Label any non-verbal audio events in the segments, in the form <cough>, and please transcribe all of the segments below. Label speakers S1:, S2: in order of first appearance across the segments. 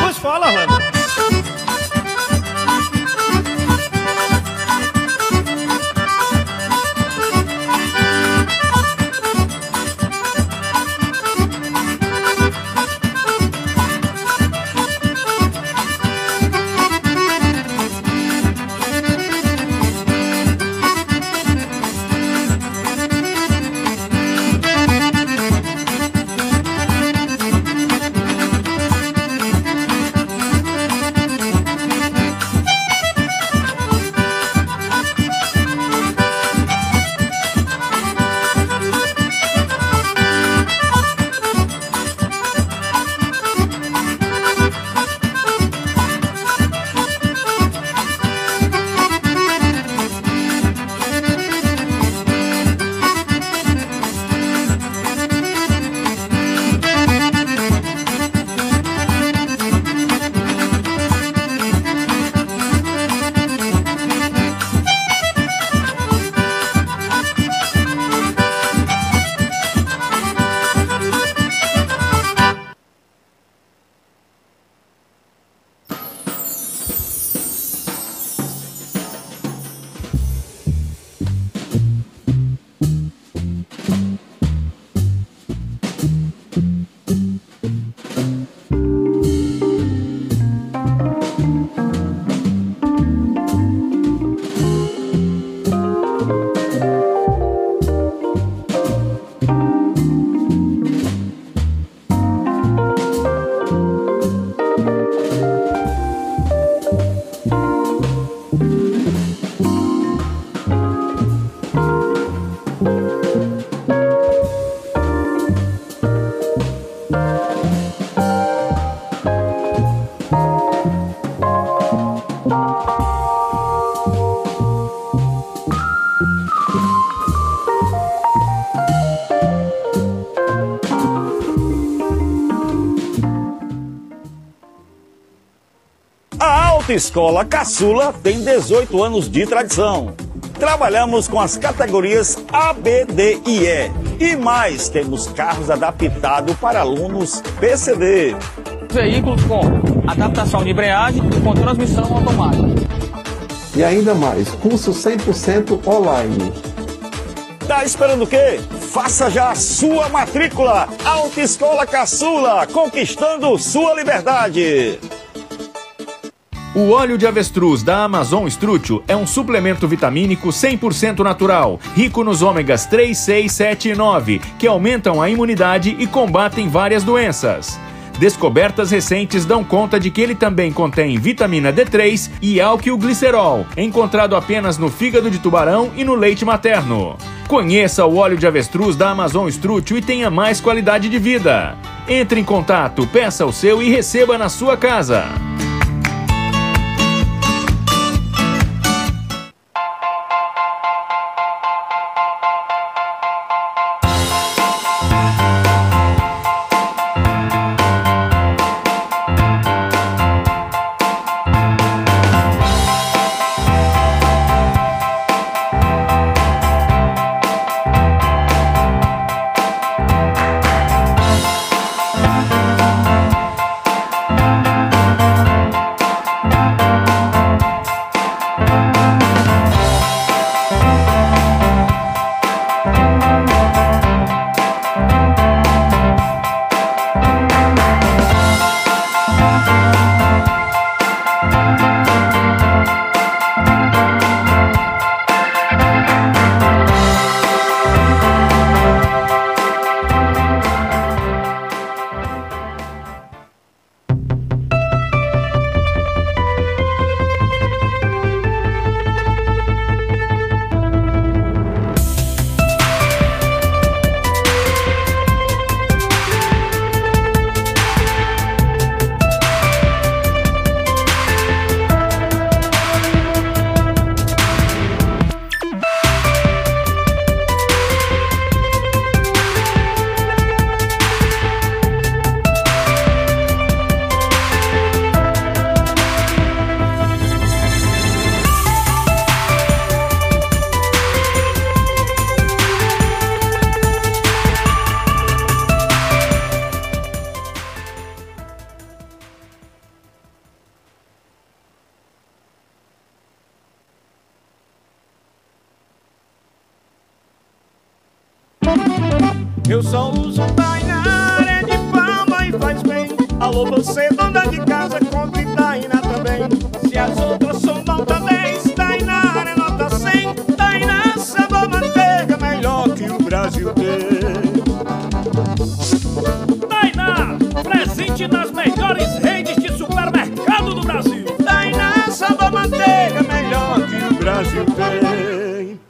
S1: Pois fala, mano. A Autoescola Caçula tem 18 anos de tradição. Trabalhamos com as categorias A, B, D e E. E mais, temos carros adaptados para alunos PCD.
S2: Veículos com adaptação de embreagem e com transmissão automática.
S3: E ainda mais, curso 100% online.
S1: Tá esperando o quê? Faça já a sua matrícula. Autoescola Caçula, conquistando sua liberdade.
S4: O óleo de avestruz da Amazon Estrútil é um suplemento vitamínico 100% natural, rico nos ômegas 3, 6, 7 e 9, que aumentam a imunidade e combatem várias doenças. Descobertas recentes dão conta de que ele também contém vitamina D3 e alquilglicerol, encontrado apenas no fígado de tubarão e no leite materno. Conheça o óleo de avestruz da Amazon Estrútil e tenha mais qualidade de vida. Entre em contato, peça o seu e receba na sua casa.
S5: Eu só uso Tainara, é de palma e faz bem. Alô, você, dona de casa, compre Taina também. Se as outras são nota 10, Tainara é nota 100. Taina, sabor manteiga, melhor que o Brasil tem.
S6: Tainá, presente nas melhores redes de supermercado do Brasil.
S5: Taina, sabor manteiga, melhor que o Brasil tem.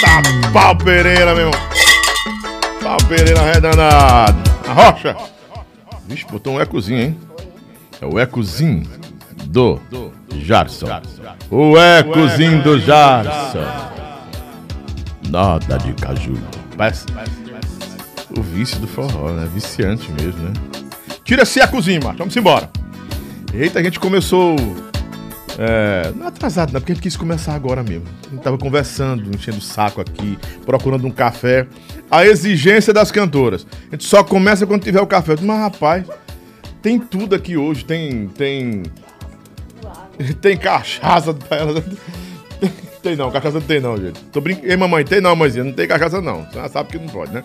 S7: Tá pau Pereira, meu irmão. Pau Pereira arredonado. A rocha. Vixe, botou um ecozinho, hein? É o ecozinho do Jarson. O ecozinho do Jarson. Nada de caju. Parece o vício do forró, né? Viciante mesmo, né? Tira esse ecozinho, macho. Vamos embora. Eita, a gente começou é, não é atrasado, não, porque a gente quis começar agora mesmo. A gente tava conversando, enchendo o saco aqui, procurando um café. A exigência das cantoras. A gente só começa quando tiver o café. Eu disse, Mas, rapaz, tem tudo aqui hoje. Tem. Tem. <laughs> Tem cachaça pra ela. Tem não, cachaça não tem não, gente. Tô brincando. Ei, mamãe, tem não, mãezinha. Não tem cachaça não. Você já sabe que não pode, né?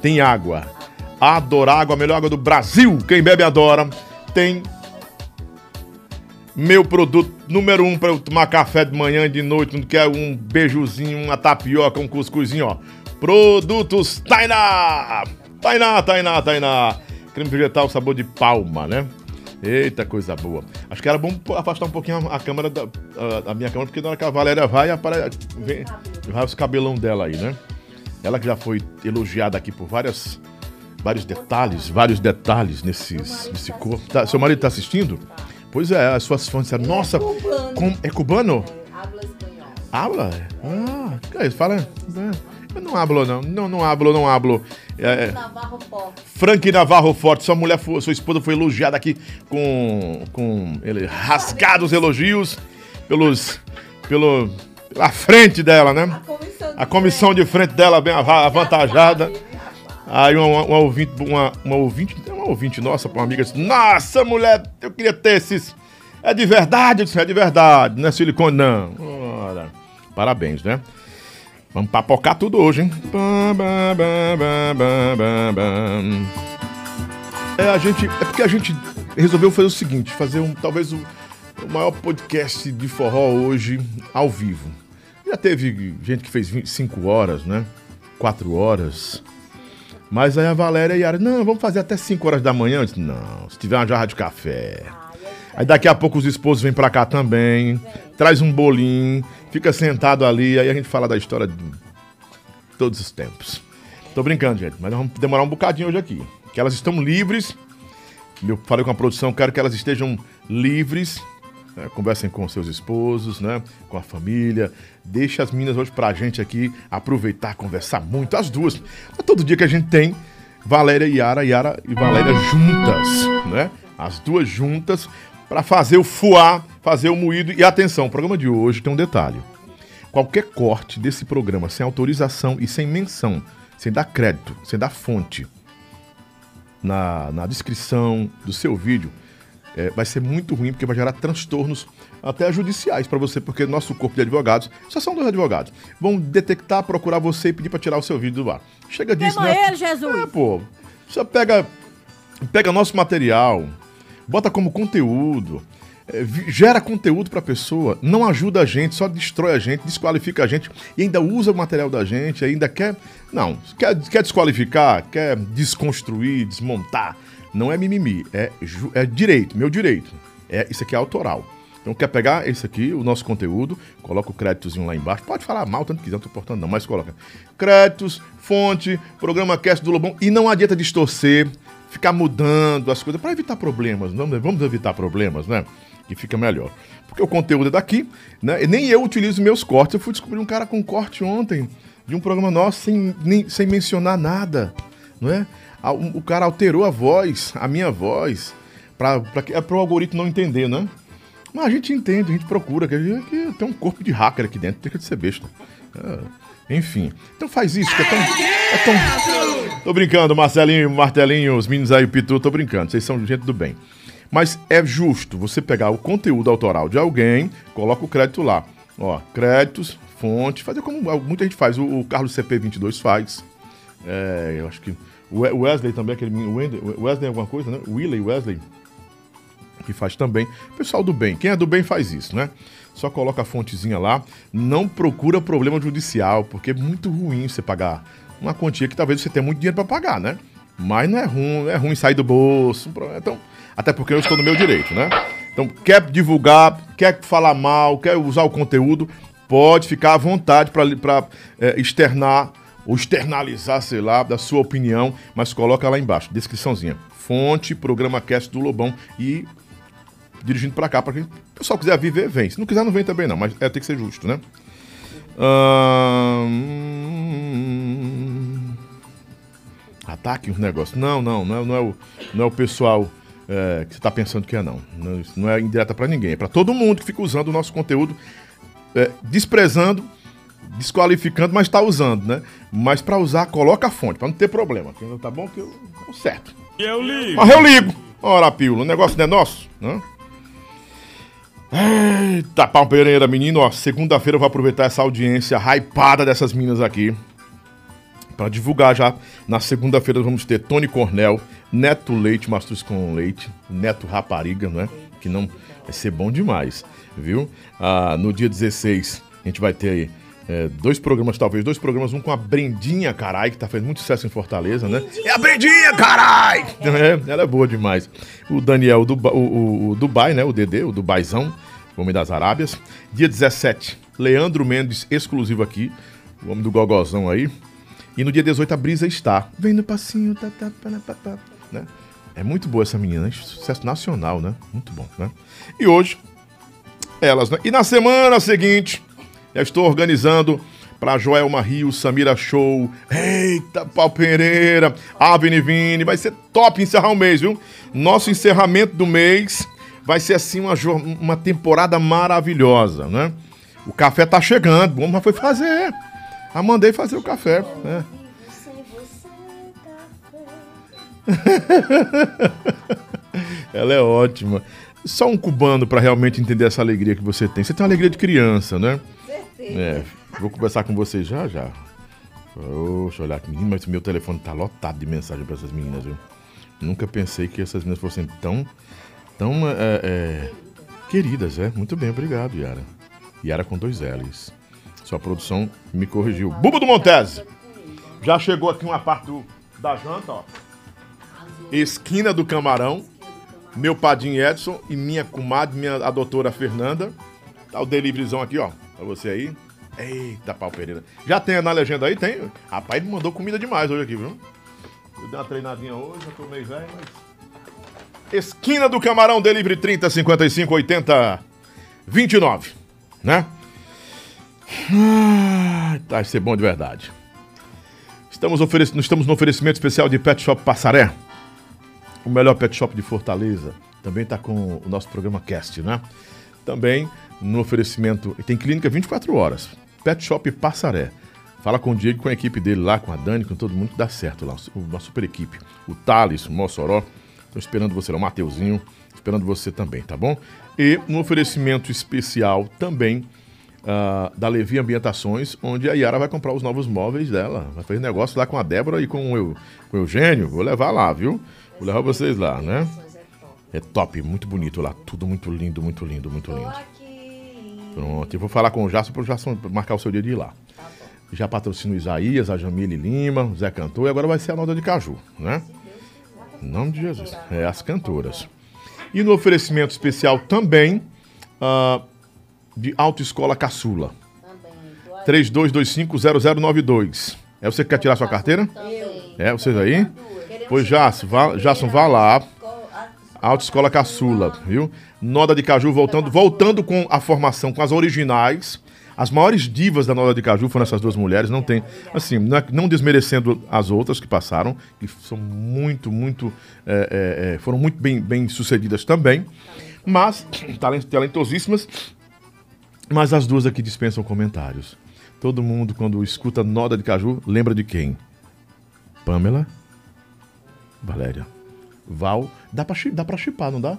S7: Tem água. Adorágua, a melhor água do Brasil. Quem bebe adora. Tem meu produto número um para eu tomar café de manhã e de noite, não quero um beijuzinho, uma tapioca, um cuscuzinho, ó. Produtos Tainá! Tainá, Tainá, Tainá! Creme vegetal sabor de palma, né? Eita, coisa boa. Acho que era bom afastar um pouquinho a, a câmera da a, a minha câmera, porque na hora que a Valéria vai, apare... vem, vai os cabelão dela aí, né? Ela que já foi elogiada aqui por várias, vários detalhes, vários detalhes nesses, nesse corpo. Tá, seu marido tá assistindo? Pois é, as suas fãs disseram, nossa,
S8: cubano.
S7: com- é cubano?
S8: Habla espanhol.
S7: Habla? Ah, que é isso? Fala. É. Eu não hablo, não. Não, não hablo, não hablo. É, é,
S8: Navarro Forte.
S7: Frank Navarro Forte, sua mulher, fo- sua esposa foi elogiada aqui com, com ele, rasgados elogios pelos, pelo, pela frente dela, né?
S8: Comissão de
S7: A comissão de frente dela bem ava- avantajada. Aí uma, uma, uma ouvinte, uma, uma ouvinte, é uma ouvinte nossa, uma amiga disse, nossa, mulher, eu queria ter esses. É de verdade, eu disse, é de verdade, não é silicone, não. Ora, parabéns, né? Vamos papocar tudo hoje, hein? Bam, bam, bam, bam, bam, bam, bam. É, a gente. É porque a gente resolveu fazer o seguinte: fazer um, talvez o, o maior podcast de forró hoje ao vivo. Já teve gente que fez 25 horas, né? 4 horas. Mas aí a Valéria e a Yara, não, vamos fazer até 5 horas da manhã. Eu disse, não, se tiver uma jarra de café. Aí daqui a pouco os esposos vêm pra cá também, traz um bolinho, fica sentado ali, aí a gente fala da história de todos os tempos. Tô brincando, gente, mas nós vamos demorar um bocadinho hoje aqui. Que elas estão livres. Eu falei com a produção, quero que elas estejam livres. né, Conversem com seus esposos, né? Com a família. Deixa as minas hoje pra gente aqui aproveitar, conversar muito. As duas. É todo dia que a gente tem Valéria e Yara, Yara e Valéria juntas, né? As duas juntas pra fazer o fuá, fazer o moído. E atenção, o programa de hoje tem um detalhe. Qualquer corte desse programa sem autorização e sem menção, sem dar crédito, sem dar fonte, na, na descrição do seu vídeo, é, vai ser muito ruim, porque vai gerar transtornos até judiciais pra você, porque nosso corpo de advogados, só são dois advogados, vão detectar, procurar você e pedir pra tirar o seu vídeo do ar. Chega disso,
S8: Tema
S7: né?
S8: ele, Jesus.
S7: É, pô. Só pega, pega nosso material, bota como conteúdo, é, vi- gera conteúdo pra pessoa, não ajuda a gente, só destrói a gente, desqualifica a gente e ainda usa o material da gente, ainda quer. Não, quer, quer desqualificar, quer desconstruir, desmontar. Não é mimimi, é, ju- é direito, meu direito. É, isso aqui é autoral. Então quer pegar esse aqui, o nosso conteúdo, coloca o créditozinho lá embaixo. Pode falar mal, tanto quiser, não tô importando não, mas coloca. Créditos, fonte, programa cast do Lobão. E não adianta distorcer, ficar mudando as coisas, para evitar problemas. não é? Vamos evitar problemas, né? Que fica melhor. Porque o conteúdo é daqui, né? E nem eu utilizo meus cortes. Eu fui descobrir um cara com corte ontem de um programa nosso sem, nem, sem mencionar nada, não é? Ah, O, o cara alterou a voz, a minha voz, para é pro algoritmo não entender, né? Mas a gente entende, a gente procura, que, a gente- que tem um corpo de hacker aqui dentro, deixa de ser besta. É, enfim. Então faz isso, que é tão. é tão- Tô brincando, Marcelinho, Martelinho, os meninos aí, o Pitu, tô brincando. Vocês são gente do bem. Mas é justo você pegar o conteúdo autoral de alguém, coloca o crédito lá. Ó, créditos, fonte, fazer como muita gente faz, o, o Carlos CP22 faz. É, eu acho que. O We- Wesley também, aquele menino. Wendel- Wesley alguma coisa, né? Willey Wesley que faz também. Pessoal do bem, quem é do bem faz isso, né? Só coloca a fontezinha lá, não procura problema judicial, porque é muito ruim você pagar uma quantia que talvez você tenha muito dinheiro para pagar, né? Mas não é ruim, não é ruim sair do bolso. pro- Então, até porque eu estou no meu direito, né? Então, quer divulgar, quer falar mal, quer usar o conteúdo, pode ficar à vontade para externar ou externalizar, sei lá, da sua opinião, mas coloca lá embaixo, descriçãozinha. Fonte, programa cast do Lobão e dirigindo pra cá, para quem o pessoal quiser viver, vem. Se não quiser, não vem também não, mas é, tem que ser justo, né? Ah, Ahn, Ataque os tá negócios. Não, não, não é, não é o, não é o pessoal é, que você tá pensando que é, não. Não, isso não é indireta pra ninguém, é pra todo mundo que fica usando o nosso conteúdo, é, desprezando desqualificando, mas tá usando, né? Mas pra usar, coloca a fonte, pra não ter problema. Quem não Tá bom que eu conserto. Eu ligo. Mas eu ligo. Ora, Pílula, o negócio não é nosso, né? Eita, Pau Pereira, menino, ó, segunda-feira eu vou aproveitar essa audiência hypada dessas minas aqui. Pra divulgar já. Na segunda-feira vamos ter Tony Cornell, Neto Leite, Mastros com Leite, Neto Rapariga, né? Que não vai ser bom demais, viu? Ah, no dia 16 a gente vai ter aí é, dois programas, talvez dois programas, um com a Brendinha, carai, que tá fazendo muito sucesso em Fortaleza, né? É a Brendinha, carai! <laughs> É, ela é boa demais. O Daniel, Duba- o, o- o Dubai, né? O Dedê, o Dubaizão, homem das Arábias. Dia 17, Leandro Mendes, exclusivo aqui, o homem do gogozão aí. E no dia 18 a Brisa está. Vem no passinho, tá, tá, pá, pá, pá, né? É muito boa essa menina, né? sucesso nacional, né? Muito bom, né? E hoje, elas, né? E na semana seguinte, já estou organizando para Joelma Rio, Samira Show, eita, Pau Pereira, Avni Vini, vai ser top encerrar o mês, viu? Nosso encerramento do mês vai ser, assim, uma, jor- uma temporada maravilhosa, né? O café tá chegando, vamos lá foi fazer. Ah, mandei fazer o café, né?
S9: tá
S7: Ela é ótima. Só um cubano pra realmente entender essa alegria que você tem. Você tem uma alegria de criança, né?
S8: Certeza.
S7: É, vou conversar com vocês já já. Poxa, olha que menino, mas meu telefone tá lotado de mensagem pra essas meninas, viu? Nunca pensei que essas meninas fossem tão. tão. é, é, queridas, é. Muito bem, obrigado, Yara. Yara com dois L's. Sua produção me corrigiu. Buba do Montese! Já chegou aqui uma parte do- da janta, ó. Esquina do Camarão. Meu padrinho Edson e minha comadre, minha, a doutora Fernanda. Tá o deliveryzão aqui, ó. Pra você aí. Eita, pau Pereira. Já tem na legenda aí? Tem. Rapaz, ele mandou comida demais hoje aqui, viu? Eu dei uma treinadinha hoje, eu tô meio velho, mas... Esquina do Camarão, delivery 30, 55, 80, 29. Né? Ah, tá, isso é bom de verdade. Estamos, oferec estamos no oferecimento especial de Pet Shop Passaré. O melhor pet shop de Fortaleza. Também está com o nosso programa Cast, né? Também no oferecimento. e Tem clínica 24 horas. Pet Shop Passaré. Fala com o Diego, com a equipe dele lá, com a Dani, com todo mundo que dá certo lá. Uma super equipe. O Thales, o Mossoró. Estão esperando você lá, o Mateuzinho. Esperando você também, tá bom? E um oferecimento especial também ah, da Levi Ambientações, onde a Yara vai comprar os novos móveis dela. Vai fazer negócio lá com a Débora e com o, Eu- com o Eugênio. Vou levar lá, viu? Vou levar vocês lá, né? É top, muito bonito lá. Tudo muito lindo, muito lindo, muito lindo.
S8: Aqui.
S7: Pronto, eu vou falar com o Jason para o Jason marcar o seu dia de ir lá. Já patrocina o Isaías, a Jamile Lima, o Zé Cantor e agora vai ser a Noda de Caju, né? Em nome de Jesus. É, as cantoras. E no oferecimento especial também ah, de Autoescola Caçula.
S8: Também. Tô aí.
S7: 32250092. É você que quer tirar
S8: Tá
S7: sua carteira?
S8: Também.
S7: É, vocês aí?
S8: Queremos
S7: Pois Jason, vá, Jason, vá lá.
S8: co- a-
S7: Autoescola Caçula, viu? Noda de Caju voltando, voltando com a formação, com as originais. As maiores divas da Noda de Caju foram essas duas mulheres, não tem. Assim, não, é- não desmerecendo as outras que passaram, que são muito, muito. é, é, é, foram muito bem, bem sucedidas também. Mas, talent- talentosíssimas. Mas as duas aqui dispensam comentários. Todo mundo, quando escuta Noda de Caju, lembra de quem? Pamela? Valéria. Val. Dá pra, chi- dá pra chipar, não dá?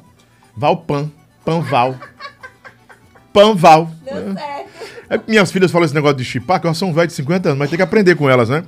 S7: Val Pan. Pan Val. Pan Val.
S8: Deu certo.
S7: É, minhas filhas falam esse negócio de chipar, que elas são velhas de 50 anos, mas tem que aprender com elas, né?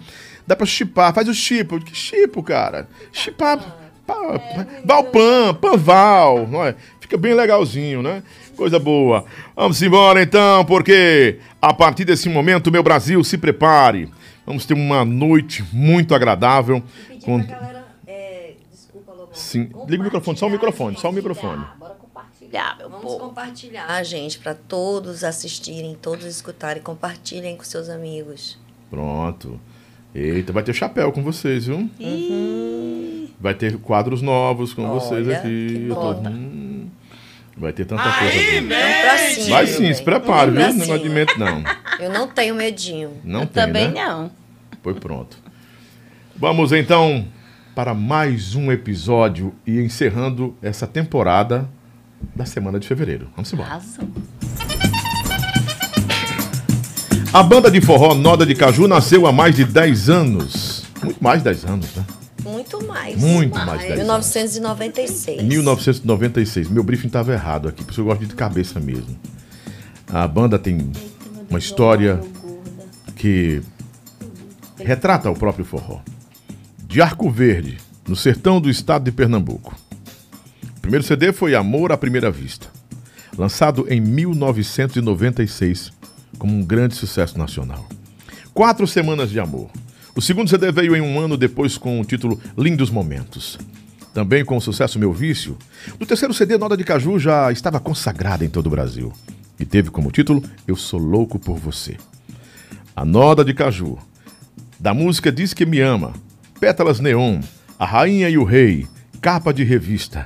S7: Dá pra chipar, faz o chip. Que chipo, cara? Chipar.
S8: É,
S7: pá, pá, Valpan, panval, não é? Fica bem legalzinho, né? Coisa boa. Vamos embora então, porque a partir desse momento, meu Brasil, se prepare. Vamos ter uma noite muito agradável.
S8: Pedir
S7: Com...
S8: pra galera. É, desculpa, Lobão.
S7: Sim. Liga o microfone, só o microfone, só
S8: compartilhar.
S7: o microfone.
S8: Bora compartilhar, meu
S10: Vamos
S8: povo.
S10: compartilhar, gente, para todos assistirem, todos escutarem, compartilhem com seus amigos.
S7: Pronto. Eita, vai ter chapéu com vocês, viu? Vai ter quadros novos com vocês
S10: Olha,
S7: aqui.
S10: que
S7: Eu tô-
S10: bom.
S7: Hum, vai ter tanta coisa. boa.
S10: Vamos pra cima.
S7: Vai
S10: meu
S7: sim,
S10: bem.
S7: se prepare, viu?
S10: Vamos pra
S7: Não negócio de
S10: cima.
S7: medo, não.
S10: Eu não tenho medinho.
S7: Não
S9: Eu
S7: tem,
S9: também
S7: né?
S9: não.
S7: Foi pronto. Vamos então para mais um episódio e encerrando essa temporada da semana de fevereiro. Vamos embora.
S9: Arrasou.
S7: A banda de forró Noda de Caju nasceu há mais de 10 anos. Muito mais de 10 anos, né?
S10: Muito mais.
S7: Muito mais, dez
S10: 1996.
S7: 1996. Meu briefing estava errado aqui, porque eu gosto de cabeça mesmo. A banda tem uma história que retrata o próprio forró. De Arco Verde, no sertão do estado de Pernambuco. O primeiro CD foi Amor à Primeira Vista, lançado em 1996 como um grande sucesso nacional. Quatro Semanas de Amor. O segundo CD veio em um ano depois com o título Lindos Momentos. Também com o sucesso Meu Vício, no terceiro CD, Noda de Caju já estava consagrada em todo o Brasil e teve como título Eu Sou Louco por Você. A Noda de Caju, da música Diz Que Me Ama, Pétalas Neon, A Rainha e o Rei, capa de revista,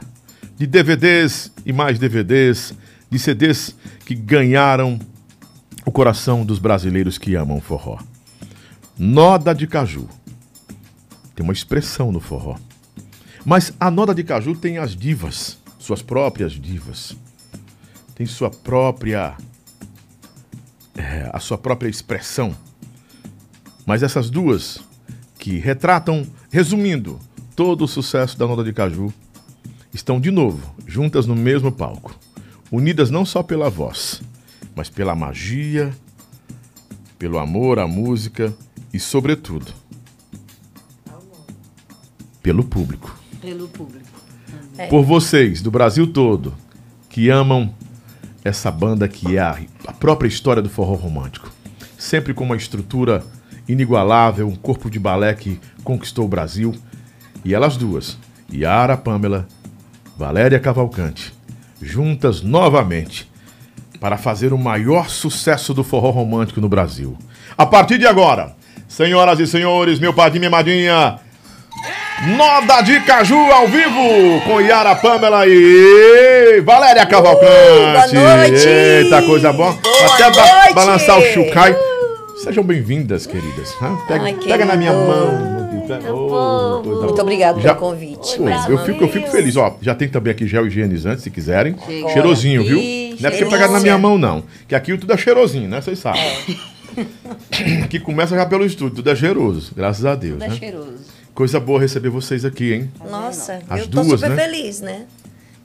S7: de DVDs e mais DVDs, de CDs que ganharam o coração dos brasileiros que amam forró. Noda de Caju. Tem uma expressão no forró. Mas a Noda de Caju tem as divas, suas próprias divas. Tem sua própria. é, a sua própria expressão. Mas essas duas que retratam, resumindo, todo o sucesso da Noda de Caju, estão de novo juntas no mesmo palco. Unidas não só pela voz, mas pela magia, pelo amor à música e, sobretudo, pelo público
S9: Pelo público. É.
S7: por vocês do Brasil todo que amam essa banda que é a, a própria história do forró romântico. Sempre com uma estrutura inigualável, um corpo de balé que conquistou o Brasil. E elas duas, Yara Pamela, Valéria Cavalcante, juntas novamente para fazer o maior sucesso do forró romântico no Brasil. A partir de agora, senhoras e senhores, meu padrinho e minha madrinha, Noda de Caju ao vivo com Yara Pamela e Valéria Cavalcante.
S10: Uh, boa noite.
S7: Eita, coisa boa.
S10: Boa
S7: Até ba-
S10: noite.
S7: balançar o chucai. Sejam bem-vindas, queridas. né? Pega,
S10: Ai,
S7: pega na minha
S10: querido. Tá
S7: mão. meu Deus. Oh, coisa boa.
S10: Muito obrigado
S7: Já-
S10: pelo convite.
S7: Pô,
S10: mais
S7: eu,
S10: uma
S7: fico, eu
S10: vez.
S7: fico feliz, ó. Já tem também aqui gel higienizante, se quiserem.
S9: Chega.
S7: Cheirosinho, viu?
S10: Ih,
S7: não é porque
S10: cheiroso.
S7: pegar na minha mão, não. Que aqui tudo é cheirosinho, né? Vocês sabem.
S10: É.
S7: Aqui começa já pelo estúdio, tudo é cheiroso. Graças a Deus,
S9: Tá
S7: né?
S9: cheiroso.
S7: Coisa boa receber vocês aqui, hein?
S10: Nossa,
S7: As
S10: eu
S7: duas,
S10: tô super
S7: né?
S10: feliz, né?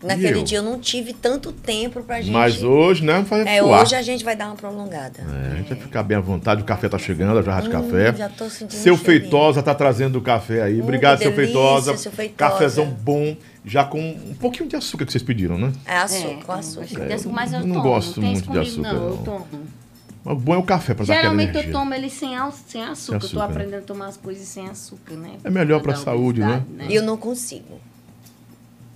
S10: Naquele
S7: eu?
S10: dia eu não tive tanto tempo pra gente.
S7: Mas hoje, né? Vai
S10: É,
S7: voar.
S10: hoje a gente vai dar uma prolongada.
S7: É, a gente vai ficar bem à vontade, o café tá chegando, a jarra de café.
S10: Hum, já tô sentindo
S7: seu
S10: um cheirinho.
S7: Feitosa tá trazendo o café aí. Obrigado,
S10: que
S7: seu
S10: delícia,
S7: Feitosa.
S10: seu Feitosa.
S7: Cafezão bom, já com um pouquinho de açúcar que vocês pediram, né?
S10: É açúcar,
S9: É,
S10: com açúcar.
S9: de açúcar, mas eu
S7: eu não
S9: tomo.
S7: gosto
S9: tem
S7: muito
S9: isso
S7: de
S9: comigo,
S7: açúcar,
S9: Não, eu
S7: não.
S9: tomo.
S7: Mas o bom é o café pra dar aquela
S9: Geralmente
S7: energia.
S9: eu tomo ele sem, al- sem açúcar. Eu tô
S7: açúcar, né?
S9: aprendendo a tomar as coisas sem açúcar, né?
S7: É melhor pra
S9: Da
S7: saúde, né?
S9: obesidade,
S10: E eu não consigo.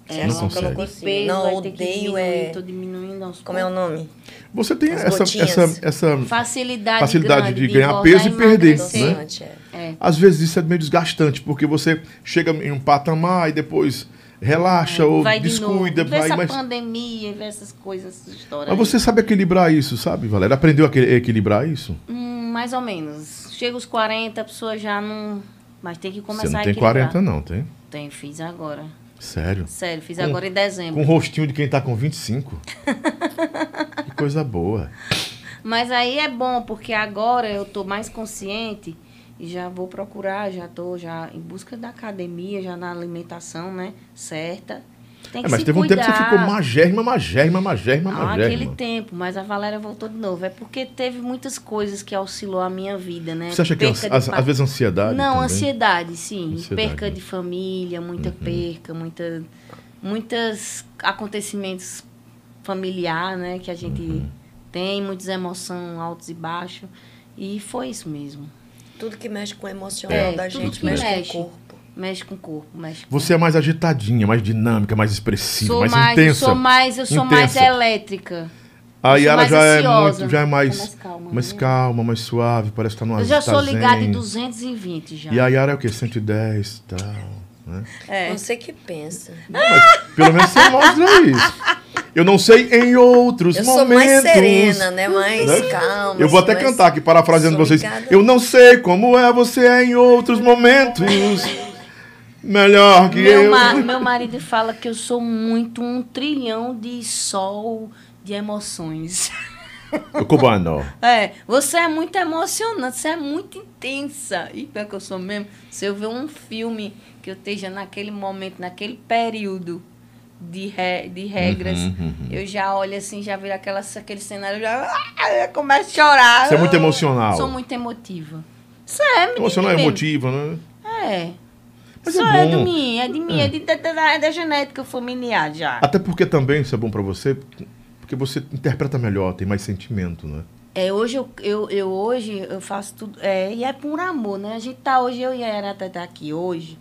S9: É,
S7: Não
S9: eu
S7: consegue.
S9: coloco
S10: Peso
S9: peso,
S10: não,
S9: vai ter que
S10: odeio,
S9: diminuir,
S10: é-
S9: Tô diminuindo aos
S10: Como é o
S9: poucos.
S10: nome?
S7: Você tem
S10: As
S7: essa,
S10: gotinhas.
S7: essa, essa.
S9: Facilidade,
S7: Facilidade
S9: grande
S7: de ganhar
S9: engordar
S7: peso e perder,
S9: emagrecer.
S7: né?
S10: Docinante, é.
S9: É.
S7: Às vezes isso é meio desgastante, porque você chega em um patamar e depois relaxa ou
S9: É, vai de
S7: descuida,
S9: novo. Vê
S7: vai,
S9: essa
S7: mas.
S9: pandemia, vê essas coisas, essas histórias.
S7: Mas você sabe equilibrar isso, sabe, Valéria? Aprendeu a que- equilibrar isso?
S9: Hum, mais ou menos. Chega os 40, a pessoa já não. Mas tem que começar
S7: você não
S9: a
S7: tem
S9: equilibrar.
S7: 40, não, tem?
S9: Tem, fiz agora.
S7: Sério?
S9: Sério, fiz
S7: Com-
S9: agora em dezembro.
S7: Com o rostinho de quem tá com
S9: <laughs>
S7: 25. que coisa boa.
S9: Mas aí é bom, porque agora eu tô mais consciente e já vou procurar, já tô já em busca da academia, já na alimentação, né? Certa. Tem que
S7: É, mas
S9: se
S7: teve um
S9: cuidar.
S7: tempo que você ficou magérrima, magérrima, magérrima,
S9: Ah, aquele
S7: magérrima.
S9: tempo, mas a Valéria voltou de novo. É porque teve muitas coisas que auxiliou a minha vida, né?
S7: Você acha que é
S9: Perca de
S7: as-
S9: pa-
S7: às vezes ansiedade
S9: Não,
S7: também?
S9: ansiedade, sim.
S7: Ansiedade, Uhum.
S9: perca
S7: né?
S9: de família, muita perca, muita, muitos acontecimentos familiar, né? Que a gente
S7: Uhum.
S9: tem, muitas emoções altos e baixos. E foi isso mesmo.
S10: Tudo que mexe com o
S7: É,
S10: emocional da
S9: tudo
S10: gente,
S9: que
S10: mexe,
S9: mexe.
S10: com o corpo.
S9: Mexe com o corpo, mexe com
S7: Você é mais agitadinha, mais dinâmica, mais expressiva,
S9: sou
S7: mais,
S9: mais,
S7: intensa.
S9: Sou mais, eu sou mais
S7: intensa.
S9: elétrica.
S7: A
S9: eu sou
S7: Yara
S9: mais
S7: já é
S9: ansiosa.
S7: muito, já é mais,
S9: mais
S7: mais
S9: calma,
S7: calma,
S9: né?
S7: mais, suave, parece que tá numa
S9: Eu já
S7: tá
S9: sou ligada em
S7: zen.
S9: 220 já.
S7: E a Yara é o quê? 110 e tal, né?
S9: É.
S10: Você que pensa.
S7: Pelo menos você mostra isso. Eu não sei em outros
S10: Eu sou
S7: momentos.
S10: mais serena, né? Mais
S7: Né?
S10: calma.
S7: Eu vou até
S10: mais-
S7: cantar aqui, parafraseando
S10: sou
S7: vocês.
S10: ligada.
S7: Eu não sei como é você em outros momentos. Melhor que
S9: Meu,
S7: eu.
S9: ma- meu marido fala que eu sou muito um trilhão de sol de emoções.
S7: O cubano.
S9: <laughs> É, você é muito emocionante, você é muito intensa. E pior que eu sou mesmo, se eu ver um filme que eu esteja naquele momento, naquele período de, re- de regras,
S7: Uhum, uhum.
S9: eu já olho assim, já viro aquela, aquele cenário, eu já ah, eu começo a chorar.
S7: Você é muito emocional.
S9: Sou muito emotiva. Isso é, menino
S7: Emocional
S9: mesmo.
S7: emotiva, né?
S9: É.
S7: Mas
S9: Isso
S7: é
S9: é, de
S7: bom.
S9: mim, é de mim, é, de, da, da- é da genética familiar já.
S7: Até porque também isso é bom pra você, porque você interpreta melhor, tem mais sentimento, né?
S9: É, hoje eu, eu, eu hoje eu faço tudo. É, e é por amor, né? A gente tá hoje, eu e a Renata tá aqui hoje.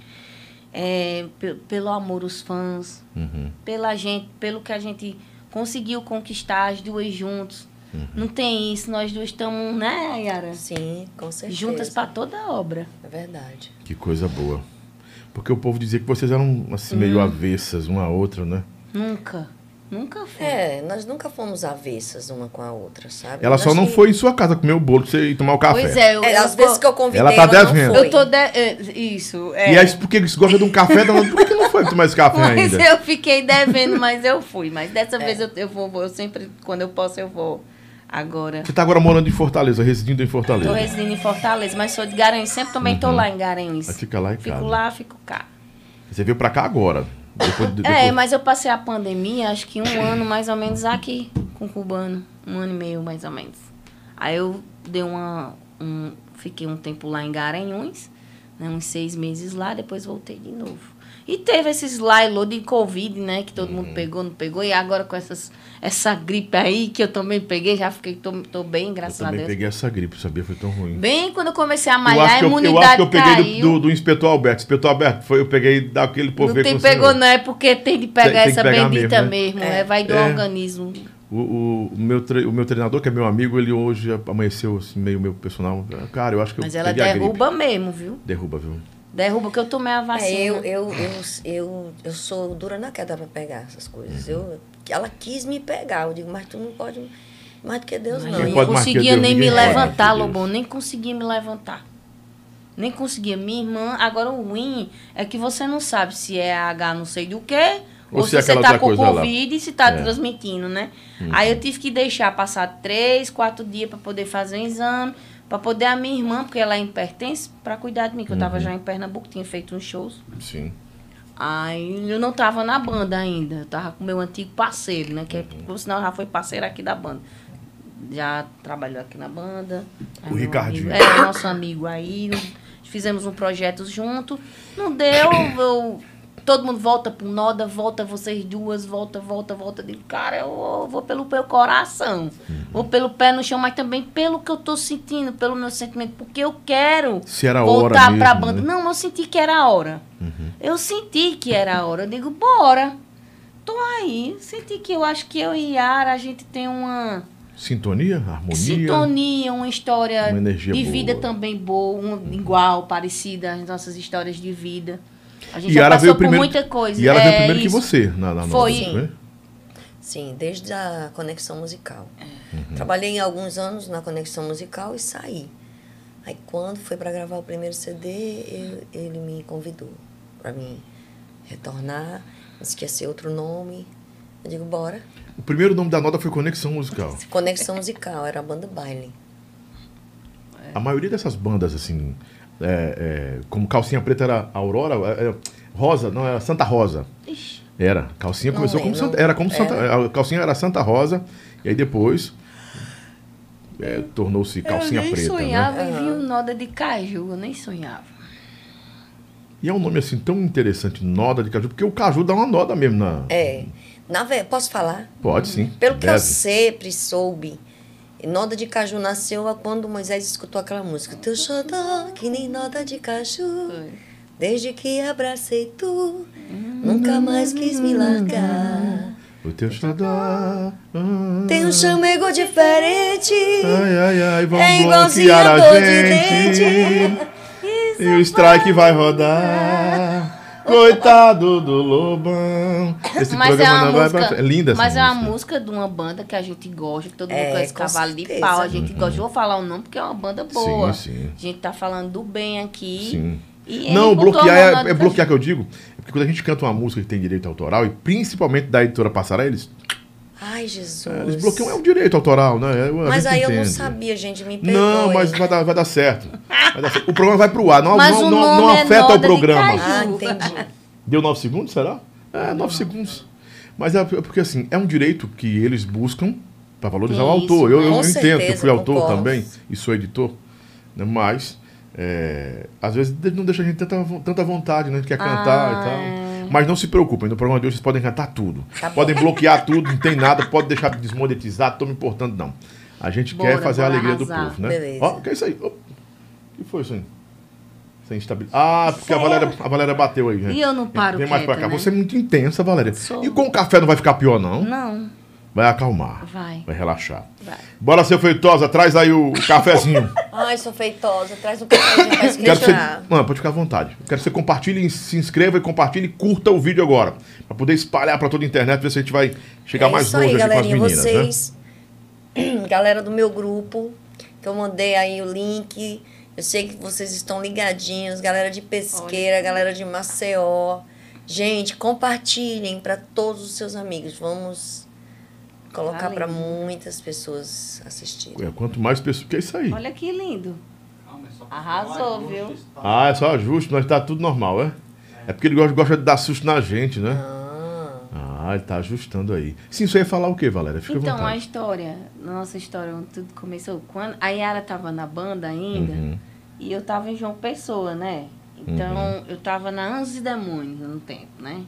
S9: é, pe- pelo amor os fãs,
S7: uhum.
S9: pela gente, pelo que a gente conseguiu conquistar as duas juntos.
S7: Uhum.
S9: Não tem isso, nós duas estamos, né, Yara?
S10: Sim, com certeza.
S9: Juntas pra toda a obra.
S10: É verdade.
S7: Que coisa boa. Porque o povo dizia que vocês eram assim,
S9: Hum.
S7: meio avessas uma a outra, né?
S9: Nunca. Nunca foi.
S10: É, nós nunca fomos avessas uma com a outra, sabe?
S7: Ela
S10: Nós
S7: só não
S10: que-
S7: foi em sua casa comer o bolo pra você ir tomar o café.
S9: Pois é, eu,
S10: É,
S9: eu
S10: às
S9: tô-
S10: vezes que eu convidei,
S7: Tá Ela
S10: ela,
S7: tá
S10: não
S7: devendo.
S10: foi.
S9: eu tô. de- é, isso. É.
S7: E aí, por que você gosta de um café? Dona? Por que não foi tomar esse café
S9: Mas
S7: ainda?
S9: eu fiquei devendo, mas eu fui. Mas
S10: É.
S9: dessa vez eu, eu vou, vou, eu sempre, quando eu posso, eu vou. Agora,
S7: Você tá agora morando em Fortaleza, residindo em Fortaleza.
S9: tô residindo em Fortaleza, mas sou de Garanhuns, sempre também
S7: Uhum.
S9: tô lá em Garanhuns.
S7: Aí fica lá e
S9: Fico
S7: cá, né?
S9: lá, fico cá.
S7: Você veio pra cá agora. Depois, de- depois...
S9: É, mas eu passei a pandemia, acho
S7: <clears throat>
S9: que um ano mais ou menos aqui com o cubano. Um ano e meio mais ou menos. Aí eu dei uma. um- fiquei um tempo lá em Garanhuns, né, uns seis meses lá, depois voltei de novo. E teve esses lá e lô de Covid, né? Que todo
S7: Uhum.
S9: mundo pegou, não pegou. E agora com essas, essa gripe aí que eu também peguei, já fiquei, tô, tô bem,
S7: Eu
S9: graças a
S7: também
S9: Deus.
S7: peguei essa gripe, sabia? Foi tão ruim.
S9: Bem quando eu comecei
S7: eu,
S9: a
S7: acho
S9: malhar,
S7: que
S9: a
S7: eu, eu acho
S9: imunidade
S7: que eu peguei
S9: caiu.
S7: do, do, do inspetor Alberto. Inspetor Alberto, foi, eu peguei daquele povo
S9: não tem pegou, não, é porque tem de pegar
S7: tem que
S9: essa
S7: pegar
S9: bendita
S7: mesmo, né?
S9: mesmo. é, vai do
S7: É.
S9: organismo.
S7: O, o, o meu tre- o meu treinador, que é meu amigo, ele hoje amanheceu assim, meio meu personal. Cara, eu acho que
S9: Mas
S7: eu
S9: ela
S7: peguei a
S9: derruba mesmo, viu?
S7: gripe. Derruba, viu?
S9: Derruba, que eu tomei a vacina.
S10: É, eu, eu, eu, eu, eu sou dura na queda pra pegar essas coisas. Eu, ela quis me pegar. Eu digo, mas tu não pode. Mais do que Deus,
S9: Mas
S10: não.
S9: eu
S7: Quem
S10: E
S9: não
S7: pode mais que
S9: conseguia
S7: Deus?
S9: nem me
S7: Ninguém pode
S9: levantar,
S7: mais que né? Deus.
S9: Lobão. Nem conseguia me levantar. Nem conseguia. Minha irmã... Agora, o ruim é que você não sabe se é H não sei do que... Ou,
S7: Ou
S9: se,
S7: se é
S9: você
S7: aquela
S9: tá
S7: outra
S9: com
S7: coisa lá.
S9: Covid e se tá
S7: É. Uhum.
S9: transmitindo, né? Aí eu tive que deixar passar três, quatro dias pra poder fazer um exame. Pra poder a minha irmã, porque ela é hipertensa, pra cuidar de mim. Que eu
S7: Uhum.
S9: tava já em Pernambuco, tinha feito uns shows.
S7: Sim.
S9: Aí eu não tava na banda ainda. Eu tava com meu antigo parceiro, né? Que é-
S7: Uhum.
S9: por sinal já foi parceiro aqui da banda. Já trabalhou aqui na banda. Aí
S7: O
S9: meu
S7: Ricardinho.
S9: amigo- é, nosso amigo aí. Fizemos um projeto junto. Não deu, eu- Todo mundo volta pro Noda, volta vocês duas, volta, volta, volta. Eu digo, cara, eu vou pelo meu coração.
S7: Uhum.
S9: Vou pelo pé no chão, mas também pelo que eu tô sentindo, pelo meu sentimento. Porque eu quero
S7: Se era a hora
S9: voltar
S7: mesmo,
S9: pra banda.
S7: né? Uhum.
S9: Não, eu senti que era a hora. Eu senti que era a hora. Eu digo, bora. Tô aí. Senti que eu acho que eu e Yara, a gente tem uma
S7: Sintonia, harmonia.
S9: sintonia, uma história
S7: Uma energia
S9: de
S7: boa. Uhum.
S9: vida também boa, um, igual, parecida às nossas histórias de vida. A gente já
S7: Yara
S9: passou
S7: veio
S9: por
S7: primeiro,
S9: muita coisa.
S7: Yara
S9: é
S7: veio primeiro que
S9: isso.
S7: você na, na
S9: Foi.
S7: nova, né?
S10: Sim, desde a conexão musical.
S7: Uhum.
S10: Trabalhei alguns anos na conexão musical e saí. Aí quando foi para gravar o primeiro CD, eu- ele me convidou para mim retornar, mas que ia ser outro nome. Eu digo, bora.
S7: O primeiro nome da nota foi Conexão Musical.
S10: Conexão musical, era a banda baile.
S9: é.
S7: A maioria dessas bandas, assim, é, é, como Calcinha Preta era Aurora, é, é, Rosa, não, era Santa Rosa. Era. Calcinha
S10: Não
S7: começou como
S10: lembro. É.
S7: Santa. Era como Santa.
S10: Era.
S7: A calcinha era Santa Rosa, e aí depois é, tornou-se calcinha
S9: eu nem
S7: preta. Né?
S9: sonhava em vir um noda de caju, eu nem sonhava.
S7: E é um nome assim tão interessante, Noda de Caju, porque o Caju dá uma noda mesmo na.
S10: É. Na ve- posso falar?
S7: Pode sim.
S10: Pelo que eu
S7: deve.
S10: sempre soube, Noda de Caju nasceu quando Moisés escutou aquela música. Teu xodó, que nem Noda de Caju, desde que abracei tu, nunca mais quis me largar.
S7: O teu xodó.
S10: Tem um chamego diferente,
S7: Ai, ai, ai, vão
S10: é igualzinho
S7: bloquear
S10: a
S7: a
S10: dor
S7: gente.
S10: de dente. é
S7: E o strike vai rodar. Coitado do
S10: <laughs>
S7: Lobão. Esse
S9: mas é
S7: programa
S9: uma
S7: não vai
S9: música,
S7: pra frente. É linda essa
S9: Mas é uma
S7: música.
S9: música de uma banda que a gente gosta, que todo mundo
S10: É,
S9: conhece
S10: com
S9: Cavalo de
S10: certeza.
S9: Pau, a gente gosta. Eu vou falar o nome porque é uma banda boa.
S7: Uhum. sim.
S9: A gente tá falando do bem aqui.
S7: Sim.
S9: E ele
S7: não,
S9: botou
S7: bloquear
S9: a mão
S7: é,
S9: na-
S7: é bloquear que eu digo. É porque quando a gente canta uma música que tem direito autoral, e principalmente da editora Passará, eles,
S10: Ai, Jesus.
S7: é, eles bloqueiam é o direito autoral, né? É, a
S10: Mas
S7: gente
S10: aí eu não
S7: entende.
S10: sabia, gente, me perdoe.
S7: Não, mas vai dar, vai dar certo. Vai dar certo. O programa vai pro ar. Não,
S10: Mas
S7: não,
S10: o
S7: não, não
S10: nome é
S7: afeta
S10: Noda
S7: o
S10: de
S7: programa.
S10: Caju. Ah, entendi.
S7: Deu nove segundos, será? É, nove segundos. Mas é porque assim, é um direito que eles buscam para valorizar o
S10: Isso,
S7: autor. Eu, eu
S10: com
S7: entendo que eu
S10: certeza,
S7: fui autor
S10: concordo.
S7: também e sou editor, né? mas é, às vezes de- não deixa a gente tanta, vo- tanta vontade, né? A gente quer cantar e tal. Mas não se preocupem, no programa de hoje vocês podem cantar tudo.
S10: Ah. Tá bom. <laughs>
S7: podem bloquear tudo, não tem nada, pode deixar desmonetizado, não tô me importando, não. A gente
S9: Bora,
S7: quer fazer a
S9: bora
S7: alegria do
S9: arrasar.
S7: povo, né?
S10: Beleza.
S7: Ó, o que é isso aí? Ó, O que foi isso aí? Sem estabilidade. Ah, porque a Valéria, a Valéria bateu aí, gente.
S9: E eu não paro
S7: Vem mais pra
S9: quieta,
S7: cá.
S9: né?
S7: Você é muito intensa, Valéria.
S9: Sou.
S7: E com o café não vai ficar pior, não.
S9: Não,
S7: Vai acalmar.
S9: vai.
S7: Vai relaxar.
S9: Vai.
S7: Bora, seu Feitosa, traz aí o cafezinho.
S10: Ai, sou feitosa, traz um café
S7: <coughs>
S10: de faz
S7: Quero que você...
S10: questionar.
S7: Mano, pode ficar à vontade. Quero que você compartilhe, se inscreva e compartilhe e curta o vídeo agora. Pra poder espalhar pra toda a internet, ver se a gente vai chegar
S10: é
S7: mais
S10: isso
S7: longe
S10: aí,
S7: aqui com as
S10: galerinha,
S7: meninas, né?
S10: vocês, <clears throat> galera do meu grupo, que eu mandei aí o link. Eu sei que vocês estão ligadinhos, galera de Pesqueira, galera de Maceió. Gente, compartilhem para todos os seus amigos. Vamos colocar
S9: Valeu.
S10: para muitas pessoas assistirem.
S7: É, Quanto mais pessoas... Que é isso aí?
S9: Olha que lindo. Arrasou, viu?
S7: Ah, é só ajuste, nós tá tudo normal, é? É porque ele gosta, gosta de dar susto na gente, né? Ah, ele tá ajustando aí. Sim, você ia falar o quê, Valéria? Fica à
S9: Então, a
S7: vontade.
S9: história, nossa história, onde tudo começou, quando a Yara tava na banda ainda,
S7: Uhum.
S9: e eu tava em João Pessoa, né? Então,
S10: Uhum.
S9: eu tava na Anjos e Demônios no tempo, né?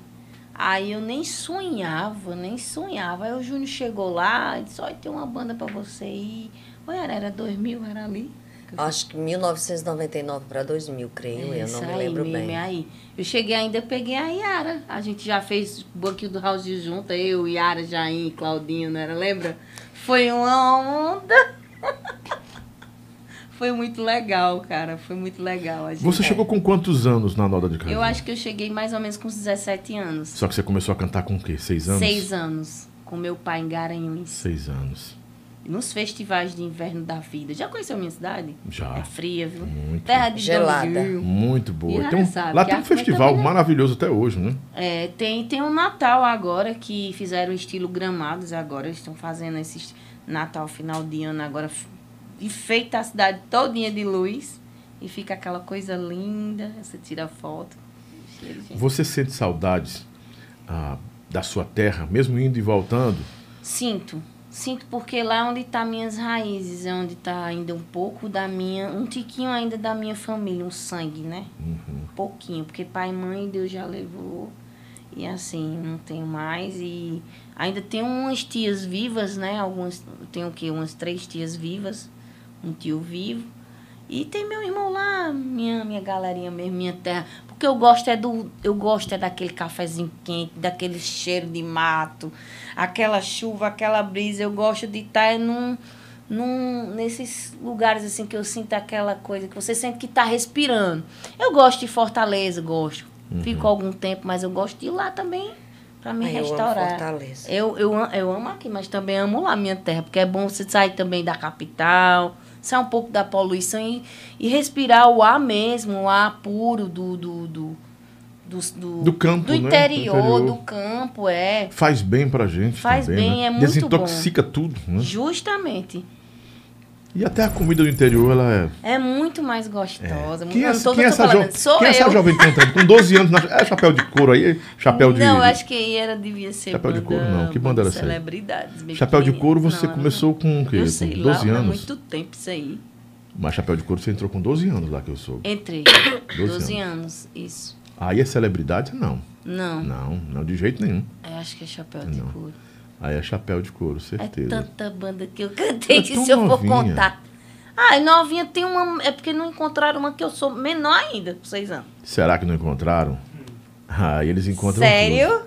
S9: Aí eu nem sonhava, nem sonhava. Aí o Júnior chegou lá e disse, olha, tem uma banda pra você ir. Olha, era, era 2000, era ali.
S10: Acho que 1999 para 2000, creio eu, não
S9: Isso
S10: me
S9: aí,
S10: lembro
S9: mesmo,
S10: bem.
S9: é Aí. Eu cheguei ainda, eu peguei a Yara. A gente já fez banquinho do House junto, eu, Yara, Jaim, Claudinho, não era? Lembra? Foi uma onda. <laughs> Foi muito legal, cara. Foi muito legal. A gente-
S7: Você chegou com quantos anos na Noda de Caju?
S9: Eu acho que eu cheguei mais ou menos com uns 17 anos.
S7: Só que você começou a cantar com o quê? Seis anos?
S9: Seis anos. Com meu pai em Garanhuns.
S7: Seis anos.
S9: Nos festivais de inverno da vida. Já conheceu a minha cidade?
S7: Já. Hum.
S9: É fria, viu?
S7: Muito.
S9: Terra de
S10: Gelada.
S9: Dois mil.
S7: Muito boa.
S9: E
S7: Tem um-
S9: sabe
S7: lá
S9: que
S7: tem um
S9: a coisa
S7: festival
S9: também é-
S7: maravilhoso até hoje, né?
S9: É, tem, tem um Natal agora que fizeram estilo gramados agora. Eles estão fazendo esse est- Natal final de ano agora. f- E feita a cidade todinha de luz. E fica aquela coisa linda. Você tira foto. Cheiro, gente.
S7: Você sente saudades ah, da sua terra, mesmo indo e voltando?
S9: Sinto. Sinto porque lá é onde tá minhas raízes, é onde tá ainda um pouco da minha, um tiquinho ainda da minha família, um sangue, né? Um pouquinho, porque pai e mãe Deus já levou. E assim, não tenho mais e ainda tenho umas tias vivas, né? Algumas, tenho o quê? Umas três tias vivas, um tio vivo. E tem meu irmão lá, minha, minha galerinha mesmo, minha terra. Porque eu gosto é do. Eu gosto é daquele cafezinho quente, daquele cheiro de mato, aquela chuva, aquela brisa. Eu gosto de estar é num, num, nesses lugares assim que eu sinto aquela coisa, que você sente que está respirando. Eu gosto de Fortaleza, gosto.
S7: Uhum.
S9: Fico algum tempo, mas eu gosto de ir lá também para me
S10: Ai, eu amo
S9: restaurar.
S10: Fortaleza.
S9: Eu, eu, am- eu amo aqui, mas também amo lá minha terra, porque é bom você sair também da capital, sair um pouco da poluição e, e respirar o ar mesmo, o ar puro do, do, do, dos- do,
S7: Do campo,
S9: do
S7: né? Do
S9: interior,
S7: interior.
S9: do campo, é.
S7: Faz bem pra gente.
S9: Faz
S7: também,
S9: bem,
S7: né?
S9: é muito
S7: Desintoxica
S9: bom.
S7: tudo, né?
S9: Justamente.
S7: E até a comida do interior, ela é.
S9: É muito mais gostosa.
S7: Quem é,
S9: Eu não tô-
S7: quem é
S9: eu tô
S7: essa, jo...
S9: falando, Sou
S7: quem é essa
S9: eu.
S7: jovem que tá entrando? Com 12 anos, na- é chapéu de couro aí? Chapéu de.
S9: Não, é acho que era, devia ser.
S7: Chapéu de couro, não. Que banda era essa aí?
S9: Celebridades. bem
S7: Chapéu de
S9: pequenininha.
S7: couro você
S9: Não, eu
S7: começou com o quê?
S9: Eu
S7: Com
S9: sei
S7: 12
S9: lá, há
S7: anos?
S9: muito tempo isso aí.
S7: Mas chapéu de couro você entrou com 12 anos lá que eu soube. <coughs>
S9: Entrei.
S7: 12
S9: 12, anos. isso.
S7: Aí é celebridade? Não.
S9: Não.
S7: Não, não, de jeito nenhum.
S9: Eu acho que é chapéu de
S7: Não.
S9: couro.
S7: Aí é chapéu de couro,
S9: É
S7: certeza.
S9: tanta banda que eu cantei
S7: É
S9: que
S7: tão
S9: se eu for
S7: novinha.
S9: contar. Ah, e novinha tem uma. É porque não encontraram uma que eu sou menor ainda, com seis anos.
S7: Será que não encontraram? Ah, eles encontram.
S9: Hum. Sério?
S7: tudo.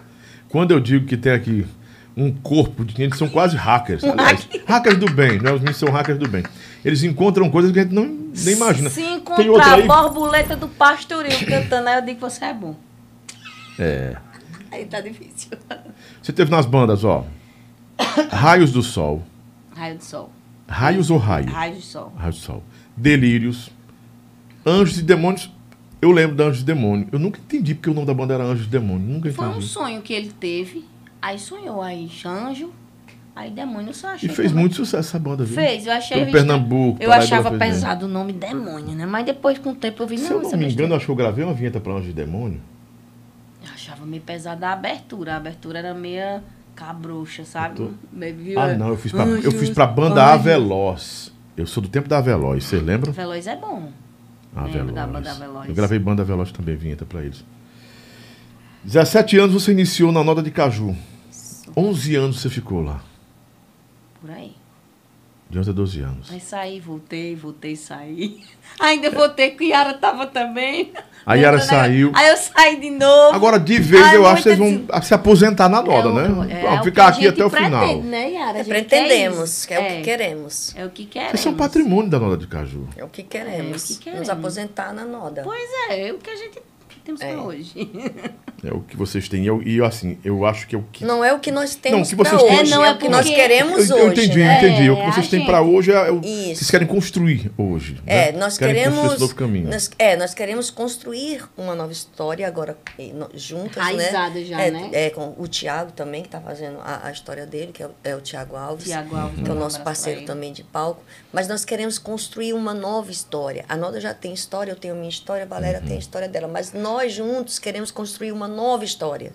S7: Quando eu digo que tem aqui um corpo de eles são quase hackers.
S9: Um
S7: aliás, hackers do bem, né? Os meninos são hackers do bem. Eles encontram coisas que a gente não, nem imagina.
S9: Se
S7: Tem outra
S9: encontrar a
S7: aí.
S9: borboleta do pastoril cantando, aí eu digo que você é bom.
S7: É.
S9: Aí tá difícil.
S7: Você teve nas bandas, ó. Raios do Sol.
S9: <laughs> Raio do sol.
S7: Raios ou raio?
S9: Raio do sol.
S7: Raio do Sol. Delírios. Anjos e Demônios. Eu lembro da Anjos e Demônios. Eu nunca entendi porque o nome da banda era Anjos e Demônios. Nunca
S9: Foi
S7: entendi.
S9: um sonho que ele teve. Aí sonhou, aí anjo, aí demônio, eu só achei.
S7: E fez
S9: também.
S7: muito sucesso essa banda, viu?
S9: Fez, eu achei.
S7: Pelo Pernambuco.
S9: Eu
S7: Paraíba,
S9: achava
S7: fez bem.
S9: pesado o nome demônio, né? Mas depois, com o tempo, eu vi,
S7: Se
S9: não,
S7: eu
S9: isso
S7: não
S9: é
S7: me
S9: besteira.
S7: engano, eu acho que eu gravei uma vinheta pra Anjos e Demônios.
S9: Eu achava meio pesada a abertura. A abertura era meio cabruxa, sabe?
S7: Eu
S9: Meio- é,
S7: Ah, não, eu fiz pra, eu fiz
S9: Anjos,
S7: pra banda
S9: anjos.
S7: Aveloz. Eu sou do tempo da Aveloz, vocês lembram?
S9: Veloz é bom.
S7: Aveloz.
S9: Lembro da banda Aveloz.
S7: Ah, Eu gravei banda Aveloz também, vinheta pra eles. 17 anos você iniciou na Nota de Caju. 11 anos você ficou lá.
S9: Por aí.
S7: De 11 a 12 anos.
S9: Aí saí, voltei, voltei, saí. <laughs> Ainda voltei que Yara tava também.
S7: A Yara
S9: Voltando,
S7: saiu.
S9: Aí eu saí de é novo.
S7: Agora, de vez,
S9: Ai,
S7: eu acho que vocês
S9: muita
S7: vão se aposentar na Noda, né?
S9: É
S7: Vamos
S9: o que
S7: ficar
S9: a
S7: aqui
S9: gente
S7: até o final.
S9: pretende, Né, Yara? A gente
S10: Pretendemos,
S9: quer
S10: que é,
S9: isso.
S10: o que queremos.
S9: É o que queremos.
S7: Vocês são patrimônio da Noda de Caju.
S10: É o que queremos.
S9: É o que queremos.
S10: Nos aposentar na Noda.
S9: Pois é, é o que a gente temos pra hoje.
S7: É o que vocês têm. E eu, e eu, assim, eu acho que é o que.
S10: Não é o que nós
S7: Não, o
S10: temos
S7: que
S10: pra
S7: vocês
S10: hoje,
S7: têm-
S10: é, não é o que nós queremos
S7: eu,
S10: hoje.
S7: eu entendi,
S10: né?
S7: eu entendi. o que
S9: É,
S7: vocês
S9: a
S7: têm
S9: gente-
S7: pra hoje é o que
S10: Isso.
S7: vocês querem construir hoje.
S10: É,
S7: né?
S10: nós
S7: Querem construir
S10: queremos.
S7: Esse novo caminho.
S10: Nós, é, nós queremos construir uma nova história agora eh, no- juntas,
S9: Enraizada
S10: né?
S9: já,
S10: é,
S9: né?
S10: É, com o Tiago também, que está fazendo a, a história dele, que é, o- é o Tiago Alves.
S9: Tiago
S7: Uhum.
S9: Alves, um
S10: Que é o
S9: abraço
S10: nosso
S9: pra
S10: parceiro
S9: ele.
S10: também de palco. Mas nós queremos construir uma nova história. A Noda já tem história, eu tenho a minha história, a Valéria
S7: Uhum.
S10: tem a história dela. Mas nós juntos queremos construir uma nova história.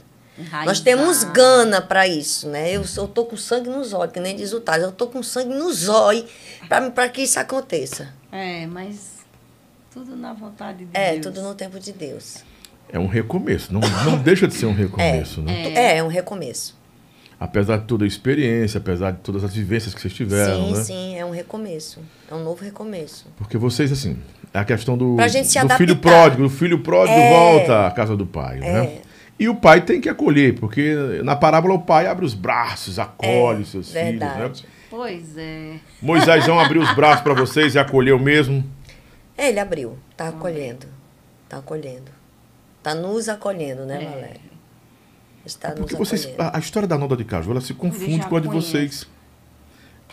S10: Nós temos
S9: ganho.
S10: gana para isso, né? Eu, sou- eu tô com sangue nos olhos, que nem diz o Taz, eu tô com sangue nos olhos para que isso aconteça.
S9: É, mas tudo na vontade de
S10: É,
S9: Deus.
S10: tudo no tempo de Deus.
S7: É um recomeço. Não, não deixa de ser um recomeço, né?
S10: É, é um recomeço.
S7: Apesar de toda a experiência, apesar de todas as vivências que vocês tiveram,
S10: sim,
S7: né?
S10: sim, é um recomeço. É um novo recomeço.
S7: Porque vocês, assim, é a questão do,
S10: Pra gente se
S7: do
S10: adaptar.
S7: filho pródigo. O filho pródigo
S10: É.
S7: volta à casa do pai, né? E o pai tem que acolher, porque na parábola o pai abre os braços, acolhe os seus filhos,
S10: É, verdade.
S7: né?
S9: Pois é.
S7: Moisés não abriu os braços para vocês e acolheu mesmo.
S10: É, ele abriu, tá acolhendo. Tá acolhendo. Tá nos acolhendo,
S9: É.
S10: né, Valéria? Está nos
S7: Porque vocês,
S10: acolhendo.
S7: a, a história da Noda de Caju, ela se confunde
S9: já
S7: com a de
S9: conheço.
S7: vocês.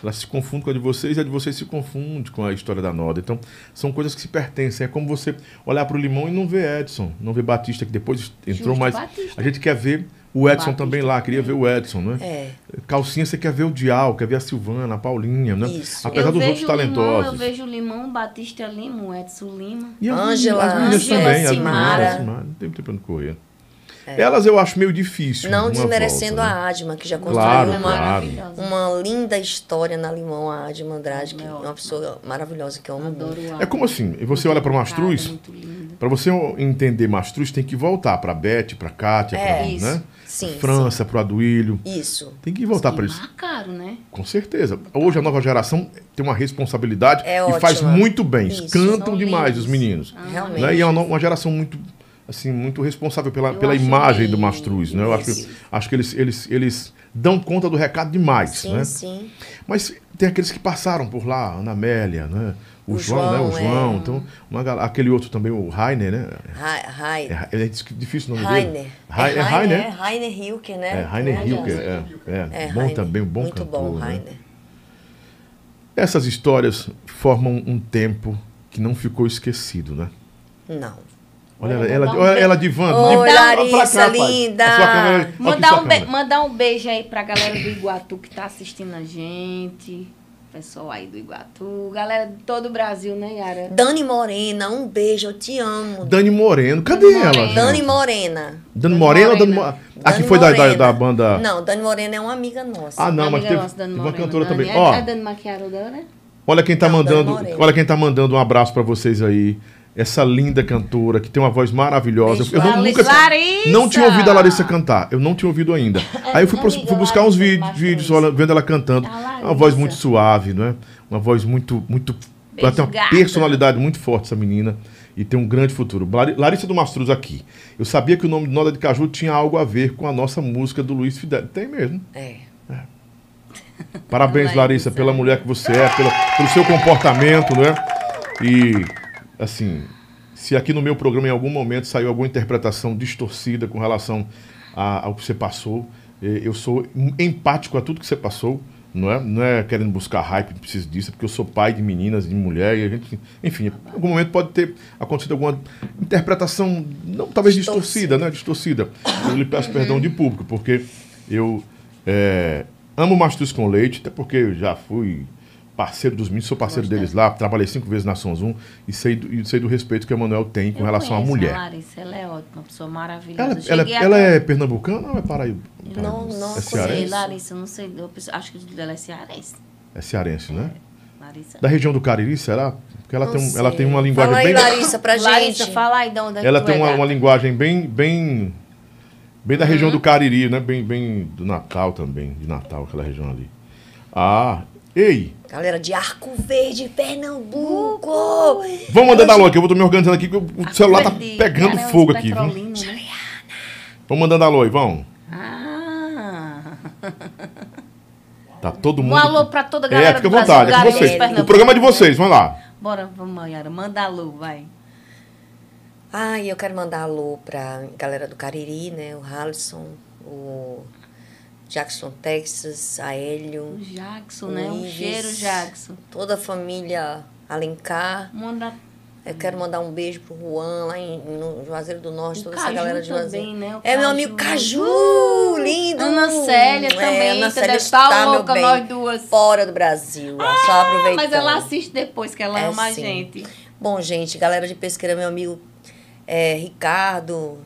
S7: Ela se confunde com a de vocês e a de vocês se confunde com a história da Noda. Então, são coisas que se pertencem. É como você olhar para o Limão e não ver Edson, não ver Batista, que depois entrou, mas
S9: Batista.
S7: a gente quer ver o Edson
S9: Batista
S7: também lá, queria ver o Edson, né?
S10: É.
S7: Calcinha, você quer ver o Dial, quer ver a Silvana, a Paulinha, né?
S10: Isso.
S7: Apesar
S9: eu
S7: dos
S9: vejo
S7: outros
S9: o Limão, eu
S7: talentosos.
S9: vejo o Limão, Batista Lima, o Edson Lima.
S7: E as
S10: Ângela,
S7: meninas- as meninas
S10: Ângela,
S7: também, as
S10: Simara.
S7: meninas, Simara, não tem tempo pra não correr. Elas eu acho meio difícil.
S10: É. Não
S7: uma
S10: desmerecendo
S7: volta, né?
S10: a Adma, que já construiu
S7: Claro,
S10: uma,
S7: claro.
S10: uma linda história na Limão, a Adma Andrade, que é uma pessoa maravilhosa que eu amo. muito.
S9: Adoro a
S7: É como assim, você olha pra
S10: é
S7: Mastruz,
S9: muito linda.
S7: pra você entender Mastruz, tem que voltar pra Beth, pra Kátia,
S10: É,
S7: pra,
S10: isso.
S7: né?
S10: Sim,
S7: França, pro Aduílio.
S10: Isso.
S7: Tem que voltar pra eles.
S9: Ah, caro, né?
S7: Com certeza. Hoje a nova geração tem uma responsabilidade
S10: É
S7: e
S10: ótima.
S7: faz muito bem. Eles
S10: Isso. Ah.
S7: Cantam
S9: São
S7: demais
S9: lindos.
S7: os meninos.
S10: Realmente.
S7: Né? E é uma, uma geração muito assim muito responsável pela,
S9: Eu
S7: pela
S9: acho
S7: imagem
S9: que-
S7: do Mastruz, né? Eu acho,
S9: Isso.
S7: acho que eles, eles, eles dão conta do recado demais,
S10: Sim,
S7: né?
S10: sim.
S7: Mas tem aqueles que passaram por lá, Ana Amélia, né? O,
S10: O
S7: João, né? O
S10: João, é.
S7: João. Então, uma gal- aquele outro também, o Rainer, né?
S10: Ra- Ra-
S7: É, é difícil o nome
S10: Rainer.
S7: dele. Ra- É Rainer.
S10: É Rainer Hilke, né?
S7: É, Rainer Hilke. É, é. bom
S10: Rainer.
S7: também, um bom
S10: Muito
S7: cantor.
S10: bom,
S7: né?
S10: Rainer.
S7: Essas histórias formam um tempo que não ficou esquecido, né?
S10: Não.
S7: Olha ela, ela,
S10: um
S7: olha ela de van.
S9: Oi,
S7: de- pra cá,
S9: Larissa,
S7: rapaz.
S9: linda.
S7: A sua câmera- olha aqui
S9: Mandar
S7: sua
S9: um, be
S7: câmera.
S9: mandar um beijo aí pra galera do Iguatu que tá assistindo a gente. Pessoal aí do Iguatu. Tipo, Galera de todo o Brasil, né, Yara?
S10: Dani Morena, um beijo, eu te amo.
S7: Dani Moreno. Cadê ela? gente?
S10: Dani Morena.
S7: Dani Moreno ou Dani Moreno? A que
S10: Dani
S7: foi da, da,
S10: Morena.
S7: da banda.
S10: Não, Dani Morena é uma amiga nossa.
S7: Ah, não, mas
S9: Amiga
S7: teve,
S9: nossa, Dani
S7: teve uma
S9: Moreno.
S7: cantora
S9: Dani-
S7: também.
S9: É,
S7: Ó,
S9: é Dani Macchiaro dela, né?
S7: olha quem tá
S9: Não, Dani
S7: mandando.
S9: Moreno.
S7: Olha quem tá mandando um abraço pra vocês aí. Essa linda cantora que tem uma voz maravilhosa.
S9: Beijo,
S7: Eu não,
S9: Larissa.
S7: nunca,
S9: Larissa!
S7: não tinha ouvido a Larissa cantar. Eu não tinha ouvido
S9: <laughs>
S7: ainda.
S9: É,
S7: Aí eu fui, pros-
S9: amiga,
S7: fui buscar uns vídeos, vídeos olha, vendo ela cantando.
S9: A
S7: É
S9: Tá, Larissa.
S7: uma voz muito suave, não é? Uma voz muito. muito ela
S9: Beijo,
S7: tem uma
S9: gata.
S7: personalidade muito forte, essa menina. E tem um grande futuro. Lari- Larissa do Mastruz aqui. Eu sabia que o nome de Noda de Caju tinha algo a ver com a nossa música do Luiz Fidel. Tem mesmo.
S10: É.
S7: Parabéns, Larissa, pela mulher que você é, pela- pelo seu comportamento, né? E, assim, se aqui no meu programa em algum momento saiu alguma interpretação distorcida com relação a- ao que você passou, eh, eu sou em- empático a tudo que você passou, não é? Não é querendo buscar hype, não preciso disso, é porque eu sou pai de meninas, de mulher, e a gente, enfim, em algum momento pode ter acontecido alguma interpretação, não, talvez distorcida, né? Distorcida. Eu lhe peço perdão de público, porque eu é, amo Mastruz com Leite, até porque eu já fui parceiro dos meninos, sou parceiro deles lá, trabalhei cinco vezes na São Zoom e sei do, e sei do respeito que o Emanuel tem com
S9: Eu
S7: relação à
S9: conheço a
S7: mulher.
S9: Larissa, ela é ótima, uma pessoa maravilhosa.
S7: Ela,
S9: Eu
S7: ela,
S9: cheguei a
S7: ela é pernambucana ou é paraíba?
S9: Não, não
S7: é
S9: sei,
S7: cearense?
S9: Larissa, não sei. eu penso- acho que o dela é cearense.
S7: É cearense, né?
S9: É, Larissa.
S7: Da região do Cariri, será? Porque ela,
S9: Não
S7: tem, um- ela
S9: sei.
S7: tem uma linguagem
S9: Fala aí,
S7: bem.
S10: Larissa, pra
S9: Larissa,
S10: gente.
S9: fala aí de onde é que
S7: Ela
S9: tu
S7: tem
S9: é
S7: uma,
S9: gata.
S7: uma linguagem bem, bem, bem da
S9: Uhum.
S7: região do Cariri, né? Bem, bem do Natal também, de Natal, aquela região ali. Ah, ei,
S10: Galera de Arco Verde, Pernambuco.
S7: vamos mandando alô aqui, eu vou tô me organizando aqui, que o
S9: Ah,
S7: o celular tá
S10: Verde,
S7: pegando
S9: né?
S10: Garanhuns,
S7: fogo aqui. viu?
S9: é um Petrolina, né?
S7: Vamos mandando alô aí, vamos.
S9: Ah. <laughs>
S7: Tá todo mundo.
S9: Um alô pra toda a
S7: É,
S9: galera
S7: fica à
S9: do Brasil,
S7: vontade, é com
S9: Garanhuns,
S7: vocês. O
S9: Pernambuco.
S7: programa é de vocês, vamos lá.
S9: Bora, vamos, Yara. Manda alô, vai.
S10: Ai, eu quero mandar alô pra galera do Cariri, né? O Halisson, o Jackson, Texas, a
S9: O
S10: Hélio.
S9: Jackson, né? Um cheiro, Jackson.
S10: Toda a família Alencar.
S9: Manda...
S10: Eu quero mandar um beijo pro Juan, lá em, no Juazeiro do Norte, toda essa
S9: Caju
S10: galera de Juazeiro.
S9: também, né? O
S10: é meu
S9: Caju. Uh!
S10: amigo Caju, lindo!
S9: Ana Célia
S10: É,
S9: também,
S10: Ana
S9: Ana
S10: Célia
S9: está louca,
S10: meu bem,
S9: nós duas. Ah,
S10: Fora do Brasil, ó, só aproveitando.
S9: Mas ela assiste depois, que ela
S10: É,
S9: ama
S10: sim.
S9: a gente.
S10: Bom, gente, galera de pesqueira, meu amigo é, Ricardo,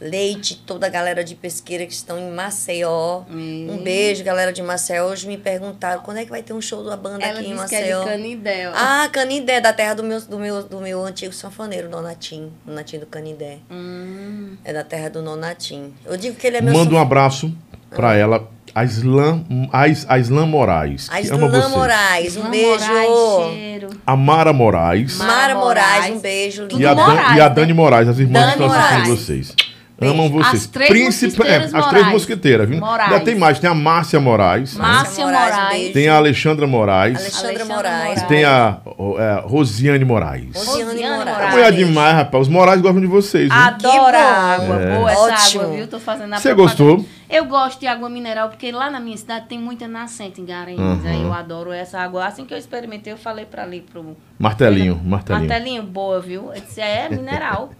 S10: Leite, toda a galera de pesqueira que estão em Maceió. Um beijo, galera de Maceió. Hoje me perguntaram quando é que vai ter um show da banda
S9: Ela
S10: aqui em
S9: disse que
S10: Maceió.
S9: é de Canindé. ó.
S10: Ah, Canindé, da terra do meu, do meu, do meu antigo sanfoneiro, Nonatim. Nonatim do Canindé.
S9: Hum.
S10: É da terra do Nonatim. Eu digo que ele é meu
S7: Manda um
S10: sanfo-
S7: abraço
S9: Ah.
S7: pra ela, a Islam, a Is- a Islam Moraes.
S10: A
S7: que ama
S10: Islã
S7: você.
S10: Moraes, um
S9: Islã
S10: beijo.
S9: Moraes, cheiro.
S7: A Mara Moraes.
S10: Mara
S9: Mara né?
S10: Moraes,
S9: Moraes.
S10: um beijo.
S7: E a, Dan- e a Dani Moraes, as irmãs
S10: Dani
S7: que estão assistindo
S10: Moraes.
S7: vocês. Amam vocês. é,
S9: As três mosquiteiras
S7: as três
S9: Moraes.
S7: mosqueteiras, viu?
S9: Moraes.
S7: Ainda tem mais, tem a Márcia Moraes.
S9: Márcia
S10: Moraes, um
S9: Moraes.
S7: Tem a Alexandra Moraes.
S10: Alexandra
S9: Alexandra
S10: Moraes.
S9: Moraes.
S7: Tem a o- é, Rosiane Moraes.
S10: Rosiane
S9: Rosiane
S10: Moraes.
S9: Moraes.
S7: É Mulher demais, rapaz. Os Moraes gostam de vocês, viu? É.
S9: Adoro a
S10: Que
S9: água.
S7: bom.
S9: Boa essa
S10: Ótimo.
S9: água, viu? Tô fazendo a
S7: Você
S9: propaganda.
S7: gostou?
S9: Eu gosto de água mineral, porque lá na minha cidade tem muita nascente em Garanhuns.
S7: Uhum.
S9: Aí eu adoro essa água. Assim que eu experimentei, eu falei pra ali pro...
S7: Martelinho, martelinho.
S9: Martelinho, boa, viu? Eu disse, é mineral.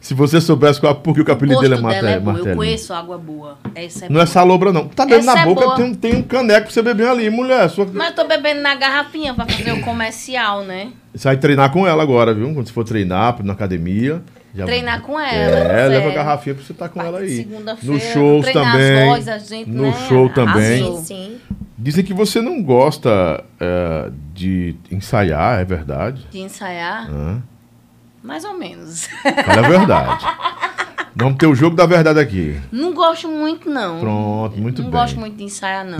S7: Se você soubesse qual, porque <laughs> o apelido
S9: gosto
S7: dele é
S9: dela
S7: Marte-
S9: é boa. Eu
S7: Martelinho.
S9: conheço água boa. Essa é
S7: Não é
S9: boa.
S7: salobra, não. Tá bebendo
S9: Essa
S7: na
S9: é
S7: boca,
S9: boa.
S7: tem, tem um caneco pra você beber ali, mulher. Sua...
S9: Mas eu tô bebendo na garrafinha pra fazer o comercial, né?
S7: Você vai treinar com ela agora, viu? Quando você for treinar na academia. já-
S9: Treinar com ela.
S7: É, leva a
S9: sério.
S7: garrafinha pra você estar com ela aí.
S9: Segunda-feira.
S7: Nos shows
S9: treinar
S7: também.
S9: As vozes, a gente,
S7: no
S9: né?
S7: show também.
S9: Arrasou.
S10: Sim, sim.
S7: Dizem que você não gosta é, de ensaiar, é verdade?
S9: De ensaiar,
S7: Hã?
S9: mais ou menos.
S7: Ah. Fala a verdade. Vamos ter o jogo da verdade aqui.
S9: <laughs> Não gosto muito, não.
S7: Pronto, muito
S9: não
S7: bem.
S9: gosto muito de ensaiar, não.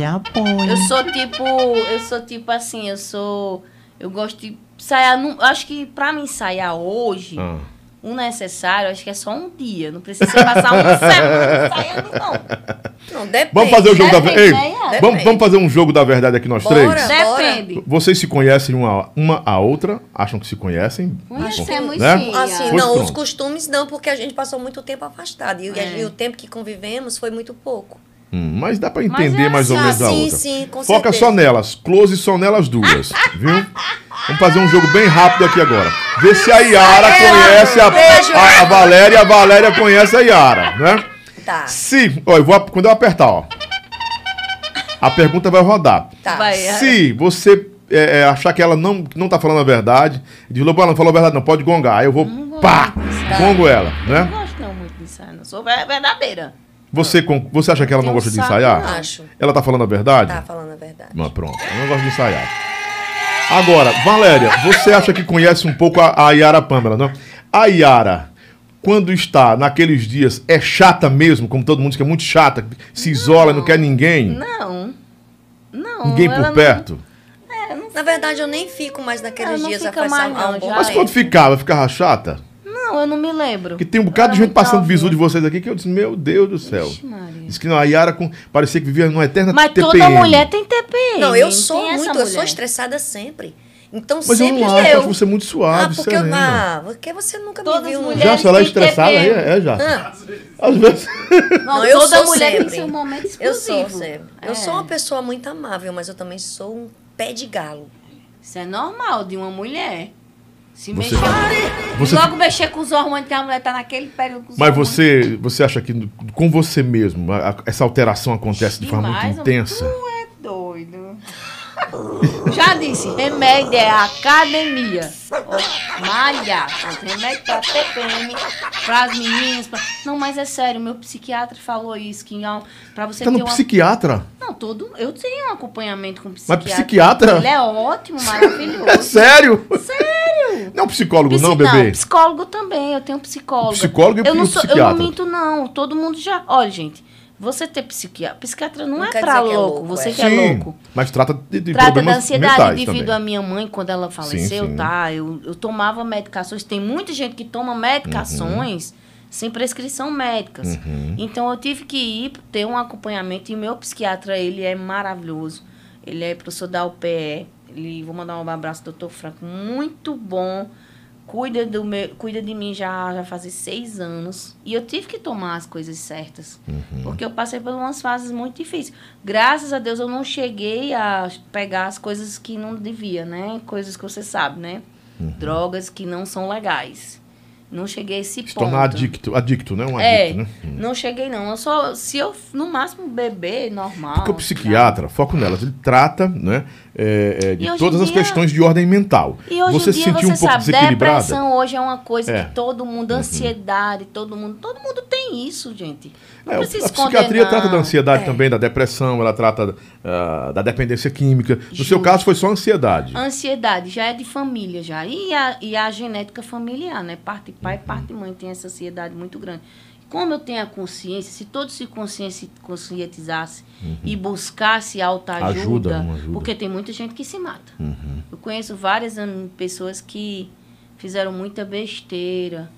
S9: Eu sou tipo. Eu sou tipo assim, eu sou. Eu gosto de ensaiar. Não, acho que pra me ensaiar hoje,
S7: Ah.
S9: o necessário, acho que é só um dia. Não precisa você passar
S7: <laughs>
S9: uma <laughs> semana ensaiando, não.
S10: Não, depende.
S7: Vamos fazer o jogo da
S9: Depende,
S7: verdade.
S9: né, Yara?
S7: vamos, vamos fazer um jogo da verdade aqui nós
S10: Bora.
S7: três?
S9: Depende.
S7: Vocês se conhecem uma, uma a outra? Acham que se conhecem?
S9: Conhecemos
S7: Né?
S9: sim.
S10: Assim,
S9: Yara.
S7: Pois
S10: não, os
S7: pronto.
S9: É.
S10: costumes não, porque a gente passou muito tempo afastado. E, e o tempo que convivemos foi muito pouco.
S7: Hum, mas dá pra entender
S10: Mas
S7: mais ou
S10: essa-
S7: menos a
S10: sim,
S7: outra.
S10: sim, com
S7: Foca
S10: certeza.
S7: só nelas. Close só nelas duas. Viu? Vamos fazer um jogo bem rápido aqui agora. Vê se a Yara conhece a,
S10: um Beijo. né?
S7: a, a Valéria. e A Valéria conhece a Yara, né?
S10: Tá.
S7: Se. Ó, eu vou, ap- quando eu apertar, ó. A pergunta vai rodar.
S10: Tá.
S7: Se você é, é, achar que ela não, que não tá falando a verdade, diz, Lobo, ela não falou a verdade, não, pode gongar. Aí eu vou, pá,
S9: Tá.
S7: gongo ela,
S9: Eu
S7: né?
S9: não gosto não muito de ensaiar, não. Sou ver- verdadeira.
S7: Você, con- você acha que ela não
S9: Eu
S7: gosta de
S9: saco,
S7: ensaiar?
S9: eu acho.
S7: Ela tá falando a verdade?
S10: Tá falando a verdade.
S7: Mas pronto, eu não gosto de ensaiar. Agora, Valéria, você acha que conhece um pouco a, a Yara Pâmela, não? A Yara, quando está naqueles dias, é chata mesmo, como todo mundo diz que é muito chata, se isola, não quer ninguém,
S9: Não. Não.
S7: ninguém por
S9: ela não- é,
S7: perto.
S10: Na verdade, eu nem fico mais naqueles
S9: Ela não
S10: dias um
S9: fica
S10: a
S9: mais, não, já
S7: Mas
S9: é.
S7: quando ficava, ficava chata?
S9: Não, eu não me lembro.
S7: Porque tem um bocado de gente passando visu de vocês aqui que eu disse, meu Deus do céu.
S9: tá Maria.
S7: Diz que não, a Yara com, parecia que vivia numa eterna
S9: Mas toda
S7: TPM.
S9: mulher tem TPM.
S10: Não, eu sou
S9: tem essa
S10: muito, eu sou
S9: mulher.
S10: estressada sempre. Então
S7: Mas eu
S10: sempre
S7: não acho, eu acho você muito suave,
S10: Ah, porque eu,
S7: serena.
S10: ah, porque você nunca
S9: Todas
S10: me viu.
S9: mulheres
S7: Já, se ela é
S9: têm
S7: estressada, aí
S9: TPM.
S7: é, é já.
S10: Ah,
S7: Às vezes...
S9: Não,
S10: Não, eu
S9: toda
S10: sou
S9: mulher
S10: sempre.
S9: tem seu momento exclusivo.
S10: eu sou sempre. Eu
S9: É.
S10: sou uma pessoa muito amável, mas eu também sou um pé de galo.
S9: Isso é normal de uma mulher. Se
S7: Você- tá-
S9: mexer.
S7: Você-
S9: Logo mexer com os hormônios que a mulher tá naquele período com os
S7: Mas
S9: hormônios.
S7: você, você acha que com você mesmo a- a- essa alteração acontece de forma
S9: Demais,
S7: muito intensa?
S9: Tu é doido. <laughs> Já disse, remédio é academia. Ó, Malhar. Remédio pra TPM, pras meninas. pra- Não, mas é sério, meu psiquiatra falou isso, que ó, pra você
S7: tá
S9: ter
S7: no
S9: uma...
S7: psiquiatra?
S9: Não, todo... Eu tenho um acompanhamento com
S7: Mas
S9: psiquiatra.
S7: psiquiatra?
S9: Ele é ótimo, maravilhoso.
S7: <laughs> É sério?
S9: Sério?
S7: Não é um psicólogo não,
S9: Psi-
S7: bebê?
S9: psicólogo também, eu tenho um psicólogo.
S7: Psicólogo e
S9: eu não
S7: o
S9: sou, Eu não
S7: psiquiatra.
S9: minto, não. Todo mundo já. Olha, gente, você ter psiquiatra. Psiquiatra não,
S10: Não
S9: é
S10: quer
S9: pra
S10: dizer que é
S9: louco,
S10: louco,
S9: você
S10: é.
S9: que é louco.
S7: Mas trata de, de
S9: Trata da
S7: problemas
S9: ansiedade
S7: mentais
S9: devido
S7: também.
S9: à minha mãe quando ela faleceu,
S7: sim.
S9: tá? Eu, eu tomava medicações. Tem muita gente que toma
S7: Uhum.
S9: medicações sem prescrição médicas. Então eu tive que ir ter um acompanhamento e meu psiquiatra, ele é maravilhoso. Ele é professor da UPE. Ele, vou mandar um abraço, doutor Franco, muito bom. Cuida, do meu, cuida de mim já, já faz seis anos. E eu tive que tomar as coisas certas.
S7: Uhum.
S9: Porque eu passei por umas fases muito difíceis. Graças a Deus eu não cheguei a pegar as coisas que não devia, né? Coisas que você sabe, né?
S7: Uhum.
S9: Drogas que não são legais. Não cheguei a esse
S7: Se
S9: ponto.
S7: tornar adicto, adicto, né? Um
S9: É,
S7: adicto, né?
S9: não cheguei não. Eu só, se eu, no máximo, beber, normal.
S7: Porque o psiquiatra, foco nelas, ele trata né, é, é,
S9: E
S7: de
S9: hoje
S7: todas
S9: em
S7: as
S9: dia-
S7: questões de ordem mental.
S9: E hoje
S7: você
S9: em dia,
S7: sentiu
S9: você
S7: um pouco
S9: sabe,
S7: desequilibrada?
S9: depressão hoje é uma coisa
S7: É.
S9: que todo mundo, ansiedade, todo mundo, todo mundo tem isso, gente. Não
S7: É, a
S9: precisa esconder,
S7: psiquiatria trata da
S9: não.
S7: ansiedade
S9: É.
S7: também, da depressão, ela trata ah, da dependência química. No seu
S9: Justo.
S7: caso, foi só ansiedade.
S9: Ansiedade já é de família já. E a, e a genética familiar, né? Parte pai,
S7: Uhum.
S9: parte mãe tem essa ansiedade muito grande. Como eu tenho a consciência, se todos se conscienci- conscientizasse e buscasse
S7: Uhum.
S9: autoajuda,
S7: Ajuda, uma ajuda. Uhum.
S9: porque tem muita gente que se mata. Eu conheço várias hum, pessoas que fizeram muita besteira.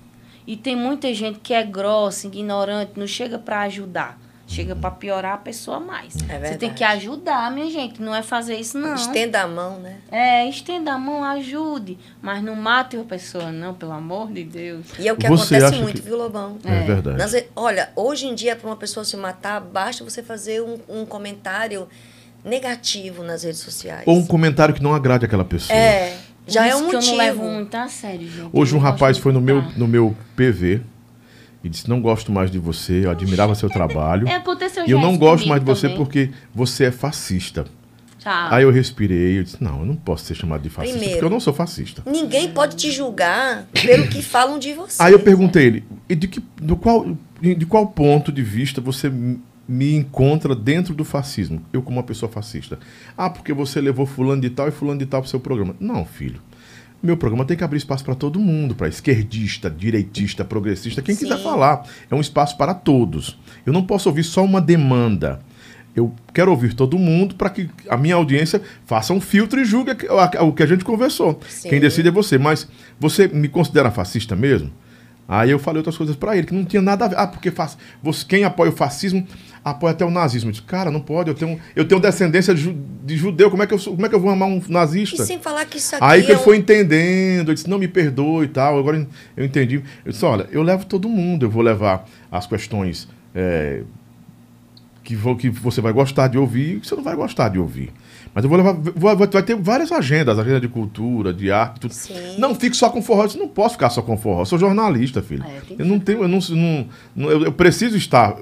S9: E tem muita gente que é grossa, ignorante, não chega para ajudar.
S7: Uhum.
S9: Chega para piorar a pessoa mais. Você tem
S10: É verdade.
S9: que ajudar, minha gente. Não é fazer isso, não.
S10: Estenda a mão, né?
S9: É, estenda a mão, ajude, mas não mate a pessoa, não, pelo amor de Deus.
S10: E é o que
S7: Você acha
S10: acontece muito,
S7: que-
S10: viu, Lobão?
S7: É verdade.
S10: Nas re- olha, hoje em dia, para uma pessoa se matar, basta você fazer um, um comentário negativo nas redes sociais.
S7: Ou um comentário que não agrade aquela pessoa.
S10: É, já
S9: Por
S10: é
S9: isso
S10: um
S9: que
S10: motivo.
S9: eu não levo muito a sério, gente.
S7: Hoje
S9: Eu
S7: um
S9: não
S7: rapaz
S9: gosto
S7: foi no
S9: de
S7: meu,
S9: matar.
S7: no meu PV e disse, não gosto mais de você, eu admirava seu trabalho.
S9: <laughs> É, aconteceu
S7: E eu
S9: já
S7: não
S9: isso
S7: gosto
S9: comigo
S7: mais de você
S9: também.
S7: porque você é fascista.
S9: Tá.
S7: Aí eu respirei, eu disse, não, eu não posso ser chamado de fascista,
S10: Primeiro.
S7: porque eu não sou fascista.
S10: Ninguém pode te julgar pelo que falam de você.
S7: Aí eu perguntei ele, e de, que, do qual, de qual ponto de vista você m- me encontra dentro do fascismo? Eu como uma pessoa fascista. Ah, porque você levou fulano de tal e fulano de tal pro seu programa. Não, filho. Meu programa tem que abrir espaço para todo mundo, para esquerdista, direitista, progressista, quem quiser
S10: Sim.
S7: falar. É um espaço para todos. Eu não posso ouvir só uma demanda. Eu quero ouvir todo mundo para que a minha audiência faça um filtro e julgue a- a- o que a gente conversou.
S10: Sim.
S7: Quem decide é você. Mas você me considera fascista mesmo? Aí eu falei outras coisas pra ele, que não tinha nada a ver. Ah, porque faz, você, quem apoia o fascismo apoia até o nazismo. Eu disse, cara, não pode, eu tenho, eu tenho descendência de, ju- de judeu, como é, que eu sou- como é que eu vou amar um
S10: E
S7: nazista?
S10: sem falar que isso aqui
S7: Aí que
S10: é
S7: ele
S10: um-
S7: foi entendendo, eu disse, não me perdoe e tal. Agora eu entendi. eh, Eu disse, olha, eu levo todo mundo, eu vou levar as questões. é, que, vo- que você vai gostar de ouvir e que você não vai gostar de ouvir. Mas eu vou levar. vou- vou- vai ter várias agendas, agenda de cultura, de arte, tudo. Não fique só com forró. Eu disse, não posso ficar só com forró. Eu sou jornalista,
S10: Ah,
S7: filho.
S10: é,
S7: eu não tenho. Eu, não, não- não- eu, eu preciso estar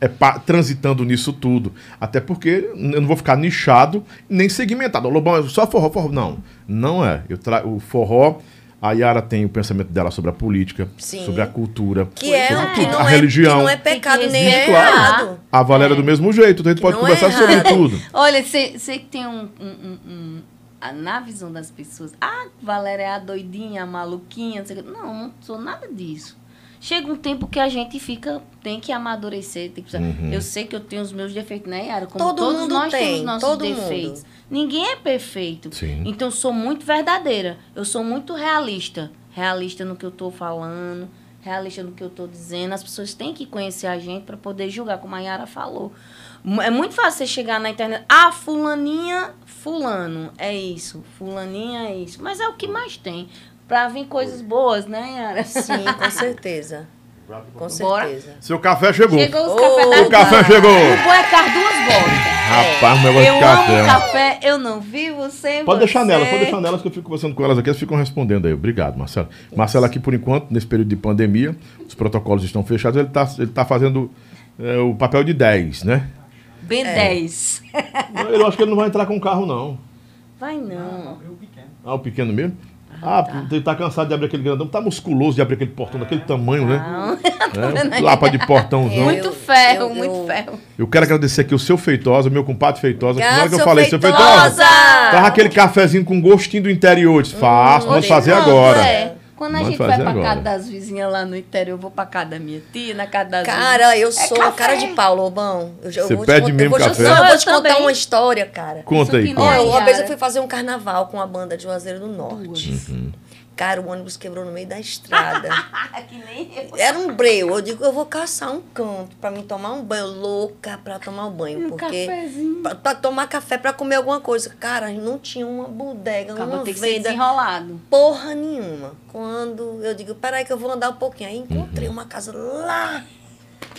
S7: é, pa- transitando nisso tudo. Até porque eu não vou ficar nichado nem segmentado. Ô, Lobão, é só forró, forró. Não, não é. Eu tra... O forró. A Yara tem o pensamento dela sobre a política,
S10: Sim.
S7: sobre a cultura,
S10: Que
S7: sobre
S10: é
S7: tudo,
S10: um- que não
S7: a
S10: é- que
S7: religião.
S10: não é pecado
S9: Que que
S10: nem é
S9: existe,
S7: claro.
S10: errado.
S7: A Valéria do mesmo jeito, então a gente pode
S9: Não é
S7: conversar
S9: <laughs>
S7: sobre
S9: errado.
S7: tudo.
S9: Olha, você que tem um. um, um- um- ah, na visão das pessoas, ah, Valéria é a doidinha, a maluquinha, não sei o quê. Não, não sou nada disso. Chega um tempo que a gente fica, tem que amadurecer. Tem que...
S11: Uhum.
S9: Eu sei que eu tenho os meus defeitos, né, Yara? Como
S10: Todo
S9: todos
S10: mundo
S9: nós
S10: tem,
S9: temos nossos
S10: todo mundo.
S9: defeitos. Ninguém é perfeito.
S11: Sim.
S9: Então eu sou muito verdadeira. Eu sou muito realista. Realista no que eu tô falando, realista no que eu tô dizendo. As pessoas têm que conhecer a gente para poder julgar, como a Yara falou. Mu- É muito fácil você chegar na internet. Ah, fulaninha, fulano. É isso. Fulaninha é isso. Mas é o que mais tem. Pra vir coisas boas, né, Yara?
S10: Sim,
S9: <laughs>
S10: com certeza. Com
S9: Bora.
S10: certeza.
S7: Seu café chegou.
S9: Chegou os
S10: Ô,
S9: café da
S7: o café
S9: Dilma.
S7: chegou.
S9: O bom é que as duas voltam.
S7: Rapaz, o negócio de
S9: Eu amo
S7: café.
S9: o café, eu não vivo sem
S7: Pode deixar
S9: você.
S7: nelas, pode deixar nelas que eu fico conversando com elas aqui, elas ficam respondendo aí. Obrigado, Marcelo. Marcelo aqui, por enquanto, nesse período de pandemia, os protocolos estão fechados, ele está ele tá fazendo é, o papel de 10, né?
S9: B10.
S7: Eu acho que ele não vai entrar com o carro, não.
S9: Vai não.
S7: Ah, o pequeno mesmo? Ah, ele tá cansado de abrir aquele grandão, tá musculoso de abrir aquele portão daquele tamanho,
S9: <laughs>
S7: né? É, um lapa de portãozão.
S9: Muito ferro, muito ferro.
S7: Eu quero agradecer aqui o seu Feitosa, meu compadre Feitosa. que Na hora que eu
S9: Seu
S7: falei, seu Feitosa,
S9: Feitosa!
S7: tava aquele cafezinho com gostinho do interior. Eu Disse, faço, Ah, vamos fazer
S9: Pronto,
S7: agora.
S9: Hum, é. Quando a
S7: Vamos
S9: gente vai pra
S7: fazer agora.
S9: casa das vizinhas lá no interior, eu vou pra casa da minha tia, na casa das
S10: Cara, eu
S9: vizinhas. É
S10: sou
S9: café.
S10: cara de pau, Lobão. Eu, já- eu
S7: Você
S10: vou te
S7: pede
S10: contar-
S7: mesmo
S10: eu vou te-
S7: café?
S10: eu vou
S9: Eu
S10: te contar
S9: também.
S10: uma história, cara.
S7: Conta aí,
S10: Olha,
S7: conta.
S10: uma vez eu fui fazer um carnaval com uma banda de Juazeiro do Norte.
S7: Uhum.
S10: Cara, o ônibus quebrou no meio
S9: <laughs>
S10: da estrada. Era um breu. Eu digo, eu vou caçar um canto pra mim tomar um banho. Louca pra tomar um banho.
S9: um
S10: porque
S9: cafezinho.
S10: pra, pra tomar café, pra comer alguma coisa. Cara, não tinha uma bodega,
S9: Acaba
S10: uma
S9: tem que ser
S10: venda.
S9: desenrolado.
S10: Porra nenhuma. Quando eu digo, peraí que eu vou andar um pouquinho. Aí
S7: Uhum.
S10: encontrei uma casa lá.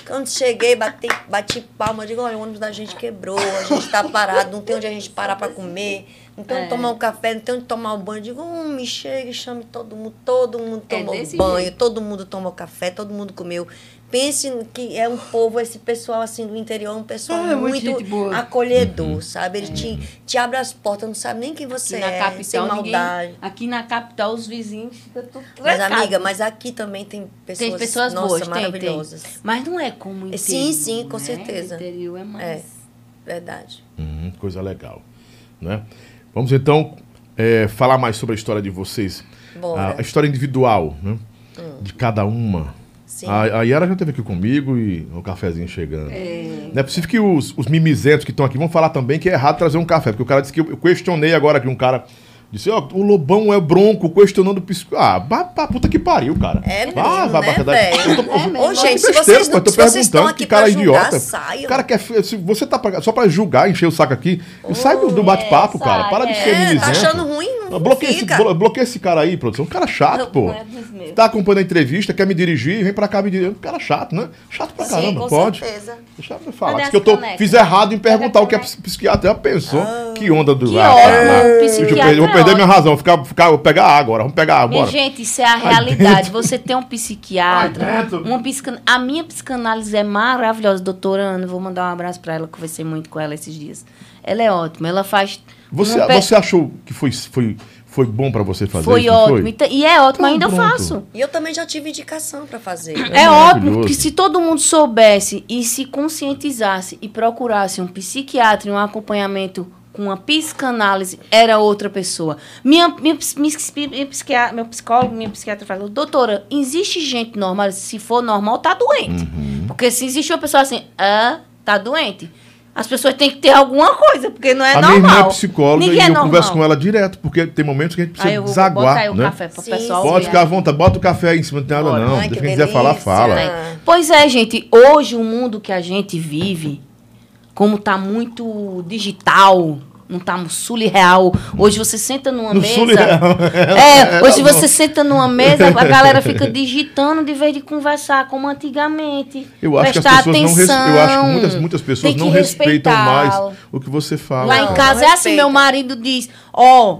S10: Quando cheguei, bati, bati palma. Digo, olha, o ônibus da gente quebrou. A gente tá parado. Não tem onde a gente parar pra comer. Não tem onde
S9: É.
S10: tomar um café. Não tem onde tomar um banho. Digo, hum, me chegue, chame todo mundo. Todo mundo
S9: É
S10: tomou
S9: desse
S10: banho.
S9: jeito.
S10: Todo mundo tomou café. Todo mundo comeu. Pense que é um povo, esse pessoal assim do interior, é um pessoal
S9: Ah, é muito
S10: muito,
S9: gente boa. Uhum.
S10: acolhedor, sabe? Ele te, te abre as portas, não sabe nem quem você
S9: Aqui É. na
S10: é, sem
S9: capital, ninguém,
S10: maldade.
S9: aqui na capital, os vizinhos ficam tudo
S10: Mas,
S9: trancado.
S10: amiga, mas aqui também tem pessoas,
S9: tem pessoas
S10: nossa,
S9: boas, tem, tem.
S10: maravilhosas.
S9: Mas não é como o interior,
S10: Sim, sim, com
S9: né?
S10: certeza.
S9: O interior é mais...
S10: É, verdade.
S7: Hum, coisa legal. Né? Vamos então é, falar mais sobre a história de vocês.
S10: Bora.
S7: A, a história individual, né?
S10: Hum.
S7: De cada uma.
S10: Sim.
S7: A, a Yara já esteve aqui comigo e o cafezinho chegando.
S10: É.
S7: Não é possível que os, os mimizentos que estão aqui vão falar também que é errado trazer um café. Porque o cara disse que eu, eu questionei agora que um cara. Disse, ó, o Lobão é bronco, questionando o psico. Ah, vá pra puta que pariu, cara.
S10: É mesmo,
S7: vá, vá,
S10: né,
S7: vá, Eu
S10: velho?
S7: tô-
S10: É mesmo.
S7: eu tô
S10: Ô, gente, se
S7: besteira,
S10: vocês não-
S7: pô, eu tô
S10: se vocês
S7: perguntando
S10: estão aqui
S7: que cara é
S10: pra julgar,
S7: idiota.
S10: saiam.
S7: O cara quer. Se você tá pra- só pra julgar, encher o saco aqui, sai do, do bate-papo, cara. Para de ser
S10: É, tá
S7: mimizento.
S10: achando ruim? Não
S7: Bloqueia esse,
S10: fica. é
S7: blo- bloqueia esse cara aí, produção. Um cara chato, pô. Tá acompanhando a entrevista, quer me dirigir, vem pra cá me dirigir. Um cara chato, né? Chato pra
S10: Sim,
S7: caramba,
S10: com
S7: pode.
S10: certeza.
S7: Deixa eu falar.
S10: Cadê
S7: Diz que eu
S10: as
S7: tô,
S10: conectas?
S7: fiz errado em perguntar o que a ps- psiquiatra já pensou. que onda do
S9: Que
S7: Ah,
S9: ódio,
S7: cara, lá. Deixa eu
S9: psiquiatra
S7: perder- Vou
S9: é
S7: perder minha
S9: ódio.
S7: razão. Vou Ficar, ficar, vou pegar água agora. Vamos pegar água.
S9: Minha
S7: Bora.
S9: gente, isso é a realidade. Você tem um psiquiatra, uma psican... a minha psicanálise é maravilhosa, doutora Ana, vou mandar um abraço pra ela, conversei muito com ela esses dias. Ela é ótima, ela faz
S7: Você, é,
S9: uma pe-
S7: você achou que foi, foi, foi bom pra você fazer
S9: foi
S7: isso? não
S9: ótimo. Então- E é
S7: Então,
S9: ótimo, ainda eu
S7: pronto.
S9: faço.
S10: E eu também já tive indicação pra fazer.
S9: É óbvio
S7: maravilhoso.
S9: que se todo mundo soubesse e se conscientizasse e procurasse um psiquiatra e um acompanhamento com uma psicanálise, era outra pessoa. Minha, minha, ps- minha, ps- minha psiquia- meu psicólogo, minha psiquiatra falou, doutora, existe gente normal? Se for normal, tá doente.
S7: Uhum.
S9: Porque se existe uma pessoa assim, ah, tá doente, as pessoas têm que ter alguma coisa, porque não é
S7: a
S9: normal.
S7: minha irmã é psicóloga
S9: Ninguém
S7: e
S9: é
S7: eu
S9: normal.
S7: converso com ela direto, porque tem momentos que a gente precisa
S9: Aí Ah, eu vou
S7: desaguar.
S9: botar aí o
S7: né?
S9: café pro Sim, pessoal sim.
S7: Pode
S9: ver.
S7: ficar à vontade, bota o café aí em cima, não tem nada não.
S9: Ai,
S7: Quem
S9: que
S7: quiser falar, fala.
S9: Né? Pois é, gente, hoje o mundo que a gente vive, como tá muito digital, não tá no Sul Real. Hoje você senta numa
S7: No
S9: mesa.
S7: Sul Real. <laughs>
S9: <laughs> É, hoje
S7: Era
S9: você
S7: bom.
S9: senta numa mesa, a
S7: <laughs>
S9: galera fica digitando de vez de conversar, como antigamente.
S7: Eu acho, que as
S9: Prestar
S7: pessoas não res...
S9: atenção.
S7: eu acho que muitas, muitas pessoas
S9: Tem que
S7: não respeitam mais
S9: respeitá-lo.
S7: o que você fala.
S9: Lá em casa é assim, meu marido diz, ó,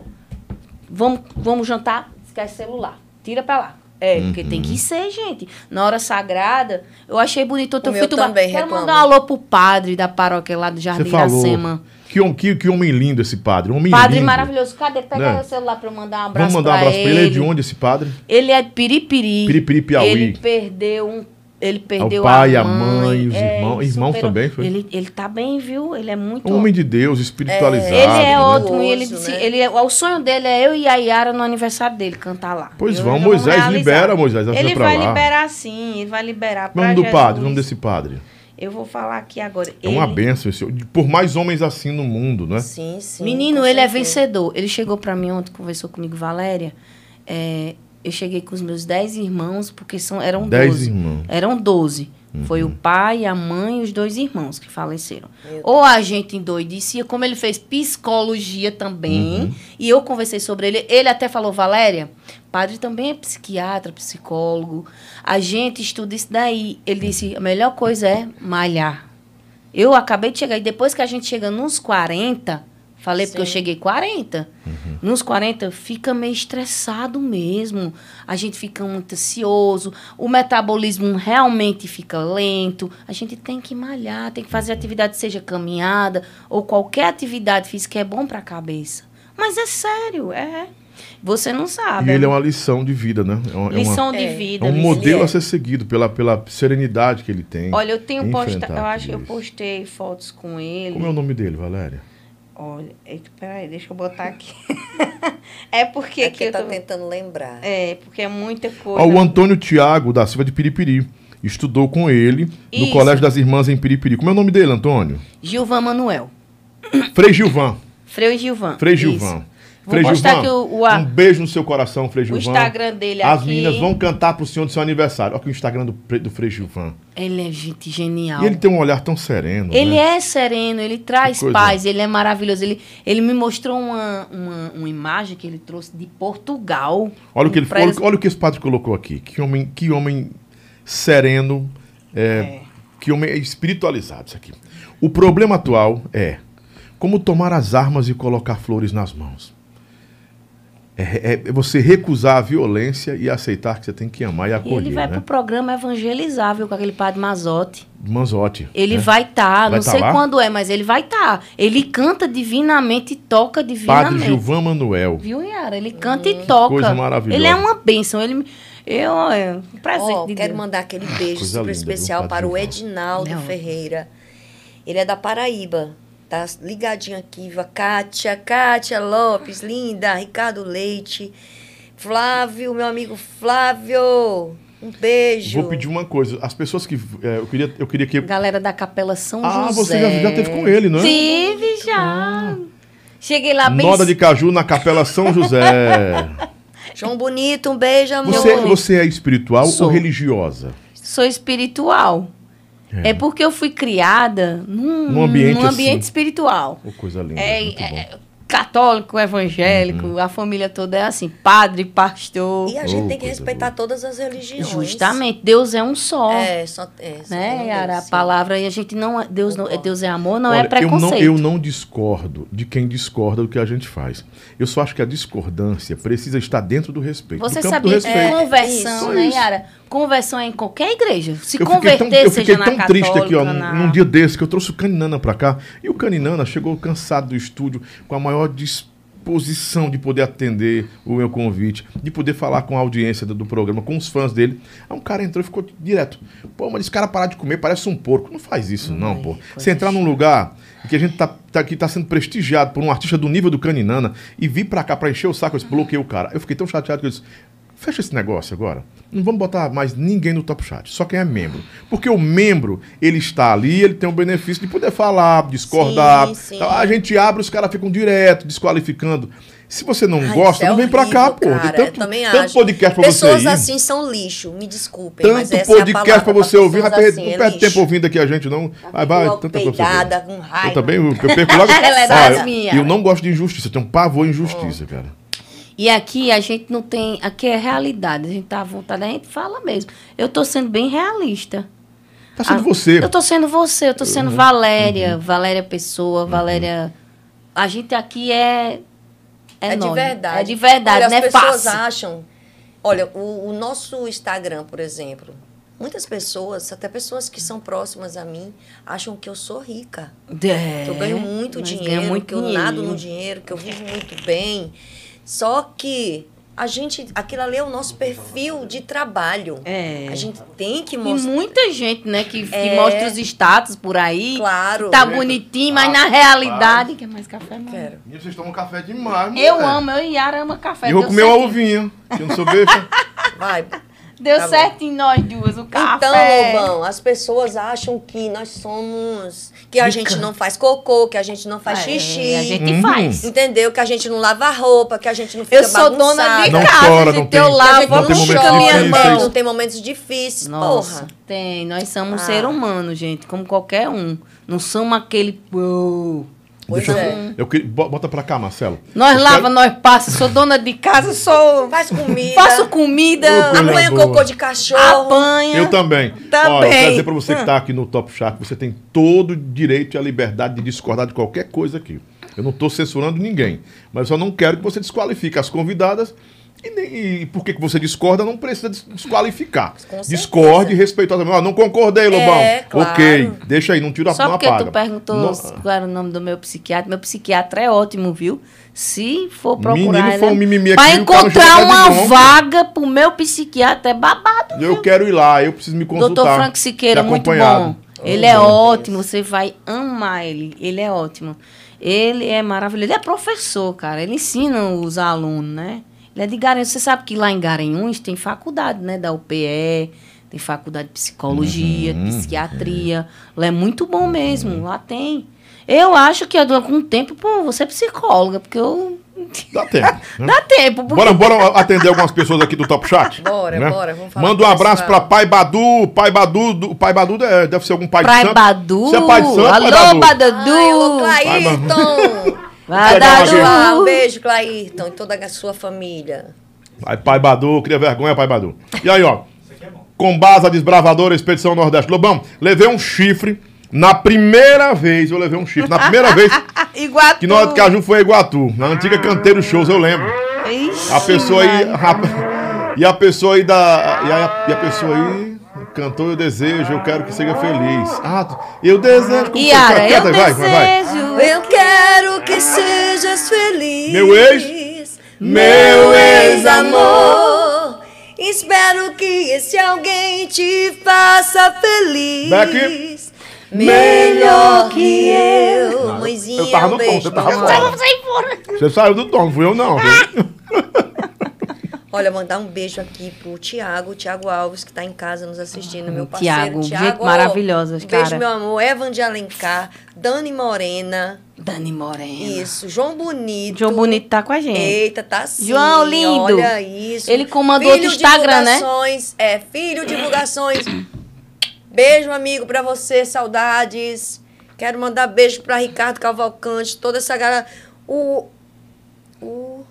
S9: vamos, vamos jantar, esquece celular, tira pra lá. É, porque tem
S7: Uhum.
S9: que ser, gente. Na hora sagrada, eu achei bonito.
S10: O
S9: Eu
S10: meu
S9: fui tomar.
S10: também
S9: Quero
S10: reclama.
S9: mandar um alô pro padre da paróquia lá do Jardim
S7: Você falou.
S9: Iracema.
S7: Que, hom- que, que homem lindo esse padre. Um homem
S9: Padre
S7: lindo.
S9: maravilhoso. Cadê? Pega
S7: Né?
S9: o celular pra eu mandar um abraço
S7: Vamos mandar um abraço pra ele. Ele é de onde esse padre?
S9: Ele é de Piripiri.
S7: Piripiri, Piauí.
S9: Ele perdeu um. Ele perdeu
S7: pai,
S9: a
S7: a
S9: mãe,
S7: mãe, os irmãos-
S9: ele
S7: irmãos também, foi?
S9: Ele, ele tá bem, viu? Ele é muito.
S7: Um homem de Deus, espiritualizado.
S9: Ele é
S7: né?
S9: ótimo. e Ele,
S10: Né?
S9: disse- ele é- o sonho dele é eu e a Yara no aniversário dele cantar lá.
S7: Pois
S9: Eu-
S7: vão,
S9: nós
S7: Moisés,
S9: realizar.
S7: libera, Moisés, ajuda
S9: Ele
S7: pra
S9: vai
S7: lá.
S9: liberar sim, ele vai liberar.
S7: O
S9: pra
S7: nome do
S9: Jesus.
S7: padre, o nome desse padre.
S9: Eu vou falar aqui agora.
S7: É uma
S9: Ele-
S7: bênção esse. Por mais homens assim no mundo, né?
S10: Sim, sim.
S9: Menino,
S10: com
S9: ele é
S10: certeza.
S9: vencedor. Ele chegou pra mim ontem, conversou comigo, Valéria. é, eu cheguei com os meus 10 irmãos, porque são, eram
S7: Dez
S9: 12.
S7: irmãos. Uhum.
S9: Eram 12. Foi o pai, a mãe e os dois irmãos que faleceram. Ou a gente endoidecia, como ele fez psicologia também,
S7: Uhum.
S9: e eu conversei sobre ele. Ele até falou, Valéria, padre também é psiquiatra, psicólogo. A gente estuda isso daí. Ele disse, a melhor coisa é malhar. Eu acabei de chegar, e depois que a gente chega nos 40, falei porque eu
S10: Sim.
S9: cheguei 40,
S7: Uhum.
S9: nos 40 fica meio estressado mesmo. A gente fica muito ansioso, o metabolismo realmente fica lento. A gente tem que malhar, tem que fazer atividade, seja caminhada ou qualquer atividade física é bom para a cabeça. Mas é sério, é. Você não sabe.
S7: E ele é uma lição de vida, né? É uma- é uma-
S9: lição de
S10: É.
S7: é
S9: vida.
S7: um
S9: lição-
S7: modelo a ser seguido pela, pela serenidade que ele tem.
S9: Olha, eu tenho posta,
S7: Enfrentar
S9: eu acho que eu
S7: tudo isso.
S9: postei fotos com ele.
S7: Como é o nome dele, Valéria?
S9: Olha, eita, peraí, deixa eu botar aqui. <laughs> é porque
S10: É
S9: que
S10: que
S9: eu
S10: tá
S9: tô...
S10: tentando lembrar.
S9: É, porque é muita coisa.
S7: Ó, o Antônio Tiago da Silva de Piripiri. Estudou com ele no
S9: Isso.
S7: Colégio das Irmãs em Piripiri. Como é o nome dele,
S9: <coughs>
S7: Antônio?
S9: Gilvan Manuel.
S7: Frei Gilvan.
S9: Frei Gilvan.
S7: Frei
S9: isso.
S7: Gilvan.
S9: Vou postar aqui o- o a-
S7: um beijo no seu coração, Frei
S9: O
S7: Gilvan.
S9: Instagram dele
S7: As
S9: aqui.
S7: meninas vão cantar pro senhor do seu aniversário. Olha aqui o Instagram do, Pre- do Frei Gilvan.
S9: Ele é gente genial.
S7: E ele tem um olhar tão sereno.
S9: Ele
S7: né?
S9: é sereno, ele traz
S7: coisa.
S9: paz, ele é maravilhoso. Ele, ele me mostrou uma, uma, uma imagem que ele trouxe de Portugal. Um
S7: Olha o que ele
S9: Pra
S7: olha,
S9: eles-
S7: olha o que esse padre colocou aqui. Que homem, que homem sereno, é, que homem espiritualizado isso aqui. O problema atual é como tomar as armas e colocar flores nas mãos. É, é- é você recusar a violência e aceitar que você tem que amar e
S9: E ele
S7: acolher,
S9: vai pro
S7: né?
S9: programa evangelizável com aquele padre Mazotti.
S7: Manzotti.
S9: Ele
S7: né?
S9: vai estar,
S7: Vai
S9: não
S7: tá
S9: sei
S7: lá?
S9: quando é, mas ele vai estar. Ele canta divinamente e toca divinamente.
S7: Padre Gilvan Manuel.
S9: Viu, Yara?
S10: Hum.
S9: Ele canta e toca.
S7: Coisa maravilhosa.
S9: Ele é uma bênção. Ele, me- eu, é um presente
S10: Ó,
S9: de
S10: quero
S9: Deus.
S10: mandar aquele beijo
S7: Ah, Coisa
S10: super
S7: linda,
S10: especial
S7: viu,
S10: para o
S7: Padre
S10: Edinaldo
S9: Não.
S10: Ferreira. Ele é da Paraíba. Tá ligadinho aqui, viu? A Kátia, Kátia Lopes, linda, Ricardo Leite, Flávio, meu amigo Flávio. Um beijo.
S7: Vou pedir uma coisa. As pessoas que. é, eu, queria, eu queria que.
S9: Galera da Capela São
S7: Ah,
S9: José.
S7: você já, já teve com ele, não é?
S9: Tive já. Cheguei lá bem
S7: Noda de Caju na Capela São
S9: <laughs>
S7: José.
S10: João Bonito, um beijo, amor.
S7: Você, você é espiritual
S9: Sou.
S7: ou religiosa?
S9: sou espiritual. É. porque eu fui criada num,
S7: Num ambiente
S9: num ambiente
S7: assim.
S9: espiritual.
S7: Ô, coisa linda.
S9: É,
S7: muito bom. Uhum.
S9: é, católico, evangélico, a família toda é assim, padre, pastor.
S10: E a gente
S7: Oh,
S10: tem que
S7: coisa
S10: respeitar todas as religiões.
S9: Justamente, Deus é um só.
S10: É, só, é, só tem um
S9: né, Yara? A
S10: Deus, sim.
S9: palavra e a gente não é- Deus não é Deus é amor, não é
S7: Olha, eu
S9: preconceito.
S7: não, eu não discordo de quem discorda do que a gente faz. Eu só acho que a discordância precisa estar dentro do respeito.
S9: Você
S7: do campo do
S9: sabia que
S7: respeito.
S10: É,
S9: conversão,
S7: Isso.
S9: né,
S7: Isso.
S9: Yara? Conversão é em qualquer igreja. Se
S7: eu fiquei
S9: converter,
S7: tão, eu fiquei
S9: seja na
S7: tão
S9: católica,
S7: triste aqui, ó, num-
S9: na...
S7: num dia desse, que eu trouxe o Caninana pra cá. E o Caninana chegou cansado do estúdio, com a maior disposição de poder atender o meu convite, de poder falar com a audiência do, do programa, com os fãs dele. Aí um cara entrou e ficou direto. Pô, mas esse cara parar de comer parece um porco. Não faz isso, não, pô. Você entrar num lugar em que a gente tá, tá, que tá sendo prestigiado por um artista do nível do Caninana e vir pra cá pra encher o saco, eu disse, bloqueei o cara. Eu fiquei tão chateado que eu disse. Fecha esse negócio agora. Não vamos botar mais ninguém no Top Chat, só quem é membro. Porque o membro, ele está ali, ele tem o benefício de poder falar, discordar.
S10: Sim, sim.
S7: Então, A gente abre, os caras ficam direto, desqualificando. Se você não
S10: Ai, isso
S7: gosta,
S10: é
S7: não vem pra
S10: horrível,
S7: cá, pô. Tem
S10: cara.
S7: tanto,
S10: eu também
S7: tanto
S10: acho.
S7: podcast pra
S10: Pessoas
S7: você ir.
S10: assim são lixo, me desculpem. mas
S7: tanto
S10: essa é a
S7: podcast pra
S10: palavra
S7: você ouvir.
S10: pessoas
S7: vai perder-
S10: assim,
S7: não
S10: é
S7: perde
S10: lixo.
S7: tempo ouvindo aqui a gente, não. Vai, vai.
S10: logo
S7: tanta coisa.
S10: peidada, com raiva.
S7: Eu também eu perco
S10: <laughs>
S7: logo.
S9: Ela é
S7: Ó,
S9: das
S7: eu-
S9: minhas.
S7: eu não gosto de injustiça. Eu tenho um pavor em
S10: Oh.
S7: injustiça, cara.
S9: E aqui a gente não tem. Aqui é realidade. A gente tá à vontade, a gente fala mesmo. Eu tô sendo bem realista. Ah,
S7: Tá sendo você.
S9: Eu tô sendo você, eu tô sendo Valéria, Valéria Pessoa, Valéria. A gente aqui é. É,
S10: É de
S9: nome.
S10: verdade.
S9: É de verdade,
S10: Olha,
S9: não é
S10: as pessoas
S9: fácil.
S10: acham. Olha, o, o nosso Instagram, por exemplo, muitas pessoas, até pessoas que são próximas a mim, acham que eu sou rica.
S9: É,
S10: que eu ganho muito
S9: nós
S10: dinheiro,
S9: ganhamos muito
S10: que eu
S9: dinheiro.
S10: nado no dinheiro, que eu vivo muito bem. Só que a gente, aquilo ali é o nosso perfil de trabalho. É. A gente tem que
S9: E
S10: mostrar.
S9: muita gente, né, que, que
S10: É.
S9: mostra os status por aí.
S10: Claro.
S9: Tá bonitinho, mas na realidade. Quer mais café, mano?
S10: Quero.
S7: E vocês tomam café demais,
S9: Eu amo, eu e Yara ama café.
S7: E eu vou
S9: Deu
S7: comer um <laughs>
S9: certo-
S7: ovinho. Que eu não sou
S10: <laughs>
S7: besta.
S10: Vai.
S9: Deu
S10: Tá bom.
S9: certo em nós duas, o
S10: Então,
S9: café.
S10: Lobão, as pessoas acham que nós somos. Que a gente não faz cocô, que a gente não faz
S9: Ah, é,
S10: xixi.
S9: a gente Uhum. faz.
S10: Entendeu? Que a gente não lava roupa, que a gente não fica
S9: Eu sou dona de
S10: bagunçada.
S7: Ah, Não
S9: casa,
S7: chora,
S9: gente,
S7: não tem- um
S9: eu
S10: Que a
S9: lavo,
S10: gente
S7: não tem
S9: não
S7: momentos
S9: chama minha
S7: difíceis.
S9: mão.
S10: Não tem momentos difíceis,
S9: Nossa,
S10: porra.
S9: tem. Nós somos
S10: Ah.
S9: um ser humano, gente, como qualquer um. Não somos aquele. Uou.
S10: Pois
S7: Deixa eu-
S10: é.
S7: eu queria- bo- Bota pra cá, Marcelo.
S9: Nós
S7: Eu
S9: lava,
S7: quero-
S9: nós passa, sou dona de casa, sou.
S10: Faz comida.
S9: Faço comida,
S7: Ô, coisa
S10: Apanha
S7: boa.
S10: cocô de cachorro.
S9: apanha.
S7: Eu também.
S9: Também.
S7: Olha, eu quero dizer pra você que
S9: tá Ah.
S7: tá aqui no Top Shark, você tem todo o direito e a liberdade de discordar de qualquer coisa aqui. Eu não tô censurando ninguém. Mas eu só não quero que você desqualifique as convidadas. E, nem, e por que que você discorda, não precisa des- desqualificar.
S10: certeza.
S7: Discorde respeitosamente. Ah, não concordei, Lobão.
S10: claro.
S7: Ok, deixa aí, não tira
S9: É, Só
S7: não
S9: porque
S7: apaga.
S9: tu perguntou
S7: Não-
S9: qual era o nome do meu psiquiatra. Meu psiquiatra é ótimo, viu? Se for procurar.
S7: Menino, foi um mimimi
S9: pra
S7: aqui, o cara
S9: encontrar
S7: jogou de
S9: uma
S7: bronca.
S9: vaga pro meu psiquiatra é babado.
S7: Eu quero ir lá, eu preciso me consultar.
S9: Doutor Frank Siqueira,
S7: ser
S9: muito
S7: acompanhado.
S9: bom. Ele é ótimo, você vai amar ele. Ele é ótimo. Ele é maravilhoso. Ele é professor, cara. Ele ensina os alunos, né? Ele é de Garanhuns. Você sabe que lá em Garanhuns tem faculdade, né? Da UPE, tem faculdade de psicologia,
S7: Uhum,
S9: de psiquiatria. Lá é muito bom mesmo, lá tem. Eu acho que Adão, com o tempo, pô, você é psicóloga, porque eu.
S7: Dá tempo. né?
S9: <laughs> Dá tempo, porque.
S7: Bora, bora
S9: <laughs>
S7: atender algumas pessoas aqui do Top Chat?
S10: Bora, bora, vamos falar
S7: Manda
S10: com
S7: um
S10: o
S7: abraço
S10: pessoal.
S7: pra Pai Badu. Pai Badu, do- Pai Badu é- deve ser algum pai, de
S9: Praia
S7: santo.
S9: Badu.
S7: Você é pai de santo, Pai
S9: Alô,
S7: Badu?
S10: Ai, alô,
S9: Badu.
S10: Clairton.
S9: Vai
S7: dar
S10: Beijo,
S9: uma
S10: ah,
S9: vez.
S10: Um beijo, Clairton, e toda a sua família.
S7: Pai, pai Badu, cria vergonha, Pai Badu. E aí, ó. Com base a desbravadora, Expedição Nordeste. Lobão, levei um chifre. Na primeira vez, eu levei um chifre. Na primeira vez
S9: <laughs> Iguatu. Ah.
S7: que nós de Caju foi a Iguatu. Na antiga Canteiro Shows, eu lembro.
S9: Ixi,
S7: A pessoa aí.
S9: Maria.
S7: rapa- e a pessoa aí da. E a, e a pessoa aí. Cantou Eu Desejo, eu quero que seja feliz. Ah, tu- eu desejo. como
S9: Yara,
S7: foi?
S9: eu
S7: Canta aí,
S9: desejo.
S10: Eu quero que sejas feliz.
S7: Meu ex? Meu
S10: ex-amor. Espero que esse alguém te faça feliz.
S7: Beck?
S10: Melhor que eu. Mãezinha,
S7: eu tava
S10: um
S7: no
S10: beijo.
S7: ponto, eu tava
S10: meu
S7: no
S10: amor.
S7: ponto. Você saiu do tom, não fui eu não.
S9: Ah!
S7: viu?
S10: Olha, mandar um beijo aqui pro Tiago, Tiago Alves, que tá em casa nos assistindo, meu parceiro.
S9: Tiago, gente
S10: Tiago, ó,
S9: maravilhosa,
S10: um
S9: cara.
S10: Beijo, meu amor. Evan de Alencar, Dani Morena,
S9: Dani Moreno.
S10: isso, João Bonito.
S9: João Bonito tá com a gente.
S10: Eita, tá sim.
S9: João lindo.
S10: Olha isso.
S9: Ele comandou
S10: Filho
S9: outro Instagram, né?
S10: divulgações, É, filho divulgações. Beijo, amigo, pra você, saudades. Quero mandar beijo pra Ricardo Cavalcante, toda essa galera. O. O.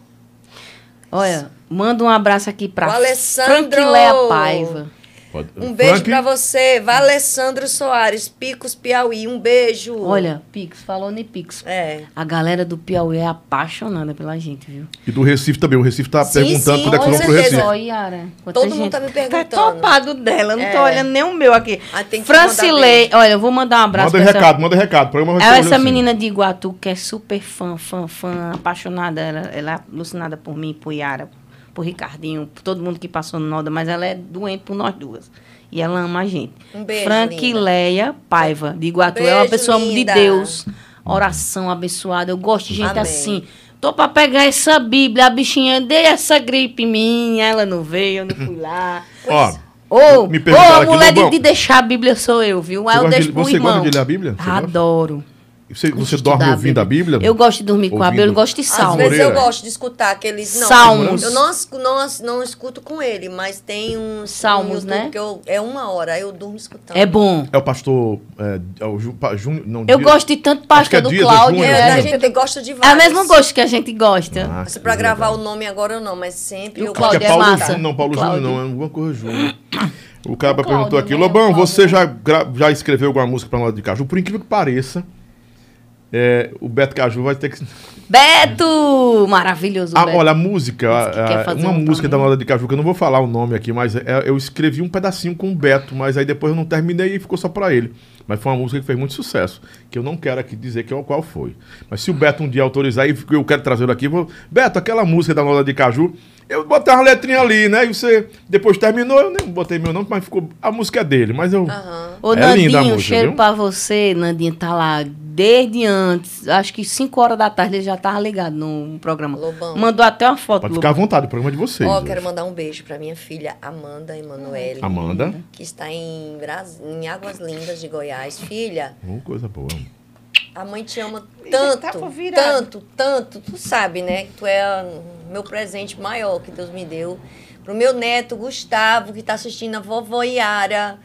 S9: Olha, manda um abraço aqui pra
S10: O Alessandro.
S9: Franquileia Paiva.
S7: Pode-
S10: Um beijo
S7: Frank,
S10: pra você, Valessandro Soares, Picos Piauí. Um beijo.
S9: Olha, Pix, falou em Pix.
S10: É.
S9: A galera do Piauí é apaixonada pela gente, viu?
S7: E do Recife também. O Recife tá
S10: Sim,
S7: perguntando
S10: sim,
S7: quando é que
S10: com
S7: vão pro
S10: certeza.
S7: Recife.
S9: Ó, Yara, quanta
S10: Todo mundo tá me perguntando.
S9: Tá topado dela, não tô
S10: É.
S9: olhando nem o meu aqui.
S10: Ah, tem que
S9: Francilei,
S10: mandar
S9: olha, eu vou mandar um abraço
S7: Manda
S9: pra essa
S7: recado, manda recado. O programa vai ser
S9: Ela, é
S7: hoje
S9: essa
S7: assim.
S9: menina de Iguatu que é super fã, fã, fã, apaixonada. Ela, ela é alucinada por mim, por Yara, por Ricardinho, por todo mundo que passou no Noda, mas ela é doente por nós duas. E ela ama a gente.
S10: Um beijo, linda.
S9: Franquileia Paiva, de Iguatu. é uma
S10: Beijo,
S9: pessoa
S10: linda.
S9: de Deus. Oração abençoada. Eu gosto de gente
S10: Amém.
S9: assim. Tô pra pegar essa Bíblia, a bichinha, dei essa gripe minha, ela não veio, eu não fui lá.
S7: Ó,
S9: Ô,
S7: Me
S9: ô,
S7: perguntaram aqui,
S9: mulher de,
S7: Lobão.
S9: de deixar a Bíblia sou eu, viu? Aí
S7: Você
S9: eu
S7: gosta de-
S9: deixo pro
S7: você gosta
S9: irmão.
S7: de ler a Bíblia? Você gosta?
S9: Adoro.
S7: Você, você dorme ouvindo a Bíblia?
S9: Eu gosto de dormir com a Bíblia, eu
S7: Ouvindo.
S9: gosto de
S10: Às
S9: salmo.
S10: vezes eu gosto de escutar aqueles. Não,
S9: Salmos.
S10: Eu não, as- não, as- não escuto com ele, mas tem um.
S9: Salmos,
S10: um YouTube
S9: né?
S10: Que eu, é uma hora, aí eu durmo escutando.
S9: É bom.
S7: É o pastor. É, é o Ju- pa- Júnior. não,
S9: Eu
S7: Dias-
S9: gosto de tanto
S7: Acho que é
S9: pastor do
S7: Dias, é
S9: Cláudio.
S7: Júnior,
S9: né?
S7: Júnior.
S10: gente gosta de
S9: É o
S10: vários.
S9: mesmo gosto que a gente
S7: Ah,
S9: gosta.
S10: Mas pra gravar o nome agora eu não, mas sempre
S9: E o
S10: eu
S7: Acho
S9: Cláudio
S7: que
S9: é
S7: é Paulo
S9: massa.
S7: Júnior, não, Paulo
S9: Cláudio.
S7: Júnior não, é alguma coisa
S9: <coughs>
S7: Júnior. O cara
S9: Cláudio,
S7: perguntou aqui,
S10: é
S9: né?
S7: Lobão,
S9: Cláudio.
S7: você já, gra- já escreveu alguma música pra nós de Caju? Por incrível que pareça, é, o Beto Caju vai ter que.
S9: Beto! Maravilhoso,
S7: Ah,
S9: Beto.
S7: olha, a música,
S9: Esse Né? que quer
S7: ah,
S9: fazer
S7: uma
S9: um
S7: música da
S9: também.
S7: Noda de Caju, que eu não vou falar o nome aqui, mas é- eu escrevi um pedacinho com o Beto, mas aí depois eu não terminei e ficou só pra ele. Mas foi uma música que fez muito sucesso, que eu não quero aqui dizer que é o qual foi. Mas se o Beto um dia autorizar e eu quero trazer ele aqui, eu vou, Beto, aquela música da Noda de Caju, eu botei uma letrinha ali, né? E você depois terminou, eu nem botei meu nome, mas ficou a música é dele, mas eu
S9: Ô,
S7: É
S9: Nandinho,
S7: linda a música,
S9: cheiro
S7: viu?
S9: pra você. Nandinho tá lá desde antes. Acho que 5 horas da tarde ele já tava ligado no programa.
S10: Lobão.
S9: Mandou até uma foto.
S7: pode
S9: Lobão.
S7: ficar à vontade, o programa é de vocês.
S10: Ó,
S7: hoje.
S10: quero mandar um beijo pra minha filha Amanda Emanuele.
S7: Amanda,
S10: Que está em, Bras... em Águas Lindas de Goiás. Filha,
S7: oh, coisa boa.
S10: a mãe te ama
S11: já
S9: tá
S10: tanto,
S11: tava virado.
S10: tanto, tanto. Tu sabe, né? que Tu é ah, meu presente maior que Deus me deu. Pro meu neto, Gustavo, que tá assistindo a vovó Iara.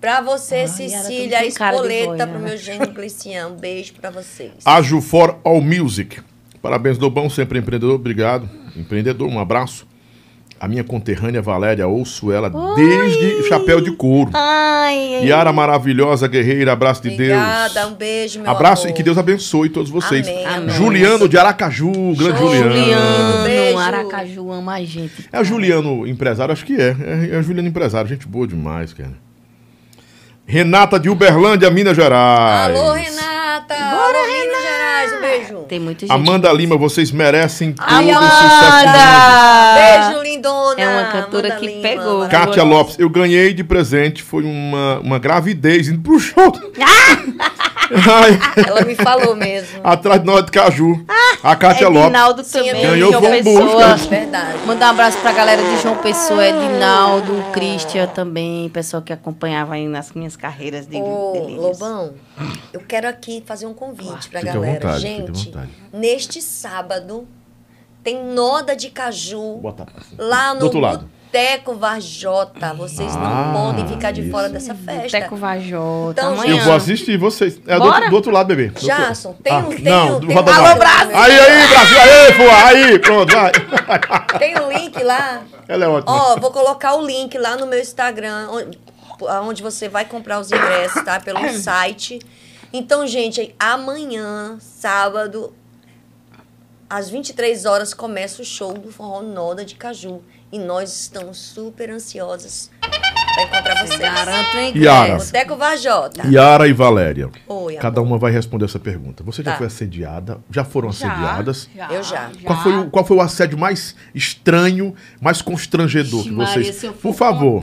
S10: Pra você,
S9: Ah, Iara,
S10: Cecília,
S9: tu não tem cara de vó,
S10: Espoleta,
S9: Iara.
S10: pro meu gênio Clecião. Um beijo pra vocês.
S7: Ajo for All Music. Parabéns, Lobão, sempre empreendedor. Obrigado. Empreendedor, um abraço. A minha conterrânea Valéria, ouço ela desde Chapéu de Couro.
S9: Ai,
S7: Yara maravilhosa, guerreira, abraço de
S10: Obrigada,
S7: Deus.
S10: um beijo, meu
S7: abraço
S10: amor.
S7: e que Deus abençoe todos vocês.
S10: Amém, amém.
S7: Juliano de Aracaju, grande Juliano.
S9: Juliano,
S10: Beijo.
S9: Aracaju ama a gente.
S7: É o Juliano empresário, acho que é. É, é o Juliano empresário, gente boa demais, cara. Renata de Uberlândia, Minas Gerais.
S10: Alô, Renata! Bora, Alô, Minas Gerais, um beijo.
S9: Tem muita gente.
S7: Amanda Lima, vocês merecem todo o sucesso do mundo.
S9: Amanda!
S10: Beijo, lindona!
S9: É uma cantora
S10: Amanda
S9: que pegou.
S10: maravilhosa.
S7: Kátia Lopes, eu ganhei de presente, foi uma, uma gravidez indo pro
S9: <laughs>
S7: show.
S9: Ah!
S7: Ai,
S10: Ela me falou mesmo.
S7: atrás de nós de Caju. A Kátia Lopes.
S9: É Edinaldo Ah, também,
S7: Ganhou
S9: João
S7: Von
S9: Pessoa.
S7: Buffett.
S10: Verdade.
S9: Mandar um abraço pra galera de João Pessoa, Edinaldo, Christian também, pessoal que acompanhava aí nas minhas carreiras de,
S10: Ô,
S9: de líderes.
S10: Lobão, eu quero aqui fazer um convite pra
S7: Fique à
S10: galera.
S7: vontade, fique à
S10: Gente,
S7: vontade.
S10: neste sábado tem Noda de Caju
S7: Bota assim.
S10: lá
S7: Do
S10: no
S7: outro lado.
S10: Boteco Varjota. Vocês
S7: Ah,
S10: não podem ficar de
S7: isso.
S10: fora dessa festa.
S9: Teco Vajota,
S10: Então,
S9: amanhã.
S7: Eu vou assistir vocês. É do,
S9: Bora?
S7: outro- do outro lado, bebê. Do outro-
S10: Jason, tem um- tem
S7: não,
S10: um-
S7: do-
S10: tem
S7: roda
S10: um-
S7: lá.
S10: Alô, Brasil!
S7: Aí, aí, Brasil! Aí, pô! Aí, pronto, vai.
S10: Tem o link lá.
S7: Ela é ótima.
S10: Ó, vou colocar o link lá no meu Instagram, onde você vai comprar os ingressos,
S7: <coughs>
S10: tá? Pelo site. Então, gente, aí, amanhã, sábado, às 23 horas, começa o show do Forró Noda de Caju. E nós estamos super ansiosas pra encontrar vocês.
S9: Garanto, hein?
S7: Yara.
S10: Boteco Vajota.
S7: Yara e Valéria.
S10: Oi, amor.
S7: Cada uma vai responder essa pergunta. Você já
S10: Tá.
S7: foi assediada? Já foram assediadas?
S10: Eu já.
S7: Qual foi, o, qual foi o assédio mais estranho, mais constrangedor que vocês. Por favor.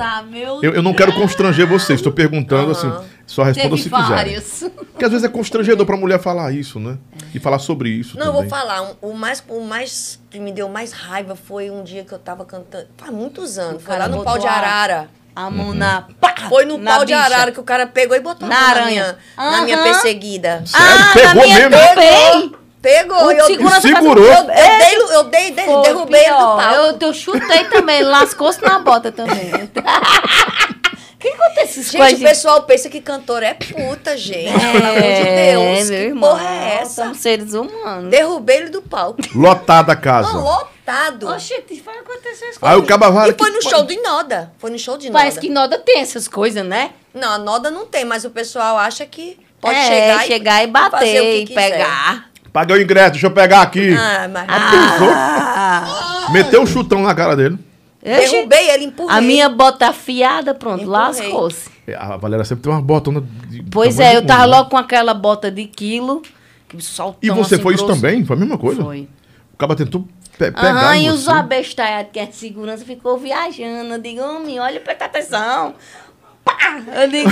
S7: eu, eu não quero constranger vocês, estou perguntando assim. Só responda se quiser. Porque às vezes é constrangedor pra mulher falar isso, né? E falar sobre isso.
S10: Não, eu
S7: também.
S10: vou falar. um- O mais, o mais que me deu mais raiva foi um dia que eu tava cantando. Faz muitos anos. Foi lá
S9: cara
S10: no
S9: botou
S10: pau de
S9: a- Ah.
S10: arara.
S9: A mão na pá,
S10: Foi no
S9: na
S10: pau de
S9: bicha.
S10: arara que o cara pegou e botou
S9: Na
S10: a mão
S9: aranha.
S10: Na minha, na minha
S9: Aham.
S10: perseguida.
S7: Sério,
S9: Ah, na
S7: pegou
S9: minha
S7: mesmo.
S9: também.
S10: Pegou.
S9: O
S10: Eu,
S9: segura-
S7: E
S9: Nossa,
S7: segurou.
S10: eu, eu dei, eu dei, dei-
S9: Foi
S10: derrubei ele do
S9: pior.
S10: pau.
S9: Eu, eu chutei também, lascou-se na bota
S10: <laughs>
S9: também. O que acontece com a
S10: Gente, o pessoal pensa que cantor é puta, gente. Pelo amor de
S9: É,
S10: Deus. que porra é essa?
S9: Somos seres humanos.
S10: Derrubei ele do palco.
S7: Lotada a
S10: Tá
S7: casa.
S10: lotado.
S9: Oxente, vai acontecer isso.
S7: Aí o caba vai.
S10: E foi no show de Noda. Foi no show de Noda.
S9: Parece que Noda tem essas coisas, né?
S10: Não, a Noda não tem, mas o pessoal acha que pode
S9: É,
S10: chegar,
S9: chegar e
S10: fazer o que
S9: bater e
S10: quiser.
S9: pegar.
S7: Paguei o ingresso, deixa eu pegar aqui.
S10: Ah, mas
S7: Meteu o chutão na cara dele.
S9: Oxe,
S10: derrubei ele, empurrei.
S9: a minha bota afiada, pronto,
S10: Empurrei.
S9: lascou-se.
S7: É, A Valéria sempre tem umas botonas. de
S9: Pois
S7: tamanho
S9: é, eu
S7: do
S9: tava
S7: mundo, né?
S9: logo com aquela bota de quilo. Que soltão,
S7: E você
S9: assim,
S7: foi isso
S9: grosso.
S7: também? Foi a mesma coisa?
S9: Foi.
S7: O caba tentou pe pegar.
S9: Aham,
S7: em
S9: e os
S7: você.
S9: abestalhados que é de segurança ficou viajando. Eu digo, homem, olha, presta atenção. Pá! Eu digo,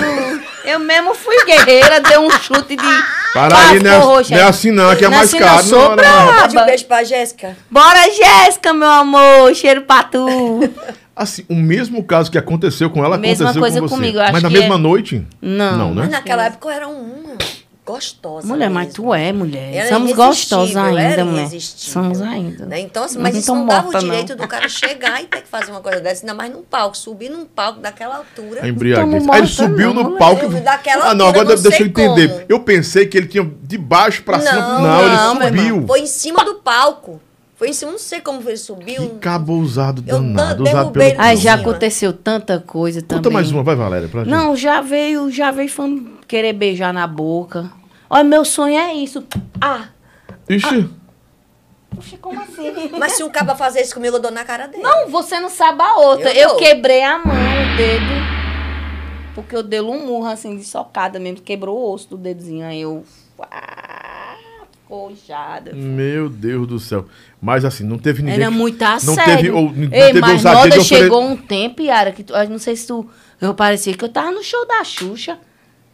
S9: eu mesmo fui guerreira, dei um chute de.
S7: <laughs> Para aí,
S9: Pá,
S7: né?
S9: ficou roxa.
S7: Não é assim não, é que é
S9: Não
S7: mais
S9: assim
S7: caro.
S9: Não,
S7: Não, não,
S9: sou
S7: não.
S10: Pode um
S9: braba.
S10: beijo pra Jéssica.
S9: Bora, Jéssica, meu amor, cheiro pra tu.
S7: <laughs> Assim, o mesmo caso que aconteceu com ela
S9: Mesma
S7: aconteceu
S9: coisa
S7: com você.
S9: comigo, eu acho
S7: mas na
S9: que
S7: mesma
S9: é-
S7: noite?
S9: Não.
S7: Não,
S10: Mas
S7: né?
S10: naquela época eu era uma. gostosa.
S9: Mulher, mas
S10: mesmo.
S9: tu é mulher.
S10: Era
S9: Somos
S10: irresistível,
S9: gostosas
S10: era
S9: ainda, mulher.
S10: irresistível.
S9: Somos ainda.
S10: Né? Então, assim, mas
S9: Não
S10: isso
S9: tô
S10: não dava
S9: morta,
S10: o
S9: não.
S10: direito do cara chegar e ter que fazer uma coisa dessa, ainda mais num palco, subir num palco daquela altura.
S7: A É embriaguez. Aí ele subiu no palco.
S10: Daquela
S7: Ah, não,
S10: altura,
S7: agora
S10: não
S7: deixa eu
S10: sei
S7: entender.
S10: como.
S7: Eu pensei que ele tinha de baixo pra cima. Não,
S10: meu
S7: ele
S10: irmão.
S7: subiu.
S10: Foi em cima do palco. Foi em cima, não sei como ele subiu.
S7: Cabo usado
S10: dan-
S7: danado, usado
S10: um derrubei
S7: pelo.
S10: ele
S9: Ai, Ah, já
S10: Sim, ó.
S9: aconteceu tanta coisa
S7: Conta
S9: também.
S7: mais uma, vai, Valéria, pra gente.
S9: Não, já veio, já veio fã querer beijar na boca. Olha, meu sonho é isso. Ah,
S7: Ixi,
S9: como assim?
S10: Mas se um caba fazer isso comigo, eu dou na cara dele.
S9: Não, você não sabe a outra.
S10: Eu
S9: Eu,
S10: dou.
S9: quebrei a mão, o dedo. Porque eu dei um murro assim de socada mesmo. Quebrou o osso do dedozinho. Aí eu. Ah, cojada.
S7: meu Deus do céu. Mas assim, não teve ninguém.
S9: Era
S7: que-
S9: muito
S7: não
S9: a
S7: Teve,
S9: sério.
S7: ou, não
S9: Ei,
S7: teve
S9: mas
S7: ousadia de
S9: Noda
S7: ofere-
S9: chegou um tempo, Yara, que tu, eu não sei se tu. Eu parecia que eu tava no show da Xuxa.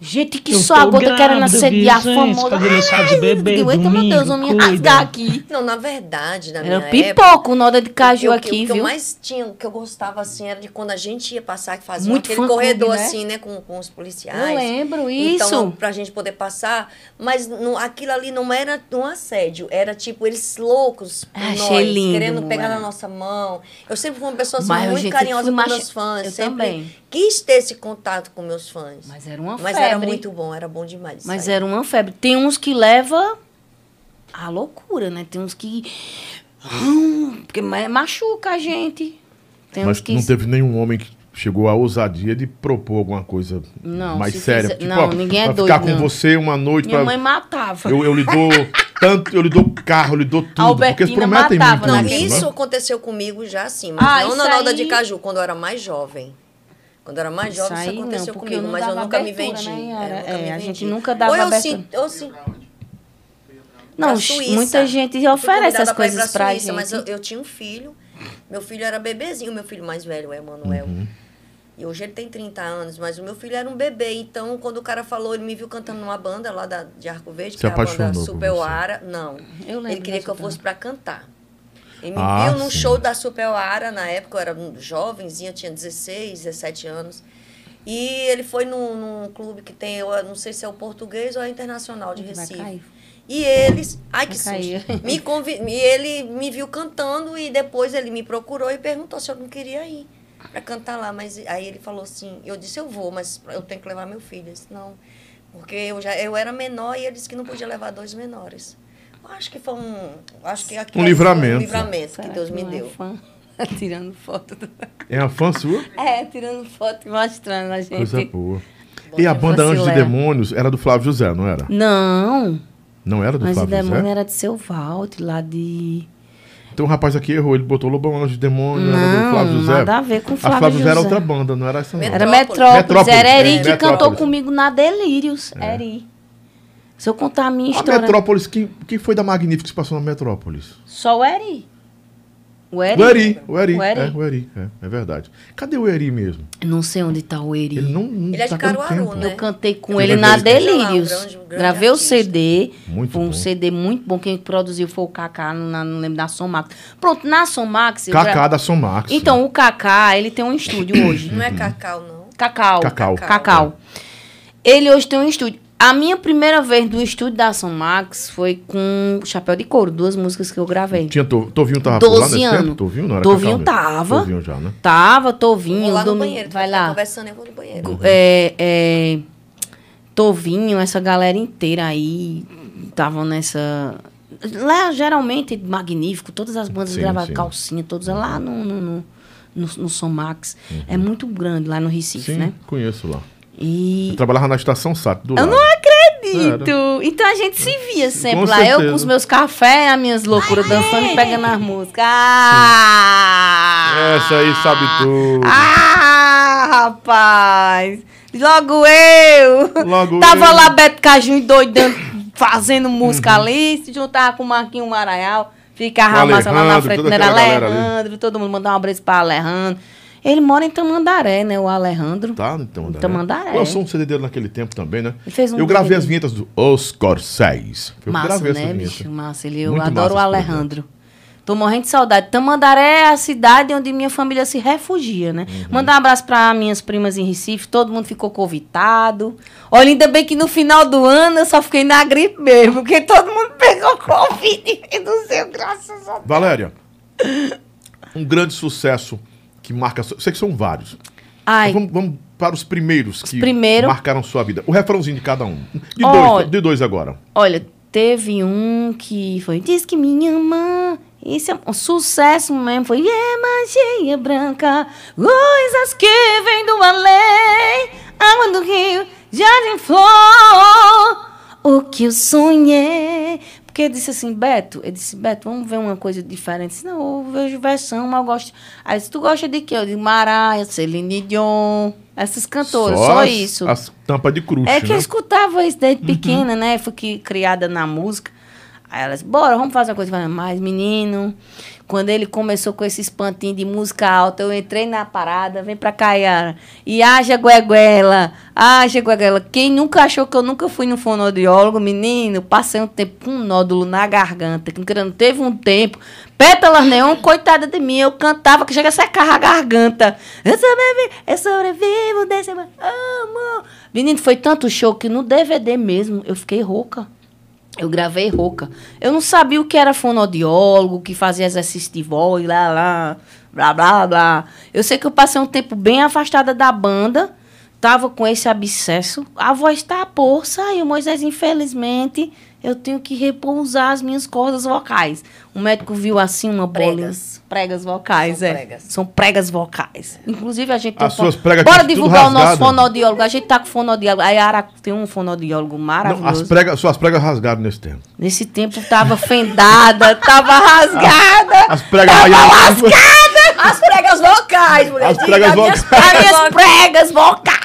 S9: Gente, que
S6: Eu
S9: só a
S6: tô
S9: gota que era
S6: grávida,
S9: nascer de ar
S6: viu, gente?
S9: famosa.
S6: Cabelo sabe
S9: Ai,
S6: beber,
S9: meu Deus, eita, meu
S6: domingo,
S9: Deus, eu me
S6: cuida.
S9: rasgar aqui.
S10: Não, na verdade, na
S9: Era
S10: minha época...
S9: pipoco, Noda de caju
S10: eu-
S9: aqui,
S10: o que eu
S9: viu?
S10: mais tinha, o que eu gostava assim era de quando a gente ia passar, que fazia
S9: Muito
S10: aquele
S9: fã-clube,
S10: corredor
S9: né?
S10: assim, né, com, com os policiais.
S9: Eu lembro,
S10: Então,
S9: isso.
S10: pra gente poder passar, mas não, aquilo ali não era um assédio, era tipo eles loucos por
S9: Ah, Achei
S10: nós,
S9: lindo,
S10: querendo pegar
S9: mulher.
S10: na nossa mão. Eu sempre fui uma pessoa assim,
S9: Mas,
S10: muito
S9: gente, eu
S10: carinhosa
S9: fui
S10: com
S9: machi-
S10: meus fãs,
S9: eu
S10: sempre
S9: também.
S10: quis ter esse contato com meus fãs.
S9: Mas era uma
S10: Mas
S9: febre.
S10: era muito bom, era bom demais.
S9: Mas é era uma febre. Tem uns que leva a loucura, né? Tem uns que. <sniffs> Hum, Porque ma- machuca a gente. Tem
S7: Mas
S9: É uns que.
S7: não teve nenhum homem que chegou à ousadia de propor alguma coisa
S9: Não,
S7: mais
S9: se
S7: séria. tipo,
S9: fizer- não,
S7: ó,
S9: ninguém é
S7: pra
S9: doido,
S7: ficar com
S9: não.
S7: você uma noite
S9: Minha
S7: pra.
S9: mãe matava.
S7: Eu, eu lhe
S9: <laughs>
S7: dou tanto, eu lhe dou carro, eu lhe dou tudo. porque eles
S9: Albertina
S7: prometem
S9: matava
S7: muito.
S10: Não,
S9: Não,
S7: né?
S10: isso aconteceu comigo já assim, mas
S9: Ah,
S10: não
S9: isso
S10: na Nalda
S9: aí-
S10: de Caju, quando eu era mais jovem. Quando eu era mais
S9: Isso
S10: jovem, isso,
S9: aí não,
S10: aconteceu
S9: porque
S10: comigo,
S9: não
S10: mas eu
S9: dava
S10: nunca me
S9: abertura,
S10: vendi.
S9: né,
S10: É,
S9: Yara?
S10: nunca
S9: É,
S10: me
S9: a
S10: vendi.
S9: gente nunca dava
S10: Ou eu
S9: abertura.
S10: sinto- eu sinto-
S9: Não,
S10: pra
S9: x-
S10: Suíça.
S9: muita gente
S10: Fui
S9: oferece
S10: convidada
S9: as
S10: pra ir
S9: coisas pra,
S10: Suíça,
S9: gente.
S10: Mas eu, eu tinha um filho, meu filho era bebezinho, meu filho mais velho, é o Emanuel.
S7: Uhum.
S10: E hoje ele tem 30 anos, mas o meu filho era um bebê. Então, quando o cara falou, ele me viu cantando numa banda lá da, de Arco Verde,
S7: Se
S10: que é a banda
S7: apaixonou por
S10: Supeuara. Não,
S9: Eu lembro
S10: ele queria
S9: dessa
S10: que eu
S9: banda.
S10: fosse pra cantar. Ele me
S7: Ah,
S10: viu num
S7: sim.
S10: show da Supeuara, na época eu era um jovenzinha, tinha 16, 17 anos. E ele foi num, num clube que tem, eu não sei se é o português ou é internacional de
S9: Vai
S10: Recife.
S9: cair.
S10: E eles, ai que
S9: Vai cair.
S10: susto, me convi- e ele me viu cantando e depois ele me procurou e perguntou se eu não queria ir para cantar lá, mas aí ele falou assim, eu disse eu vou, mas eu tenho que levar meu filho, eu disse, não, porque eu já eu era menor e ele disse que não podia levar dois menores. Eu acho que foi um, acho que aquilo
S7: Um
S10: ali foi
S7: livramento.
S10: um livramento
S9: Será
S10: que Deus me
S9: não é
S10: <laughs> deu. <laughs>
S9: fã? tirando foto. do-
S7: É uma fã sua?
S9: É, tirando foto e mostrando a gente.
S7: Coisa boa. E a
S9: É, Bom,
S7: banda
S9: você
S7: Anjos e
S9: leva.
S7: Demônios era do Flávio José, não era?
S9: é. Não,
S7: Não era do
S9: mas o
S7: Flávio
S9: demônio
S7: José?
S9: era de seu Valte, lá de.
S7: Então o rapaz aqui errou, ele botou Lobão Anjos e Demônios, era do
S9: Não,
S7: Flávio José.
S9: nada a ver com
S7: A
S9: Flávio
S7: Flávio José era
S9: José.
S7: outra banda, não era essa não.
S9: Era
S10: Metrópolis.
S9: Metrópolis,
S7: Metrópolis,
S9: era Eri
S7: é,
S9: que cantou
S7: Metrópolis. É.
S9: comigo na Delírios. Eri. Se eu contar a minha
S7: A
S9: história.
S7: Metrópolis, quem, quem foi da Magnífica que se passou na Metrópolis?
S9: Só o Eri. O Eri?
S7: O Eri, o Eri,
S9: O Eri.
S7: é, o Eri, é, é verdade. Cadê o Eri mesmo?
S9: Não sei onde tá o Eri.
S7: Ele não, não
S10: Ele é de
S7: tá com
S10: Caruaru,
S7: tempo.
S10: né?
S9: Cantei com
S7: Ele
S9: ele
S7: vai
S9: na
S7: ter-
S9: Delírios.
S10: Sei lá, um grande- grande
S9: Gravei o
S10: artista.
S9: CD.
S7: Muito
S9: foi um
S7: bom.
S9: CD muito bom. Quem produziu foi o Kaká, não, não lembro da Somax. Pronto, na Somax. eu
S7: Cacá
S9: gra-
S7: da Somax.
S9: Então, o Kaká, ele tem
S7: <coughs>
S9: um estúdio hoje.
S10: Não é cacau não.
S9: Cacau.
S7: Cacau.
S9: Cacau. Ele hoje tem um estúdio. A minha primeira vez do estúdio da Ação Max foi com Chapéu de Couro, duas músicas que eu gravei.
S7: Tinha to, Tovinho tava por lá
S9: 12
S7: nesse tempo?
S9: anos.
S7: Tovinho não era
S9: Tovinho
S7: Cacá mesmo.
S9: tava.
S7: Tovinho já, né?
S9: Tava,
S10: Vou
S9: Tovinho,
S10: lá no
S9: Domingo-
S10: banheiro, tu
S9: vai
S10: tá
S9: lá.
S10: conversando, eu vou no banheiro.
S7: Uhum.
S9: É, é, Tovinho, essa galera inteira aí estavam nessa. Lá geralmente magnífico, todas as bandas
S7: Sim,
S9: gravavam
S7: sim. Uhum.
S9: calcinha, todas lá no, no, no, no, no Somax. É muito grande lá no Recife,
S7: Sim,
S9: né?
S7: conheço lá.
S9: E
S7: Eu trabalhava na Estação Sato, do
S9: Eu
S7: lado.
S9: não acredito. Então a gente se via sempre lá. Eu
S7: certeza. é.
S9: com os meus cafés, as minhas loucuras dançando e pegando as músicas. Ah!
S7: Essa aí sabe tudo.
S9: Ah, rapaz! Logo eu!
S7: Logo
S9: Tava
S7: eu. Uhum.
S9: lá Beto Caju doidando, fazendo música ali, se juntava com o Marquinho Maraial, ficava
S7: Com
S9: massa lá na
S7: Alejandro,
S9: frente,
S7: toda
S9: não era
S7: aquela galera ali.
S9: Alejandro, todo mundo mandava um abraço pra Alejandro. Ele mora em Tamandaré, né, o Alejandro.
S7: Tá, então. né?
S9: Tamandaré.
S7: Lançou um CD dele naquele tempo também, né?
S9: Ele fez um
S7: eu gravei
S9: DVD.
S7: as vinhetas do Os Corcéis. Eu que
S9: Massa,
S7: gravei
S9: né,
S7: essas
S9: bicho?
S7: vinhetas.
S9: Massa, ele, eu
S7: Muito
S9: adoro o
S7: massa esse programa.
S9: Alejandro. Tô morrendo de saudade. Tamandaré é a cidade onde minha família se refugia, né?
S7: Uhum.
S9: Mandar um abraço para minhas primas em Recife. Todo mundo ficou convidado. Olha, ainda bem que no final do ano eu só fiquei na gripe mesmo, porque todo mundo pegou <laughs> Covid e não sei, graças a Deus.
S7: Valéria, um grande sucesso que marca. sua- Sei que são vários.
S9: Ai,
S7: Vamos, vamos para os primeiros que
S9: primeiro-
S7: marcaram sua vida. O refrãozinho de cada um. De,
S9: Olha-
S7: dois, de dois agora.
S9: Olha, teve um que foi Diz que minha mãe Isso é um sucesso mesmo Foi É magia branca Coisas que vêm do além Água do rio Jardim flor O que eu sonhei porque eu disse assim, Beto, eu disse, Beto, vamos ver uma coisa diferente. Eu Disse, não, eu vejo versão, mas eu gosto. Aí eu disse, tu gosta de quê? Eu disse, Maraia, Celine Dion, essas cantoras, só,
S7: as-
S9: isso.
S7: As tampas de cruz.
S9: É que eu
S7: né?
S9: escutava isso desde pequena, né? Fui que- criada na música. Aí elas, bora, vamos fazer uma coisa. Eu Falei, mas menino, quando ele começou com esse espantinho de música alta, eu entrei na parada, vem pra cá, Yara. E haja gueguela, haja gueguela. Quem nunca achou que eu nunca fui no fonoaudiólogo, menino, passei um tempo com um nódulo na garganta, que não teve um tempo. Pétalas neon, coitada de mim, eu cantava que chega a secar a garganta. Eu sobrevivo, eu sobrevivo desse amor. Menino, foi tanto show que no DVD mesmo eu fiquei rouca. Eu gravei rouca. Eu não sabia o que era fonoaudiólogo, que fazia exercício de voz, lá, lá, blá, blá, blá. Eu sei que eu passei um tempo bem afastada da banda, tava com esse abscesso. A voz tá a pôr, saiu, Moisés, infelizmente, eu tenho que repousar as minhas cordas vocais. O médico viu assim uma bolinha. Pregas. vocais, é. São pregas vocais. Inclusive, a gente tem
S7: As
S9: um fo-
S7: suas pregas
S9: Bora
S7: aqui, tudo
S9: divulgar o nosso
S7: rasgada.
S9: fonoaudiólogo. A gente tá com fonoaudiólogo. A Yara tem um fonoaudiólogo
S7: Não, as
S9: maravilhoso.
S7: pregas, suas pregas rasgaram nesse tempo.
S9: Nesse tempo tava fendada, tava rasgada.
S7: As pregas rasgaram.
S10: As pregas vocais, mulher.
S7: As pregas vocais.
S9: As minhas pregas vocais.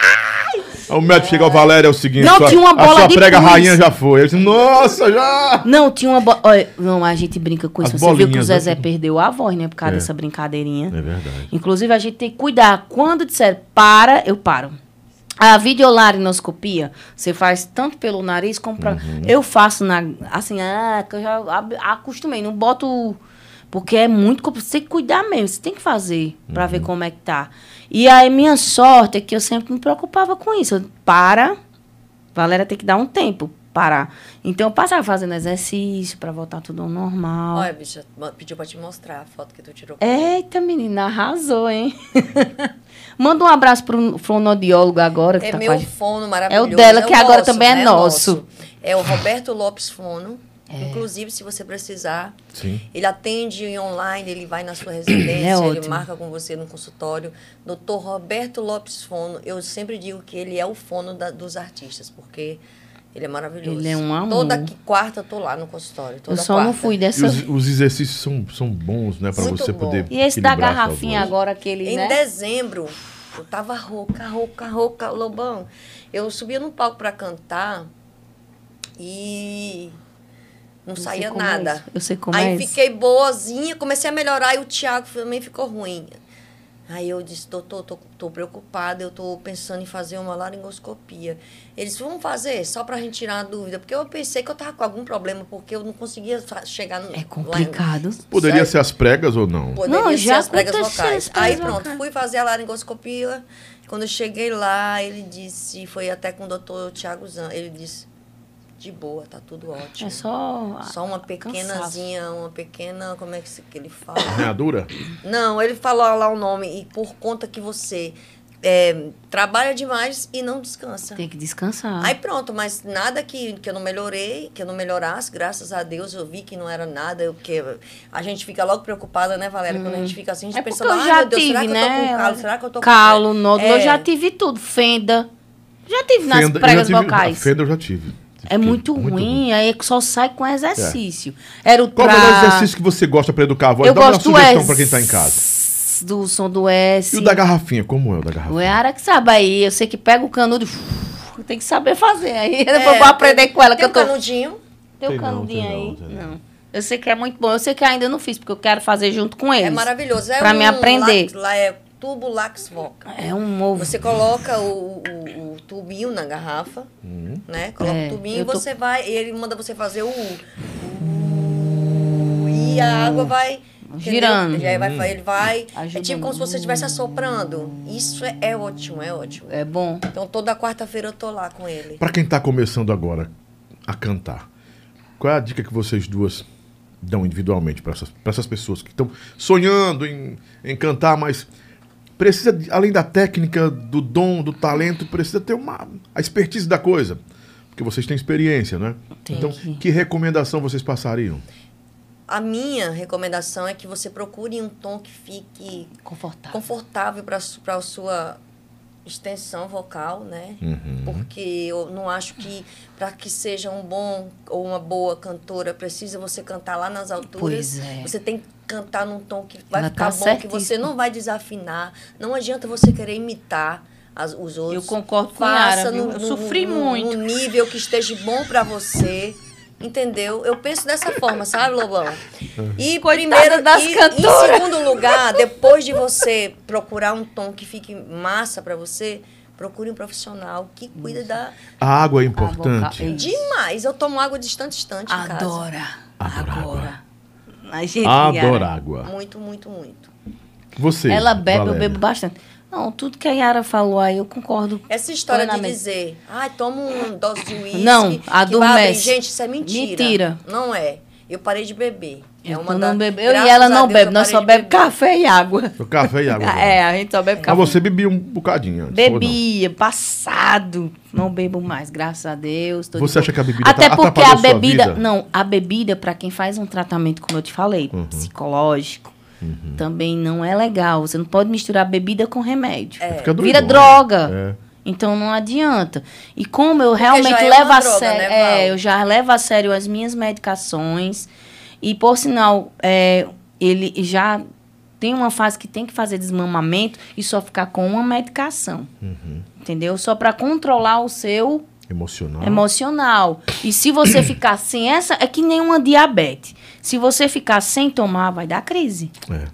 S7: O médico chegou, Valéria, é o seguinte.
S9: Não, tinha uma bola
S7: A sua
S9: de
S7: prega
S9: cruz.
S7: rainha já foi. Eu disse, nossa, já.
S9: Não, tinha uma. Bo... Olha, não, a gente brinca com
S7: As
S9: isso. Você viu que o
S7: bolinhas,
S9: Zezé
S7: né?
S9: perdeu a voz, né? Por causa
S7: É.
S9: dessa brincadeirinha.
S7: É verdade.
S9: Inclusive, a gente tem que cuidar. Quando disser para, eu paro. A videolarinoscopia, você faz tanto pelo nariz como pra... Eu faço na... Assim, ah, que eu já ab- acostumei. Não boto... Porque é muito complicado. Você tem que cuidar mesmo. Você tem que fazer pra ver como é que tá. E aí, minha sorte é que eu sempre me preocupava com isso. Eu, para. Valéria tem que dar um tempo. Parar. Então, eu passava fazendo exercício pra voltar tudo ao normal.
S10: Olha, bicha, ma- pediu pra te mostrar a foto que tu tirou.
S9: Eita, menina, arrasou, hein? <laughs> Manda um abraço pro fonodiólogo agora. Que
S10: É
S9: tá
S10: meu
S9: com a gente.
S10: fono maravilhoso.
S9: É o dela, que agora
S10: nosso,
S9: também é
S10: né?
S9: nosso. É.
S10: É o Roberto Lopes Fono. Inclusive, se você precisar,
S7: Sim.
S10: ele atende em online, ele vai na sua residência, ele
S9: É ótimo.
S10: marca com você no consultório. Doutor Roberto Lopes Fono, eu sempre digo que ele é o fono da- dos artistas, porque ele é maravilhoso.
S9: Ele é um amor.
S10: Toda qui- quarta eu tô lá no consultório.
S9: Eu
S10: toda
S9: só não
S10: quarta.
S9: fui
S7: E
S9: dessa.
S7: os, os exercícios são, são bons, né? Pra
S10: Muito
S7: você
S10: bom.
S7: poder.
S9: E esse da
S7: equilibrar sua
S9: garrafinha
S7: voz.
S9: agora, aquele,
S10: Em
S9: né?
S10: dezembro, eu tava rouca, rouca, rouca, lobão. Eu subia no palco pra cantar e não
S9: Eu sei
S10: saía
S9: como é
S10: nada.
S9: isso, eu sei como
S10: Aí
S9: é isso.
S10: fiquei boazinha, comecei a melhorar e o Thiago também ficou ruim. Aí eu disse, doutor, tô, tô preocupada, eu tô pensando em fazer uma laringoscopia. Eles vamos fazer só pra gente tirar a dúvida, porque eu pensei que eu tava com algum problema, porque eu não conseguia fa- chegar no.
S9: É complicado.
S7: Poderia
S10: Sério?
S7: ser as pregas ou não?
S10: Poderia
S9: Não,
S10: ser
S9: já
S10: as pregas
S9: aconteceu
S10: vocais.
S9: as pregas
S10: Aí pronto,
S9: vocais.
S10: fui fazer a laringoscopia. Quando eu cheguei lá, ele disse, foi até com o doutor Tiago Zan, ele disse, de boa, tá tudo ótimo.
S9: É só.
S10: Só uma
S9: cansaço.
S10: pequenazinha, uma pequena, como é que, se- que ele fala?
S7: Arranhadura?
S10: não, ele falou lá o nome, e por conta que você é, trabalha demais e não descansa.
S9: Tem que descansar.
S10: Aí pronto, mas nada que, que eu não melhorei, que eu não melhorasse, graças a Deus eu vi que não era nada, eu, que a gente fica logo preocupada, né, Valéria? Quando a gente fica assim, a gente
S9: É porque eu
S10: pensa, "Ai,
S9: já
S10: meu Deus,
S9: tive,
S10: será que eu tô
S9: né?
S10: com calo? Será que eu tô com
S9: Calo, nódulo,
S10: É.
S9: eu já tive tudo. Fenda. Já tive nas
S7: Fenda, eu já
S9: pregas
S7: tive- Ah,
S9: vocais.
S7: Fenda eu já tive.
S9: É muito, ruim, aí é só sai com exercício. Era o
S7: Qual é o melhor
S9: tra-
S7: exercício que você gosta pra educar a voz?
S9: Eu
S7: Dá
S9: gosto
S7: uma
S9: do
S7: sugestão
S9: S.
S7: pra quem tá em casa.
S9: Do som do S.
S7: E o da garrafinha? Como é o da
S9: O
S7: garrafinha?
S9: Yara que sabe aí, eu sei que pega o canudo e tem que saber fazer. Aí depois eu vou aprender com ela que
S10: É, Tem
S9: eu
S10: um
S9: tô.
S10: canudinho.
S9: Tem
S7: Tem
S9: o
S7: não,
S9: canudinho
S7: tem não,
S9: aí?
S7: tem não.
S9: Não, Eu sei que é muito bom, eu sei que ainda não fiz, porque eu quero fazer junto com eles.
S10: É maravilhoso. É
S9: Pra
S10: um
S9: me aprender.
S10: lax- lá é tubo Lax Voca.
S9: É um novo.
S10: Você coloca o, o- o tubinho na garrafa, né? Coloca
S9: É,
S10: o tubinho e
S9: eu tô-
S10: você vai. Ele manda você fazer o. o- e a água vai Entendeu?
S9: Girando.
S10: Ele vai, vai- ele vai é
S9: Ajudando.
S10: tipo como se você estivesse assoprando. Isso é, é ótimo, é ótimo.
S9: É bom.
S10: Então toda quarta-feira eu tô lá com ele.
S7: Pra quem tá começando agora a cantar, qual é a dica que vocês duas dão individualmente pra essas, pra essas pessoas que estão sonhando em, em cantar, mas precisa, de- além da técnica, do dom, do talento, precisa ter uma a expertise da coisa? Porque vocês têm experiência, né?
S9: Tem
S7: então,
S9: que-
S7: que recomendação vocês passariam?
S10: A minha recomendação é que você procure um tom que fique
S9: confortável,
S10: para a sua extensão vocal, né?
S7: Uhum.
S9: Uhum.
S10: Porque eu não acho que para que seja um bom ou uma boa cantora precisa você cantar lá nas
S9: Pois
S10: alturas.
S9: é.
S10: Você tem que cantar num tom que vai
S9: Ela
S10: ficar
S9: tá
S10: bom, que
S9: certíssima.
S10: você não vai desafinar. Não adianta você querer imitar as- os
S9: Eu
S10: outros.
S9: concordo com a Yara,
S10: Faça
S9: viu? Eu sofri muito.
S10: num nível que esteja bom para você. Entendeu? Eu penso dessa forma, sabe, Lobão? E
S9: Uhum. Coitada
S10: primeiro
S9: das
S10: e,
S9: cantoras.
S10: Em segundo
S9: <laughs>
S10: lugar, depois de você procurar um tom que fique massa pra você, procure um profissional que cuida da
S7: A água
S9: tá.
S7: é importante.
S10: demais. Eu tomo água de instante em instante em casa.
S9: Adora. Agora. A gente
S7: Adoro
S9: Yara.
S7: água.
S10: Muito, muito, muito.
S7: Você.
S9: Ela bebe, eu
S7: Valéria.
S9: bebo bastante. Não, tudo que a Yara falou aí, eu concordo.
S10: Essa história de
S9: Plenamente.
S10: dizer, ai, toma um dose de uísque.
S9: Não,
S10: que vai abrir".
S9: adormece.
S10: Gente, isso é mentira.
S9: Mentira.
S10: Não é. Eu parei de beber. é
S9: Eu,
S10: uma da-
S9: não bebo. eu
S10: Graças
S9: e ela
S10: a
S9: não
S10: Deus,
S9: bebe,
S10: eu
S9: nós
S10: parei
S9: só
S10: de
S9: bebemos
S10: beber.
S9: café e água.
S7: O café e água.
S9: <laughs> É, a gente só bebe
S7: Mas
S9: café.
S7: você bebia um bocadinho antes, ou não?
S9: Bebia, passado. Não bebo mais, graças a Deus. tô de
S7: Você
S9: boa.
S7: acha que a bebida
S9: Até
S7: atra-
S9: porque a
S7: atrapalhou sua
S9: bebida.
S7: vida?
S9: Não, a bebida, pra quem faz um tratamento, como eu te falei,
S7: Uhum.
S9: psicológico, também não é legal. Você não pode misturar bebida com remédio.
S10: É,
S7: Fica
S9: Vira
S7: doidona.
S9: droga.
S7: É.
S9: Então não adianta. E como eu
S10: já
S9: realmente
S10: é
S9: levo
S10: uma
S9: a
S10: droga,
S9: sério.
S10: né, Val?
S9: é, eu já levo a sério as minhas medicações. E por sinal, é, ele já tem uma fase que tem que fazer desmamamento e só ficar com uma medicação. Entendeu? Só para controlar o seu
S7: Uhum. Emocional.
S9: emocional. E se você ficar sem essa, é que nem uma diabetes. Se você ficar sem tomar, vai dar crise.
S7: É.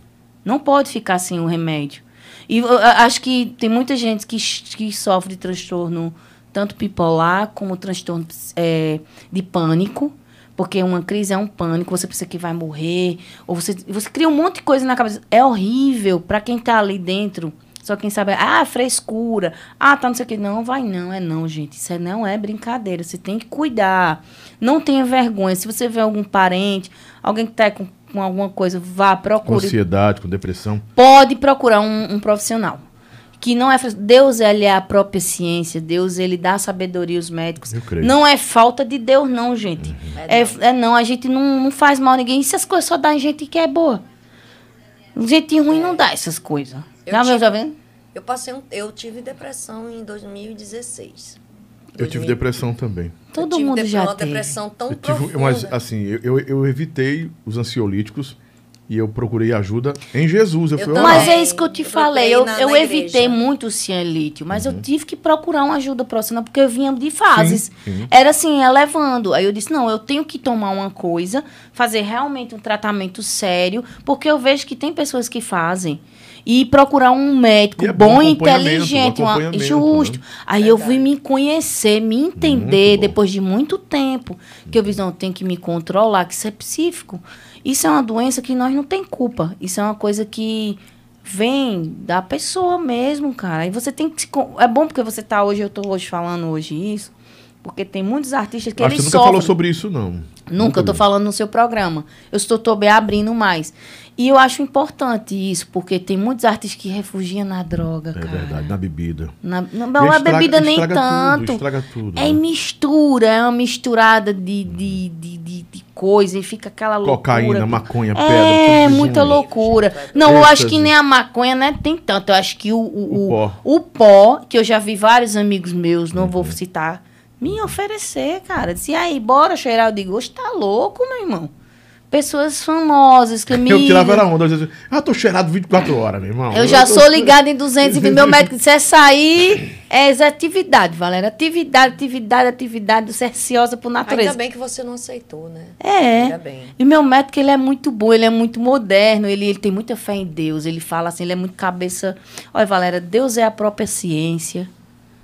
S9: Não pode ficar sem o remédio. E eu a- acho que tem muita gente que, ch- que sofre de transtorno, tanto bipolar como transtorno ps- eh, de pânico. Porque uma crise é um pânico, você pensa que vai morrer, ou você, você cria um monte de coisa na cabeça. É horrível para quem tá ali dentro. Só quem sabe, ah, frescura, ah, tá não sei o que. Não, vai não, é não, gente. Isso é- não é brincadeira. Você tem que cuidar. Não tenha vergonha. Se você vê algum parente, alguém que tá com, com alguma coisa, vá,
S7: Com
S9: procure
S7: ansiedade, com depressão.
S9: pode procurar um, um profissional. Que não é. fra- Deus, ele é a própria ciência. Deus, ele dá sabedoria aos médicos.
S7: Eu creio.
S9: Não é falta de Deus, não, gente. É, f- é não, a gente não, não faz mal a ninguém. Essas coisas só dá em gente que é boa. Gente ruim não dá essas coisas.
S10: Eu
S9: Não, meu
S10: tive-
S9: jovem?
S10: Eu passei um, eu tive depressão em 2016.
S7: Eu tive
S10: 2000.
S7: depressão também.
S9: Todo
S10: eu tive
S9: mundo
S10: dep-
S9: já
S10: uma
S9: teve.
S10: depressão tão
S7: Eu tive,
S10: profunda.
S9: né?
S7: mas assim, eu, eu, eu evitei os ansiolíticos e eu procurei ajuda em Jesus. Eu,
S10: Eu
S7: fui
S10: também.
S9: Mas
S7: orar.
S9: é isso que eu te
S10: Eu
S9: falei.
S10: procurei
S9: Eu,
S10: na-
S9: eu
S10: na
S9: evitei
S10: igreja.
S9: muito o cianlítio, mas
S7: Uhum.
S9: eu tive que procurar uma ajuda profissional, porque eu vinha de fases.
S7: sim.
S9: Era assim, elevando. Aí eu disse: não, eu tenho que tomar uma coisa, fazer realmente um tratamento sério, porque eu vejo que tem pessoas que fazem. E procurar um médico
S7: E é bom
S9: bom,
S7: um
S9: inteligente,
S7: acompanhamento, um
S9: uma-
S7: acompanhamento,
S9: justo.
S7: né?
S9: Aí eu vim me conhecer, me entender
S7: Muito bom.
S9: depois de muito tempo. Que eu disse, não, tem que me controlar, que isso é psíquico. Isso é uma doença que nós não tem culpa. Isso é uma coisa que vem da pessoa mesmo, cara. E você tem que se con- É bom porque você tá hoje, eu tô hoje falando hoje isso, porque tem muitos artistas que
S7: Acho que
S9: eles
S7: você nunca
S9: sofrem.
S7: falou sobre isso, não.
S9: Nunca, eu tô
S7: mesmo.
S9: falando no seu programa. Eu estou tô bem abrindo mais. E eu acho importante isso, porque tem muitos artistas que refugiam na droga,
S7: É
S9: cara.
S7: verdade, na bebida.
S9: Na, não, não
S7: E
S9: é
S7: estraga-
S9: bebida nem
S7: estraga
S9: tanto.
S7: Tudo, estraga tudo.
S9: É
S7: né? Hum.
S9: mistura, é uma misturada de, de, de, de, de coisa e fica aquela
S7: Cocaína,
S9: loucura.
S7: maconha, pedra.
S9: É,
S7: tudo
S9: muita
S7: junto.
S9: loucura. Não, eu acho
S7: Êxtase.
S9: que nem a maconha, né? Tem tanto. Eu acho que o, o,
S7: O
S9: o,
S7: pó.
S9: o pó, que eu já vi vários amigos meus, não vou citar, me oferecer, cara. Disse, e aí, bora cheirar. Eu digo, "Oxe, tá louco, meu irmão. Pessoas famosas que
S7: <laughs>
S9: me.
S7: Eu tirava era onda. Às vezes, ah, tô cheirado 24 horas, meu irmão.
S9: Eu já
S7: tô-
S9: sou ligada em 220. Meu médico disse: é sair, é essa atividade, Valéria. Atividade, atividade, atividade. Você é ansiosa por natureza.
S10: Ainda bem que você não aceitou, né? Ainda
S9: É.
S10: bem.
S9: E meu médico, ele é muito bom, ele é muito moderno, ele, ele tem muita fé em Deus. Ele fala assim, ele é muito cabeça. Olha, Valéria, Deus é a própria ciência.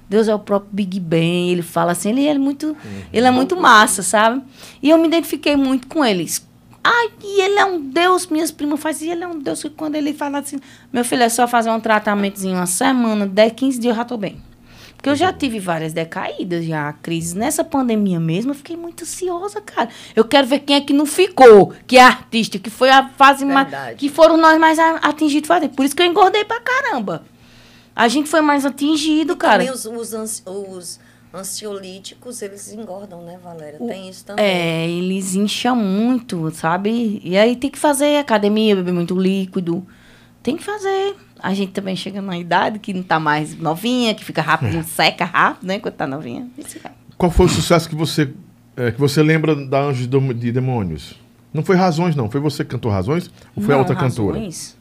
S9: Deus é o próprio Big Bang. Ele é
S10: Então,
S9: fala assim, ele é muito, ele é muito massa, sabe? E eu me identifiquei muito com eles. Ai, e ele é um deus, minhas primas fazem, e ele é um deus que quando ele fala assim, meu filho, é só fazer um tratamentozinho uma semana, 10, 15 dias eu já tô bem. Porque eu já tive várias decaídas, já crises. Nessa pandemia mesmo, eu fiquei muito ansiosa, cara. Eu quero ver quem é que não ficou, que é artista, que foi a fase mais.
S10: Verdade.
S9: Que foram nós mais a- atingidos. foi- Por isso que eu engordei pra caramba. A gente foi mais atingido, cara.
S10: Também os, os, ansi- os ansiolíticos, eles engordam, né, Valéria? Tem isso também.
S9: É, eles incham muito, sabe? E aí tem que fazer academia, beber muito líquido. Tem que fazer. A gente também chega numa idade que não tá mais novinha, que fica rápido, seca rápido, né? Quando tá novinha. Isso vai.
S7: Qual foi o sucesso que você, eh, que você lembra da Anjos e Dom- de Demônios? Não foi Razões, não. Foi você que cantou Razões? Ou foi a
S9: Não,
S7: outra cantora?
S9: Razões?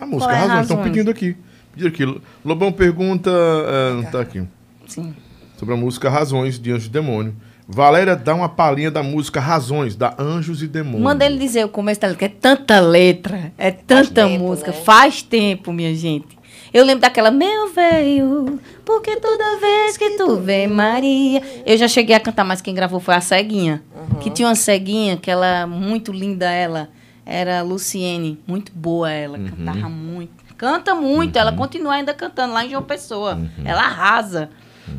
S7: A música
S9: Qual é
S7: Razões. Estão
S9: Razões?
S7: pedindo aqui. Pediram aqui. Lobão pergunta... eh, não tá aqui.
S9: Sim.
S7: Sobre a música Razões, de Anjos e Demônio. Valéria dá uma palhinha da música Razões, da Anjos e Demônios.
S9: Manda ele dizer o começo da letra, que é tanta letra, é tanta
S7: né?
S9: música. Faz tempo, minha gente. Eu lembro daquela, meu velho, porque toda vez que tu vem, Maria. Eu já cheguei a cantar, mas quem gravou foi a Ceguinha.
S7: Uhum.
S9: Que tinha uma Ceguinha, que ela, muito linda ela, era a Luciene. Muito boa ela,
S7: Uhum.
S9: cantava muito. Canta muito, ela continua ainda cantando lá em João Pessoa.
S7: Uhum.
S9: Ela arrasa.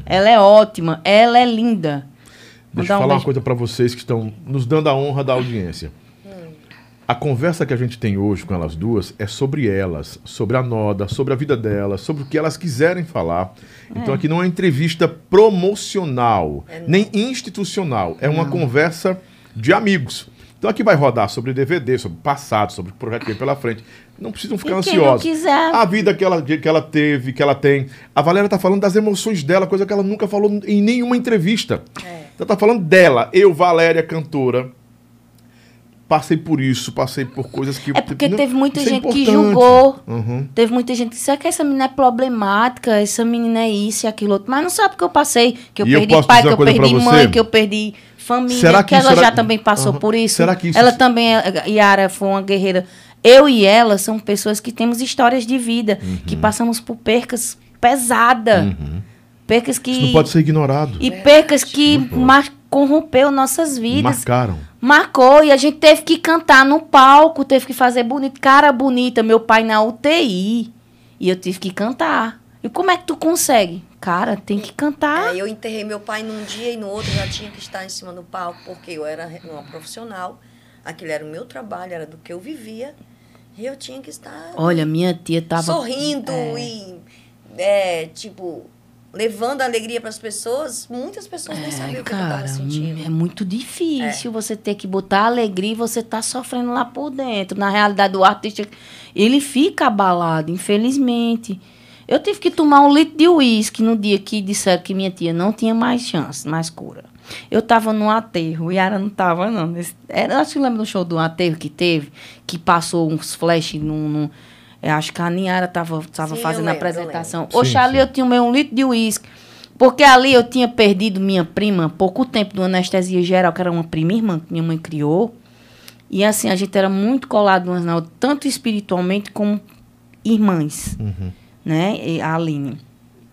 S9: Ela é ótima, ela é linda.
S7: Deixa
S9: Mandar
S7: eu
S9: um
S7: falar uma
S9: beijo.
S7: coisa pra vocês que estão nos dando a honra da audiência. A conversa que a gente tem hoje com elas duas é sobre elas, sobre a Noda, sobre a vida delas, sobre o que elas quiserem falar. Então aqui não é uma entrevista promocional,
S9: É
S7: nem institucional. É uma conversa de amigos. Então aqui vai rodar sobre DVD, sobre o passado, sobre o projeto que vem pela frente. Não precisam ficar
S9: E quem não
S7: ansiosos.
S9: quiser.
S7: A vida que ela, que ela teve, que ela tem. A Valéria tá falando das emoções dela, coisa que ela nunca falou em nenhuma entrevista. Ela tá falando dela. Eu, Valéria, cantora, passei por isso, passei por coisas que...
S9: É porque
S7: não-
S9: teve muita
S7: isso é
S9: gente que
S7: importante.
S9: julgou.
S7: Uhum.
S9: Teve muita gente que disse "Ah, que essa menina é problemática, essa menina é isso e aquilo outro. Mas não sabe o que eu passei, que eu
S7: E eu
S9: perdi
S7: posso
S9: pai,
S7: dizer
S9: que
S7: uma
S9: eu
S7: coisa pra
S9: perdi
S7: você?
S9: mãe, que eu perdi família,
S7: Será
S9: que,
S7: que-
S9: ela
S7: será
S9: já
S7: que-
S9: também passou
S7: Aham.
S9: por isso.
S7: Será que isso-
S9: Ela também, é- Yara, foi uma guerreira. Eu e ela são pessoas que temos histórias de vida, que
S7: Uhum.
S9: passamos por percas pesadas. Percas que.
S7: Isso não pode ser ignorado.
S9: Uhum. E percas que mar... corrompeu nossas vidas.
S7: Marcaram.
S9: Marcou e a gente teve que cantar no palco, teve que fazer bonito, cara bonita, meu pai na UTI. E eu tive que cantar. E como é que tu consegue? Cara, tem que cantar.
S10: Aí É, eu enterrei meu pai num dia e no outro já tinha que estar em cima do palco, porque eu era re- uma profissional, aquilo era o meu trabalho, era do que eu vivia, e eu tinha que estar
S9: Olha, minha tia tava
S10: sorrindo
S9: É.
S10: e, é, tipo, levando alegria para as pessoas. Muitas pessoas nem sabiam o que eu
S9: É, Cara,
S10: estava sentindo. É.
S9: é muito difícil você ter que botar alegria e você tá sofrendo lá por dentro. Na realidade, o artista, ele fica abalado, infelizmente. Eu tive que tomar um litro de uísque no dia que disseram que minha tia não tinha mais chance, mais cura. Eu tava num aterro, e Yara não tava, não. Nesse- Era, acho que lembra do show do aterro que teve, que passou uns flash num... num- eu acho que a Niara tava, tava
S10: Sim, eu
S9: fazendo a
S10: lembro, eu
S9: apresentação.
S7: lembro. Sim,
S9: Oxalá ali
S7: sim.
S9: eu tinha o meu um litro de uísque. Porque ali eu tinha perdido minha prima há pouco tempo de uma anestesia geral, que era uma prima irmã que minha mãe criou. E assim, a gente era muito colado umas na outra, tanto espiritualmente como irmãs,
S7: Uhum.
S9: né? E a Aline.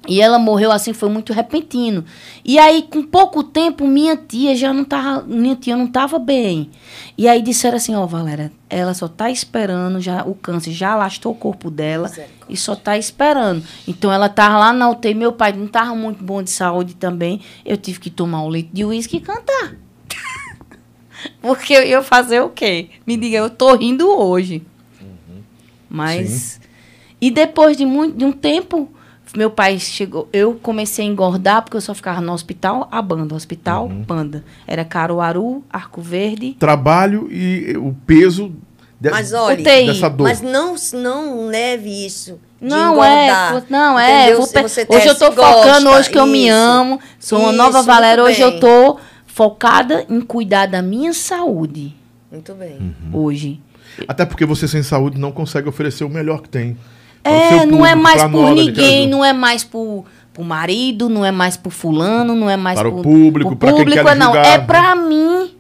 S9: E ela morreu assim, foi muito repentino. E aí, com pouco tempo, minha tia já não tava, minha tia não tava bem. E aí disseram assim, ó, Valéria, ela só tá esperando, já o câncer já lastou o corpo dela e só tá esperando. Então ela tava lá na UTI, meu pai não tava muito bom de saúde também. Eu tive que tomar um leite de uísque e cantar. <laughs> Porque eu ia fazer o quê? Me diga, eu tô rindo hoje. Mas. E depois de, muito, de um tempo, meu pai chegou. Eu comecei a engordar, porque eu só ficava no hospital, a banda. Hospital, banda. Era Caruaru, Arco Verde.
S7: Trabalho e o peso de-
S10: Mas olha,
S9: UTI.
S7: dessa dor.
S10: mas não, não leve isso. de
S9: Não é,
S10: engordar,
S9: vo- não é.
S10: entendeu?
S9: vou
S10: Se
S9: pe-
S10: você
S9: hoje eu tô
S10: gosta,
S9: focando, hoje que eu me
S10: isso.
S9: amo. Sou uma
S10: Isso,
S9: nova
S10: muito
S9: Valéria. Hoje eu
S10: bem.
S7: tá
S9: tô focada em cuidar da minha saúde.
S10: Muito bem.
S9: Hoje.
S7: Uhum. Até porque você sem saúde não consegue oferecer o melhor que tem. Pro
S9: É,
S7: seu
S9: não é
S7: público,
S9: mais
S7: pra
S9: por
S7: Nora,
S9: ninguém,
S7: Ricardo.
S9: não é mais por, por marido, não é mais por fulano, não é mais
S7: Para o
S9: por,
S7: público,
S9: por
S7: para quem
S9: público,
S7: quer lhe
S9: não.
S7: julgar,
S9: É
S7: né?
S9: pra mim,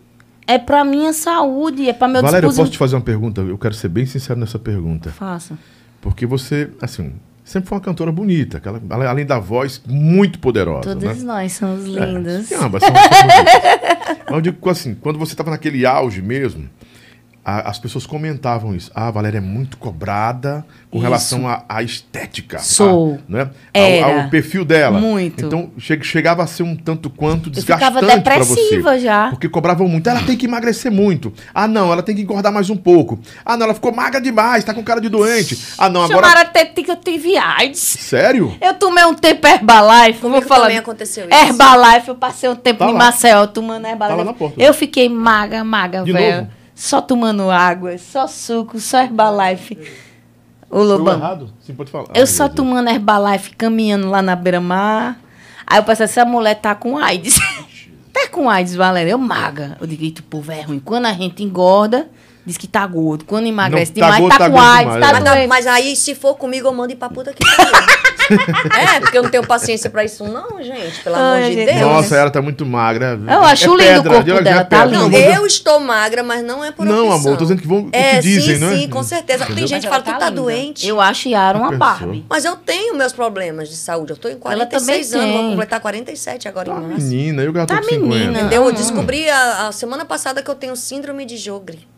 S9: é pra minha saúde, é pra meu
S7: Valéria, eu
S9: disposi-
S7: posso te fazer uma pergunta? Eu quero ser bem sincero nessa pergunta.
S9: Faça.
S7: Porque você, assim, sempre foi uma cantora bonita, aquela, ale- além da voz, muito poderosa,
S9: Todos
S7: né? ah,
S9: nós somos lindas. <laughs>
S7: Sim, ambas são, são bonitas. Mas eu digo assim, quando você estava naquele auge mesmo, a- as pessoas comentavam isso. Ah, a Valéria é muito cobrada com
S9: Isso.
S7: relação à à estética.
S9: Sou.
S7: a- né?
S9: Era.
S7: Ao, ao perfil dela.
S9: Muito.
S7: Então che- chegava a ser um tanto quanto
S9: Eu ficava
S7: desgastante pra você.
S9: depressiva já.
S7: Porque cobravam muito. Ela tem que emagrecer muito. Ah, não, ela tem que engordar mais um pouco. Ah, não, ela ficou magra demais, tá com cara de doente. Ah, não, agora.
S9: Chamaram até que eu tive AIDS.
S7: Sério?
S9: Eu tomei um tempo Herbalife.
S10: Comigo
S9: vou falar-
S10: também aconteceu isso.
S9: Herbalife, eu passei um tempo
S7: Tá
S9: em
S7: lá.
S9: Maceió tomando Herbalife.
S7: Tá lá na porta.
S9: Eu fiquei maga, maga,
S7: De
S9: velho.
S7: novo?
S9: Só tomando água, só suco, só Herbalife. Ô,
S7: Foi
S9: Lobão.
S7: errado? Sim, pode falar.
S9: Eu
S7: Ai,
S9: só
S7: meu Deus.
S9: tomando Herbalife, caminhando lá na beira-mar. Aí eu pensei, essa mulher tá com AIDS. <laughs> tá com AIDS, Valéria. Eu maga. Eu digo, eita, o povo é ruim. Quando a gente engorda, diz que tá gordo. Quando emagrece
S7: tá
S9: demais,
S7: gordo,
S9: tá,
S7: tá
S9: com
S7: gordo
S9: AIDS,
S7: demais,
S9: tá
S10: Mas,
S7: né?
S9: doente.
S10: não, mas aí, se for comigo, eu mando ir pra puta que pariu.
S7: <laughs>
S10: É, porque eu não tenho paciência pra isso, não, gente. Pelo amor
S9: Ai,
S10: de
S9: gente.
S10: Deus.
S7: Nossa,
S9: né?
S7: ela tá muito magra.
S9: Eu acho lindo o corpo
S7: Diogo,
S9: dela,
S7: é
S9: tá
S7: pedra, pelo
S9: lindo.
S10: Não,
S7: amor de Deus.
S10: eu estou magra, mas não é por
S7: Não,
S10: opção.
S7: amor, tô dizendo que vão- o que
S10: é,
S7: dizem,
S10: sim,
S7: né?
S10: sim, com certeza. Tem gente que
S9: Mas
S10: fala,
S9: ela
S10: tu tá
S9: linda.
S10: doente.
S9: Eu acho Yara uma
S7: Pensou?
S9: Barbie.
S10: Mas eu tenho meus problemas de saúde. Eu tô em
S9: Ela também
S10: 46 anos, vou
S9: tem.
S10: completar 47 agora
S7: Tá
S10: em março.
S7: menina, eu gato
S9: Tá
S7: com 50.
S9: menina.
S10: Entendeu? Eu
S9: Não.
S10: descobri a, a semana passada que eu tenho síndrome de Jogre.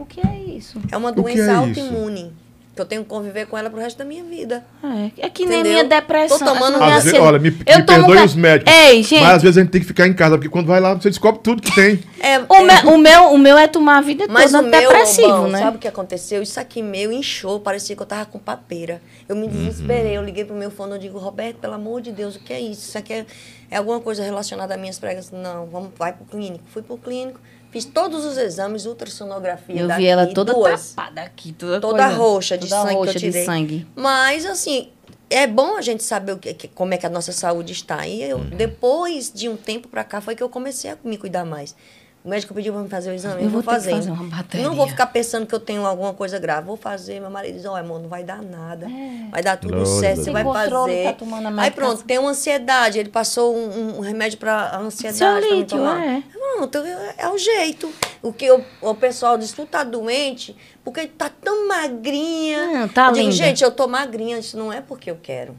S9: O que é isso?
S10: É uma
S7: que
S10: doença
S7: é
S10: autoimune. Que eu tenho que conviver com ela pro resto da minha vida.
S9: Ah, É, é que nem
S10: Entendeu?
S9: minha depressão.
S10: Tô tomando
S9: é que
S10: um
S7: Às
S9: nem a
S7: vezes-
S9: ansiedade.
S7: olha, me, me
S9: Eu tomo
S7: perdoe
S9: ca-
S7: os médicos.
S9: Ei, gente.
S7: Mas às vezes a gente tem que ficar em casa, porque quando vai lá, você descobre tudo que tem.
S10: É,
S9: O,
S10: é-
S9: me- o meu, o meu é tomar a vida
S10: Mas
S9: toda
S10: o meu,
S9: antidepressivo,
S10: Lobão,
S9: né?
S10: sabe o que aconteceu? Isso aqui meu inchou, parecia que eu tava com papeira. Eu me desesperei, eu liguei pro meu fono, eu digo, Roberto, pelo amor de Deus, o que é isso? Isso aqui é, é alguma coisa relacionada às minhas pregas? Não, vamos, vai pro clínico. Fui pro clínico, fiz todos os exames, ultrassonografia
S9: Eu
S10: daqui,
S9: vi ela toda
S10: duas.
S9: tapada aqui, toda,
S10: Toda
S9: coisa-
S10: roxa de
S9: toda
S10: sangue que eu
S9: roxa de
S10: tirei.
S9: sangue.
S10: Mas, assim, é bom a gente saber o que- que- como é que a nossa saúde está. E
S9: Uhum.
S10: eu, depois de um tempo pra cá, foi que eu comecei a me cuidar mais. O médico pediu pra me fazer o exame, eu,
S9: Eu
S10: vou
S9: vou ter que
S10: fazer.
S9: fazer uma bateria.
S10: Não vou ficar pensando que eu tenho alguma coisa grave. Vou fazer, meu marido diz, ó, amor, não vai dar nada. Vai dar tudo
S7: Glória a
S10: certo,
S7: Deus.
S10: você vai
S9: Sem É. controle,
S10: fazer.
S9: tá tomando a
S10: Aí
S9: medicação.
S10: pronto, tem uma ansiedade. Ele passou um, um remédio pra ansiedade. pra mim
S9: Ansiolítico,
S10: tomar.
S9: é.
S10: Pronto, é- é o jeito. O que eu- o pessoal diz, tu tá doente porque tá tão magrinha.
S9: Não, tá
S10: eu digo,
S9: linda.
S10: gente, eu tô magrinha, isso não é porque eu quero.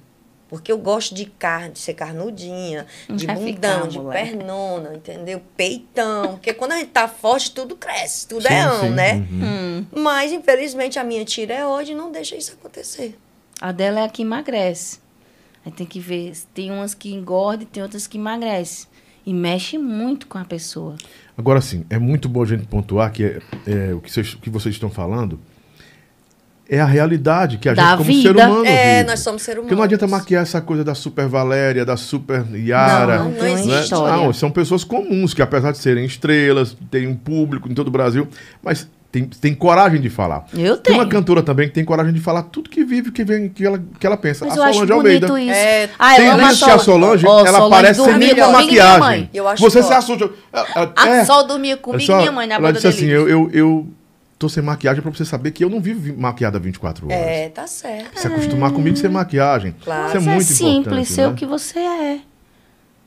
S10: Porque eu gosto de carne, de ser carnudinha,
S9: Não
S10: de
S9: vai
S10: bundão,
S9: ficar,
S10: de
S9: mulher.
S10: pernona, entendeu? Peitão. Porque quando a gente tá forte, tudo cresce, tudo é
S7: Sim,
S10: ão,
S7: sim,
S10: né?
S7: uhum.
S9: Hum.
S10: Mas, infelizmente, a minha tireoide não deixa isso acontecer.
S9: A dela é a que emagrece. Aí tem que ver, se tem umas que engordam e tem outras que emagrecem. E mexe muito com a pessoa.
S7: Agora sim, é muito bom a gente pontuar que é, é, o, que vocês, o que vocês estão falando é a realidade que a
S9: Da
S7: gente, como
S9: vida.
S7: ser humano,
S10: É,
S7: vive.
S10: nós somos seres humanos.
S7: Porque não adianta maquiar essa coisa da super Valéria, da super Yara.
S9: Não,
S10: não tem
S7: né?
S9: história.
S7: Não, são pessoas comuns que, apesar de serem estrelas, têm um público em todo o Brasil, mas tem, tem coragem de falar.
S9: Eu
S7: Tem
S9: tenho.
S7: uma cantora também que tem coragem de falar tudo que vive, que, vem, que, ela, que ela pensa.
S9: Mas
S7: a
S9: eu acho
S7: Solange
S9: bonito
S7: Almeida.
S9: isso.
S10: É,
S9: Ah,
S7: Tem
S9: eu amo a
S7: vezes que a Solange,
S9: Ó,
S7: ela parece ser
S9: dormiu
S7: nem da
S9: comigo e minha
S7: maquiagem.
S9: mãe.
S10: Eu acho
S7: Você
S10: top.
S7: se assusta. Ela- ela-
S9: A
S7: é.
S9: Sol dormiu comigo
S7: Só-
S9: e minha mãe na
S7: Ela
S9: boda
S7: disse
S9: dele.
S7: assim, eu, eu, eu tô sem maquiagem pra você saber que eu não vivo vi- maquiada 24 horas.
S10: É, tá certo.
S7: Se acostumar comigo sem maquiagem.
S10: Claro.
S7: Isso é
S9: Mas
S7: muito
S9: simples,
S7: importante,
S9: ser
S7: né?
S9: o que você é.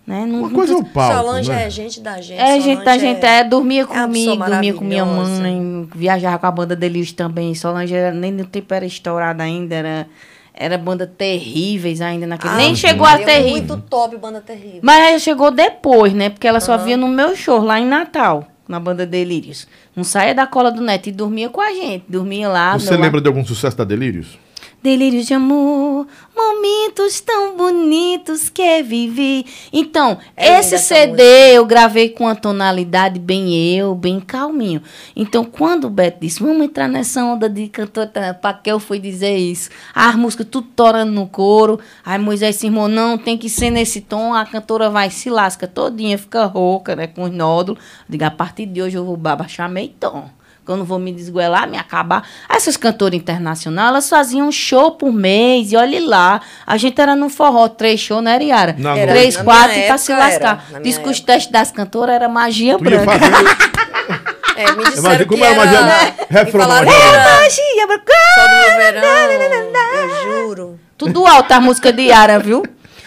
S9: Né? Não,
S7: Uma
S9: não
S7: coisa é
S9: precisa-
S7: o palco,
S10: Solange
S7: né?
S10: é gente da gente.
S9: É, gente, a
S10: Solange
S9: gente é, dormia
S10: uma
S9: comigo,
S10: pessoa
S9: dormia com minha
S10: maravilhosa.
S9: mãe, viajava com a banda Delírio também. Solange era, nem no tempo era estourada ainda, era, era banda terríveis ainda naquele.
S10: Ah,
S9: nem chegou a
S10: Maria,
S9: terrível.
S10: é Muito top, banda terrível.
S9: Mas ela chegou depois, né? Porque ela só via no meu show, lá em Natal, na banda Delírios. Não saía da cola do neto e dormia com a gente. Dormia lá.
S7: Você
S9: meu
S7: lembra de algum sucesso da Delírios?
S9: Delírios de amor, momentos tão bonitos que vivi. Então,
S10: É linda
S9: esse
S10: essa
S9: CD eu gravei com a tonalidade bem eu, bem calminho. Então, quando o Beto disse, vamos entrar nessa onda de cantor, para que eu fui dizer isso? As músicas tudo torando no couro. Aí Moisés disse, irmão, não, tem que ser nesse tom, a cantora vai, se lasca todinha, fica rouca, né, com os nódulos. Diga, a partir de hoje eu vou baixar meio tom que eu não vou me desgoelar, me acabar. Essas cantoras internacionais, elas faziam um show por mês, e olhe lá. A gente era num forró, três shows, né, Yara?
S7: Não, não.
S9: três,
S10: Era. Na
S9: quatro,
S10: minha
S9: e pra se
S10: época
S9: lascar.
S10: era, na
S9: Diz
S10: minha
S9: que os
S10: época.
S9: testes das cantoras era magia
S7: Tu ia
S9: branca.
S7: fazer
S10: <laughs> É, me disseram
S7: Imagina como
S10: que
S7: é a
S10: era...
S7: magia-
S9: né?
S10: me
S7: refrão da
S10: falaram
S7: magia
S10: que era
S9: É Magia branca. Ah,
S10: Sol do meu verão, eu juro.
S9: Tudo alto a música de Yara, viu?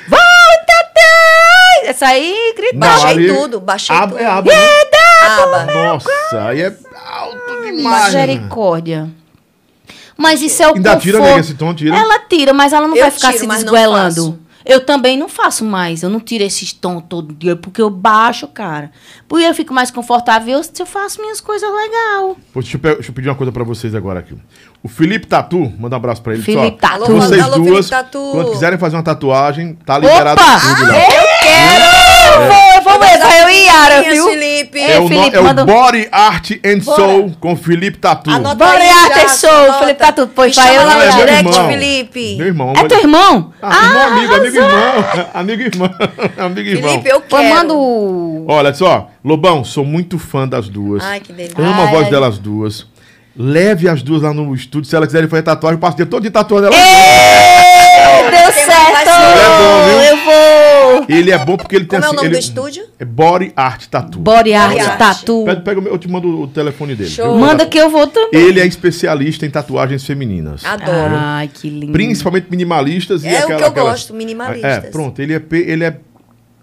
S9: Volta atrás! Essa aí
S10: Baixei
S9: gritava.
S7: Não, ali-
S10: tudo, baixei
S7: Ab-
S10: tudo.
S7: é aba, né?
S10: Aba.
S7: Nossa, aí é alto demais. né?
S9: Misericórdia. Mas isso é o
S7: Ainda tira, nega,
S9: conforto.
S7: esse tom, tira.
S9: Ela tira, mas ela não
S10: Eu
S9: vai ficar
S10: tiro,
S9: se
S10: mas não
S9: desgoelando.
S10: faço.
S9: Eu também não faço mais. Eu não tiro esses tom todo dia, porque eu baixo, cara. Porque eu fico mais confortável se eu faço minhas coisas legal.
S7: Pô, Deixa eu, pe- deixa eu pedir uma coisa pra vocês agora aqui. O Felipe Tatu, manda um abraço pra ele.
S9: Felipe
S7: Só,
S9: Tatu. Alô,
S7: Vocês
S9: alô,
S7: duas,
S9: Felipe Tatu.
S7: quando quiserem fazer uma tatuagem, tá liberado
S9: Opa! Ah, é,
S7: tudo lá.
S9: Eu
S10: quero!
S9: Eu vou, eu vou mesmo, é eu e Yara,
S10: Minha
S9: viu?
S10: Felipe.
S7: É, o, no-
S9: Felipe,
S7: é o
S9: manda um-
S7: Body Art and Soul com Felipe Tatu.
S10: Anota aí,
S9: Bora,
S10: já,
S9: até show.
S10: anota.
S9: Felipe tá tudo. Pois
S10: Me
S9: vai, eu
S10: chama
S9: e
S10: lá no
S9: Yara.
S7: meu
S10: direct,
S7: irmão.
S10: Felipe.
S7: Meu irmão.
S9: É
S7: manda-
S9: teu irmão?
S7: Ah, irmão, amigo, amigo, irmão. <laughs> Amigo, irmão. amigo, irmão.
S10: Felipe, eu quero.
S9: Tomando o...
S7: Olha só, Lobão, sou muito fã das duas.
S10: Ai, que delícia.
S7: Amo a
S9: Ai,
S7: voz
S9: ai.
S7: delas duas. Leve as duas lá no estúdio. Se elas quiserem fazer tatuagem, eu passo o dia todo de tatuando elas.
S9: Deu
S10: Quem vai
S9: certo!
S7: ser?
S9: Eu vou!
S7: Ele é bom porque ele tem
S10: Como é o
S7: assim,
S10: nome
S7: ele-
S10: do estúdio?
S7: É Body Art Tatu.
S9: Body
S10: Body
S9: Art
S10: Art.
S9: Tatu.
S7: Pega, pega o meu- eu te mando o telefone dele.
S10: Show.
S7: viu?
S9: Manda que eu vou também.
S7: Ele é especialista em tatuagens femininas.
S10: Adoro.
S9: Ai, que lindo.
S7: Principalmente minimalistas e
S10: É o
S7: aquela,
S10: que eu
S7: aquelas-
S10: gosto, minimalistas.
S7: É, pronto, ele é, pe- ele é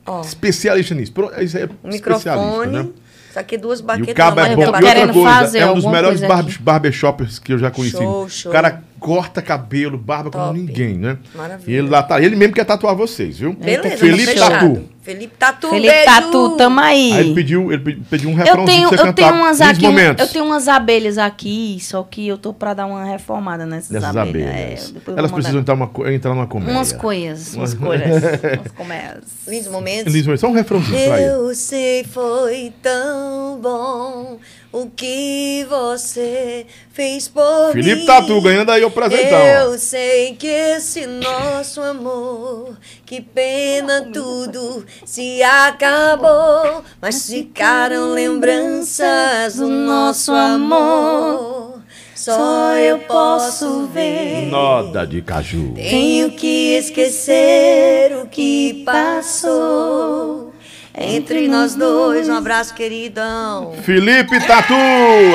S10: Ó,
S7: especialista nisso. Pronto, isso aí é
S10: um
S7: especialista,
S10: microfone.
S7: né?
S10: Só que duas
S7: E o
S10: baquetas.
S7: cabo
S10: mas
S7: é
S9: eu
S7: bom.
S9: tô
S7: E outra
S9: querendo
S7: coisa,
S9: fazer
S7: é um dos
S9: alguma
S7: melhores
S9: coisa
S7: barbe-
S9: aqui.
S7: barbershoppers que eu já conheci.
S10: Show, show.
S7: O cara corta cabelo, barba como
S10: Top.
S7: ninguém, né?
S10: Maravilha.
S7: E ele lá tá. Ele mesmo quer tatuar vocês, viu?
S10: Beleza,
S7: Felipe
S10: tá fechado.
S7: Tatu.
S10: Felipe Tatu,
S9: Felipe
S10: beijo.
S9: Tatu, tamo aí.
S7: Aí ele pediu, ele pe- pediu um refrãozinho
S9: Eu tenho,
S7: pra você
S9: eu
S7: cantar.
S9: tenho umas
S7: nos
S9: aqui,
S7: momentos.
S9: eu tenho umas abelhas aqui, só que eu tô pra dar uma reformada nessas
S7: Dessas
S9: abelhas.
S7: abelhas.
S9: É, depois eu vou
S7: Elas
S9: mandar-
S7: precisam entrar, uma, co- entrar numa comédia.
S9: umas coisas,
S7: <laughs>
S9: umas coisas, umas coisas.
S10: <laughs> Lindos momentos.
S7: Eles vão- Só um refrãozinho pra ele.
S10: Eu sei, foi tão bom o que você fez por mim.
S7: Felipe Tatu ganhando aí o presentão. ó.
S10: Eu sei que esse nosso amor, que pena tudo se acabou, mas ficaram lembranças do nosso amor. Só eu posso ver.
S7: Noda de caju.
S10: Tenho que esquecer o que passou entre nós dois. Um abraço, queridão.
S7: Felipe Tatu!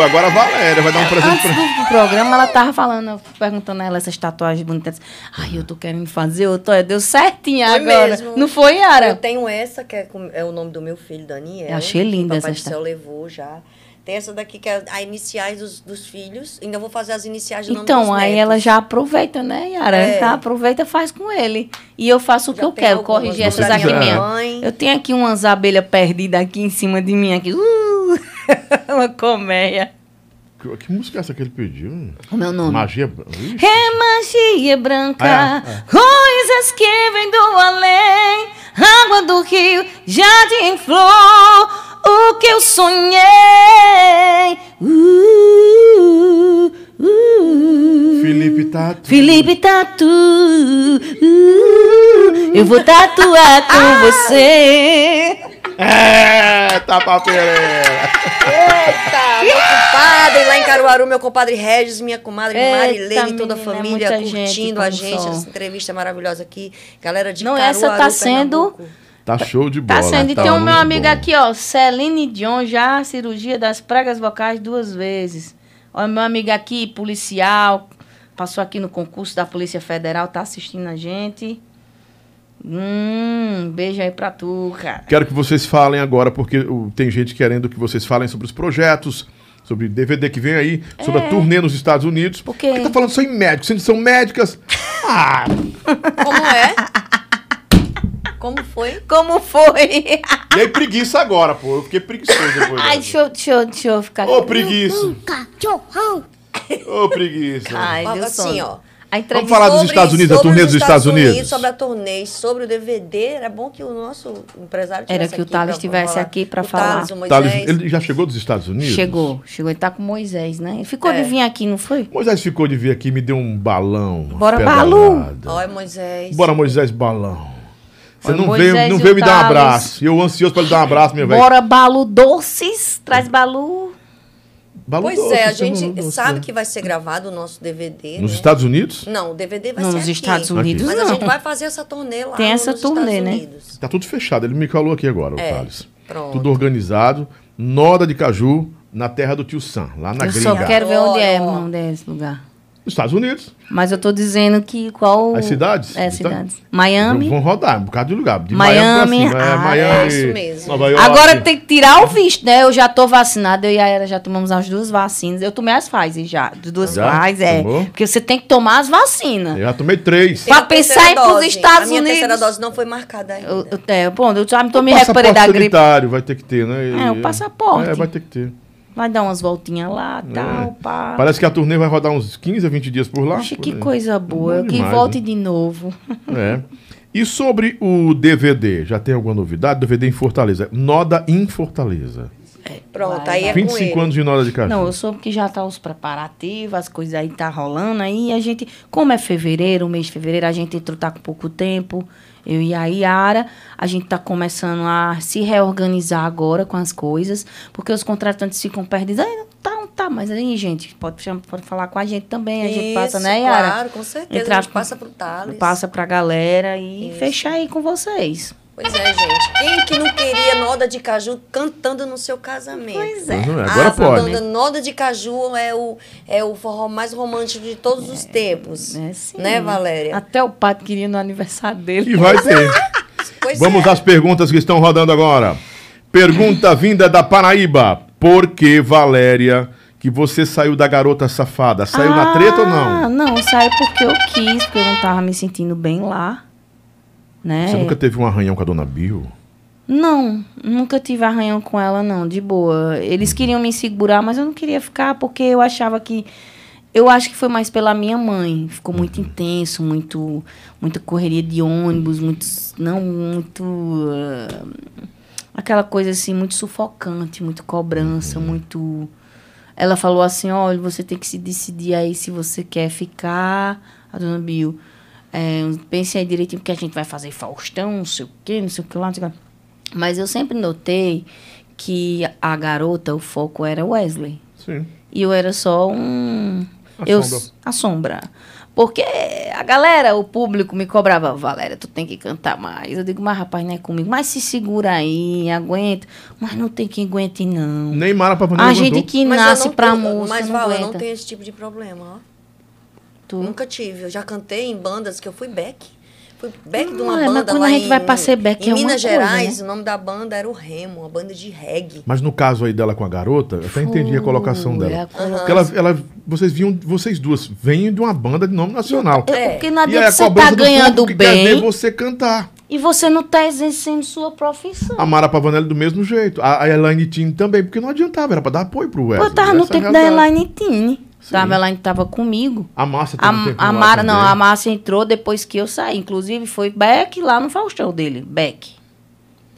S7: Agora a Valéria vai dar um presente
S9: Antes
S7: pra
S9: do programa, ela tava falando, eu perguntando a ela essas tatuagens bonitas. Ai,
S7: Uhum.
S9: eu tô querendo fazer outra. Deu certinho
S10: Foi
S9: agora.
S10: mesmo.
S9: Não foi,
S10: Eu
S9: Yara?
S10: tenho essa, que é, com- é o nome do meu filho, Daniel.
S9: Eu achei linda
S10: que o Papai
S9: essa
S10: do Céu levou já. Tem essa daqui que é a iniciais dos, dos filhos. Ainda vou fazer as iniciais do nome
S9: Então,
S10: dos
S9: aí
S10: netos.
S9: ela já aproveita, né, Yara?
S10: É.
S9: Tá, aproveita e faz com ele. E eu faço o
S10: Já
S9: que eu
S10: tem
S9: quero,
S10: algumas
S9: corrigir
S10: do
S9: essas
S10: Brasil
S9: aqui
S10: da
S9: mesmo.
S10: Mãe.
S9: Eu tenho aqui umas abelhas perdidas aqui em cima de mim, aqui. Uh! <laughs> Uma colmeia.
S7: Que, que música é essa que ele pediu?
S9: O meu nome.
S7: Magia. Ixi.
S9: É magia branca,
S7: Ah, é, é.
S9: coisas que vêm do além, água do rio, jardim em flor, o que eu sonhei. Uh, uh.
S7: Felipe Tatu.
S9: Felipe Tatu, uh, eu vou tatuar com você.
S7: Ah! É, Tapa Pereira.
S10: Eita, meu compadre lá em Caruaru, meu compadre Regis, minha comadre
S9: Eita,
S10: Marilene e toda a
S9: menina,
S10: família
S9: muita gente
S10: curtindo a
S9: como
S10: gente,
S9: são.
S10: essa entrevista é maravilhosa aqui. Galera de
S9: Não,
S10: Caruaru,
S9: essa tá sendo-
S10: Pernambuco.
S7: Tá show de bola.
S9: Tá sendo, e
S7: tá
S9: tem o
S7: muito
S9: meu amigo
S7: bom.
S9: aqui, ó, Celine Dion, já cirurgia das pragas vocais duas vezes. Ó, meu amigo aqui, policial, passou aqui no concurso da Polícia Federal, tá assistindo a gente. Hum, beijo aí pra tu, cara.
S7: Quero que vocês falem agora, porque o- tem gente querendo que vocês falem sobre os projetos, sobre DVD que vem aí, sobre
S9: É.
S7: a turnê nos Estados Unidos.
S9: Porque-
S7: tá falando só em médicos, vocês são médicas.
S9: <laughs>
S7: Ah,
S10: Como é? Como foi?
S9: Como foi?
S7: e aí preguiça agora, pô. Eu fiquei preguiçoso depois. né?
S9: Ai,
S7: dessa.
S9: deixa eu, deixa eu, deixa eu ficar
S7: Ô, preguiça.
S9: Cachorrão.
S7: Ô, preguiça.
S9: Ai,
S10: Ó,
S9: deu
S10: assim,
S9: sono.
S10: ó.
S9: A
S7: Vamos
S9: entrevista...
S7: falar dos
S10: Sobre-
S7: Estados Unidos, a
S10: sobre
S7: turnê
S10: os
S7: dos Estados Unidos.
S10: Sobre a turnê, sobre o DVD, era bom que o nosso empresário
S9: Era
S10: tivesse
S9: que o
S10: aqui
S9: Thales
S10: pra-
S9: estivesse
S10: pra-
S9: aqui pra
S10: o
S9: falar.
S10: Thales, o
S7: Tá,
S10: Moisés.
S7: ele, ele já chegou dos Estados Unidos?
S9: Chegou, chegou, ele tá com Moisés, né? Ele Ficou
S10: É.
S9: de vir aqui, não foi?
S7: Moisés ficou de vir aqui e me deu um balão. uma
S9: Bora,
S7: pedalada.
S9: Balu.
S10: Olha, Moisés.
S7: Bora, Moisés Balão. Você
S9: Olha,
S7: não
S9: Moisés
S7: veio, não
S9: e
S7: veio
S9: o
S7: me dar um
S9: Thales.
S7: abraço. Eu ansioso pra ele dar um abraço, meu velho.
S9: Bora, Balu Doces. Traz Balu.
S7: Balão
S10: Pois
S7: doce,
S10: é, a
S7: você é balão
S10: gente
S7: doce,
S10: sabe
S7: né?
S10: que vai ser gravado o nosso DVD,
S7: Nos
S9: é
S10: né?
S7: Estados Unidos?
S10: Não, o DVD vai
S9: Não,
S10: ser
S9: nos
S10: aqui.
S9: Estados Unidos,
S10: Mas
S9: não.
S10: a gente vai fazer essa turnê lá
S9: Tem
S10: no-
S9: essa
S10: nos
S9: turnê,
S10: Estados
S9: né?
S10: Unidos.
S7: Tá tudo fechado. Ele me calou aqui agora,
S10: É,
S7: o Thales.
S10: pronto.
S7: Tudo organizado. Noda de caju na terra do tio Sam, lá na
S9: Eu
S7: gringa.
S9: só quero ver onde é,
S10: Adoro.
S9: irmão, onde é esse lugar.
S7: Nos Estados Unidos.
S9: Mas eu tô dizendo que qual.
S7: As cidades?
S9: É,
S7: Então,
S9: cidades. Miami.
S7: Vão rodar, um bocado de lugar. De
S9: Miami,
S7: Miami pra cima,
S9: ah,
S7: é,
S9: é
S7: Miami,
S9: isso mesmo.
S7: Nova York.
S9: Agora tem que tirar o visto, né? Eu já tô vacinada, eu e a Era já tomamos as duas vacinas. Eu tomei as Pfizer já, de duas
S7: Já?
S9: Pfizer, é.
S7: Tomou?
S9: Porque você tem que tomar as vacinas.
S7: Eu já tomei três.
S9: Pra pensar em ir
S10: Terceira
S9: pros
S10: dose.
S9: Estados
S10: A minha terceira
S9: Unidos.
S10: dose não foi marcada ainda.
S9: Eu, eu, é, bom, eu já me tô
S7: O
S9: me recuperando da
S7: passaporte
S9: gripe.
S7: sanitário vai ter que ter, né? E-
S9: É, o passaporte.
S7: É, vai ter que ter.
S9: Vai dar umas voltinhas lá,
S7: É.
S9: tal, pá.
S7: Parece que a turnê vai rodar uns 15 a 20 dias por lá.
S9: Oxe,
S7: por
S9: que
S7: aí.
S9: coisa boa.
S7: Bom
S9: que
S7: demais,
S9: volte
S7: né?
S9: de novo.
S7: É. E sobre o DVD, já tem alguma novidade? DVD em Fortaleza. Noda em Fortaleza.
S10: Pronto, aí é com
S7: 25
S10: ele.
S7: anos de Noda de Caju.
S9: Não, eu soube que já tá os preparativos, as coisas aí tá rolando aí. A gente, como é fevereiro, o mês de fevereiro, a gente entrou, tá com pouco tempo. Eu e a Yara, a gente tá começando a se reorganizar agora com as coisas, porque os contratantes ficam perdidos. Aí não tá, não tá, mas aí, gente, pode, chamar- pode falar com a gente também. A gente passa,
S10: Isso,
S9: né, Yara?
S10: Claro, com certeza.
S9: Entrar
S10: a gente
S9: com-
S10: passa pro Thales.
S9: Passa pra galera e
S10: Isso.
S9: fechar aí com vocês.
S10: Pois é, gente. Quem que não queria noda de caju cantando no seu casamento?
S9: Pois
S7: é. Pois não é, agora pode.
S10: banda Noda de caju é o, é o forró mais romântico de todos os tempos.
S9: É, sim.
S10: Né, Valéria?
S9: Até o Pato queria no aniversário dele.
S7: E vai ter.
S10: Pois
S7: Vamos
S10: é.
S7: às perguntas que estão rodando agora. Pergunta vinda da Paraíba. Por que, Valéria, que você saiu da garota safada? Saiu na treta ou não?
S9: Ah, não, saiu porque eu quis, porque eu não tava me sentindo bem lá. Né?
S7: Você nunca teve um arranhão com a dona Bill?
S9: Não, nunca tive arranhão com ela, não, de boa. Eles queriam me segurar, mas eu não queria ficar, porque eu achava que. Eu acho que foi mais pela minha mãe. Ficou muito intenso, muito, muita correria de ônibus, muitos, não muito. ah, aquela coisa assim, muito sufocante, muito cobrança, muito. Ela falou assim: olha, você tem que se decidir aí se você quer ficar, a dona Bill. É, pense aí direitinho, porque a gente vai fazer Faustão, não sei o quê, não sei o que lá, não sei o que lá. Mas eu sempre notei que a garota, o foco era Wesley.
S7: Sim.
S9: E eu era só um.
S7: A
S9: eu,
S7: sombra.
S9: A sombra. Porque a galera, o público me cobrava, Valéria, tu tem que cantar mais. Eu digo, mas rapaz, não é comigo. Mas se segura aí, aguenta. Mas não tem quem aguente, não.
S7: Nem Mara pra
S9: a gente que
S10: Mas eu
S9: nasce
S10: não
S9: pra
S10: tenho-
S9: música.
S10: Mas,
S9: não
S10: Val, eu
S9: aguenta.
S10: não tenho esse tipo de problema, ó.
S9: Tu-
S10: Nunca tive. Eu já cantei em bandas que eu fui back. Fui back de uma
S9: Ah, mas
S10: banda
S9: quando
S10: lá
S9: a gente
S10: em,
S9: vai pra ser back
S10: em
S9: é uma
S10: Minas
S9: coisa,
S10: Gerais,
S9: né?
S10: o nome da banda era o Remo, uma banda de reggae.
S7: Mas no caso aí dela com a garota, eu até entendi a colocação
S9: Foi, é
S7: dela.
S9: a colocação.
S7: Porque ela, ela- vocês viam, vocês duas, vêm de uma banda de nome nacional.
S10: É.
S9: Eu- É, Porque não
S7: E aí
S9: adianta
S7: a
S9: você
S7: cobrança
S9: tá
S7: do público
S9: ganhando
S7: que
S9: bem
S7: Quer ver você cantar.
S9: e você não tá exercendo sua profissão.
S7: A Mara Pavanelli do mesmo jeito. A, a Elaine Tim também, porque não adiantava, era pra dar apoio pro Wesley.
S9: Pô, tá, eu tava no
S7: Essa é a
S9: tempo da
S7: realidade.
S9: Elaine Tine. Tava, a Elaine tava comigo.
S7: A Márcia
S9: né? A,
S7: tava no tempo
S9: a
S7: lá
S9: Mara, não,
S7: também.
S9: a Márcia entrou depois que eu saí. Inclusive, foi back lá no Faustão dele. Back.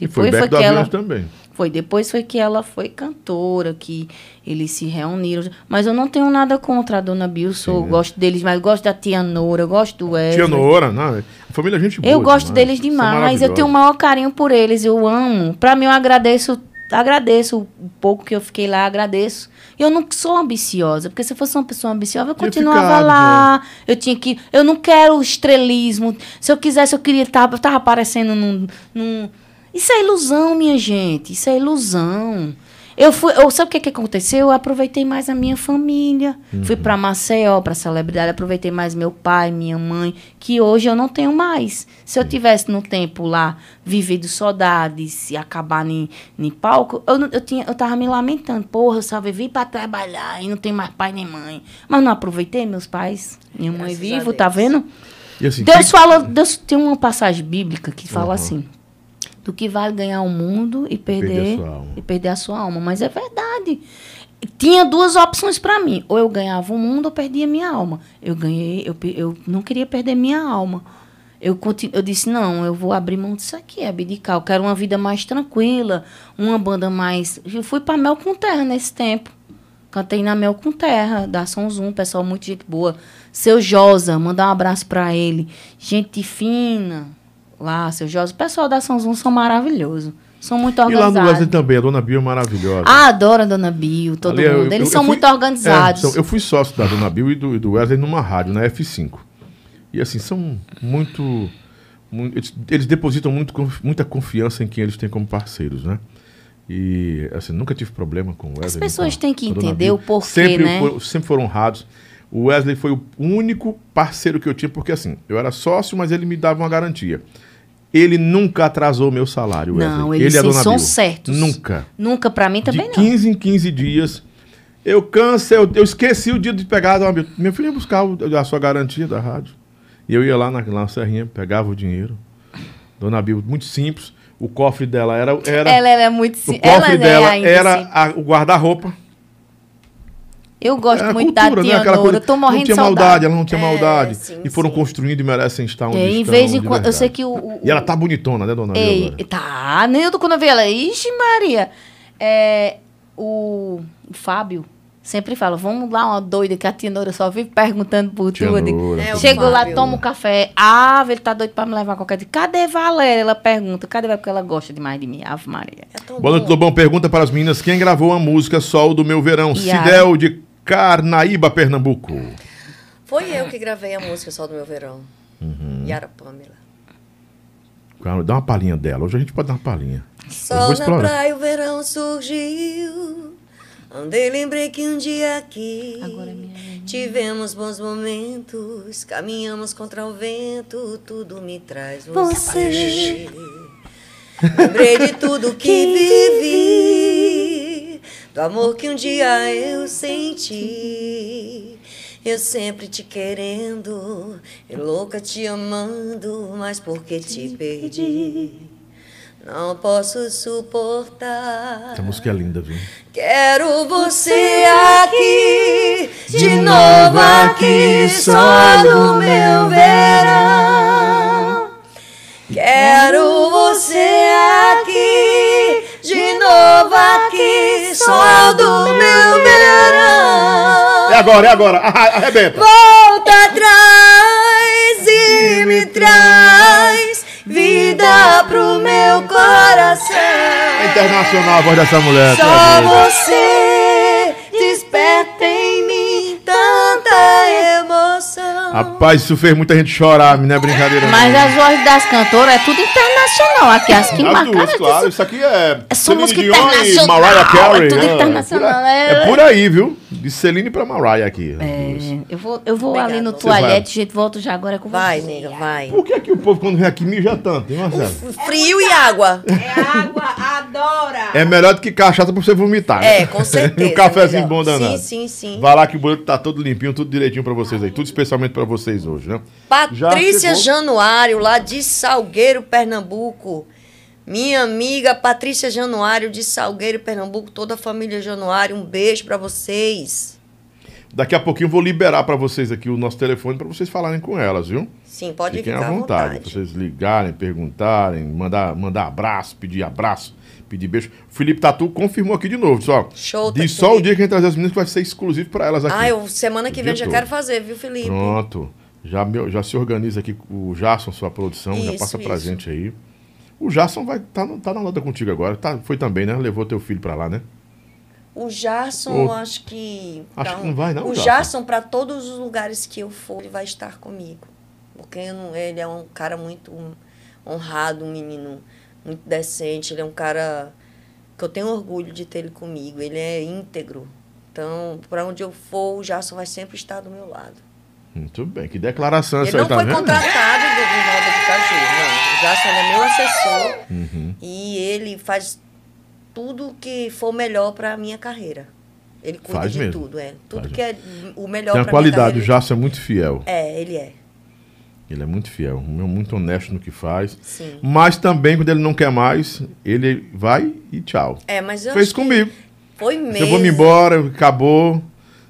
S7: E foi
S9: Depois
S7: Beck
S9: foi,
S7: do
S9: que ela.
S7: Aviões também.
S9: Foi, depois foi que ela foi cantora, que eles se reuniram. Mas eu não tenho nada contra a dona Bill, sou,
S7: né?
S9: gosto deles, mas eu gosto da Tia Noura, eu gosto do
S7: Tia
S9: Wesley.
S7: Noora, né? A família é gente boa.
S9: É,
S7: é
S9: Eu gosto deles
S7: São
S9: demais. Eu
S7: maravilhosos.
S9: tenho o maior carinho por eles. Eu amo. Pra mim, eu agradeço. Agradeço o pouco que eu fiquei lá, agradeço. Eu não sou ambiciosa, porque se eu fosse uma pessoa ambiciosa, eu
S7: Tinha
S9: continuava
S7: ficado,
S9: lá. Eu tinha que. Eu não quero estrelismo. Se eu quisesse, eu queria estar. Eu tava aparecendo num, num- Isso é ilusão, minha gente. Isso é ilusão. Eu fui. Eu, sabe o que, que aconteceu? Eu aproveitei mais a minha família.
S10: Uhum.
S9: Fui pra Maceió, pra celebridade, aproveitei mais meu pai, minha mãe, que hoje eu não tenho mais. Se eu tivesse no tempo lá vivido saudades e acabar em, em palco, eu, não- eu, tinha, eu tava me lamentando. Porra, eu só vivi pra trabalhar e não tenho mais pai nem mãe. Mas não aproveitei meus pais. Minha mãe
S10: Graças a
S9: vivo,
S10: Deus.
S9: tá vendo?
S7: E assim,
S9: Deus
S7: tem-
S9: fala, Deus tem uma passagem bíblica que fala assim: do que vale ganhar o mundo e
S7: Perder a
S9: perder,
S7: sua alma.
S9: e perder a sua alma. Mas é verdade. Tinha duas opções pra mim: ou eu ganhava o mundo ou perdia minha alma. Eu ganhei, eu, pe- eu não queria perder minha alma. Eu, continu, eu disse: não, eu vou abrir mão disso aqui, abdicar. Eu quero uma vida mais tranquila, uma banda mais. Eu fui pra Mel com Terra nesse tempo. Cantei na Mel com Terra, da São Zoom, pessoal muito gente boa. Seu Josa, mandar um abraço pra ele. Gente fina lá, seu Josa. O pessoal da São Zoom são maravilhosos. São muito
S7: E lá no Wesley
S9: organizados.
S7: também, a dona Bia é maravilhosa.
S9: Ah, adoro a Dona Bio, todo
S7: Ali eu-
S9: mundo.
S7: eu-
S9: Eles
S7: eu
S9: são
S7: fui-
S9: muito organizados.
S7: é, são- eu fui sócio da Dona Bill e do, e do Wesley numa rádio, na F5. E assim, são muito. mu- eles, eles depositam muito, conf- muita confiança em quem eles têm como parceiros, né? E assim, nunca tive problema com o Wesley.
S9: pessoas
S7: com a-
S9: têm que
S7: com a Dona
S9: entender
S7: Bill.
S9: o porquê,
S7: sempre
S9: né?
S7: for- sempre foram honrados. O Wesley foi o único parceiro que eu tinha, porque assim, eu era sócio, mas ele me dava uma garantia. Ele nunca atrasou meu salário, Wesley.
S9: Não, eles
S7: e a
S9: sim
S7: Dona
S9: são
S7: Bill.
S9: certos.
S7: Nunca.
S9: Nunca, pra mim também
S7: De
S9: não.
S7: 15 em 15 dias. Eu canso, eu, eu esqueci o dia de pegar. ó, Meu, meu filho ia buscar o- a sua garantia da rádio. E eu ia lá na, lá na Serrinha, pegava o dinheiro. Dona Bill, muito simples. O cofre dela era. era
S9: Ela era muito
S7: O
S9: sim-
S7: cofre
S9: ela é
S7: dela
S9: ainda
S7: era
S9: assim.
S7: a- o guarda-roupa.
S9: Eu gosto
S7: Era
S9: muito
S7: cultura,
S9: da
S7: né?
S9: tia
S7: Aquela
S9: Nora.
S7: coisa-
S9: Eu tô morrendo
S7: Não
S9: de
S7: tinha
S9: saudade.
S7: maldade, ela não tinha maldade.
S9: sim,
S7: e foram construindo e merecem estar onde
S9: É, em
S7: estão.
S9: vez de
S7: de
S9: quando- eu
S7: verdade.
S9: sei que o- o-
S7: E ela tá bonitona, né, Dona Bill?
S9: Ei,
S7: agora?
S9: tá, nem eu tô quando eu vi ela. Ixi, Maria. É, o, o Fábio sempre fala: vamos lá, uma doida que a tia Nora só vive perguntando por
S7: Tia
S9: tudo.
S7: Nora, É, o
S9: Chegou lá,
S7: Fábio.
S9: toma um café. Ah, ele tá doido pra me levar qualquer dia. Cadê Valéria? Ela pergunta: cadê Valéria? Porque ela gosta demais de mim. Ave Maria.
S7: Boa noite, Lobão. Pergunta para as meninas quem gravou a música Sol do Meu Verão?
S10: Yara.
S7: Cidel de Carnaíba, Pernambuco.
S10: Foi eu que gravei a música só do meu verão.
S7: Hum.
S10: Yara Pamela.
S7: Cara, Dá uma palhinha dela. Hoje a gente pode dar uma palhinha. Eu vou
S10: Sol na
S7: explorar.
S10: praia, o verão surgiu. Andei, lembrei que um dia aqui tivemos bons momentos, caminhamos contra o vento, tudo me traz <laughs> você. Lembrei de tudo que vivi, do amor que um dia eu senti. Eu sempre te querendo, eu louca te amando, mas porque te perdi? Não posso suportar.
S7: Essa música é linda, viu?
S10: Quero você aqui, de
S7: De
S10: novo
S7: novo
S10: aqui,
S7: aqui,
S10: só
S7: só
S10: no
S7: no
S10: meu verão. Quero você aqui, de novo aqui, só do meu verão.
S7: É agora, é agora. Arra- Arrebenta.
S10: Volta atrás e me traz vida pro meu coração.
S7: Internacional a voz dessa mulher.
S10: Só
S7: Tá vendo?
S10: você desperta em mim tanta emoção.
S7: Rapaz, isso fez muita gente chorar, não é brincadeira.
S9: Mas
S7: não.
S9: as vozes das cantoras é tudo internacional. Aqui, as que
S7: As
S9: marcaram.
S7: duas, claro. Isso aqui é.
S9: Essa
S7: Celine
S9: música
S7: Dion e
S9: internacional,
S7: Mariah Carey.
S9: é tudo
S7: né?
S9: internacional,
S7: É por,
S10: né?
S9: é-
S7: é por aí, viu? De Celine pra Mariah aqui.
S9: É, eu vou, eu vou ali no
S7: Você vai.
S9: toalhete, gente, volto já agora com
S10: Vai, nega, vai.
S7: Por que, é que o povo, quando vem aqui, mija tanto, hein, Marcelo?
S10: Frio e água.
S7: É melhor do que cachaça pra você vomitar. né?
S10: É, com
S7: <laughs>
S10: certeza,
S7: e um cafezinho bom
S10: melhor.
S7: danado.
S10: Sim, sim, sim.
S7: Vai lá que o boleto tá todo limpinho, tudo direitinho pra vocês aí. Tudo especialmente pra vocês hoje, né?
S10: Patrícia
S7: chegou.
S10: Januário, lá de Salgueiro, Pernambuco. Minha amiga Patrícia Januário, de Salgueiro, Pernambuco. Toda a família Januário, um beijo pra vocês.
S7: Daqui a pouquinho eu vou liberar pra vocês aqui o nosso telefone pra vocês falarem com elas, viu?
S10: Sim, pode
S7: Fiquem
S10: ficar
S7: à
S10: à
S7: vontade. Pra vocês ligarem, perguntarem, mandar, mandar abraço, pedir abraço, pedir beijo. O Felipe Tatu confirmou aqui de novo, só.
S10: Show,
S7: Diz
S10: Tatu.
S7: só o dia que a gente trazer as meninas que vai ser exclusivo pra elas aqui.
S10: Ah, eu, semana que
S7: O
S10: vem eu
S7: dia
S10: já
S7: todo.
S10: quero fazer, viu, Felipe?
S7: Pronto. Já, meu- já se organiza aqui o Jason, sua produção, já
S10: Isso,
S7: passa pra
S10: isso.
S7: gente aí. O Jason vai tá, no- tá na luta contigo agora. Tá, foi também, né? Levou teu filho pra lá, né?
S10: O Jarson,
S7: O-
S10: eu acho que.
S7: Acho
S10: pra um
S7: que não vai, não,
S10: O
S7: Jarson.
S10: Jarson, para todos os lugares que eu for, ele vai estar comigo. Porque eu não- ele é um cara muito honrado, um menino muito decente. Ele é um cara que eu tenho orgulho de ter ele comigo. Ele é íntegro. Então, para onde eu for, o Jarson vai sempre estar do meu lado.
S7: Muito Hum, bem. Que declaração
S10: Ele
S7: essa aí,
S10: não
S7: tá
S10: foi
S7: vendo?
S10: contratado do Rinaldo de Caju, não. O Jarson ele é meu assessor
S7: Uhum.
S10: e ele faz tudo que for melhor para a minha carreira. Ele cuida
S7: Faz
S10: de
S7: mesmo.
S10: tudo, é. Tudo
S7: Faz
S10: que é o melhor
S7: Tem a
S10: pra
S7: qualidade. O
S10: minha carreira.
S7: Jason é muito fiel.
S10: É, ele é.
S7: Ele é muito fiel. um- Muito honesto no que faz.
S10: Sim.
S7: Mas também, quando ele não quer mais, ele vai e tchau.
S10: É, mas eu
S7: Fez
S10: acho que
S7: comigo.
S10: Foi
S7: Se
S10: mesmo.
S7: Eu vou me embora, acabou.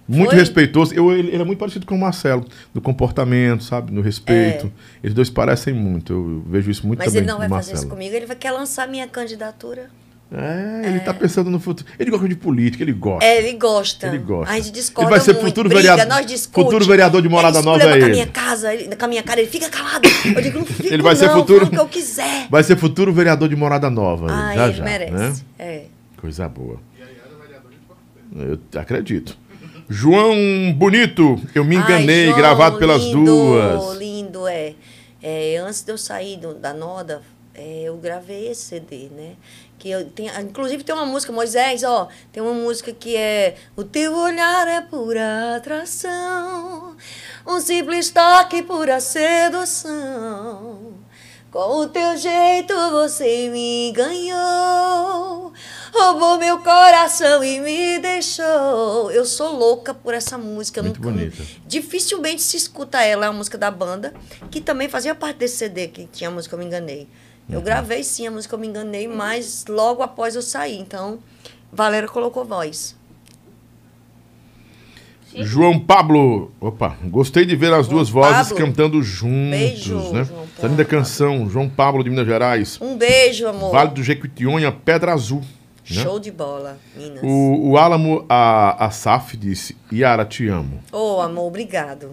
S7: Muito
S10: Foi?
S7: respeitoso. Eu, ele, ele é muito parecido com o Marcelo, no comportamento, sabe? No respeito. Eles dois parecem muito. Eu vejo isso muito
S10: É. Mas
S7: também
S10: ele não
S7: no
S10: vai fazer
S7: Marcelo.
S10: isso comigo, ele vai quer lançar minha candidatura.
S7: É, ele tá pensando no futuro. Ele gosta de política, ele gosta.
S10: É, ele gosta.
S7: Ele gosta.
S10: A gente discorda
S7: Ele vai ser
S10: muito,
S7: futuro
S10: briga,
S7: vereador-
S10: nós discute.
S7: futuro vereador de Morada
S10: ele
S7: Nova
S10: esculhamba
S7: é
S10: com a
S7: ele.
S10: minha casa, ele- com a minha cara, ele fica calado. Eu digo, não fico
S7: <laughs> Ele vai ser
S10: não,
S7: futuro-
S10: falo o que eu quiser.
S7: Vai ser futuro vereador de Morada Nova.
S10: Ah,
S7: já,
S10: ele
S7: já,
S10: merece.
S7: né?
S10: É.
S7: Coisa boa. Eu acredito. João Bonito, eu me enganei,
S10: Ai, João,
S7: gravado pelas
S10: lindo,
S7: duas.
S10: Lindo, é. É, Antes de eu sair do- da Noda, é, eu gravei esse CD, né? Que eu tenho, inclusive tem uma música, Moisés, ó, tem uma música que é O teu olhar é pura atração, um simples toque pura sedução. Com o teu jeito você me ganhou, roubou meu coração e me deixou. Eu sou louca por essa música, eu
S7: Muito
S10: nunca-
S7: bonita.
S10: Dificilmente se escuta ela, é uma música da banda, que também fazia parte desse CD que tinha a música Eu Me Enganei.
S7: Uhum.
S10: Eu gravei sim a música Eu Me Enganei, mas logo após eu sair. Então, Valera colocou voz.
S7: João Pablo. Opa, gostei de ver as duas vozes
S10: Pablo.
S7: cantando juntos,
S10: Beijo,
S7: né?
S10: João
S7: Essa linda canção, João Pablo de Minas Gerais.
S10: Um beijo, amor.
S7: Vale do Jequitinhonha, Pedra Azul. né?
S10: Show de bola, Minas. Ô,
S7: O, o Álamo a, Saf disse: Yara, te amo.
S10: amor, obrigado.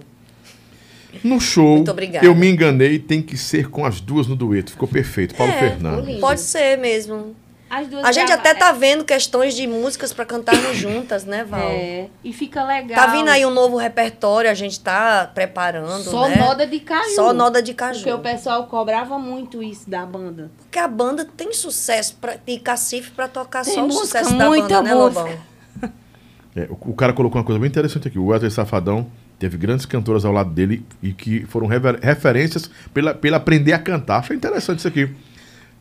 S7: No show,
S10: Muito obrigada.
S7: eu me enganei, tem que ser com as duas no dueto. Ficou perfeito. Paulo
S10: É,
S7: Fernandes.
S10: Pode ser mesmo.
S9: As duas
S10: A gente
S9: grava-
S10: até tá vendo questões de músicas
S7: <coughs>
S10: pra cantarmos juntas, né, Val?
S9: É, e fica legal.
S10: Tá vindo aí um novo repertório, a gente tá preparando,
S9: Só
S10: né?
S9: noda de caju.
S10: Só noda de caju.
S9: Porque o pessoal cobrava muito isso da banda.
S10: Porque a banda tem sucesso pra, e cacife pra tocar
S9: Tem
S10: só o
S9: música,
S10: sucesso da
S9: muita
S10: banda, né,
S9: música.
S10: Lobão?
S7: É, o, o cara colocou uma coisa bem interessante aqui. O Wesley Safadão teve grandes cantoras ao lado dele e que foram rever- referências pela, pela aprender a cantar. Achei interessante isso aqui.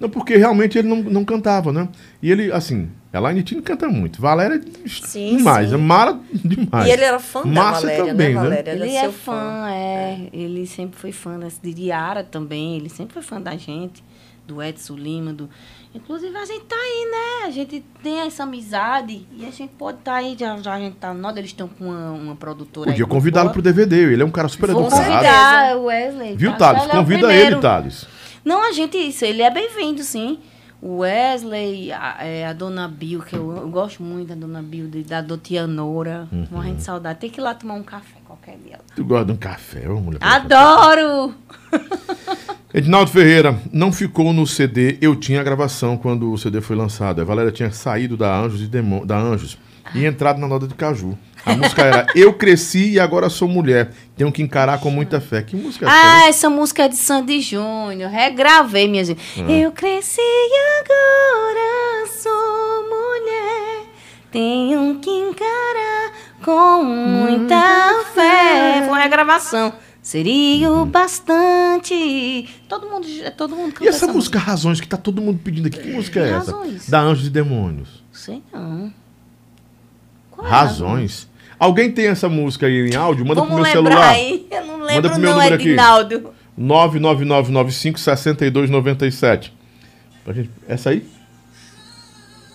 S7: Não, porque realmente ele não, não cantava, né? E ele, assim, Elaine Tino canta muito. Valéria é
S10: Sim,
S7: demais.
S10: sim.
S7: né? Mara demais.
S10: E ele era fã da
S7: Márcia
S10: Valéria, né,
S7: também,
S10: Valéria? Ele era
S9: Ele é
S10: seu
S9: fã, é. Ele sempre foi fã da de Yara também. Ele sempre foi fã da gente, do Edson Lima. Do... Inclusive, a gente tá aí, né? A gente tem essa amizade e a gente pode tá aí. Já, já a gente tá no nó. Eles estão com uma, uma produtora
S7: Podia
S9: aí.
S7: convidá-lo pro DVD. Ele é um cara super
S9: Vou
S7: educado.
S9: convidar o Wesley.
S7: Viu,
S9: Thales?
S7: Thales?
S9: é o
S7: Convida
S9: primeiro.
S7: ele, Thales.
S9: Não, a gente, isso, ele é bem-vindo, sim. O Wesley, a, é, a dona Bill, que eu, eu gosto muito da dona Bill, de- da dotianora.
S7: Uhum.
S9: Morrendo de saudade. Tem que ir lá tomar um café qualquer dia. lá.
S7: Tu gosta de um café, ô mulher?
S9: Adoro!
S7: Edinaldo Ferreira, não ficou no CD, eu tinha a gravação quando o CD foi lançado. A Valéria tinha saído da Anjos e, Demo- da Anjos e entrado na Noda de Caju. A música
S9: <laughs>
S7: era Eu Cresci e Agora Sou Mulher. Tenho que encarar com muita fé. Que música é
S9: Ah, essa música é de Sandy Júnior. Regravei, minha gente.
S7: Ah.
S9: Eu cresci e agora sou mulher. Tenho que encarar com muita fé. Foi uma regravação. Seria o bastante. Todo mundo, é todo mundo
S7: Hum. E
S9: canta
S7: essa música Razões, que tá todo mundo pedindo aqui. Que música é essa?
S9: Razões.
S7: Da Anjos e Demônios.
S9: Sei não. Qual é a
S7: Razões. Alguém tem essa música aí em áudio? Manda
S9: Vamos
S7: pro meu
S9: lembrar
S7: celular.
S9: aí. Eu não
S7: Manda
S9: lembro,
S7: pro meu
S9: não,
S7: número aqui.
S9: Edinaldo.
S7: 99995-6297. Pra gente... Essa aí?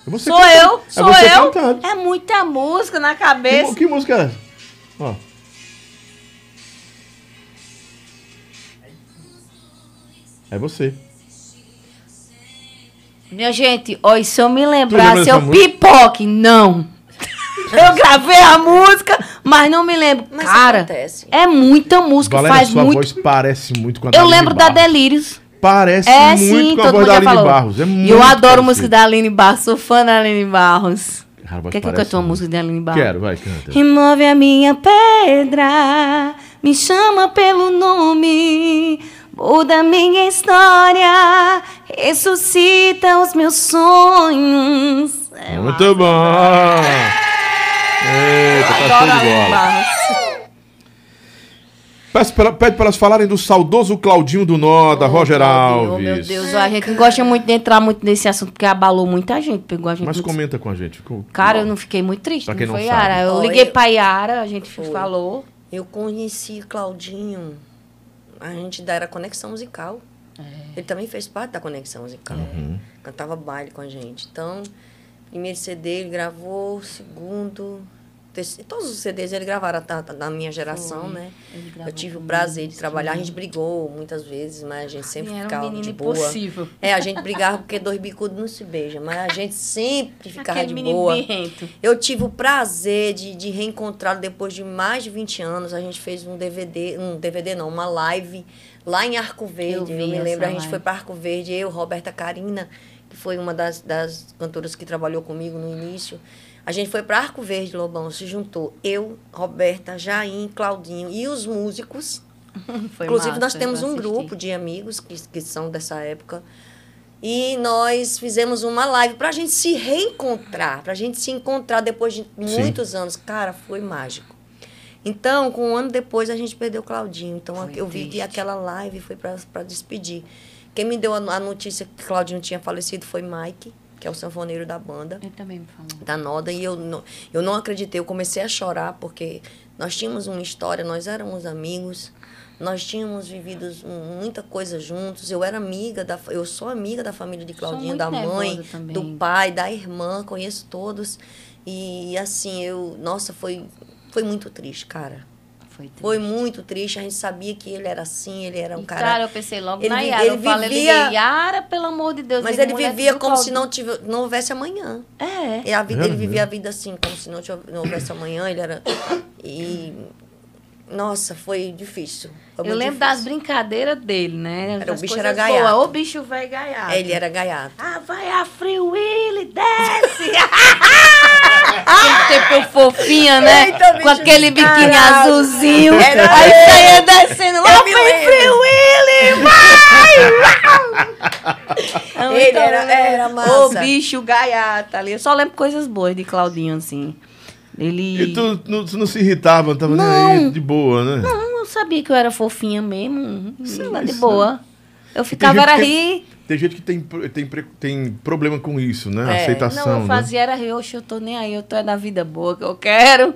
S7: É você
S9: Sou
S7: cantando.
S9: eu,
S7: É
S9: sou
S7: você
S9: eu.
S7: cantando.
S9: É muita música na
S7: Que,
S9: cabeça.
S7: mu- que música é essa? Ó. É você.
S9: Minha gente, ó, e se eu me
S7: lembra
S9: lembrar, se
S7: dessa
S9: eu
S7: música?
S9: pipoque,
S10: <laughs>
S9: não. Eu gravei a música, mas não me lembro.
S10: Mas
S9: Cara,
S10: acontece.
S9: é muita música,
S7: Valéria,
S9: faz
S7: sua
S9: muito.
S7: voz parece muito com a da
S9: Eu
S7: Aline
S9: lembro da
S7: Barros.
S9: Delírios.
S7: Parece
S9: É
S7: muito
S9: sim,
S7: com a voz
S9: todo
S7: da
S9: mundo já
S7: Aline
S9: falou.
S7: Barros. É
S9: E
S7: muito
S9: eu adoro
S7: parecido.
S9: música da Aline Barros, sou fã da Aline Barros.
S7: Cara, a voz
S9: Quer que eu
S7: parece
S9: cante uma
S7: muito.
S9: música da Aline Barros?
S7: Quero, vai, canta.
S9: Remove a minha pedra, me chama pelo nome, muda a minha história, ressuscita os meus sonhos. É né?
S7: muito bom. Eita, tá show de bola. Peço pra- Pede para elas falarem do saudoso Claudinho do Noda, Roger
S9: Oh,
S7: Alves.
S9: meu Deus, ó, a gente não gosta muito de entrar muito nesse assunto, porque abalou muita gente, pegou a gente.
S7: Mas
S9: muito-
S7: comenta com a gente. co-
S9: Cara, eu não fiquei muito triste,
S7: Pra
S9: não
S7: quem
S9: foi,
S7: não sabe.
S9: Yara? Eu
S10: Ó,
S9: liguei
S10: eu-
S9: pra Yara, a gente falou.
S10: Eu conheci Claudinho. A gente da era Conexão Musical.
S9: É.
S10: Ele também fez parte da Conexão Musical.
S7: Uhum.
S10: Cantava baile com a gente. Então, primeiro CD ele gravou, segundo, terceiro, todos os CDs ele gravaram da, da minha geração,
S9: Foi.
S10: né?
S9: Ele gravou
S10: Eu tive o
S9: muito,
S10: prazer de trabalhar. A gente
S9: sim.
S10: brigou muitas vezes, mas a gente sempre
S9: Ele era um
S10: ficava
S9: menino
S10: de boa.
S9: impossível. <laughs>
S10: É, a gente brigava porque dois bicudos não se beijam, mas a gente sempre ficava
S9: Aquele
S10: de
S9: menino
S10: boa.
S9: birrento.
S10: Eu tive o prazer de, de reencontrá-lo depois de mais de 20 anos. A gente fez um DVD, um DVD não, uma live lá em Arco Verde. Eu,
S9: vi
S10: me
S9: essa
S10: lembro, a gente
S9: live.
S10: foi para Arco Verde, eu, Roberta Carina, que foi uma das, das cantoras que trabalhou comigo no início. A gente foi para Arco Verde, Lobão, se juntou eu, Roberta, Jaim, Claudinho e os músicos.
S9: Foi
S10: Inclusive,
S9: massa,
S10: nós temos
S9: eu
S10: um
S9: assisti.
S10: grupo de amigos que, que são dessa época. E nós fizemos uma live pra gente se reencontrar, pra gente se encontrar depois de muitos anos. Cara, foi mágico. Então, com um ano depois, a gente perdeu o Claudinho. Então, eu vi que aquela live foi pra pra despedir. Quem me deu a, a notícia que Claudinho tinha falecido foi Mike, que é o sanfoneiro da banda
S9: Ele também me falou.
S10: da Noda e eu não, eu não acreditei, eu comecei a chorar porque nós tínhamos uma história, nós éramos amigos, nós tínhamos vivido um- muita coisa juntos, eu era amiga da fa- eu sou amiga da família de Claudinha,
S9: muito
S10: da mãe,
S9: nervosa também.
S10: do pai, da irmã, conheço todos e assim, eu, nossa, foi foi muito triste, cara.
S9: Foi triste.
S10: Foi muito triste, a gente sabia que ele era assim, ele era um cara
S9: Cara, eu pensei logo
S10: ele
S9: na
S10: vi-
S9: Yara.
S10: ele
S9: eu falei,
S10: vivia-
S9: liguei, Yara, pelo amor de Deus. é
S10: Mas
S9: liga,
S10: ele
S9: mulher,
S10: vivia
S9: do
S10: como se
S9: Claudinho.
S10: não, tive, não houvesse amanhã.
S9: É.
S10: E a vida,
S9: É
S10: ele vivia a vida assim, como se não, tive- não houvesse amanhã. Ele era. E. Nossa, foi difícil. Foi
S9: Eu
S10: muito
S9: lembro das brincadeiras dele, né?
S10: Era-
S9: Das
S10: o bicho era
S9: coisas
S10: gaiato.
S9: boas. O bicho velho gaiato.
S10: difícil. Ele era gaiato.
S9: Ah, vai a Free Willy,
S10: <laughs>
S9: desce! Aquele tempo eu fofinha, né?
S10: Eita, bicho
S9: Com aquele
S10: do caralho.
S9: biquíni azulzinho.
S10: Era
S9: aí
S10: ele.
S9: saía descendo lá,
S10: Eu
S9: vem
S10: me
S9: Free
S10: lembro.
S9: Willy, vai! É muito
S10: <laughs> Ele era- era massa.
S9: O bicho gaiata ali. Eu só lembro coisas boas de Claudinho, assim. Ele...
S7: E tu não, tu não se irritava, não tava nem aí, de boa, né?
S9: Não, eu sabia que eu era fofinha mesmo.
S10: é
S9: Tá de
S7: isso,
S9: boa. Eu ficava,
S7: gente
S9: era
S7: que
S9: rir.
S7: Tem gente que tem, pro- tem, pre- tem problema com isso, né?
S9: É.
S7: Aceitação.
S9: Não, eu fazia era rir, oxe, eu tô nem aí, eu tô é na vida boa que eu quero.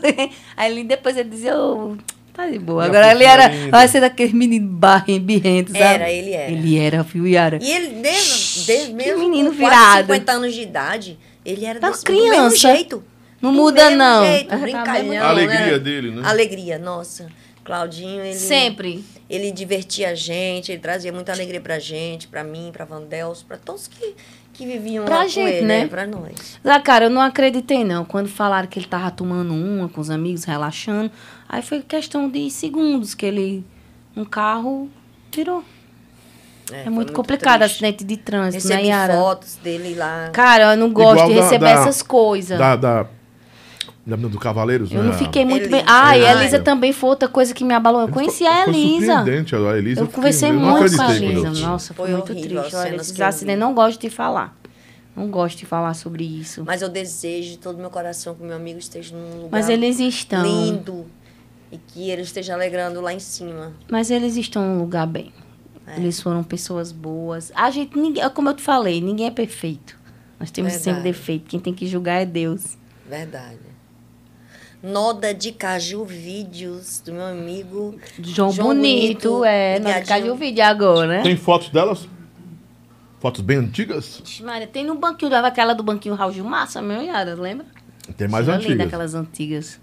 S9: <laughs> aí ele- depois ele dizia, ô, tá de boa.
S10: Já
S9: Agora
S10: fui
S9: ele era,
S10: florido.
S9: vai ser daquele menino barrem, birrento, sabe?
S10: Era, ele era.
S9: Ele era, viu, Yara?
S10: E ele, desde, desde mesmo
S9: menino
S10: com quase
S9: virado.
S10: 50 anos de idade, ele era
S9: Tá
S10: desse, do mesmo
S9: criança.
S10: jeito.
S9: Não
S10: Do
S9: muda,
S10: mesmo
S9: não.
S10: Jeito,
S9: Ah, tá mesmo,
S10: brincalhão,
S9: não. A alegria
S10: né?
S7: dele, né?
S10: Alegria, nossa. Claudinho, ele...
S9: Sempre.
S10: Ele divertia a gente, ele trazia muita alegria pra gente, pra mim, pra Vandels, pra todos que, que viviam
S9: Pra
S10: lá com
S9: gente,
S10: ele, é,
S9: né?
S10: Pra nós.
S9: Ah, cara, eu não acreditei, não. Quando falaram que ele tava tomando uma com os amigos, relaxando, aí foi questão de segundos que ele, um carro, tirou.
S10: É,
S9: É,
S10: foi
S9: muito
S10: muito
S9: complicado
S10: triste.
S9: acidente de trânsito, né,
S10: Recebi
S9: Yara?
S10: fotos dele lá.
S9: Cara, eu não gosto
S7: Igual
S9: de
S7: da-
S9: receber
S7: da-
S9: essas coisas.
S7: Da, da, da- do Cavaleiros,
S9: Eu
S7: né?
S9: não fiquei muito bem.
S10: É Elisa.
S9: Ah, e a
S10: Ai.
S9: Elisa também foi outra coisa que me abalou. Eu conheci a
S7: Foi
S9: é, Elisa.
S7: surpreendente, a Elisa.
S9: Eu
S7: fiquei-
S9: conversei
S7: não
S9: muito com a
S7: acreditei quando
S9: Elisa.
S7: eu-
S9: Nossa, foi,
S10: Foi
S9: muito
S10: horrível as
S9: triste. Olha,
S10: cenas
S9: esses
S10: que eu vi.
S9: acidentes, não gosto de falar. Não gosto de falar sobre isso.
S10: Mas eu desejo de todo meu coração que meu amigo esteja num lugar
S9: Mas eles estão.
S10: lindo e que ele esteja alegrando lá em cima.
S9: Mas eles estão num lugar bem.
S10: É.
S9: Eles foram pessoas boas. A gente, ninguém, como eu te falei, ninguém é perfeito. Nós temos sempre
S10: Verdade.
S9: defeito. Quem tem que julgar é Deus.
S10: Verdade. Noda de Caju Vídeos do meu amigo
S9: João, Bonito, é. Nós
S10: Ligadinho.
S9: caiu o vídeo agora, né?
S7: Tem fotos delas? Fotos bem antigas?
S9: Vixe, Maria, tem no banquinho, dava aquela do banquinho Raul Gilmassa, meu Yara, lembra?
S7: Tem mais
S9: Aquela
S7: antigas.
S9: Ali, daquelas antigas.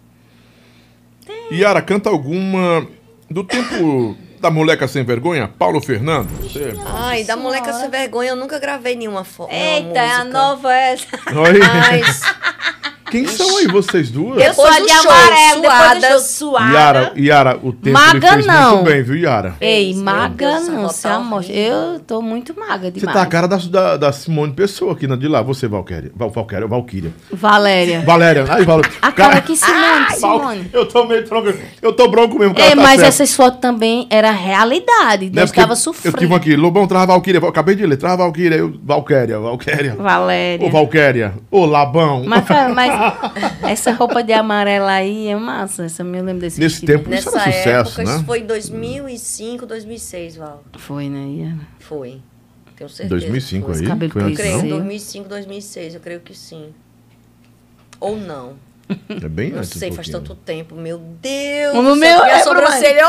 S7: Yara, canta alguma do tempo da moleca sem vergonha, Paulo Fernando? Você...
S9: Ah,
S10: Ai, da moleca sem vergonha, eu nunca gravei nenhuma foto.
S9: Eita, é a nova essa.
S7: Oi. <laughs> Quem são aí vocês duas?
S9: Eu sou a
S10: Depois do
S9: de
S10: show,
S9: amarelo, depois do show
S10: suadas.
S9: suada.
S7: Yara, Yara, o tempo
S9: Maga
S7: ele fez
S9: não.
S7: muito bem, viu, Yara?
S9: Ei,
S10: Meu
S9: maga
S10: Deus,
S9: não,
S10: essa
S9: se
S10: nota
S9: amor.
S10: horrível.
S9: Eu tô muito maga
S7: Você
S9: demais.
S7: tá a cara da, da, da Simone Pessoa aqui na de lá. Você, Valquéria. Val, Valquéria, Valquíria.
S9: Valéria.
S7: Valéria. né? Ai, Val...
S9: A cara que Simone, que
S7: Val-
S9: Simone.
S7: Eu tô meio tronco. Eu tô bronco mesmo. cara,
S9: Ei,
S7: tá
S9: mas
S7: certo.
S9: essas fotos também era realidade.
S7: Né,
S9: Nós
S7: porque
S9: tava
S7: Eu tive
S9: sofrendo.
S7: uma aqui. Lobão, traz a Valquíria. Eu Acabei de ler. Traz a Valquíria. Eu, Valquéria, Valquéria.
S9: Valéria.
S7: Ô, Valquéria. Ô, Labão.
S9: Mas, mas <laughs> essa roupa de amarela aí é massa. Essa eu me lembro desse
S7: Nesse
S9: vestido. né?
S7: tempo, isso
S10: Nessa
S7: era sucesso,
S10: época, isso
S7: né?
S10: foi em 2005, 2006, Val.
S9: Foi, né? Iana?
S10: Foi. Tenho certeza.
S7: 2005
S10: foi.
S7: aí?
S9: cabelo
S7: Foi
S10: Eu
S7: antes,
S10: creio,
S9: Sim.
S7: não?
S10: 2005, 2006, eu creio que sim. Ou não.
S7: É <laughs> bem
S10: Não
S7: antes um
S10: sei, faz
S7: pouquinho.
S10: tanto tempo. Meu Deus!
S9: O meu
S10: só que
S9: é
S10: a sobrancelha é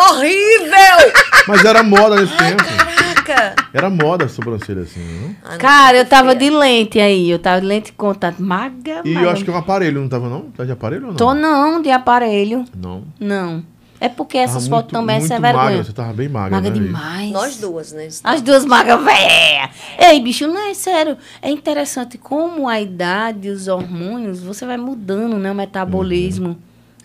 S10: horrível!
S7: Mas era moda nesse tempo.
S10: Caraca!
S7: Era moda a sobrancelha assim, não?
S10: Ah, não,
S9: Cara, eu tava
S10: feia.
S9: de lente aí. Eu tava de lente de contato. Maga,
S7: E
S9: maga.
S7: eu acho que é um aparelho, não tava não? Tá de aparelho ou não?
S9: Tô não, de aparelho.
S7: Não.
S9: Não. É porque essas
S7: Tava
S9: fotos
S7: muito-
S9: também essa é
S7: muito magra,
S9: vergonha.
S7: Você tava bem magra,
S9: Maga
S7: né? Vi?
S9: demais.
S10: Nós duas, né?
S9: As duas magas véia. Ei, bicho, não é sério. É interessante como a idade, os hormônios, você vai mudando, né? O metabolismo.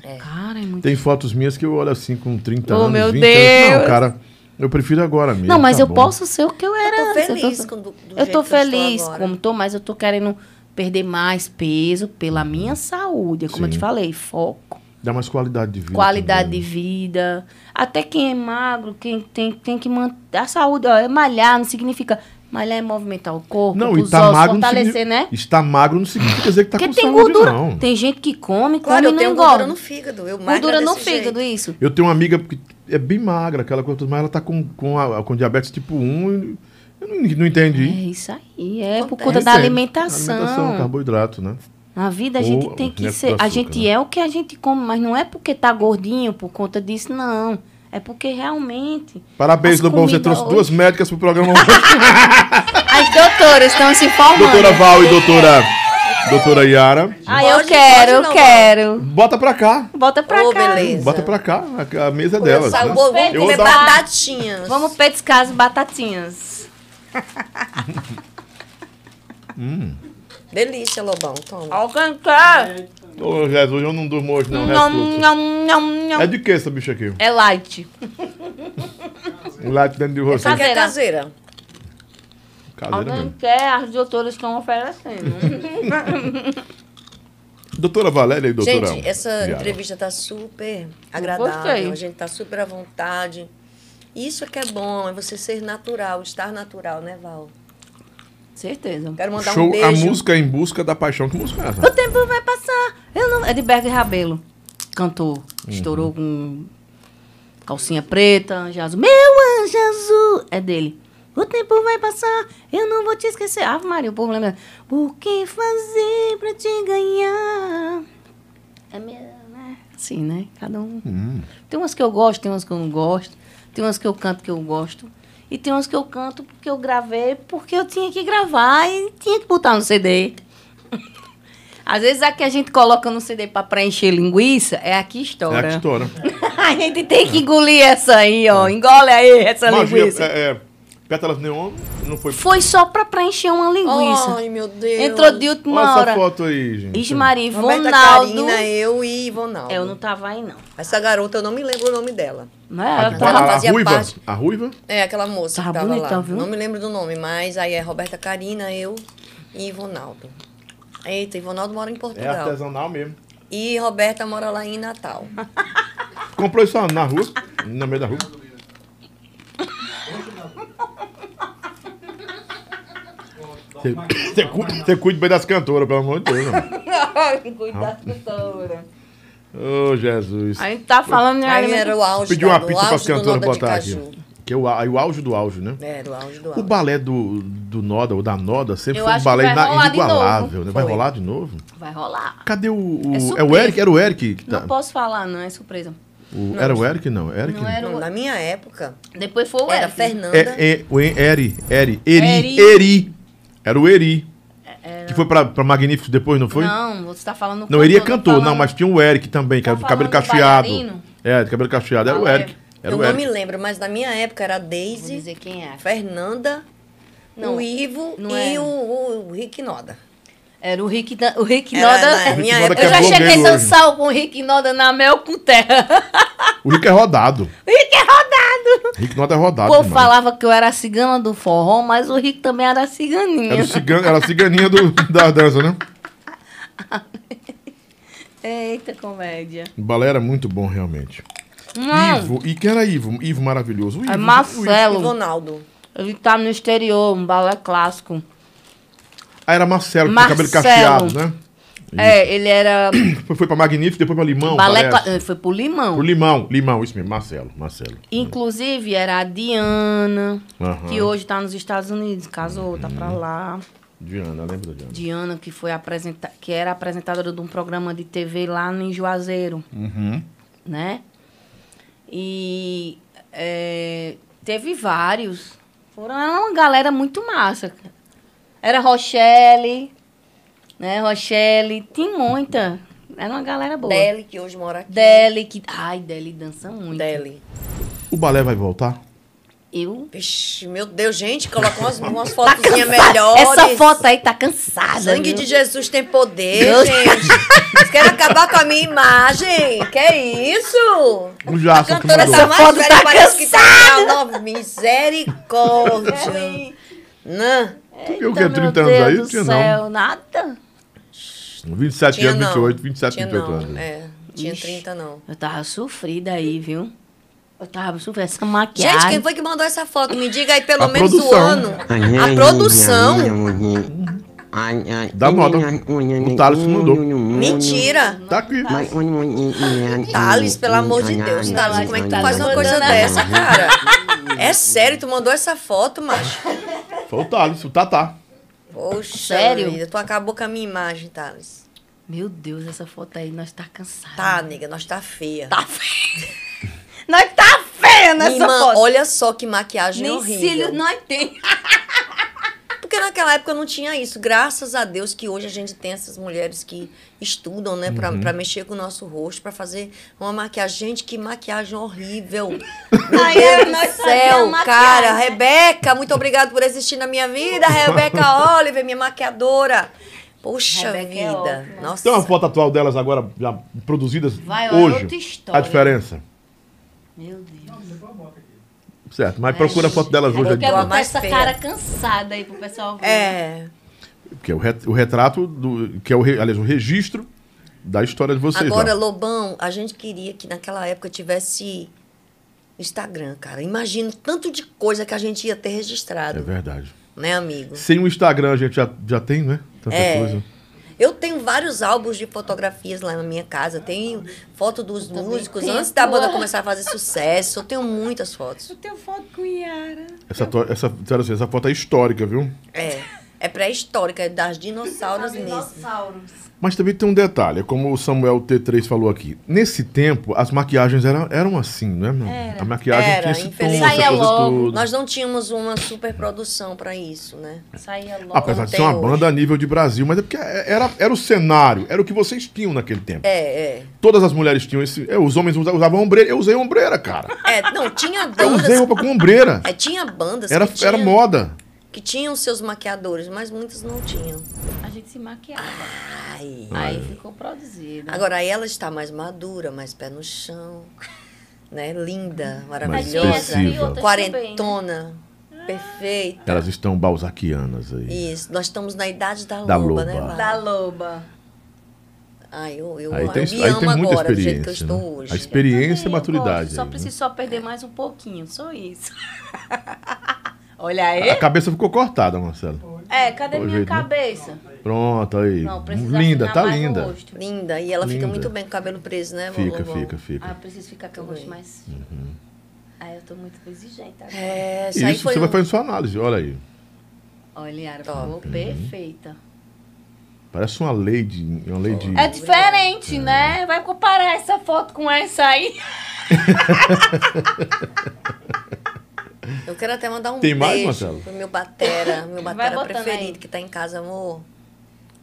S10: Uhum.
S9: Cara, é muito.
S7: Tem fotos minhas que eu olho assim com 30
S9: Oh,
S7: anos,
S9: meu
S7: 20 anos.
S9: Deus.
S7: Não, cara, eu prefiro agora mesmo.
S9: não, mas
S7: tá
S9: eu
S7: bom.
S9: posso ser o que eu era.
S10: Eu tô
S9: antes.
S10: feliz
S9: Eu tô,
S10: com do, do
S9: eu tô
S10: jeito que eu estou
S9: feliz
S10: agora.
S9: como tô, mas eu tô querendo perder mais peso pela minha saúde. É Como eu te
S7: Sim.
S9: falei, foco.
S7: Dá mais qualidade de vida.
S9: qualidade
S7: também.
S9: de vida. Até quem é magro, quem tem, tem que manter a saúde, ó, é malhar, não significa Mas é movimentar o corpo,
S7: Não,
S9: os
S7: e tá
S9: ossos,
S7: magro não
S9: fortalecer,
S7: significa-
S9: né?
S7: Está magro não significa dizer que tá
S9: Porque
S7: com
S9: tem
S7: saúde,
S9: gordura.
S7: não.
S9: Tem gente que come,
S10: Claro, eu
S9: come e
S10: tenho
S9: não
S10: gordura
S9: engorda.
S10: no fígado. Eu magro
S9: Gordura no
S10: desse
S9: fígado, isso.
S7: Eu tenho uma amiga que é bem magra, aquela coisa, mas ela tá com, com, a- com diabetes tipo 1. Eu não, não entendi.
S9: É isso aí. É por
S10: Acontece.
S9: conta da
S7: Entende?
S9: alimentação.
S7: Alimentação, carboidrato, né?
S9: Na vida a
S7: Ou
S9: gente tem que
S7: excesso de
S9: ser. A
S7: açúcar,
S9: gente
S7: né?
S9: é o que a gente come, mas não é porque tá gordinho por conta disso, não. É porque realmente.
S7: Parabéns,
S9: as
S7: Lobão. Você
S9: comidas
S7: trouxe
S9: hoje-
S7: duas médicas pro programa hoje. <laughs>
S9: As doutoras estão se formando.
S7: doutora Val e doutora, doutora Yara.
S9: Ah, eu
S10: Pode,
S9: quero,
S10: pode
S9: eu
S10: não,
S9: quero.
S7: Bota pra cá.
S9: Bota pra
S10: Ô,
S9: cá.
S10: beleza.
S7: Bota pra cá. A, a mesa é
S10: Eu
S7: delas.
S10: sa-
S7: né?
S10: vou- Vamos
S7: Eu vou
S10: comer
S7: dar uma-
S10: batatinhas.
S9: Vamos petiscar as batatinhas.
S7: Hum.
S10: Delícia, Lobão. Toma.
S9: Alguém quer?
S7: Ô, Jesus, eu não durmo hoje, não.
S9: Nham,
S7: refluxo.
S9: nham, nham, nham.
S7: É de que essa bicha aqui?
S9: É light.
S7: Um lápis dentro de você.
S9: caseira.
S10: Quer É caseira? Uhum.
S7: Caseira
S9: Alguém
S7: mesmo.
S9: quer? As doutoras estão oferecendo.
S7: Doutora Valéria <laughs> e doutora.
S10: Gente, essa
S7: Yara.
S10: entrevista tá super agradável.
S9: gostei.
S10: A gente tá super à vontade. Isso é que é bom, é você ser natural, estar natural, né, Val?
S9: Certeza.
S10: Quero mandar
S7: Show,
S10: um
S7: a
S10: beijo.
S7: música é em busca da paixão. Que música é
S9: O
S7: essa?
S9: tempo vai passar. Eu não... É de Berg Rabelo. Cantou.
S7: Uhum.
S9: Estourou com calcinha preta, anjo azul. Meu anjo azul. É dele. O tempo vai passar, eu não vou te esquecer. Ave Maria, o povo lembra. O que fazer pra te ganhar? É meu, né? Sim, né? Cada um.
S7: Hum.
S9: Tem umas que eu gosto, tem umas que eu não gosto. Tem umas que eu canto que eu gosto. E tem umas que eu canto porque eu gravei, porque eu tinha que gravar e tinha que botar no CD. <laughs> Às vezes a que a gente coloca no CD pra preencher linguiça é a que
S7: É
S9: estoura.
S7: a que estoura.
S9: <laughs>
S7: É.
S9: A gente tem que engolir essa aí, ó. Engole aí essa
S7: Magia,
S9: linguiça.
S7: é, é, pétalas neon, não foi.
S9: Foi só pra preencher uma linguiça.
S10: Ai, meu Deus.
S9: Entrou de última
S7: Olha essa
S9: hora.
S7: foto aí, gente.
S9: Ismaria
S10: Roberta
S9: Ivonaldo.
S10: Karina, eu e Ivonaldo.
S9: É, Eu não tava aí, não.
S10: Essa garota, eu não me lembro o nome dela.
S9: Não é? Ela
S7: a,
S9: tava...
S7: a,
S10: fazia
S7: ruiva?
S10: parte.
S7: A ruiva?
S10: É, aquela moça
S9: Tava
S10: que tava
S9: bonitão,
S10: lá.
S9: viu?
S10: Não me lembro do nome, mas aí é Roberta Karina, eu e Ivonaldo. Eita, Ivonaldo mora em
S7: É
S10: Portugal.
S7: artesanal mesmo.
S10: e Roberta mora lá
S7: <laughs>
S10: em Natal.
S7: Comprou isso na rua? Na meio da rua? Você- <coughs> Você cuida, você cuida bem das cantoras, pelo amor de Deus. mano.
S9: <laughs> Cuidado com a doutora.
S7: Ô, Jesus.
S9: A gente tá falando de
S10: Aí era
S9: alimento.
S10: o auge
S7: Pediu uma
S10: da- o
S7: pizza pras
S10: auge do
S7: cantoras
S10: Noda de
S7: botar aqui.
S10: Caju.
S7: Que é o, au- o auge do auge, né?
S9: É,
S10: Era o auge do
S7: O
S10: auge.
S7: balé do, do Noda ou da Noda sempre
S9: Eu
S7: foi um
S9: acho que
S7: balé
S9: vai
S7: ina-
S9: rolar de
S7: inigualável,
S9: novo.
S7: né? Vai
S10: Foi.
S7: rolar de novo?
S9: Vai rolar.
S7: Cadê o. o-
S9: É
S7: é, o
S9: surpresa.
S7: Eric? Era o Eric? que tá-
S9: Não posso falar, não. É surpresa.
S7: o- era o Eric? Não. Eric?
S9: Não era
S10: Não,
S9: o...
S10: na minha época,
S9: Depois foi o
S10: era
S9: Eric.
S10: Fernanda.
S7: É, é, o en- Eri, Eri, Eri,
S9: Eri. É,
S7: Eri. Era o Eri. Que foi pra, pra Magnífico depois, não foi?
S9: Não, você tá falando...
S7: Não, Eri é
S9: cantor,
S7: cantor, não,
S9: falando-
S7: mas tinha o Eric também, que
S9: Tá
S7: era do cabelo
S9: falando do
S7: cacheado.
S9: bailarino?
S7: É, de cabelo cacheado, era o
S9: Ah, é.
S7: Eric. Era
S10: eu
S7: o
S10: não me
S7: Eric.
S10: lembro, mas na minha época era
S9: Vou
S10: Daisy,
S9: dizer quem é.
S10: Fernanda,
S9: Não,
S10: o Ivo
S9: não
S10: e
S9: era.
S10: o, o, o Rick Noda.
S9: Era o Rick, Dan- o Rick
S10: Era
S9: Noda.
S10: na minha
S7: Rick Noda
S10: época.
S7: que
S9: Eu
S7: é
S9: já
S7: blogueiro
S9: cheguei a
S7: hoje.
S9: dançar com o Rick Noda na mel com terra.
S7: O Rick é rodado.
S9: O <laughs> Rick é rodado.
S7: Rick Noda é
S9: O
S7: rodado.
S9: povo
S7: demais.
S9: falava que eu era a cigana do forró, mas o Rick também era a ciganinha.
S7: Era, o cigano, era a ciganinha do, da dança, né?
S9: <laughs> Eita comédia.
S7: O balé era muito bom, realmente.
S9: Não,
S7: Ivo, e quem era Ivo? Ivo maravilhoso. O Ivo, o
S9: é
S7: Ivo.
S9: Marcelo.
S10: Ivonaldo.
S9: Ele tá no exterior, um balé clássico.
S7: Ah, era Marcelo, com cabelo
S9: Marcelo.
S7: cacheado, né?
S9: É, ele era
S7: Foi, foi pra Magnífico, depois pra Limão.
S9: balé
S7: parece.
S9: cla- eh, foi pro Limão.
S7: O Limão, Limão, isso mesmo, Marcelo, Marcelo.
S9: Inclusive era a Diana,
S7: Aham.
S9: que hoje tá nos Estados Unidos, casou, tá pra lá.
S7: Diana, lembra da Diana?
S9: Diana, que, foi apresenta que era apresentadora de um programa de TV lá em Juazeiro,
S7: Uhum.
S9: né? E é, teve vários. Foram era uma galera muito massa. cara. Era Rochelle, né? Rochelle, tem muita. Era uma galera boa.
S10: Deli, que hoje mora aqui.
S9: Deli, que... Ai, Deli dança muito.
S10: Deli.
S7: O balé vai voltar?
S9: Eu...
S10: Vixe, meu Deus, gente, coloca
S7: <laughs>
S10: umas,
S7: Tá
S10: umas fotozinhas melhores.
S9: Tá Essa foto aí tá cansada.
S10: Sangue
S9: viu?
S10: de Jesus tem poder,
S9: Deus.
S10: gente. Vocês querem acabar com a minha imagem? Que isso?
S7: O Jason
S10: a
S7: que
S10: cantora
S7: mandou.
S10: tá mais
S9: Essa foto
S10: velha,
S9: tá
S10: parece que tá na nova.
S9: É
S10: Misericórdia. Não,
S7: Viu o
S9: Eita,
S7: que?
S9: meu
S7: 30 anos aí?
S9: Deus do
S7: Tinha
S9: céu,
S7: não.
S9: nada.
S7: 27
S10: tinha
S7: Tá, anos,
S10: não. É,
S7: 28, 27,
S10: tinha
S7: 28
S10: não.
S7: anos.
S10: É, tinha
S9: Ixi.
S10: 30 não.
S9: Eu tava sofrida aí, viu? Eu tava super essa
S10: Gente,
S9: maquiagem.
S10: quem foi que mandou essa foto? Me diga aí pelo
S9: A
S10: menos
S9: produção.
S10: o ano.
S9: A
S10: A produção.
S7: Dá moda. O Thales que mandou.
S10: Mentira.
S7: Tá aqui.
S10: Thales, pelo amor de Deus, Thales, como é que tu faz uma coisa dessa, cara? É sério, tu mandou essa foto, macho?
S7: Foi o Thales, o Tatá.
S10: Poxa
S9: Sério?
S10: vida, tu acabou com a minha imagem, Thales.
S9: Meu Deus, essa foto aí, nós tá cansados.
S10: Tá, nega, nós tá feia.
S9: Tá feia. <laughs> Nós tá feia nessa
S10: Irmã,
S9: foto.
S10: olha só que maquiagem
S9: Nem
S10: horrível.
S9: cílios nós tem. <laughs>
S10: Porque naquela época não tinha isso. Graças a Deus que hoje a gente tem essas mulheres que estudam, né? Pra,
S9: Uhum.
S10: pra mexer com o nosso rosto, pra fazer uma maquiagem. Gente, que maquiagem
S9: <laughs>
S10: horrível.
S9: Aí
S10: Meu Deus
S9: é, nós
S10: do
S9: fazemos
S10: céu,
S9: maquiagem,
S10: cara.
S9: né?
S10: Rebeca, muito obrigada por existir na minha vida. Rebeca Oliver, minha maquiadora. Poxa
S9: é
S10: vida. Nossa.
S7: Tem uma foto atual delas agora, já produzidas
S10: Vai, olha,
S7: hoje.
S10: outra história.
S7: A diferença.
S9: Meu Deus.
S7: Certo,
S10: É
S7: mas procura a foto delas
S9: Eu
S7: hoje
S9: quero
S7: aqui.
S9: botar
S10: mais
S9: essa
S10: feia.
S9: cara cansada aí pro pessoal ver.
S10: É.
S7: Porque é o, re- o retrato, do, que é o, re- aliás, o registro da história de vocês.
S10: Agora,
S7: lá.
S10: Lobão, a gente queria que naquela época tivesse Instagram, cara. Imagina o tanto de coisa que a gente ia ter registrado.
S7: É verdade.
S10: Né, amigo?
S7: Sem o Instagram a gente já, já tem, né? Tanta
S10: É.
S7: coisa.
S10: Eu tenho vários álbuns de fotografias lá na minha casa. Tenho foto dos músicos
S9: tenho.
S10: antes da banda começar a fazer sucesso. Eu tenho muitas fotos.
S9: Eu tenho foto com Yara.
S7: Essa, to- essa, sério assim, essa foto é histórica, viu?
S10: É. É pré-histórica, é das dinossauros mesmo.
S9: Dinossauros.
S7: Mas também tem um detalhe, como o Samuel T3 falou aqui. Nesse tempo, as maquiagens eram, eram assim, né? meu? A maquiagem
S10: Era,
S7: tinha esse tom,
S10: infelizmente.
S7: essa coisa toda.
S10: Nós não tínhamos uma super produção pra isso, né?
S9: Saía logo.
S7: Apesar de ser uma banda a nível de Brasil, mas é porque era, era o cenário, era o que vocês tinham naquele tempo.
S10: É, é.
S7: Todas as mulheres tinham esse. é, os homens usa- usavam ombreira. Eu usei ombreira, cara.
S10: É, não, tinha
S7: Eu
S10: bandas.
S7: usei roupa com ombreira.
S10: É, tinha bandas
S7: Era,
S10: que, tinha-
S7: era moda.
S10: que tinham seus maquiadores, mas muitas não tinham.
S9: A gente se maquiava.
S10: Ai.
S7: É.
S9: Aí ficou produzida.
S10: Agora ela está mais madura, mais pé no chão, <laughs> né? Linda,
S7: Mais
S10: maravilhosa,
S7: expressiva.
S10: quarentona,
S9: né?
S10: perfeita.
S7: Elas estão balzaquianas aí.
S10: Isso, nós estamos na idade da,
S7: Da
S10: loba,
S7: loba.
S10: né? Lara?
S9: Da loba.
S10: Ai, eu, eu,
S7: aí tem,
S10: eu me
S7: aí
S10: amo
S7: tem muita
S10: agora do jeito que eu
S7: experiência.
S10: estou
S7: né?
S10: hoje.
S7: A experiência e
S9: Eu
S7: maturidade.
S9: gosto, só
S7: aí, né?
S9: preciso só perder mais um pouquinho, só
S10: <laughs>
S9: isso. Olha aí.
S7: A cabeça ficou cortada, Marcelo.
S9: É, cadê
S7: Foi
S9: minha
S7: jeito, né?
S9: cabeça?
S7: Pronto, aí.
S9: Não, precisa
S7: linda,
S9: afinar
S7: tá
S9: mais o
S7: linda.
S9: rosto.
S10: Linda, e ela fica
S7: Linda.
S10: muito bem com o cabelo preso, né?
S7: Fica,
S10: Lobão?
S7: fica, fica. Uhum.
S9: Ah, preciso ficar com o rosto mais. Ah, eu tô muito exigente agora.
S10: É,
S7: Isso,
S10: aí foi
S7: você vai
S10: um-
S7: fazer Uhum. sua análise, olha aí.
S9: Olha, Yara, ficou perfeita.
S7: Parece uma lei de. Uma lei de...
S9: É
S7: Uhum.
S9: diferente, né? Vai comparar essa foto com essa aí.
S10: Eu quero até mandar um
S7: Tem mais,
S10: beijo
S7: Marcelo?
S10: pro meu batera, meu
S9: Vai
S10: batera
S9: botando
S10: preferido
S9: aí.
S10: que tá em casa, amor.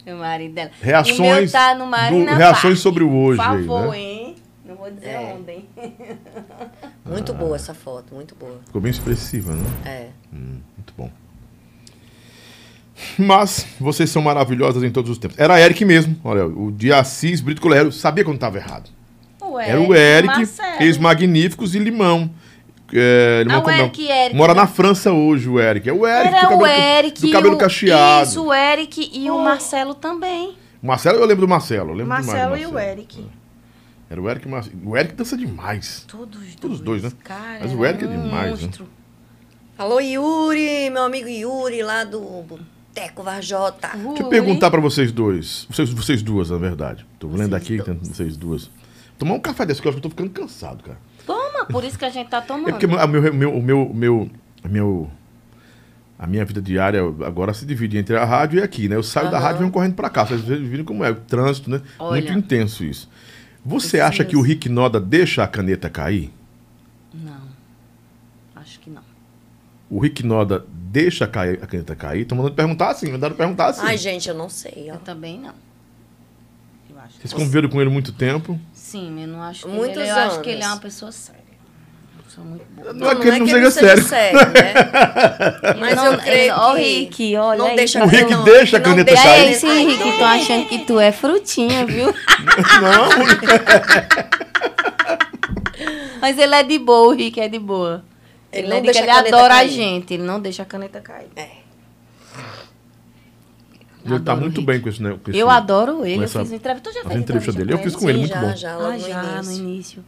S9: Meu marido dela.
S7: Reações
S9: O meu tá no Marina
S7: do- reações
S9: Park.
S7: sobre o hoje
S9: Por
S7: aí,
S9: favor,
S7: né?
S9: hein? Não vou dizer
S10: É.
S9: onde, hein?
S10: Muito
S7: Ah.
S10: boa essa foto, muito boa.
S7: Ficou bem expressiva, né?
S10: É.
S7: Hum, muito bom. Mas vocês são maravilhosas em todos os tempos. Era Eric mesmo. Olha, o de Assis Brito Colero sabia quando estava errado.
S9: É.
S7: Era o Eric, ex-magníficos e Limão. É, limão
S9: Ah, o
S7: com mel.
S9: Eric, Eric,
S7: Mora
S9: né?
S7: na França hoje o Eric. É o Eric do
S9: Era
S7: cabelo,
S9: o
S7: ca-
S9: Eric.
S7: do
S9: e
S7: cabelo
S9: o-
S7: cacheado.
S9: Isso, o Eric e o Marcelo também.
S7: O Marcelo, eu lembro do Marcelo. eu lembro demais do
S9: Marcelo e o
S7: Marcelo.
S9: Eric.
S7: Era o Eric, e o Marcelo. o Eric dança demais.
S9: Todos dois.
S7: Todos dois, né?
S9: Cara,
S7: Mas o Eric é
S9: era um
S7: demais, né?
S9: monstro.
S10: Alô, Yuri, meu amigo Yuri, lá do Boteco Varjota.
S7: Deixa eu perguntar pra vocês dois. Vocês, vocês duas, na verdade. Tô lendo aqui, tem vocês duas. Tomar um café desse, que eu acho que eu tô ficando cansado, cara.
S9: Toma, por isso que a gente tá tomando.
S7: É porque a meu, meu, o meu, meu, meu, a minha vida diária agora se divide entre a rádio e aqui, né? Eu saio da
S9: Aham.
S7: rádio e venho correndo pra cá. Vocês viram como é o trânsito, né?
S9: Olha.
S7: Muito intenso isso. Você acha que o Rick Noda deixa a caneta cair?
S9: Não. Acho que não.
S7: O Rick Noda deixa cair- a caneta cair? Estão mandando perguntar assim, mandaram perguntar assim.
S10: Ai, gente, eu não sei. ó.
S9: Eu também não. Eu acho.
S7: Vocês conviveram com ele muito tempo.
S9: Sim, eu não acho que
S10: Muitos
S9: ele, eu acho que ele
S10: anos.
S9: é uma pessoa séria. Uma pessoa muito boa.
S7: Não, é que ele não seja sério. <laughs>
S10: né? Mas
S9: Não, é,
S10: eu creio
S9: ó,
S10: que...
S9: Rick, olha
S10: não
S9: aí.
S10: deixa
S7: O Rick
S10: não-
S7: deixa a
S10: não
S7: caneta
S10: deixa
S9: E
S7: cair.
S9: aí, sim, Rick, tô achando que tu é frutinha, viu?
S7: <laughs> Não,
S9: <laughs> Mas ele é de boa, o Rick é de boa.
S10: Ele
S9: Ele,
S10: não
S9: é de
S10: deixa
S9: que ele
S10: a caneta
S9: adora
S10: cair. É,
S9: a gente, ele não deixa a caneta cair.
S7: ele tá
S9: Adoro o
S7: muito
S9: Rick.
S7: bem com isso, né? com
S9: Eu
S7: esse-
S9: adoro ele,
S7: com
S9: eu
S7: essa-
S9: fiz entrevista. Tu já
S7: as
S9: fez
S7: entrevistas
S9: entrevista
S7: dele. Eu fiz com ele, muito
S10: Sim, já,
S7: bom.
S10: já,
S9: Ah,
S10: logo no
S9: já, no
S10: início.
S9: início.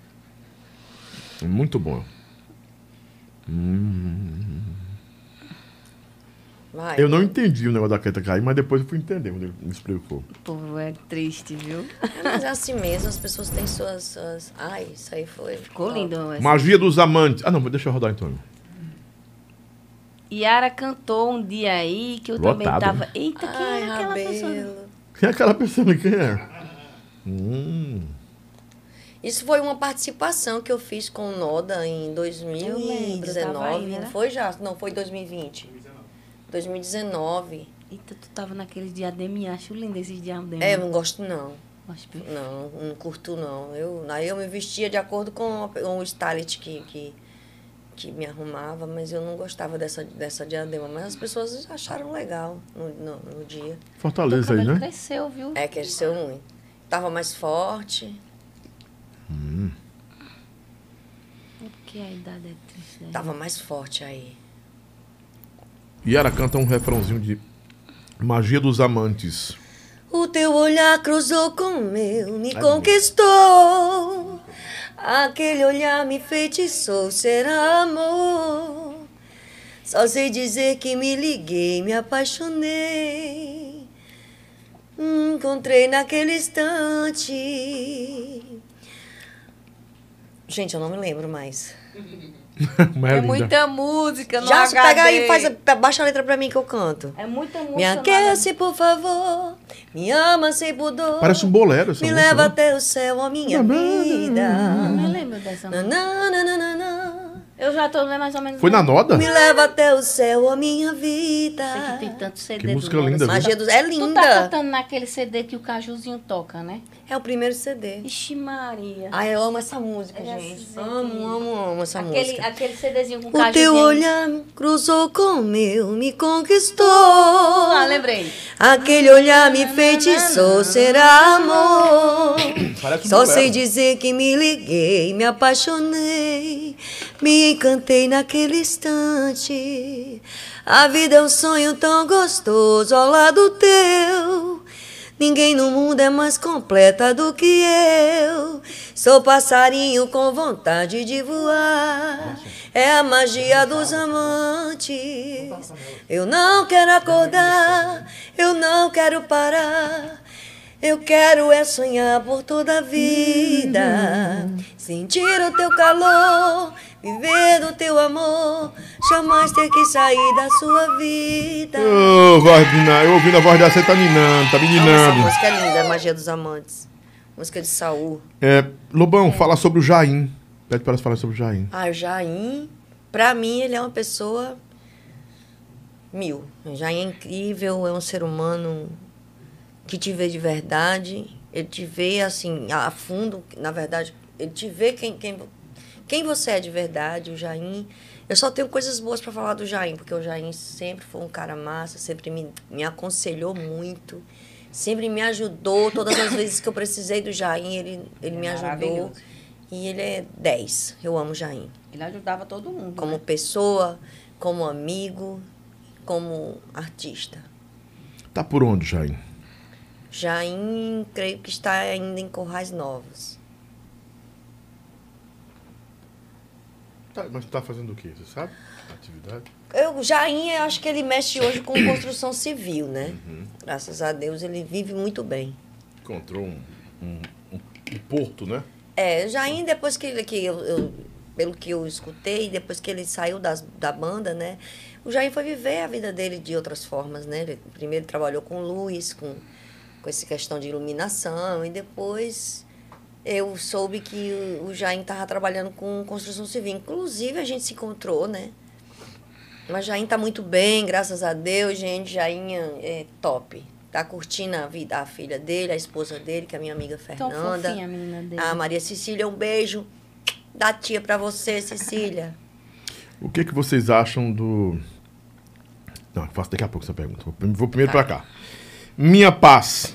S7: Muito bom.
S10: Vai.
S7: Eu não entendi o negócio da caneta cair, mas depois eu fui entender quando ele me explicou.
S9: O povo é triste, viu? <laughs>
S10: Mas é assim mesmo, as pessoas têm suas. suas... Ai, isso aí foi.
S9: Ficou lindo. essa.
S7: Magia dos amantes. Ah, não, deixa eu rodar então.
S9: Yara cantou um dia aí que eu também
S7: Lotado,
S9: tava.
S7: né?
S9: Eita, quem é aquela pessoa?
S7: Quem é aquela pessoa? Quem é? Hum.
S10: Isso foi uma participação que eu fiz com o Noda
S9: né?
S10: em
S9: Eu lembro, tava
S10: 2019.
S9: aí, né?
S10: não foi já? Não, foi 2020. 2019.
S9: Eita, tu tava naquele diadema e acho lindo esses diademas.
S10: É, eu não gosto não.
S9: Gosto bem.
S10: Não, não curto não. Eu, aí eu me vestia de acordo com a- com o stylist que, que, que me arrumava, mas eu não gostava dessa, dessa diadema. Mas as pessoas acharam legal no, no, no dia.
S7: Fortaleza aí, né?
S9: cresceu, viu?
S10: É, cresceu muito. Tava mais forte,
S7: Hum.
S9: Porque a idade é triste, né?
S10: tava mais forte aí.
S7: Yara canta um refrãozinho de Magia dos Amantes.
S10: O teu olhar cruzou com o meu, me conquistou. Aquele olhar me feitiçou, será amor. Só sei dizer que me liguei, me apaixonei. Encontrei naquele instante. Gente, eu não me
S9: <laughs>
S10: lembro mais.
S7: Mas
S9: É
S7: linda.
S9: muita música, não
S10: Já,
S9: HD.
S10: pega aí, faz a, baixa a letra pra mim que eu canto.
S9: É muita música.
S10: Me aquece, por favor. Me ama sem pudor.
S7: Parece um bolero essa
S10: Me
S7: música,
S10: leva
S7: né?
S10: até o céu, ó minha
S9: Eu
S10: vida.
S9: não lembro dessa música.
S10: Nananana.
S9: Eu já tô vendo mais ou menos.
S7: Foi na Noda?
S10: Me leva até o céu, ó minha vida.
S9: Sei que tem tanto CD
S7: Que música
S9: do Lola.
S7: linda, viu?
S10: Magia dos...
S9: Tu
S10: É
S9: tá
S10: linda.
S9: cantando naquele CD que o Cajuzinho toca, né?
S10: É o primeiro CD.
S9: Ixi Maria.
S10: Ai, eu amo essa música,
S9: É
S10: gente.
S9: assim,
S10: Amo, amo, amo essa
S9: Aquele,
S10: música.
S9: aquele CDzinho com
S10: O
S9: Cajuzinho.
S10: teu olhar cruzou com o meu, me conquistou.
S9: Ah, lembrei.
S10: Aquele olhar me feitiçou, será amor.
S7: Parece um
S10: Só
S7: bolero.
S10: sei dizer que me liguei, me apaixonei, me encantei naquele instante. A vida é um sonho tão gostoso ao lado teu. Ninguém no mundo é mais completa do que eu. Sou passarinho com vontade de voar. É a magia dos amantes. Eu não quero acordar, eu não quero parar. Eu quero é sonhar por toda a vida, sentir o teu calor, viver do teu amor, jamais ter que sair da sua vida.
S7: Ô, Gordina, eu ouvindo a voz dessa, você tá ninando, tá
S10: Amo Essa
S7: meninando.
S10: música é linda, Magia dos Amantes. Música de Saul.
S7: É, Lobão, fala sobre o Jaim. Pede para elas falar sobre o Jaim.
S10: Ah, o Jaim, pra mim, ele é uma pessoa mil. O Jaim é incrível, é um ser humano que te vê de verdade. Ele te vê, assim, a a fundo, na verdade. Ele te vê quem, quem, quem você é de verdade, o Jaim. Eu só tenho coisas boas pra falar do Jaim, porque o Jaim sempre foi um cara massa, sempre me, me aconselhou muito, sempre me ajudou. Todas as vezes que eu precisei do Jaim, ele, ele me ajudou.
S9: maravilhoso.
S10: E ele é 10. Eu amo o Jaim
S9: Ele ajudava todo mundo.
S10: como pessoa, como amigo, como artista.
S7: Tá por onde, Jaim?
S10: Jaim, creio que está ainda em Corrais Novos.
S7: Tá, mas tá fazendo o quê? Você sabe? Atividade?
S10: Eu, Jaim, eu acho que ele mexe hoje com construção civil, né?
S7: Hum.
S10: Graças a Deus ele vive muito bem.
S7: Encontrou um, um- um- um porto, né?
S10: É, Jaim, depois que ele, que eu, eu- pelo que eu escutei, depois que ele saiu das, da banda, né? O Jaim foi viver a vida dele de outras formas, né? Ele primeiro trabalhou com luz, com, com essa questão de iluminação, e depois eu soube que o, o Jaim estava trabalhando com construção civil. Inclusive, a gente se encontrou, né? Mas Jaim tá muito bem, graças a Deus, gente. Jaim é top. Tá curtindo a vida, a filha dele, a esposa dele, que é a minha amiga
S9: Tão
S10: Fernanda.
S9: fofinha a menina dele.
S10: Ah, Maria Cecília, um beijo da tia pra você, Cecília.
S7: O que que vocês acham do... Não, eu faço daqui a pouco essa pergunta. Vou prim- Vou primeiro
S10: Tá.
S7: pra cá. Minha Paz.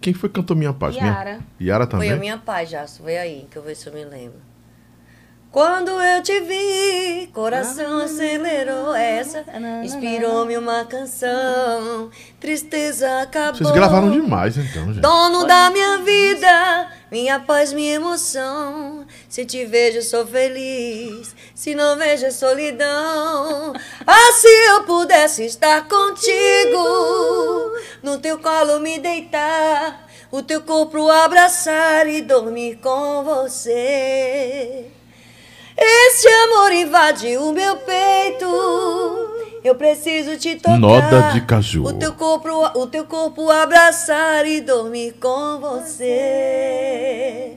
S7: Quem foi que cantou Minha Paz? Minha-
S9: Yara.
S7: Yara
S10: Foi a
S7: também?
S10: minha paz, Jasso. Vê aí, que eu vejo se eu me lembro. Quando eu te vi, coração acelerou essa. Inspirou-me uma canção, tristeza acabou.
S7: Vocês gravaram demais, então, gente.
S10: Dono da minha vida, Minha paz, minha emoção. Se te vejo, sou feliz. Se não vejo, é solidão. Ah, se eu pudesse estar contigo, no teu colo me deitar, o teu corpo abraçar e dormir com você. Este amor invade o meu peito. Eu preciso te tocar.
S7: Noda de caju.
S10: O teu corpo, o teu corpo abraçar e dormir com você.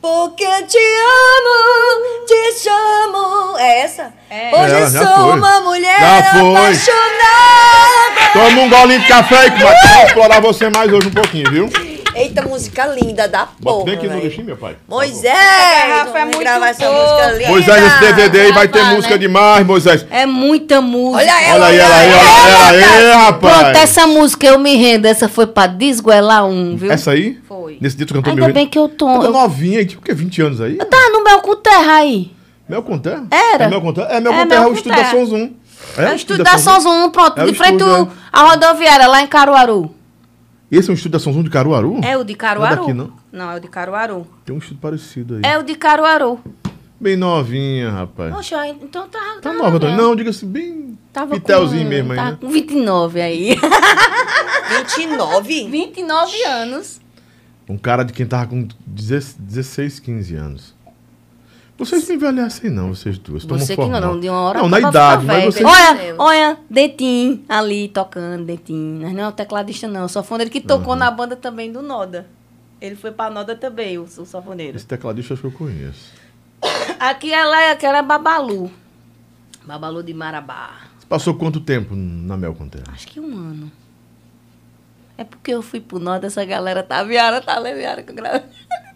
S10: Porque te amo, te chamo. É essa? Hoje
S7: Ela já
S10: sou
S7: foi.
S10: uma mulher
S7: Já foi.
S10: apaixonada.
S7: Toma um golinho de café e começa a explorar você mais hoje um pouquinho, viu?
S10: Eita, música linda da
S7: Bota
S10: porra.
S7: bem aqui no
S10: velho.
S7: lixinho, meu pai.
S10: Moisés,
S9: é
S10: vamos
S9: muito
S10: gravar essa
S9: fofa.
S10: música linda.
S7: tá Moisés, esse DVD aí vai ter música
S9: né?
S7: demais, Moisés.
S9: É muita música.
S10: Olha
S7: Olha aí, ela aí, olha ela aí,
S9: Pronto,
S7: rapaz.
S9: essa música eu me rendo. Essa foi pra desgoelar um, viu?
S7: Essa aí?
S9: Foi.
S7: Nesse dia tu cantou
S9: Ainda
S7: meu
S9: bem que eu tô.
S7: Toda
S9: Eu...
S7: novinha, tipo que 20 anos aí?
S9: Tá no meu terra aí.
S7: Mel Conté?
S9: Era.
S7: É Mel Conté? É Mel
S9: É
S7: Conté, é,
S9: Mel
S7: o estúdio
S9: Conté.
S7: da Sons 1.
S9: É o estúdio da Sons 1, pronto,
S7: É o
S9: de frente
S7: estúdio,
S9: à rodoviária, lá em Caruaru.
S7: Esse é um estúdio da Sons 1 de Caruaru?
S9: É o de
S7: Não é
S9: Caruaru?
S7: daqui, não.
S9: é o de Caruaru.
S7: Tem um estúdio parecido aí.
S9: É o de Caruaru.
S7: Bem novinha, rapaz.
S9: Poxa, então tá.
S7: É. Tá nova também. Não, diga-se bem.
S9: Tava
S7: Pitelzinho
S9: com,
S7: mesmo aí,
S9: tá
S7: né?
S9: com 29 aí. <laughs>
S10: 29?
S9: 29 anos.
S7: Um cara de quem tava com 16, 15 anos. Vocês não envelhecem, não, vocês duas. Tomam
S9: Você que não,
S7: formal.
S9: não, de uma hora
S7: Não,
S9: a
S7: na
S9: pouco
S7: idade,
S9: vai
S7: mas
S9: ficar
S7: vocês.
S9: velho. Olha, olha, Dentinho ali tocando, Dentinho. Mas não é o tecladista, não. O sofoneiro que tocou
S7: Uhum.
S9: na banda também do Noda. Ele foi pra Noda também, o, o sofoneiro.
S7: Esse tecladista eu acho que eu conheço.
S9: Aqui ela é, aquela é Babalu. Babalu de Marabá.
S7: Você passou quanto tempo na Mel Conté?
S9: Acho que um ano. É porque eu fui pro norte, essa galera tá viara, tá leviara que eu gravei.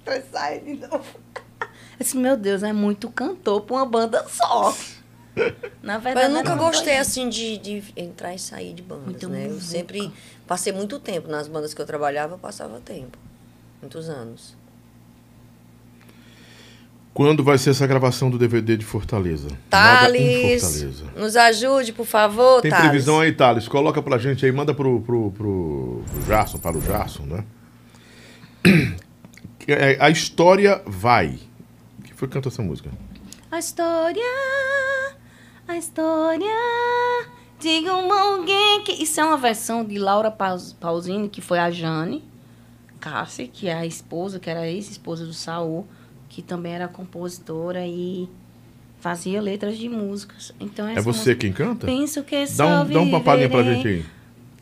S9: Então sai de novo. Esse, meu Deus, é muito cantor pra uma banda
S10: <laughs>
S9: só. Na
S10: Mas
S9: verdade,
S10: eu
S9: não
S10: nunca
S9: é
S10: gostei
S9: cantor.
S10: assim de, de entrar e sair de bandas,
S9: Então,
S10: né? Eu
S9: nunca.
S10: sempre passei muito tempo nas bandas que eu trabalhava, eu passava tempo. Muitos anos.
S7: Quando vai ser essa gravação do DVD de Fortaleza? Moda em
S10: Thales,
S7: Fortaleza.
S10: nos ajude, por favor,
S7: Tem
S10: Thales.
S7: previsão aí, Thales. Coloca pra gente aí, manda pro, pro, pro, pro Jarson, para o Jarson,
S9: <clears throat>
S7: né? É, A história vai. Quem foi que cantou essa música?
S9: A história, a história. Diga um alguém que. Isso é uma versão de Laura Paus- Pausini, que foi a Jane Cassi, que é a esposa, que era a ex-esposa do Saul, que também era compositora e fazia letras de músicas. Então
S7: É
S9: essa
S7: você
S9: música-
S7: quem canta?
S9: Penso que
S7: Dá,
S9: é só
S7: um, dá uma palhinha pra
S9: viverei
S7: gente aí.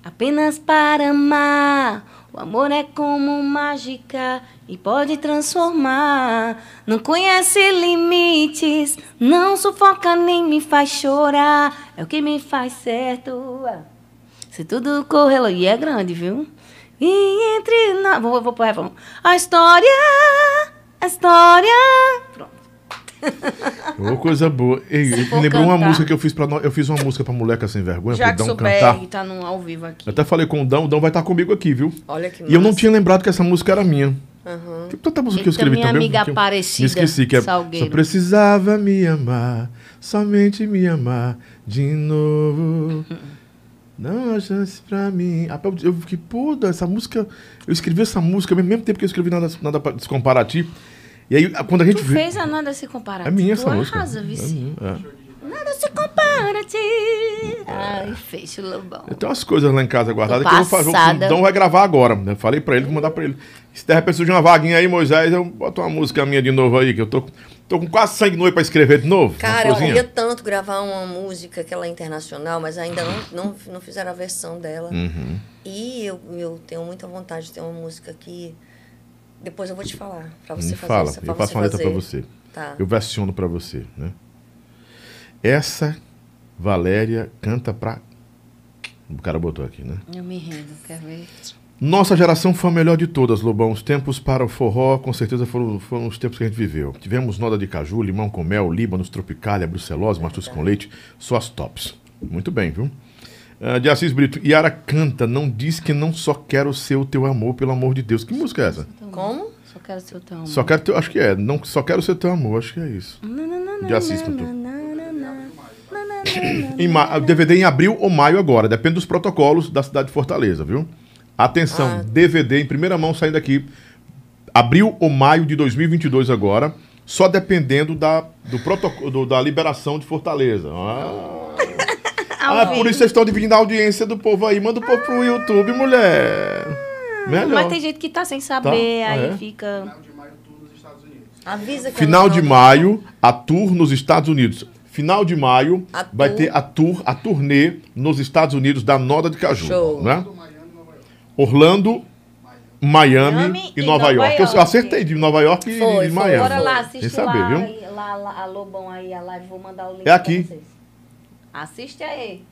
S9: Apenas para amar. O amor é como mágica e pode transformar. Não conhece limites, não sufoca nem me faz chorar. É o que me faz certo. Se tudo correr, e é grande, viu? E entre nós. Vou, vou pro refrão. A história, a história. Pronto.
S7: Ô, coisa boa. Ei,
S9: Se
S7: eu-
S9: for
S7: me lembrou uma
S9: cantar.
S7: música que eu fiz para Eu fiz uma música pra moleca sem vergonha,
S9: Já
S7: pro
S9: que
S7: Dão
S9: souber
S7: um cantar.
S9: que tá no, ao vivo
S7: Eu
S9: aqui.
S7: até falei com o Dão, o Dão vai estar comigo aqui, viu?
S10: Olha que
S7: E eu não
S10: massa.
S7: tinha lembrado que essa música era minha.
S10: Aham.
S7: Tem tanta música que eu
S9: Eita,
S7: escrevi
S9: minha
S7: também.
S9: amiga
S7: que eu- um-
S9: Aparecida
S7: Me esqueci que é.
S9: Salgueiro.
S7: Só precisava me amar, somente me amar de
S9: <laughs>
S7: novo. Não há chance pra mim. Ah, eu- Eu fiquei, pô, essa música. Eu escrevi essa música ao mesmo tempo que eu escrevi nada, nada pra descomparar a ti. E aí, quando a gente.
S9: Tu
S7: vê-
S9: fez a nada se comparar.
S7: É minha
S9: tu
S7: essa música.
S9: arrasa,
S7: é
S9: vice.
S7: minha, é.
S9: Nada se compara a ti. Ai, fecho o lobão.
S7: Eu tenho umas coisas lá em casa guardadas
S9: Tô
S7: que eu vou fazer. O
S9: passada.
S7: Dom vai gravar agora. né? Falei pra ele, vou mandar pra ele. Se der repente surgir uma vaguinha aí, Moisés, eu boto uma música minha de novo aí, que eu tô, tô com quase sangue no olho pra escrever de novo. uma
S10: Cara, eu
S7: coisinha.
S10: queria tanto gravar uma música, aquela internacional, mas ainda não, não, não fizeram a versão dela.
S7: Uhum.
S10: E eu, eu tenho muita vontade de ter uma música que. Depois eu vou te falar, pra
S7: Me
S10: você fazer
S7: Hum, fala,
S10: essa,
S7: eu faço a letra pra
S10: fazer.
S7: você.
S10: Tá.
S7: Eu versiono pra você, né? Essa Valéria canta pra... O cara botou aqui, né?
S9: Eu me rendo, quer ver?
S7: Nossa geração foi a melhor de todas, Lobão. Os tempos para o forró, com certeza, foram, foram os tempos que a gente viveu. Tivemos noda de caju, limão com mel, líbanos, tropicália, brucelose, mastruz com leite, só as tops. Muito bem, viu? Ah, de Assis Brito, Yara canta, não diz que não só quero ser o teu amor, pelo amor de Deus. Que música é essa?
S10: Como?
S9: Só quero ser o teu amor.
S7: Só quero teu, acho que é, não, só quero ser teu amor, acho que é isso. De Assis cantou. Em ma- DVD em abril ou maio agora, depende dos protocolos da cidade de Fortaleza, viu? Atenção, DVD em primeira mão saindo aqui abril ou maio de 2022 agora, só dependendo da, do protocolo, do- da liberação de Fortaleza. Ah, Ah, por isso vocês estão dividindo a audiência do povo aí. Manda o povo pro YouTube, mulher. Melhor.
S9: Mas tem gente que tá sem saber,
S7: Tá,
S9: aí
S7: é.
S9: fica.
S10: Avisa que
S9: um
S7: Final
S10: eu não
S7: de maio, a tour nos Estados Unidos. Final de maio vai ter a tour, a turnê nos Estados Unidos da Noda de Caju,
S10: Show.
S7: né? Orlando, Miami, e Nova, York. Eu- Eu acertei de Nova York e
S9: Foi,
S7: de
S9: foi.
S7: Miami.
S9: Bora lá,
S7: Sem
S9: assiste
S7: saber,
S9: lá,
S7: viu?
S9: lá, lá, a Lobão aí, a live, vou mandar o link.
S7: É aqui.
S9: pra vocês. Assiste aí.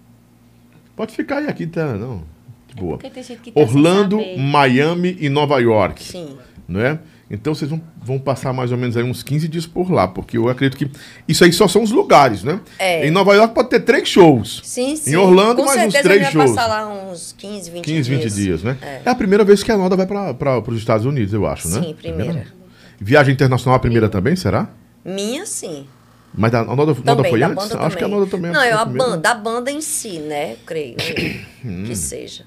S7: Pode ficar aí aqui, tá? Não. De
S10: É
S7: boa.
S9: porque tem gente que tá sem
S7: Orlando,
S9: saber.
S7: Miami e Nova York.
S10: Sim.
S7: Né? Então vocês vão, vão passar mais ou menos aí uns 15 dias por lá, porque eu acredito que isso aí só são os lugares, né?
S10: É.
S7: Em Nova York pode ter três shows.
S10: Sim, sim.
S7: Em Orlando,
S10: Com
S7: mais uns
S10: certeza
S7: três
S10: ele vai
S7: shows.
S10: passar lá uns 15, 20
S7: 15, 20
S10: dias.
S7: dias, né? É. a primeira vez que a Nalda vai para os Estados Unidos, eu acho, né?
S10: Sim, primeira.
S7: Viagem internacional a primeira também, será?
S10: Minha, sim.
S7: Mas a Nalda, Nalda
S10: Também,
S7: foi
S10: da
S7: antes?
S10: banda
S7: Acho que a Nalda também.
S10: Não,
S7: foi
S10: é a
S7: primeira.
S10: banda, a banda em si, né? Eu creio eu,
S7: <coughs> Hum.
S10: que seja.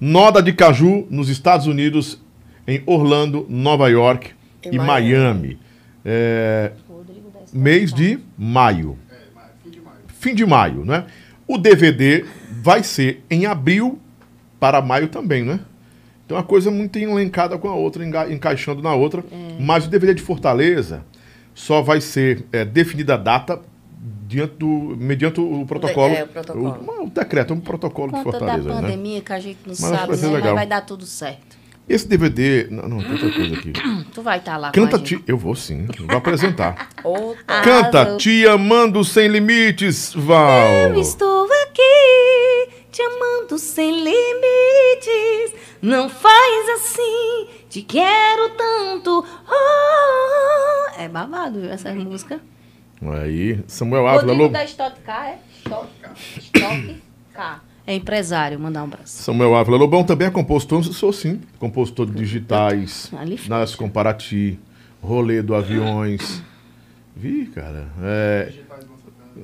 S7: Noda de Caju nos Estados Unidos, em Orlando, Nova York
S10: E
S7: e, Miami. É, mês
S9: tá.
S7: de maio. Fim de maio, né? O DVD vai ser em abril para maio também, né? Então a coisa é muito elencada com a outra, enga- encaixando na outra.
S9: É.
S7: Mas o DVD de Fortaleza só vai ser é, definida a data diante do, mediante o protocolo.
S9: é, o protocolo.
S7: O, o decreto, é um protocolo
S9: Por
S7: de
S9: conta da
S7: Fortaleza, né?
S9: pandemia, que a gente não
S7: Mas acho que
S9: sabe,
S7: vai ser
S9: né?
S7: legal.
S9: Mas vai dar tudo certo. <clears throat>
S7: Esse DVD. Não, não, tem outra coisa aqui.
S9: Tu Ah, vai estar lá
S7: Canta
S9: com a gente.
S7: te. Eu vou sim, eu vou apresentar.
S9: <laughs> Ah,
S7: Canta
S9: eu-
S7: Te Amando Sem Limites, Val.
S9: Eu estou aqui, te amando sem limites. Não faz assim, te quero tanto. Oh, é babado viu, essa música.
S7: Aí, Samuel Ávila
S9: Rodrigo
S7: Lobo.
S9: da Stock K é Stock- Stock K. É empresário, mandar um abraço.
S7: Samuel Ávila Lobão também é compositor, sou sim. Compositor de digitais,
S9: Ali fica.
S7: Nas Comparati, Rolê do Aviões. Vi, cara. É,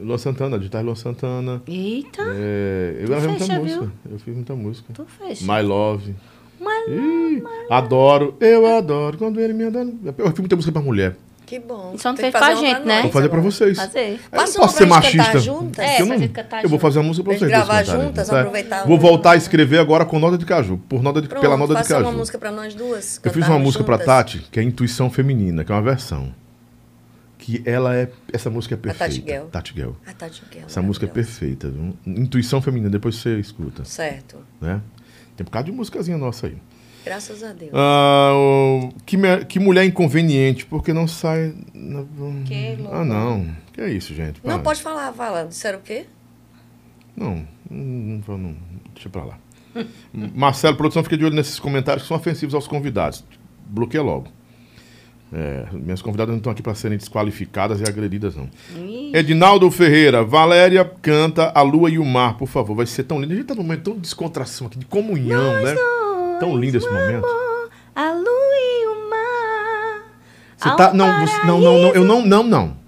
S7: Luan Santana, Digitais Luan Santana.
S9: Eita!
S7: É, eu
S9: Tu
S7: gravei muita
S9: fecha,
S7: música.
S9: viu?
S7: Eu fiz muita música.
S9: Tu fecha.
S7: My Love.
S9: Mas
S7: Ih, adoro, eu adoro quando ele me adora. Eu fiz muita música pra mulher.
S10: Que bom.
S9: Só não
S10: Tem
S9: fez pra
S10: que fazer uma um
S9: gente, né? um
S7: Vou fazer pra vocês.
S9: Fazer.
S7: Eu não posso ser machista. porque
S9: É,
S7: eu,
S9: pra
S7: não-
S9: gente cantar
S7: eu vou
S9: junto.
S7: fazer um a música pra
S10: Pra
S7: vocês.
S10: gente gravar
S7: dois cantarem,
S10: juntas,
S7: tá?
S10: aproveitar
S7: Vou
S10: uma.
S7: voltar a escrever agora com nota de caju. Por nota de,
S10: Pronto,
S7: pela nota de
S10: faça
S7: caju.
S10: uma música pra nós duas.
S7: eu fiz uma
S10: cantarmos
S7: música pra
S10: juntas.
S7: Tati, que é Intuição Feminina, que é uma versão. Que ela é. Essa música é
S10: A
S7: perfeita.
S10: Tati Guel.
S7: Tati Guel.
S10: A Tati Guel,
S7: Essa música é perfeita. viu? Intuição Feminina, depois você escuta.
S10: Certo.
S7: Né? Tem um bocado de musicazinha nossa aí.
S10: Graças a Deus.
S7: Ah, o- que, me- que mulher inconveniente, porque não sai. na-
S10: Que louco.
S7: ah, não. Que é isso, gente.
S10: Não
S7: para.
S10: pode falar, fala. Disseram o quê?
S7: Não, não, não, não, deixa pra lá. <laughs> Marcelo, produção, fica de olho nesses comentários que são ofensivos aos convidados. Bloqueia logo. É, minhas convidadas não estão aqui para serem desqualificadas e agredidas, não.
S9: Ih.
S7: Edinaldo Ferreira, Valéria canta A Lua e o Mar, por favor. Vai ser tão lindo. A gente tá num momento tão de descontração aqui, de comunhão, né? Tão lindo esse momento.
S9: A lua e o mar.
S7: Você tá. Não, você- não, não, não, eu não, não, não.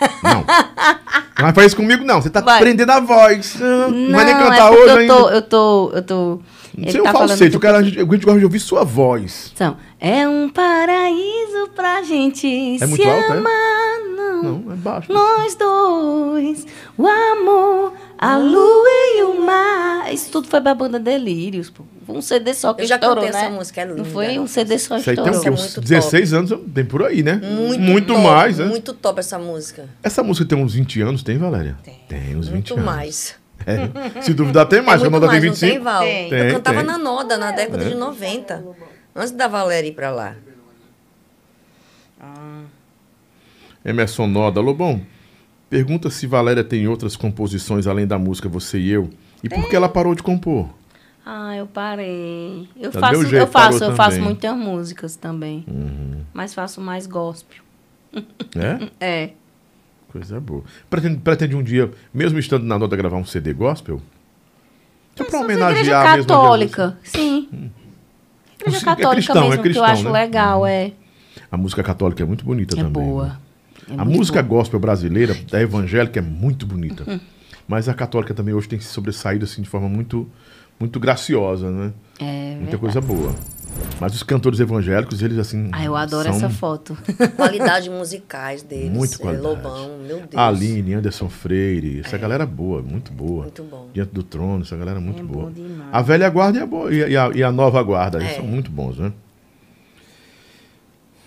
S9: <laughs>
S7: Não. Não vai fazer isso comigo, não. Você tá prendendo a voz. Não, vai nem
S9: é
S7: cantar
S9: porque
S7: Tá hoje
S9: eu
S7: ainda.
S9: tô, eu tô, eu tô. tá
S7: Não sei o falsete, o cara, a gente, a gente gosta de ouvir sua voz.
S9: Então, é um paraíso pra gente
S7: É muito
S9: se
S7: alto, é?
S9: amar, não.
S7: Não, é baixo.
S9: Nós dois, o amor, a lua e o mar. Isso tudo foi pra banda Delírios, pô. Foi Um CD só que
S10: Eu já
S9: estourou,
S10: cantei
S9: né?
S10: essa música, é linda.
S9: Não foi um CD só
S7: Isso aí tem
S9: estourou.
S7: uns 16 anos, tem por aí, né?
S10: Muito, top,
S7: mais, né?
S10: Muito top essa música.
S7: Essa música tem uns 20 anos, tem, Valéria? Tem. uns 20
S10: Muito
S7: anos.
S10: mais.
S7: É. Se duvidar, tem mais.
S10: É
S7: porque a
S10: muito
S7: Nanda tem
S10: mais, não
S7: 25.
S10: tem, Val? Eu
S7: Tem,
S10: cantava
S7: tem.
S10: na Noda, na década
S7: É.
S10: de 90. Antes da Valéria ir pra lá.
S7: Ah. Emerson Noda. Lobão, pergunta se Valéria tem outras composições além da música Você e Eu. E por que ela parou de compor?
S9: Ah, eu parei. Eu
S7: Tá,
S9: faço,
S7: meu jeito,
S9: eu faço,
S7: parou
S9: eu faço
S7: também. Uhum.
S9: muitas músicas também. Mas faço mais gospel.
S7: É?
S9: <laughs> É.
S7: Coisa boa. Pretende, pretende um dia, mesmo estando na Noda, gravar um CD gospel? Só É Então, pra
S9: Igreja
S7: homenagear mesmo a
S9: católica, sim.
S7: Igreja
S9: Igreja católica
S7: cristão, é
S9: mesmo,
S7: cristão,
S9: que eu acho
S7: né?
S9: legal, é.
S7: A música católica é muito bonita
S9: É
S7: também.
S9: boa.
S7: né?
S9: É
S7: a
S9: muito
S7: música
S9: boa.
S7: gospel brasileira, da evangélica, é muito bonita.
S9: Uhum.
S7: Mas a católica também hoje tem se sobressaído assim, de forma muito, muito graciosa, né?
S9: É
S7: Muita
S9: verdade.
S7: coisa boa. Mas os cantores evangélicos, eles assim.
S9: Ah, eu adoro
S7: são
S9: essa foto. <laughs>
S10: Qualidade musicais deles.
S7: Muito
S10: É,
S7: qualidade.
S10: Lobão, meu Deus.
S7: Aline, Anderson Freire, essa galera é boa, muito boa. Muito
S10: bom.
S7: Diante do trono, essa galera é muito
S10: É
S7: boa.
S10: bom demais.
S7: a velha guarda e a, boa- e a- e a nova guarda, eles
S10: É.
S7: são muito bons, né?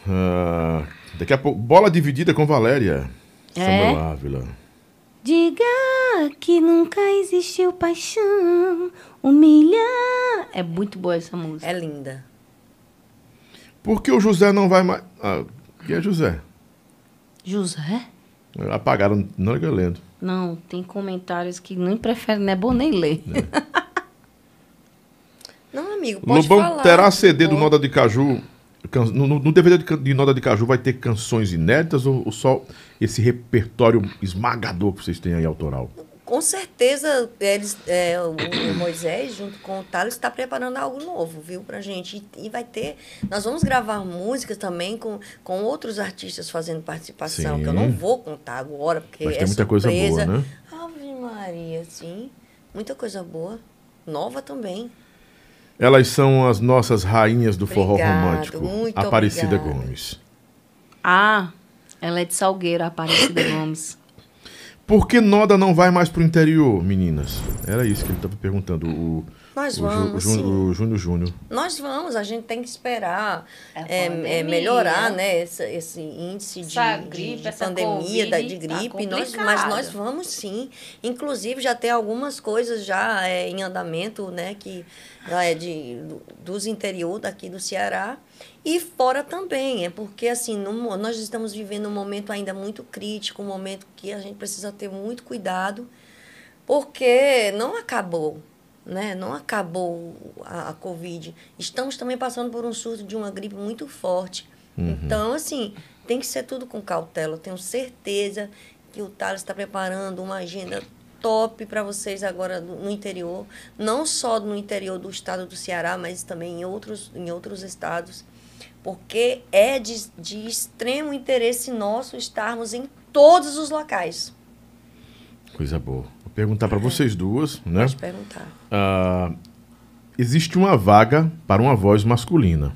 S7: Ah, daqui a pouco, bola dividida com Valéria.
S9: É?
S7: Samuel Ávila.
S9: Diga que nunca existiu paixão, humilhar. É muito boa essa música.
S10: É linda.
S7: Por que o José não vai mais. Ah, quem é José?
S9: José?
S7: Apagaram, não é que eu lendo.
S9: Não, tem comentários que nem prefere, não é bom nem ler.
S10: <laughs> Não, amigo, pode
S7: É. Lobão
S10: falar.
S7: terá CD do Noda de Caju. can- No, no- no DVD de, can- de Noda de Caju vai ter canções inéditas ou, ou só esse repertório esmagador que vocês têm aí autoral?
S10: Com certeza, eles, é, o, o Moisés, junto com o Thales, está preparando algo novo, viu, pra gente. E, e vai ter. Nós vamos gravar músicas também com, com outros artistas fazendo participação, que eu não
S7: Sim.
S10: vou contar agora, porque
S7: Mas
S10: é
S7: tem muita coisa boa,
S10: surpresa.
S7: né?
S10: Ave Maria, sim. Muita coisa boa. Nova também.
S7: Elas são as nossas rainhas do forró
S10: Obrigado,
S7: romântico.
S10: muito
S7: Aparecida
S10: obrigada.
S7: Gomes.
S9: Ah, ela é de Salgueiro,
S7: <coughs>
S9: Aparecida Gomes.
S7: Por que Noda não vai mais pro interior, meninas? Era isso que ele estava perguntando. O, o
S10: Nós
S7: Ju-
S10: vamos,
S7: o Ju-
S10: sim.
S7: o Júnior Júnior.
S10: Nós vamos, a gente tem que esperar é,
S9: pandemia.
S10: é, melhorar né, essa- esse, índice de,
S9: Essa
S10: de-
S9: gripe,
S10: de
S9: essa
S10: pandemia,
S9: Covid
S10: da, de
S9: tá
S10: gripe, nós,
S9: complicada.
S10: mas nós vamos sim. Inclusive, já tem algumas coisas já é, em andamento, né, que já é de, do- dos interior daqui do Ceará. E fora também, é porque assim, no mo- nós estamos vivendo um momento ainda muito crítico, um momento que a gente precisa ter muito cuidado, porque não acabou, né? Não acabou a, a Covid. Estamos também passando por um surto de uma gripe muito forte. Então, assim, tem que ser tudo com cautela. Eu tenho certeza que o Thales está preparando uma agenda top para vocês agora do- no interior, não só no interior do estado do Ceará, mas também em outros, em outros estados, porque é de, de extremo interesse nosso estarmos em todos os locais.
S7: Coisa boa. Vou perguntar para vocês duas, né?
S10: Pode perguntar.
S7: Ah, existe uma vaga para uma voz masculina.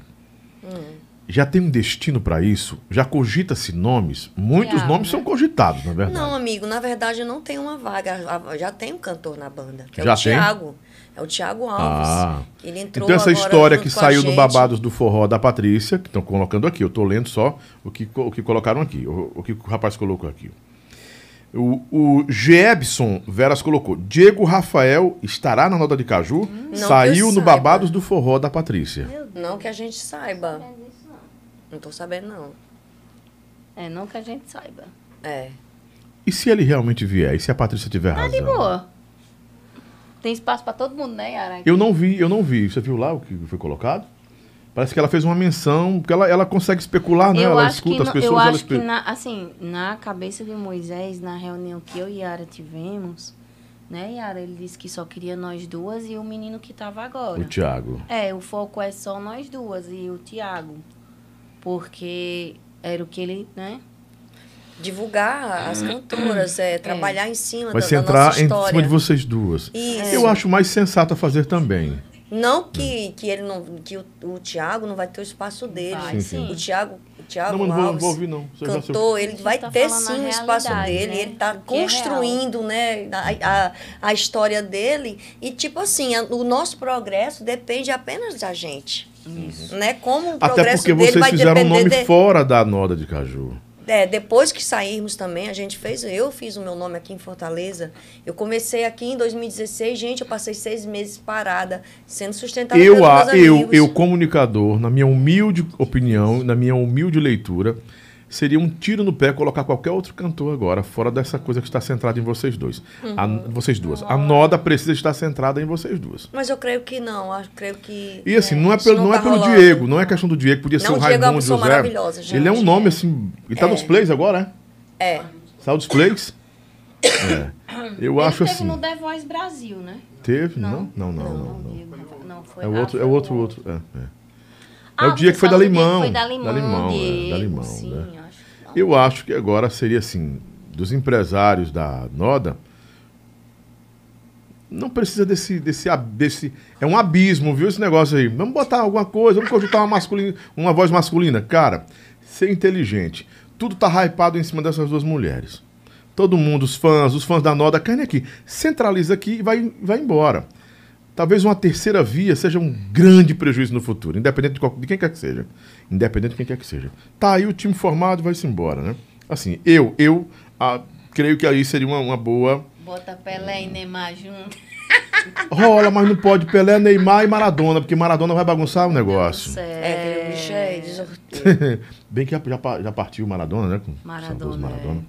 S10: Hum.
S7: Já tem um destino para isso? Já cogita-se nomes? Muitos
S9: Tiago,
S7: nomes são cogitados, na verdade.
S10: Não, amigo, na verdade eu não tenho uma vaga. A- a- Já tem um cantor na banda, que é
S7: Já
S10: o
S7: tem?
S10: Thiago. É o Thiago Alves. que Ele entrou
S7: então essa
S10: agora
S7: história
S10: junto
S7: que
S10: com a
S7: saiu do
S10: gente.
S7: Babados do Forró da Patrícia, que estão colocando aqui, eu tô lendo só o que, co- o que colocaram aqui, o, o que o rapaz colocou aqui. O, o Gebson Veras colocou, Diego Rafael estará na Noda de Caju,
S10: Hum, que eu
S7: saiu no
S10: saiba.
S7: Babados do Forró da Patrícia.
S10: Não que a gente saiba. Não tô sabendo, não.
S9: É, não que a gente saiba.
S10: É.
S7: E se ele realmente vier? E se a Patrícia tiver
S9: Tá
S7: razão?
S9: de boa. Tem espaço pra todo mundo, né, Yara?
S7: Eu não vi, eu não vi. Você viu lá o que foi colocado? Parece que ela fez uma menção, porque ela, ela consegue especular, né?
S9: Eu
S7: ela
S9: acho
S7: escuta
S9: que
S7: as
S9: não-
S7: pessoas.
S9: Eu
S7: ela
S9: acho que,
S7: espe-
S9: na, assim, na cabeça de Moisés, na reunião que eu e Yara tivemos, né, Yara? Ele disse que só queria nós duas e o menino que tava agora.
S7: O Thiago.
S9: É, o foco é só nós duas e o Tiago. Porque era o que ele, né?
S10: Divulgar as cantoras, é, trabalhar em cima
S7: Hum. Vai
S10: da,
S7: se
S10: da
S7: entrar
S10: nossa
S7: em
S10: história.
S7: cima de vocês duas.
S10: Isso.
S7: Eu acho mais Hum. sensato a fazer também.
S10: Não que, que ele não. que o, o Thiago não vai ter o espaço dele.
S7: Vai, Sim, sim.
S10: O Thiago, o Thiago
S7: Não, mas não vou-
S10: Alves
S7: vou ouvir, não. Você já
S10: cantor,
S7: soube.
S10: ele
S9: gente
S10: vai
S9: tá
S10: ter
S9: falando
S10: sim
S9: a
S10: o espaço
S9: realidade,
S10: dele.
S9: né?
S10: Ele está
S9: O que é
S10: construindo, né, a, a, a história dele. E tipo assim, a- o nosso progresso depende apenas da gente. Né? Como o
S7: Até
S10: progresso
S7: porque
S10: dele
S7: vocês
S10: vai
S7: fizeram
S10: depender
S7: um nome
S10: de-
S7: fora da Noda de Caju.
S10: é, depois que sairmos também, a gente fez, eu fiz o meu nome aqui em Fortaleza. Eu comecei aqui em 2016, gente, eu passei seis meses parada, sendo sustentada
S7: eu,
S10: pelos
S7: a-
S10: meus
S7: eu,
S10: amigos.
S7: eu, comunicador, na minha humilde opinião, na minha humilde leitura, seria um tiro no pé colocar qualquer outro cantor agora, fora dessa coisa que está centrada em vocês dois. A-
S10: Uhum.
S7: vocês duas. A Noda precisa estar centrada em vocês duas.
S10: Mas eu creio que não, eu creio que...
S7: E assim, não é, pelo,
S10: isso
S7: não é
S10: tá
S7: pelo
S10: rolando.
S7: Diego, não é questão do Diego, podia
S10: Não,
S7: ser o
S10: o Diego é uma
S7: Raimundo
S10: pessoa
S7: José.
S10: maravilhosa, gente.
S7: Ele é um nome assim. Ele tá nos plays agora,
S10: É.
S7: é? Saiu dos plays? É. Eu
S9: ele
S7: acho
S9: teve
S7: assim.
S9: no The Voice Brasil, né?
S7: Teve? Não? Não, não, não. não.
S9: Diego, não foi.
S7: É o outro,
S9: ah,
S7: é o
S9: foi
S7: outro, outro. É, é. É
S9: Ah,
S7: o dia que foi da
S9: pessoal, o dia que
S7: Limão.
S9: foi da
S7: é,
S9: Limão,
S7: da
S9: Diego,
S7: Limão,
S9: sim,
S7: né?
S9: acho
S7: Eu acho que agora seria assim, dos empresários da Noda, Não precisa desse, desse, ab- desse. É um abismo, viu, esse negócio aí. Vamos botar alguma coisa, vamos conjuntar uma, masculina, uma voz masculina. Cara, ser inteligente. Tudo tá hypado em cima dessas duas mulheres. Todo mundo, os fãs, os fãs da Noda, carne aqui. Centraliza aqui e vai, vai embora. Talvez uma terceira via seja um grande prejuízo no futuro, independente de, qual- de quem quer que seja. Independente de quem quer que seja. Tá aí o time formado vai-se embora, né? Assim, eu, eu ah, creio que aí seria uma, uma boa.
S9: Bota Pelé e Neymar junto.
S7: Rola, mas não pode Pelé, Neymar e Maradona, porque Maradona vai bagunçar o negócio.
S10: É, aquele bicho é desorteiro.
S7: <laughs> Bem que já, já, pa- já partiu o Maradona, né? Com o
S9: Maradona,
S7: saudoso
S10: é.
S7: Maradona.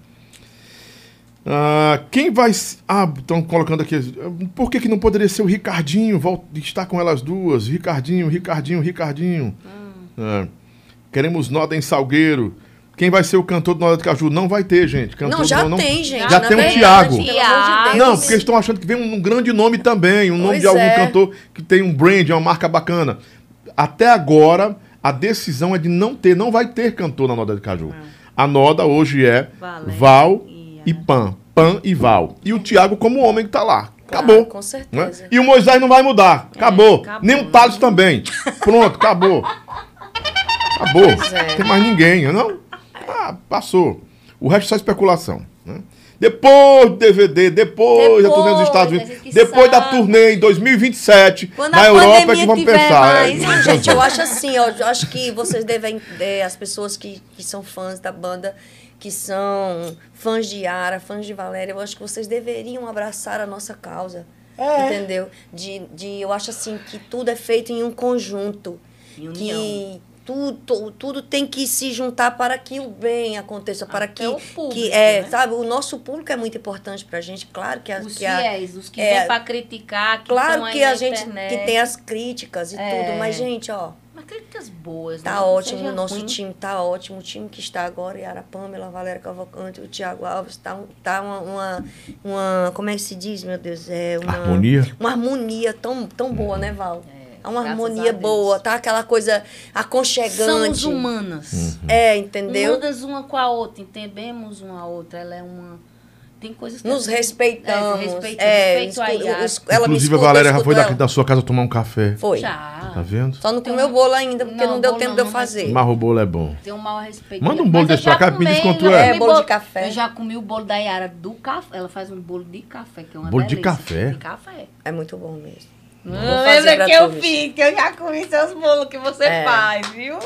S7: Ah, quem vai. se- Ah, estão colocando aqui. ah, Por que, que não poderia ser o Ricardinho? Volta, está com elas duas. Ricardinho, Ricardinho, Ricardinho.
S10: Hum.
S7: Ah, queremos Noda em Salgueiro. Quem vai ser o cantor do Noda de Caju? Não vai ter, gente. Cantor
S10: Não, já
S7: do-
S10: tem, gente.
S7: Já
S10: Na
S7: tem o
S10: verdade,
S7: Thiago.
S10: pelo amor de Deus.
S7: Não, porque eles estão achando que vem um grande nome também, um nome
S10: Pois
S7: de algum
S10: é.
S7: cantor que tem um brand, uma marca bacana. Até agora, a decisão é de não ter, não vai ter cantor na Noda de Caju. A Noda hoje é Val e Pan. Pan e Val. E o Thiago como homem que tá lá. Acabou.
S10: com
S7: né?
S10: certeza. É,
S7: E o Moisés não vai mudar. Acabou. Nem o Thales também. Pronto, acabou. Acabou.
S10: Pois é.
S7: Não tem mais ninguém, não? Ah, passou. O resto é só especulação. né? Depois do DVD, depois, da turnê dos Estados
S9: Depois,
S7: Unidos,
S9: a gente que
S7: depois da
S9: sabe.
S7: turnê em 2027,
S9: Quando
S7: na
S9: a
S7: Europa é que
S9: pandemia
S7: vamos
S9: tiver
S7: pensar. é.
S9: mais.
S10: Não,
S7: <laughs>
S10: gente, eu acho assim, ó, eu acho que vocês devem, é, as pessoas que, que são fãs da banda, que são fãs de Yara, fãs de Valéria, eu acho que vocês deveriam abraçar a nossa causa.
S9: É.
S10: Entendeu? De, de, eu acho assim que tudo é feito em um conjunto.
S9: Em
S10: Que
S9: união.
S10: tudo, tudo tem que se juntar para que o bem aconteça, para
S9: Até
S10: que,
S9: o público,
S10: que é,
S9: né?
S10: sabe, o nosso público é muito importante pra gente, claro que a,
S9: Os
S10: que a-
S9: fiéis, os que
S10: é,
S9: vêm pra criticar, que
S10: Claro
S9: tão aí
S10: que
S9: na
S10: a gente
S9: internet.
S10: que tem as críticas e
S9: É.
S10: tudo, mas, gente, ó,
S9: Mas críticas boas, né?
S10: tá
S9: Não
S10: ótimo.
S9: seja
S10: O nosso
S9: ruim.
S10: time tá ótimo. O time que está agora, Yara Pamela, Valéria Cavalcante, o Thiago Alves, tá, um- tá uma, uma, uma- Como é que se diz, meu Deus? É uma
S7: Harmonia?
S10: Uma harmonia tão, tão boa, né, Val? É, uma
S9: graças
S10: harmonia
S9: a Deus.
S10: boa, tá? Aquela coisa
S9: Somos
S10: aconchegante.
S7: Uhum.
S9: humanas.
S10: É, entendeu?
S9: Humanas uma com a outra, entendemos uma a outra. Ela é uma. Tem coisas que.
S10: Nos respeitamos.
S9: É, respeito,
S10: é,
S9: respeito a
S10: escuto-
S9: Yara.
S10: es- ela me
S7: Inclusive,
S10: escuta,
S7: a Valéria já
S10: escuto
S7: foi da,
S10: ela.
S7: da sua casa tomar um café.
S10: Foi.
S9: Já.
S7: Tá vendo?
S10: Só não comeu bolo ainda, porque não,
S9: Não,
S10: deu
S9: bolo
S10: tempo
S9: não,
S10: de eu
S9: não
S10: fazer.
S7: Mas o bolo é bom.
S9: Tem um mau respeito.
S7: Manda um bolo
S9: Mas eu
S7: desse pra
S9: já
S7: cá, me diz
S9: comi,
S7: quanto
S9: eu
S7: é.
S9: comi
S10: É, bolo de café.
S9: Eu já comi o bolo da Yara do café. Ela faz um bolo de café, que é uma
S7: Bolo de
S9: delícia.
S7: café?
S9: De café.
S10: É muito bom mesmo.
S9: Não,
S10: fazer pra
S9: lembra que eu
S10: todos.
S9: fiz, que eu já comi seus bolos que você
S10: É.
S9: faz, viu?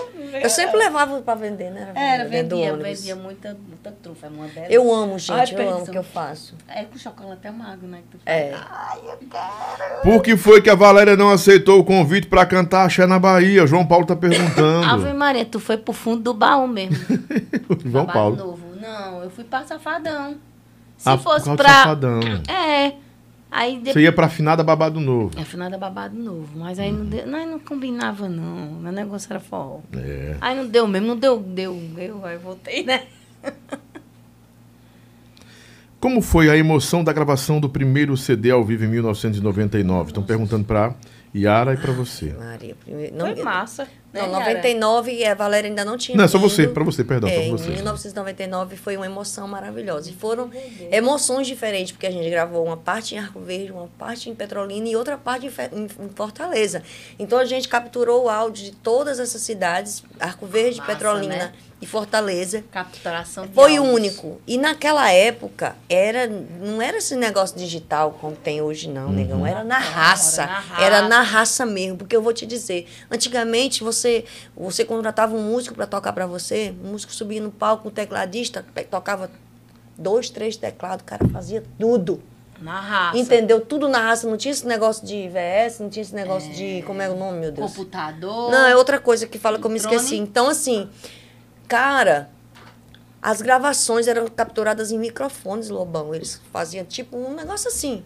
S10: Eu sempre levava pra vender, né?
S9: Era,
S10: Dentro do
S9: vendia,
S10: ônibus.
S9: vendia muita, muita trufa, é uma delícia.
S10: Eu amo, gente, eu amo
S9: perdição.
S10: o que eu faço.
S9: É com chocolate amargo, né? Que tu faz.
S10: É.
S7: Por que foi que a Valéria não aceitou o convite pra cantar axé na Bahia? João Paulo tá
S9: Ave
S7: perguntando.
S9: Maria, tu foi pro fundo do baú mesmo.
S7: <laughs> João
S9: Trabalho
S7: Paulo.
S9: Novo. Não, eu fui pra Safadão. Se
S7: Ah, por
S9: fosse
S7: causa do
S9: pra...
S7: Safadão.
S9: É. Aí
S7: Você
S9: depois...
S7: ia pra Uhum. finada Babado Novo.
S9: É final da babado novo, mas aí não, deu, nós não combinava não, meu negócio era forró.
S7: É.
S9: Aí não deu mesmo, não deu, deu, deu, aí eu voltei, né?
S7: Como foi a emoção da gravação do primeiro CD ao vivo em 1999? Estão perguntando pra Yara e pra você.
S10: Maria, primeiro. Não,
S9: Foi massa.
S10: Não,
S9: né, Yara?
S10: 99, a Valéria ainda não tinha.
S7: Não, é só
S10: vindo.
S7: você, pra você, perdão,
S10: É,
S7: só pra
S10: em
S7: você.
S10: 1999 foi uma emoção maravilhosa. E foram emoções diferentes, porque a gente gravou uma parte em Arco Verde, uma parte em Petrolina e outra parte em, Fe- em- em Fortaleza. Então a gente capturou o áudio de todas essas cidades, Arco Verde,
S9: Ah, Massa,
S10: Petrolina
S9: né?
S10: e Fortaleza.
S9: Capturação de
S10: Foi
S9: áudios.
S10: único. E naquela época, era, não era esse negócio digital como tem hoje, não,
S7: Uhum.
S10: negão. Era
S9: Uhum.
S10: na raça.
S9: Então, na raça.
S10: Era na raça mesmo. Porque eu vou te dizer, antigamente você, você contratava um músico para tocar para você, um músico subia no palco, um tecladista pe- tocava dois, três teclados, o cara fazia tudo.
S9: Na raça.
S10: Entendeu? Tudo na raça. Não tinha esse negócio de IVS, não tinha esse negócio de. Como é o nome, meu Deus?
S9: Computador.
S10: Não, é outra coisa que fala que eu me
S9: Drone.
S10: esqueci. Então, assim, cara, as gravações eram capturadas em microfones, Lobão. Eles faziam tipo um negócio assim.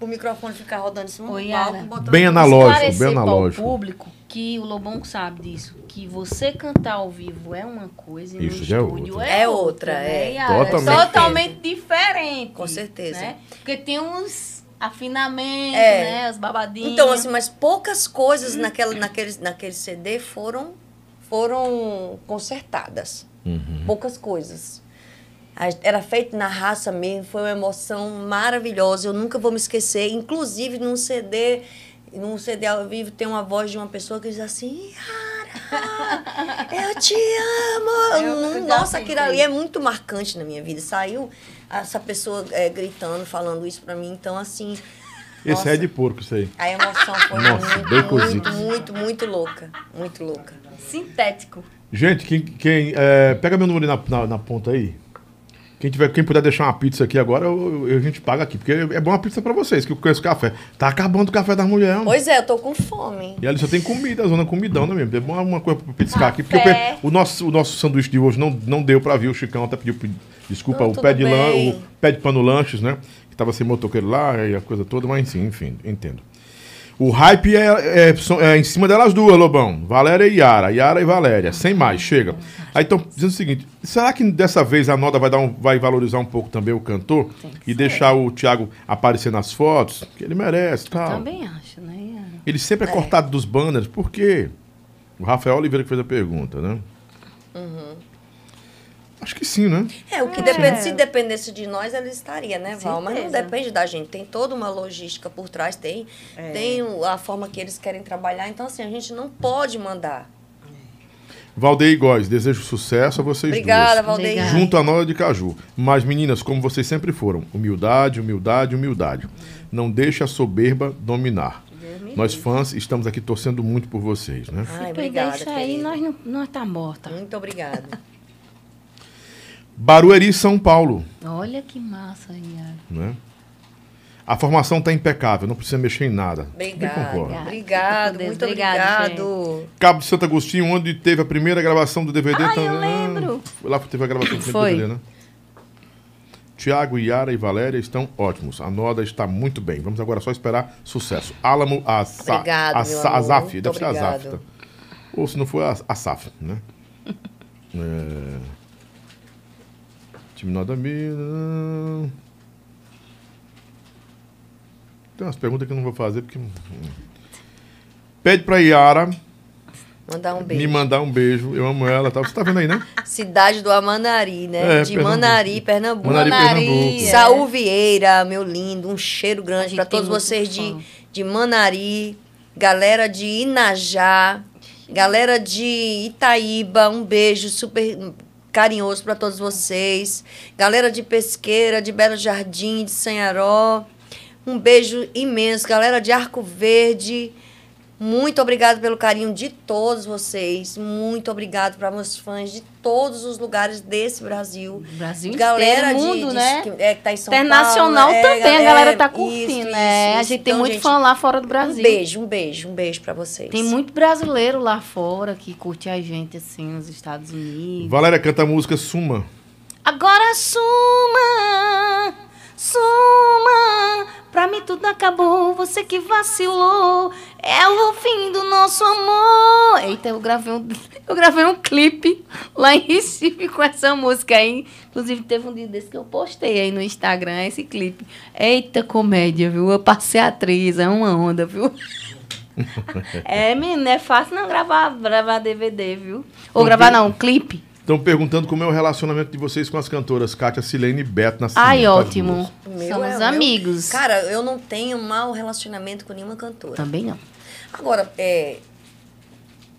S10: O microfone ficar rodando em cima
S9: Oi,
S10: do
S9: Yara.
S10: palco, botando
S7: Bem
S10: música.
S7: analógico,
S9: Então, Esclarecer
S7: bem
S9: para
S7: analógico.
S9: o público que o Lobão sabe disso, que você cantar ao vivo é uma coisa e
S7: Isso
S9: no
S7: já é
S9: estúdio
S7: outra.
S10: É outra, é.
S9: né, Yara?
S7: Totalmente.
S9: totalmente diferente.
S10: Com certeza.
S9: né? Porque tem uns afinamentos,
S10: É.
S9: né, os babadinhos.
S10: Então, assim, mas poucas coisas naquela, naquele, naquele CD
S7: Uhum.
S10: foram, foram consertadas. Poucas coisas. A- Era feito na raça mesmo, foi uma emoção maravilhosa, eu nunca vou me esquecer. Inclusive, num CD, num CD ao vivo, tem uma voz de uma pessoa que diz assim: "Yara, eu
S11: <laughs>
S10: te amo!
S11: É, Eu- eu já
S10: Nossa, aquilo
S11: sentei.
S10: ali é muito marcante na minha vida. Saiu essa pessoa é, gritando, falando isso pra mim, então assim.
S7: Esse
S10: nossa,
S7: é de porco, isso aí.
S10: A emoção foi
S7: Nossa, bem
S10: muito, muito,
S7: cozido.
S10: muito, muito louca. Muito louca.
S9: Sintético.
S7: Gente, quem, quem, é, pega meu número aí na, na- na ponta aí. Quem, tiver, quem puder deixar uma pizza aqui agora, eu, eu- a gente paga aqui. Porque é bom uma pizza pra vocês, que eu conheço café. Tá acabando o café da mulher, mano.
S10: Pois é, eu tô com fome.
S7: E ali só tem comida, a zona comidão, né mesmo? É bom uma coisa pra petiscar aqui. Porque eu
S10: Café.
S7: pe- o, nosso, o nosso sanduíche de hoje não, não deu pra vir. O Chicão até pediu pe- desculpa.
S10: Não,
S7: o,
S10: tudo
S7: pé de lan,
S10: bem.
S7: o pé de pano lanches, né? Que tava sem motoqueiro lá e a coisa toda. Mas sim, enfim, entendo. O hype é, é- são- é em cima delas duas, Lobão. Valéria e Yara. Yara e Valéria. Sem mais, chega. Aí estão dizendo o seguinte. Será que dessa vez a Noda vai, dar um, vai valorizar um pouco também o cantor? E deixar o Thiago aparecer nas fotos? Que ele merece, tal.
S9: Também acho, né? Yara?
S7: Ele sempre é, cortado dos banners, por quê? O Rafael Oliveira que fez a pergunta, né?
S10: Uhum.
S7: Acho que sim, né?
S10: É, o que depende, se dependesse de nós, ele estaria, né, Val? Mas não
S11: Certeza.
S10: depende da gente. Tem toda uma logística por trás, tem,
S11: É.
S10: tem o- a forma que eles querem trabalhar. Então, assim, a gente não pode mandar.
S7: Valdeir Góes, desejo sucesso a vocês
S10: Obrigada,
S7: duas.
S10: Valdeir. Obrigada.
S7: Junto à Nora de Caju. Mas, meninas, como vocês sempre foram, humildade, humildade, humildade. Não deixe a soberba dominar. Nós fãs estamos aqui torcendo muito por vocês, né?
S9: Se perder
S10: obrigada,
S9: isso aí, nós não, nós tá morta.
S10: Muito obrigada.
S7: Barueri, São Paulo,
S9: <laughs> Olha que massa, Yara.
S7: né? A formação está impecável, não precisa mexer em nada. Também concordo.
S10: Obrigada. Obrigado,
S9: Deus,
S10: muito
S9: obrigada,
S10: obrigado.
S7: Cabo de Santo Agostinho, onde teve a primeira gravação do DVD.
S10: Ah,
S7: tá-
S10: eu lembro.
S7: Ah, Lá teve a gravação do
S10: Foi.
S7: DVD, né? Tiago, Yara e Valéria estão ótimos. A Noda está muito bem. Vamos agora só esperar sucesso. Álamo, a, Sa-
S10: Obrigado,
S7: a,
S10: meu
S7: Sa- a
S10: amor.
S7: Zaf,
S10: Muito
S7: deve ser a Zaf.
S10: obrigado.
S7: tá? Ou se não for, a, a Saf,
S10: <laughs>
S7: né? é... Time Noda Mira. Tem umas perguntas que eu não vou fazer porque. hum, Pede pra Yara
S10: Mandar um
S7: me
S10: beijo.
S7: mandar um beijo. Eu amo ela. Tá? Você tá vendo aí,
S9: <laughs>
S7: né?
S10: Cidade do Amanari, né?
S7: É,
S10: de
S7: Pernambuco.
S10: Manari, Pernambuco.
S7: Manari, Pernambuco.
S10: Saúl Vieira, meu lindo, um cheiro grande para
S9: tem
S10: todos
S9: muito
S10: vocês de, de Manari, galera de Inajá, galera de Itaíba, um beijo super carinhoso para todos vocês. Galera de Pesqueira, de Belo Jardim, de Sanharó, um beijo imenso. Galera de Arco Verde, muito obrigado pelo carinho de todos vocês. Muito obrigado para meus fãs de todos os lugares desse Brasil.
S9: Brasil
S10: Galera
S9: inteiro,
S10: de-
S9: mundo,
S10: de-
S9: né?
S10: que- é, que tá em São
S9: Internacional
S10: Paulo, é,
S9: também,
S10: galera,
S9: a galera tá
S10: isso,
S9: curtindo,
S10: isso,
S9: né? a
S10: isso.
S9: gente tem
S10: Então,
S9: muito
S10: gente,
S9: fã lá fora do Brasil.
S10: Um beijo, um beijo, um beijo para vocês.
S9: Tem muito brasileiro lá fora que curte a gente, assim, nos Estados Unidos.
S7: Valéria canta a música Suma.
S9: Agora suma, suma. Pra mim tudo acabou, você que vacilou. É o fim do nosso amor. Eita, eu gravei um, <laughs> eu gravei um clipe lá em Recife com essa música aí. Inclusive, teve um dia desse que eu postei aí no Instagram esse clipe. Eita, comédia, viu? Eu passei a atriz, é uma onda, viu?
S7: <laughs> Então,
S9: É, menino, não é fácil não gravar, gravar DVD, viu? Ou gravar não, um clipe.
S7: Estão perguntando como é o relacionamento de vocês com as cantoras Kátia, Silene e Beto Tá na
S9: Ai, ótimo. Somos
S10: é,
S9: amigos.
S10: Cara, eu não tenho mau relacionamento com nenhuma cantora.
S9: Também não.
S10: Agora, é,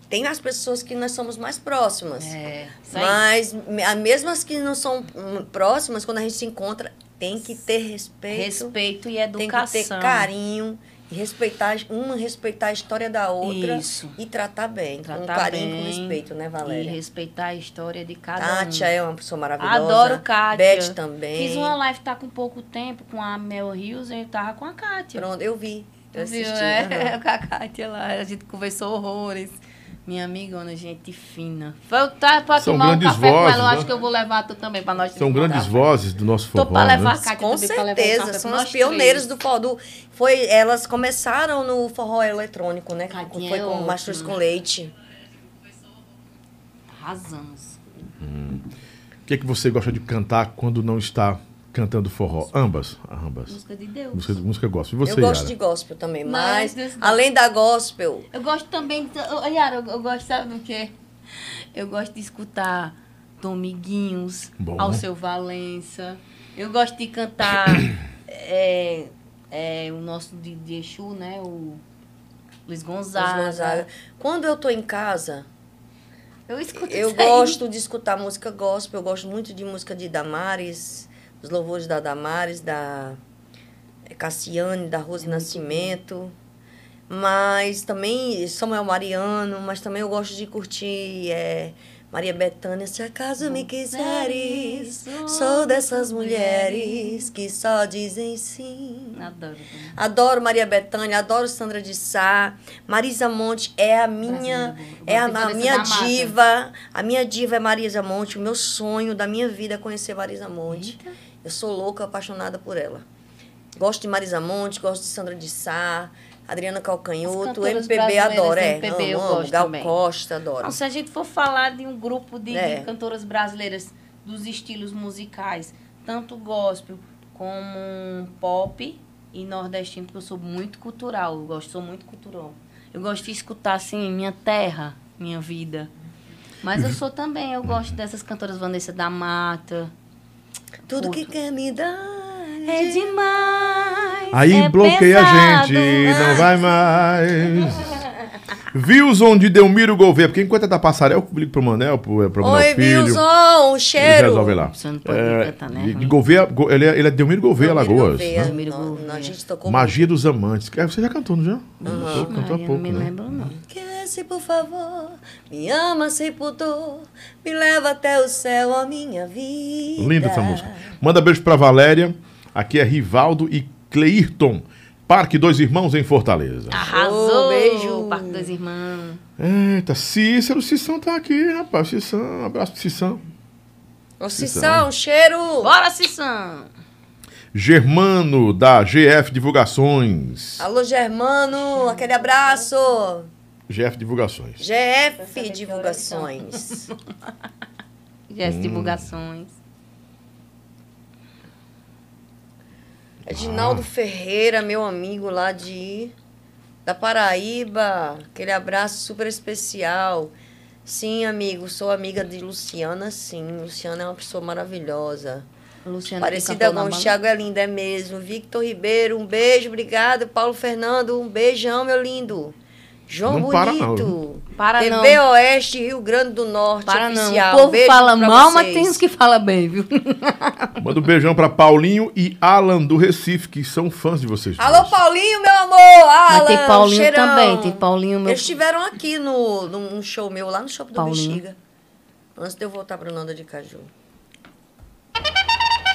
S10: tem as pessoas que nós somos mais próximas.
S9: É, isso aí.
S10: mas me- a- mesmo as que não são hum, próximas, quando a gente se encontra, tem que ter respeito.
S9: Respeito e
S10: Tem que
S9: educação.
S10: ter carinho. e Respeitar uma, respeitar a história da outra
S9: Isso.
S10: e tratar bem. com
S9: Tratar
S10: carinho e com
S9: bem
S10: respeito, né, Valéria?
S9: E respeitar a história de cada um.
S10: Kátia é uma pessoa maravilhosa.
S9: Adoro Kátia.
S10: Beth também.
S9: Fiz uma live, tá com pouco tempo, com a Mel Rios, eu tava com a Kátia.
S10: Pronto, eu vi. Eu
S9: Tu viu,
S10: assisti,
S9: né?
S10: aham.
S9: <laughs> Com a Kátia lá, a gente conversou horrores. Minha amigona, gente fina. Foi, tá, pra
S7: São
S9: tomar um
S7: grandes
S9: café com
S7: vozes,
S9: ela, eu
S7: né?
S9: acho que eu vou levar tu também pra nós.
S7: São
S9: tomar um
S7: grandes
S9: café.
S7: vozes do nosso forró,
S9: Tô pra levar a
S7: né?
S9: Kátia
S10: Com
S9: também pra levar um
S10: certeza,
S9: café
S10: são
S9: pra
S10: as
S9: nós
S10: pioneiras
S9: três.
S10: do forró. Foi, elas começaram no forró eletrônico, né?
S9: Cadinha
S10: foi
S9: é
S10: com o
S9: ótima.
S10: Mastros com Leite.
S9: Arrasamos.
S7: O que, é que você gosta de cantar quando não está cantando forró? Ambas. Ambas.
S9: Música de Deus.
S7: Música, música gospel. E você,
S10: eu gosto
S7: Yara?
S10: de gospel também, mas
S9: Mas Deus não.
S10: além da gospel,
S9: Eu gosto também. de- Ô, Yara, eu, eu gosto, sabe do quê? Eu gosto de escutar Dominguinhos,
S7: Bom.
S9: Alceu Valença. Eu gosto de cantar é, é, o nosso de, de Exu, né? O Luiz Gonzaga.
S10: Luiz Gonzaga. Quando eu tô em casa,
S9: eu escuto
S10: Eu
S9: isso aí.
S10: gosto de escutar música gospel, eu gosto muito de música de Damares, os louvores da Damares, da Cassiane, da
S9: É
S10: Rose Nascimento. Mas também Samuel Mariano, mas também eu gosto de curtir eh, Maria Bethânia. Se acaso me quiseres, sou dessas mulheres que só dizem sim.
S9: Adoro.
S10: Adoro Maria Bethânia, adoro Sandra de Sá. Marisa Monte é a minha,
S9: né?
S10: é a,
S9: Vou ter que
S10: a minha
S9: selecionar a massa.
S10: diva. A minha diva é Marisa Monte. O meu sonho da minha vida é conhecer Marisa Monte. Eu sou louca, apaixonada por ela. Gosto de Marisa Monte, gosto de Sandra de Sá, Adriana
S9: As
S10: Calcanhoto,
S9: cantoras
S10: MPB
S9: brasileiras
S10: adoro, é.
S9: MPB eu
S10: amo, amo.
S9: gosto
S10: Gal
S9: também.
S10: Costa, adoro.
S9: Não, se a gente for falar de um grupo de, de
S10: É.
S9: cantoras brasileiras dos estilos musicais, tanto gospel como pop e nordestino, porque eu sou muito cultural, eu gosto, sou muito cultural. Eu gosto de escutar, assim, minha terra, minha vida. Mas eu sou também, eu gosto dessas cantoras Vanessa da Mata.
S10: Tudo que quer me dar
S9: é demais.
S7: Aí
S9: é
S7: bloqueia a
S9: pesado.
S7: gente, não vai mais. Wilson de Delmiro Gouveia, porque enquanto é da passarela, eu ligo pro Manel, pro, pro Manel
S10: Oi,
S7: Filho.
S10: Wilson, um
S7: Eles
S10: cheiro.
S7: resolvem lá.
S9: Você não pode
S7: É,
S9: cantar, né,
S7: de- de
S9: ruim.
S7: Gouveia, Go- ele, é, ele é Delmiro Gouveia, Alagoas.
S10: Veia,
S7: né?
S10: nó- nó- a gente tocou
S7: Magia dos Amantes. É, Você já cantou, não já?
S10: Não,
S7: cantou há
S9: Maria,
S7: pouco,
S9: não me
S7: né?
S9: lembro, não.
S10: Esquece, por favor, me ama sem pudor, me leva até o céu, a minha vida.
S7: Linda essa música. Manda beijo pra Valéria. Aqui é Rivaldo e Cleirton. Parque Dois Irmãos em Fortaleza.
S9: Arrasou,
S10: Oh,
S9: beijo,
S10: beijo.
S9: Parque dos Irmãos.
S7: Eita, Cícero, Cissão tá aqui, rapaz. Cissão, abraço pro Cissão.
S10: Ô, Cissão, cheiro!
S9: Bora, Sissão!
S7: Germano, da GF Divulgações.
S10: Alô, Germano, aquele abraço.
S7: GF Divulgações.
S10: GF Divulgações.
S9: Gesto divulgações.
S10: Edinaldo
S7: Ah.
S10: Ferreira, meu amigo lá de... Da Paraíba, aquele abraço super especial. Sim, amigo, sou amiga de Luciana, sim. Luciana é uma pessoa maravilhosa.
S9: Luciana que
S10: Parecida
S9: cantou na
S10: com o
S9: banda.
S10: Thiago é linda, é mesmo. Victor Ribeiro, um beijo, obrigado. Paulo Fernando, um beijão, meu lindo. João
S7: Não para não,
S10: Bonito.
S9: Para
S10: TV
S9: não.
S10: Oeste, Rio Grande do Norte,
S9: Para
S10: oficial.
S9: não. O povo
S10: Beijo
S9: fala
S10: pra
S9: mal, mas
S10: vocês.
S9: tem uns que fala bem, viu?
S7: Manda um beijão pra Paulinho e Alan do Recife, que são fãs de vocês.
S10: Alô, Paulinho, meu amor! Alan,
S9: mas tem Paulinho
S10: cheirão.
S9: também, tem Paulinho meu.
S10: Eles estiveram aqui no, num show meu, lá no Shopping do
S9: Paulinho.
S10: Bexiga. Antes de eu voltar pra Nanda de Caju.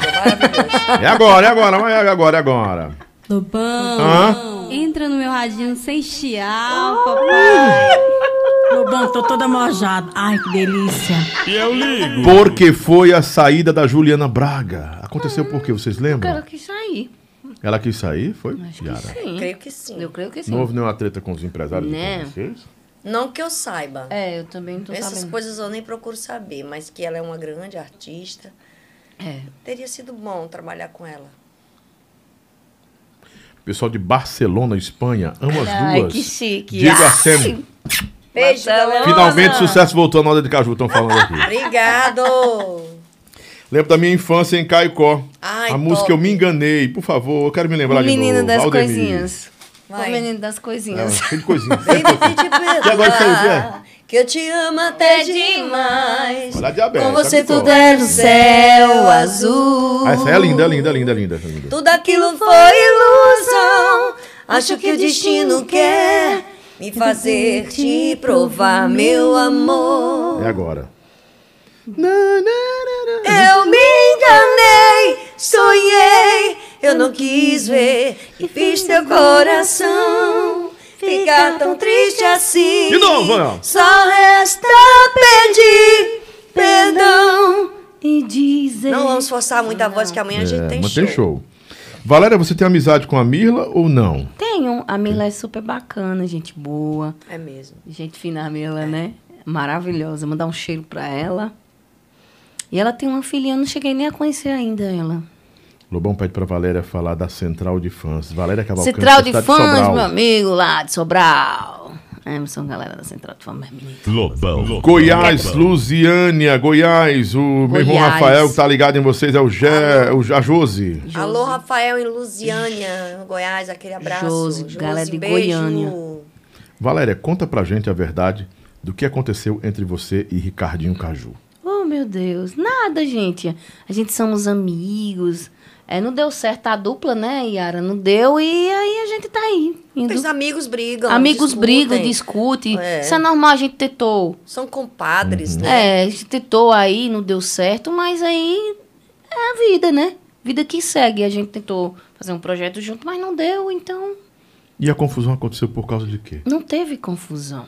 S10: Foi maravilhoso.
S7: É agora, é agora, mas é agora, é agora.
S11: Lobão,
S7: Hã?
S11: Então, entra no meu radinho sem chiar, papai. Lobão, tô toda mojada. Ai, que delícia.
S6: E eu ligo.
S7: Porque foi a saída da Juliana Braga. Aconteceu por quê? Vocês lembram?
S9: Cara, que isso aí.
S7: Ela quis sair, foi? É Yara.
S9: Sim.
S10: Creio que sim.
S9: Eu creio que sim.
S7: Não houve nenhuma treta com os empresários
S9: Né?
S7: de vocês?
S10: Não que eu saiba.
S9: É, eu também não tô
S10: Essas
S9: sabendo.
S10: coisas eu nem procuro saber, mas que ela é uma grande artista.
S9: É.
S10: Teria sido bom trabalhar com ela.
S7: Pessoal de Barcelona, Espanha, ama as
S9: Ai,
S7: duas.
S9: que chique.
S7: Diego
S9: Ai.
S7: Assem.
S10: Beijo, galera.
S7: Finalmente sucesso voltou na hora de Caju, estão falando aqui.
S10: Obrigado.
S7: Lembro da minha infância em Caicó.
S10: Ai,
S7: a música
S10: top.
S7: Eu Me Enganei, por favor, eu quero me lembrar
S9: O
S7: de
S9: menino
S7: novo.
S9: das
S7: Valdemir.
S9: coisinhas.
S10: Vai.
S9: O menino das
S7: É,
S9: coisinhas.
S10: <laughs>
S7: cheio de coisinha.
S10: Vem me
S7: <laughs>
S10: te
S7: E agora isso aí,
S10: perdoar, que eu te amo até demais.
S7: Olha a diabetes.
S10: Com você
S7: olha só.
S10: tudo era o céu azul.
S7: Ah, essa é linda, linda, linda, linda. linda.
S10: Tudo aquilo foi ilusão. Acho que o destino quer me fazer te provar, meu amor.
S7: É agora.
S10: Eu me enganei, sonhei, eu não quis ver e fiz teu coração ficar tão triste assim.
S7: De novo, Léo.
S10: Só resta pedir perdão.
S9: <laughs> E dizem.
S10: Não vamos forçar muito a voz que amanhã a gente
S7: É,
S10: tem
S7: mas
S10: show.
S7: tem show. Valéria, você tem amizade com a Mirla ou não?
S9: Tenho. A Mila é super bacana, gente boa.
S10: É mesmo. É.
S9: Gente fina a Mila, né? Maravilhosa. Mandar um cheiro pra ela. E ela tem uma filhinha, eu não cheguei nem a conhecer ainda ela.
S7: Lobão pede pra Valéria falar Tá da Central de Fãs. Valéria Cavalcante,
S9: Central
S7: da
S9: de
S7: cidade
S9: fãs,
S7: Sobral.
S9: meu amigo lá de Sobral. Emerson, galera da Central de Fama é bonita.
S12: Lobão.
S7: Goiás, Lusiânia, Goiás, o meu irmão
S10: Goiás.
S7: Rafael que tá ligado em vocês é o Gé, é o, a Josi.
S10: Alô, Rafael, em Lusiânia, Goiás, aquele abraço.
S9: Josi, galera de Goiânia.
S7: Valéria, conta pra gente a verdade do que aconteceu entre você e Ricardinho Caju.
S9: Oh, meu Deus. Nada, gente. A gente somos amigos. É, não deu certo a dupla, né, Yara? Não deu e aí a gente tá aí.
S10: Os amigos brigam.
S9: Amigos
S10: discutem.
S9: brigam, discutem.
S10: É.
S9: Isso é normal, a gente tentou.
S10: São compadres,
S7: Uhum.
S9: É,
S10: né?
S9: a gente tentou aí, não deu certo, mas aí é a vida, né? Vida que segue. A gente tentou fazer um projeto junto, mas não deu, então
S7: E a confusão aconteceu por causa de quê?
S9: não teve confusão.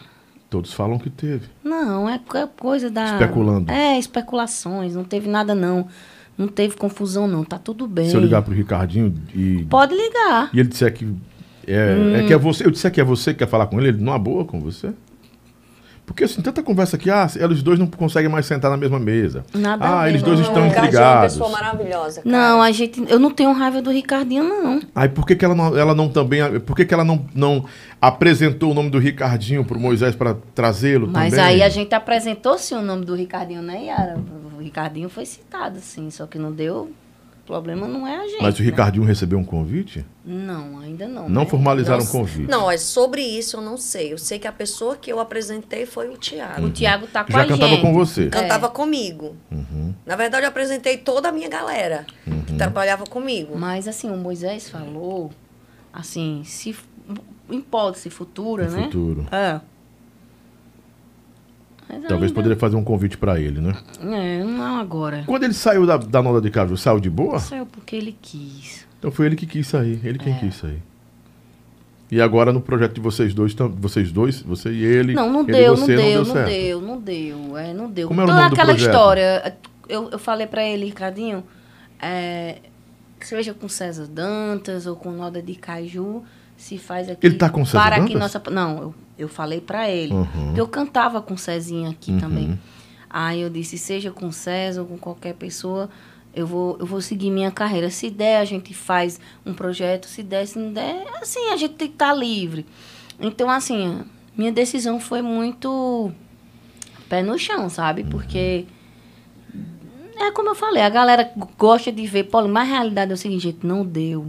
S7: Todos falam que teve.
S9: Não, é co- é coisa da.
S7: Especulando.
S9: É, especulações. Não teve nada, não. Não teve confusão, não. Tá tudo bem.
S7: Se eu ligar pro Ricardinho e,
S9: Pode ligar.
S7: e ele disser que é,
S9: Hum.
S7: é que é você, eu disser que é você que quer falar com ele, ele não é boa com você? Porque assim, tanta conversa que ah, eles dois não conseguem mais sentar na mesma mesa.
S9: Nada a
S7: ah,
S9: ver.
S7: eles dois
S9: Não,
S7: estão
S9: o Ricardinho
S10: É uma
S7: intrigados.
S10: pessoa maravilhosa.
S9: Não, a gente. Eu não tenho raiva do Ricardinho, não.
S7: Aí por que, que ela não, ela não também, por que, que ela não, não apresentou o nome do Ricardinho pro Moisés para trazê-lo também?
S9: Mas aí a gente apresentou sim o nome do Ricardinho, né, Yara? O Ricardinho foi citado, sim, só que não deu. O problema não é a gente.
S7: Mas o
S9: né?
S7: Ricardinho recebeu um convite?
S9: Não, ainda não.
S7: Não formalizaram o
S10: Não,
S7: um convite.
S10: Não, é sobre isso eu não sei. Eu sei que a pessoa que eu apresentei foi o Tiago.
S9: O Tiago tá com
S7: Uhum. Já
S9: a gente. É.
S7: cantava com você. Uhum.
S10: Cantava comigo. Na verdade, eu apresentei toda a minha galera que trabalhava comigo.
S9: Mas assim, o Moisés falou, assim, se em hipótese futura,
S7: No
S9: né?
S7: futuro.
S9: É. Mas
S7: Talvez
S9: ainda-
S7: poderia fazer um convite para ele, né?
S9: É, não agora.
S7: Quando ele saiu da, da Noda de Caju, saiu de boa?
S9: Saiu porque ele quis.
S7: Então foi ele que quis sair, ele quem
S9: É.
S7: quis sair. E agora no projeto de vocês dois, tam- vocês dois, você e ele.
S9: Não, não
S7: ele e
S9: deu, não
S7: você,
S9: deu, não deu, não deu, é, não deu.
S7: Como era o
S9: Toda
S7: nome do
S9: aquela
S7: projeto?
S9: história, eu, eu falei pra ele, Ricardinho, é, seja com César Dantas ou com Noda de Caju, se faz aqui.
S7: Ele tá com César
S9: para Aqui
S7: Dantas?
S9: nossa, não, eu, eu falei pra ele.
S7: Uhum.
S9: Porque Eu cantava com Cezinha aqui
S7: Uhum.
S9: também. Aí eu disse, seja com César ou com qualquer pessoa, eu vou, eu vou seguir minha carreira. Se der, a gente faz um projeto. Se der, se não der, assim, a gente tem que estar livre. Então, assim, minha decisão foi muito pé no chão, sabe? Porque é como eu falei, a galera gosta de ver, Paulo, mas a realidade é o seguinte, gente, não deu.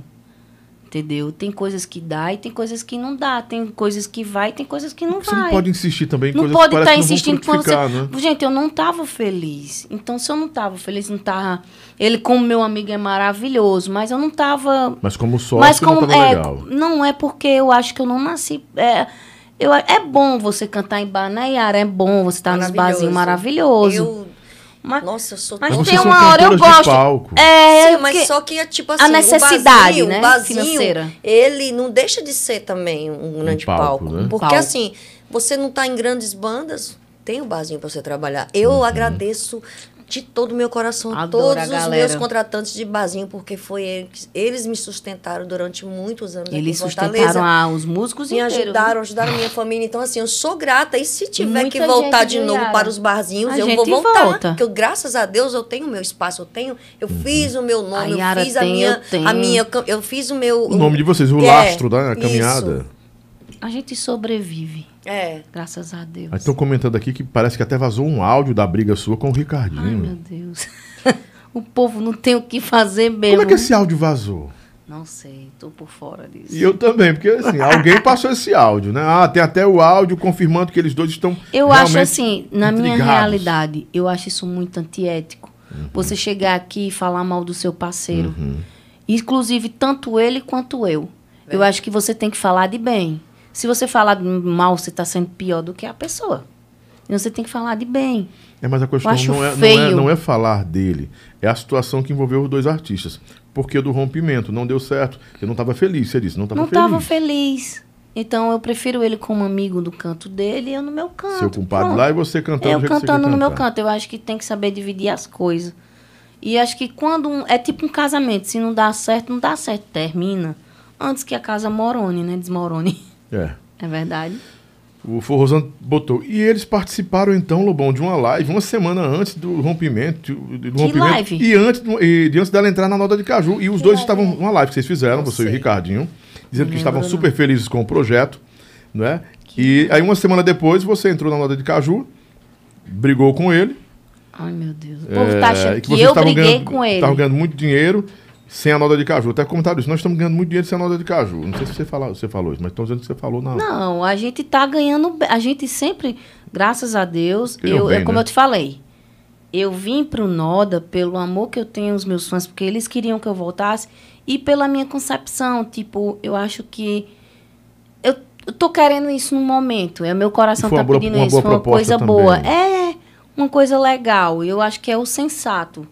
S9: Entendeu? Tem coisas que dá e tem coisas que não dá. Tem coisas que vai e tem coisas que não
S7: Você
S9: vai.
S7: não pode insistir também em
S9: Não
S7: coisas
S9: pode
S7: que
S9: estar
S7: parecem que
S9: insistindo
S7: não vão
S9: quando você.
S7: frutificar, né?
S9: Gente, eu não estava feliz. Então, se eu não estava feliz, não tava. Ele, como meu amigo, é maravilhoso, mas eu não estava.
S7: Mas como sócio
S9: mas como
S7: não tava
S9: é,
S7: legal.
S9: não é porque eu acho que eu não nasci. É, eu, é bom você cantar em bar, né, Yara? É bom você estar nos
S10: Maravilhoso.
S9: barzinhos maravilhoso.
S10: Eu- Nossa, eu sou
S9: Mas,
S10: tão-
S9: tem uma hora eu gosto. É,
S10: Sim, mas
S9: que-
S10: só que é tipo
S9: a
S10: assim,
S9: necessidade,
S10: o vazio,
S9: né,
S10: o vazio,
S9: financeira.
S10: ele não deixa de ser também um grande
S7: palco,
S10: palco,
S7: né?
S10: porque
S9: Palco.
S10: assim, você não tá em grandes bandas, tem o barzinho pra você trabalhar. Eu agradeço de todo o meu coração
S9: Adoro a
S10: todos os
S9: galera.
S10: meus contratantes de barzinho, porque foi eles, eles me sustentaram durante muitos anos
S9: Eles
S10: aqui em Fortaleza.
S9: sustentaram a- os músicos
S10: Me
S9: inteiros. né?
S10: ajudaram, ajudaram a minha família. Então, assim, eu sou grata. E se tiver
S9: Muita
S10: que voltar
S9: gente,
S10: de
S9: viu,
S10: novo
S9: Yara?
S10: para os barzinhos,
S9: A
S10: eu
S9: gente
S10: vou voltar.
S9: volta.
S10: Porque eu, graças a Deus, eu tenho o meu espaço, eu tenho, eu
S7: Uhum.
S10: fiz o meu
S9: A
S10: nome,
S9: Yara
S10: eu fiz
S9: tem,
S10: a
S9: eu
S10: minha.
S9: tenho.
S10: a minha eu, eu fiz o meu.
S7: O nome de vocês, o
S10: É,
S7: lastro da caminhada.
S9: A gente sobrevive.
S10: É.
S9: Graças a Deus.
S7: Aí estão comentando aqui que parece que até vazou um áudio da briga sua com o Ricardinho.
S9: Ai, meu Deus. <laughs> o povo não tem o que fazer mesmo.
S7: Como é que esse áudio vazou?
S9: Não sei, tô por fora disso.
S7: E eu também, porque
S9: <laughs>
S7: assim, alguém passou esse áudio, né? Ah, tem até o áudio confirmando que eles dois estão.
S9: Eu acho assim, na minha
S7: intrigados.
S9: realidade, eu acho isso muito antiético. Você chegar aqui e falar mal do seu parceiro.
S7: Uhum.
S9: Inclusive, tanto ele quanto eu. Eu acho que você tem que falar de bem. Se você falar de mal, você está sendo pior do que a pessoa. E você tem que falar de bem.
S7: É, mas a questão
S9: acho
S7: não é, não, é,
S9: feio.
S7: não é falar dele, é a situação que envolveu os dois artistas. Porque do rompimento, não deu certo. Eu não estava feliz, você disse, não estava
S9: não
S7: feliz.
S9: estava feliz. Então, eu prefiro ele como amigo do canto dele e eu no meu canto.
S7: Seu compadre
S9: Pronto.
S7: lá e você cantando. do
S9: É, Eu
S7: jeito que você
S9: cantando
S7: quer
S9: no meu
S7: cantar.
S9: canto. Eu acho que tem que saber dividir as coisas. E acho que quando. um- é tipo um casamento. Se não dá certo, não dá certo. Termina. Antes que a casa morone, né? Desmorone. <laughs>
S7: É.
S9: É verdade.
S7: O Forrozan botou. E eles participaram então, Lobão, de uma live uma semana antes do rompimento. Do que rompimento,
S9: live?
S7: E antes, do- e, de antes dela entrar na nota de caju. E os dois estavam numa live que vocês fizeram, você e o Ricardinho, dizendo que estavam super felizes com o projeto, né? E aí, uma semana depois, você entrou na loja de caju, brigou com ele.
S9: Ai, meu Deus. O
S7: É,
S9: povo tá achando
S7: e
S9: que,
S7: vocês
S9: eu
S7: estavam
S9: briguei
S7: ganhando-
S9: com ele.
S7: Estavam ganhando muito dinheiro sem a nota de caju. Até comentaram isso. Nós estamos ganhando muito dinheiro sem a nota de caju. Não sei se você, fala, você falou isso, mas estão dizendo que você falou na.
S9: Não, a gente tá ganhando. be- A gente sempre, graças a Deus,
S7: Ganhou
S9: eu,
S7: bem,
S9: é como
S7: né?
S9: eu te falei. Eu vim pro Noda pelo amor que eu tenho aos meus fãs, porque eles queriam que eu voltasse, e pela minha concepção. Tipo, eu acho que. Eu, eu tô querendo isso num momento. É, meu coração
S7: E foi
S9: tá
S7: uma boa-
S9: pedindo
S7: uma
S9: isso.
S7: boa
S9: Foi uma
S7: proposta
S9: coisa
S7: também.
S9: boa. É, uma coisa legal. Eu acho que é o sensato.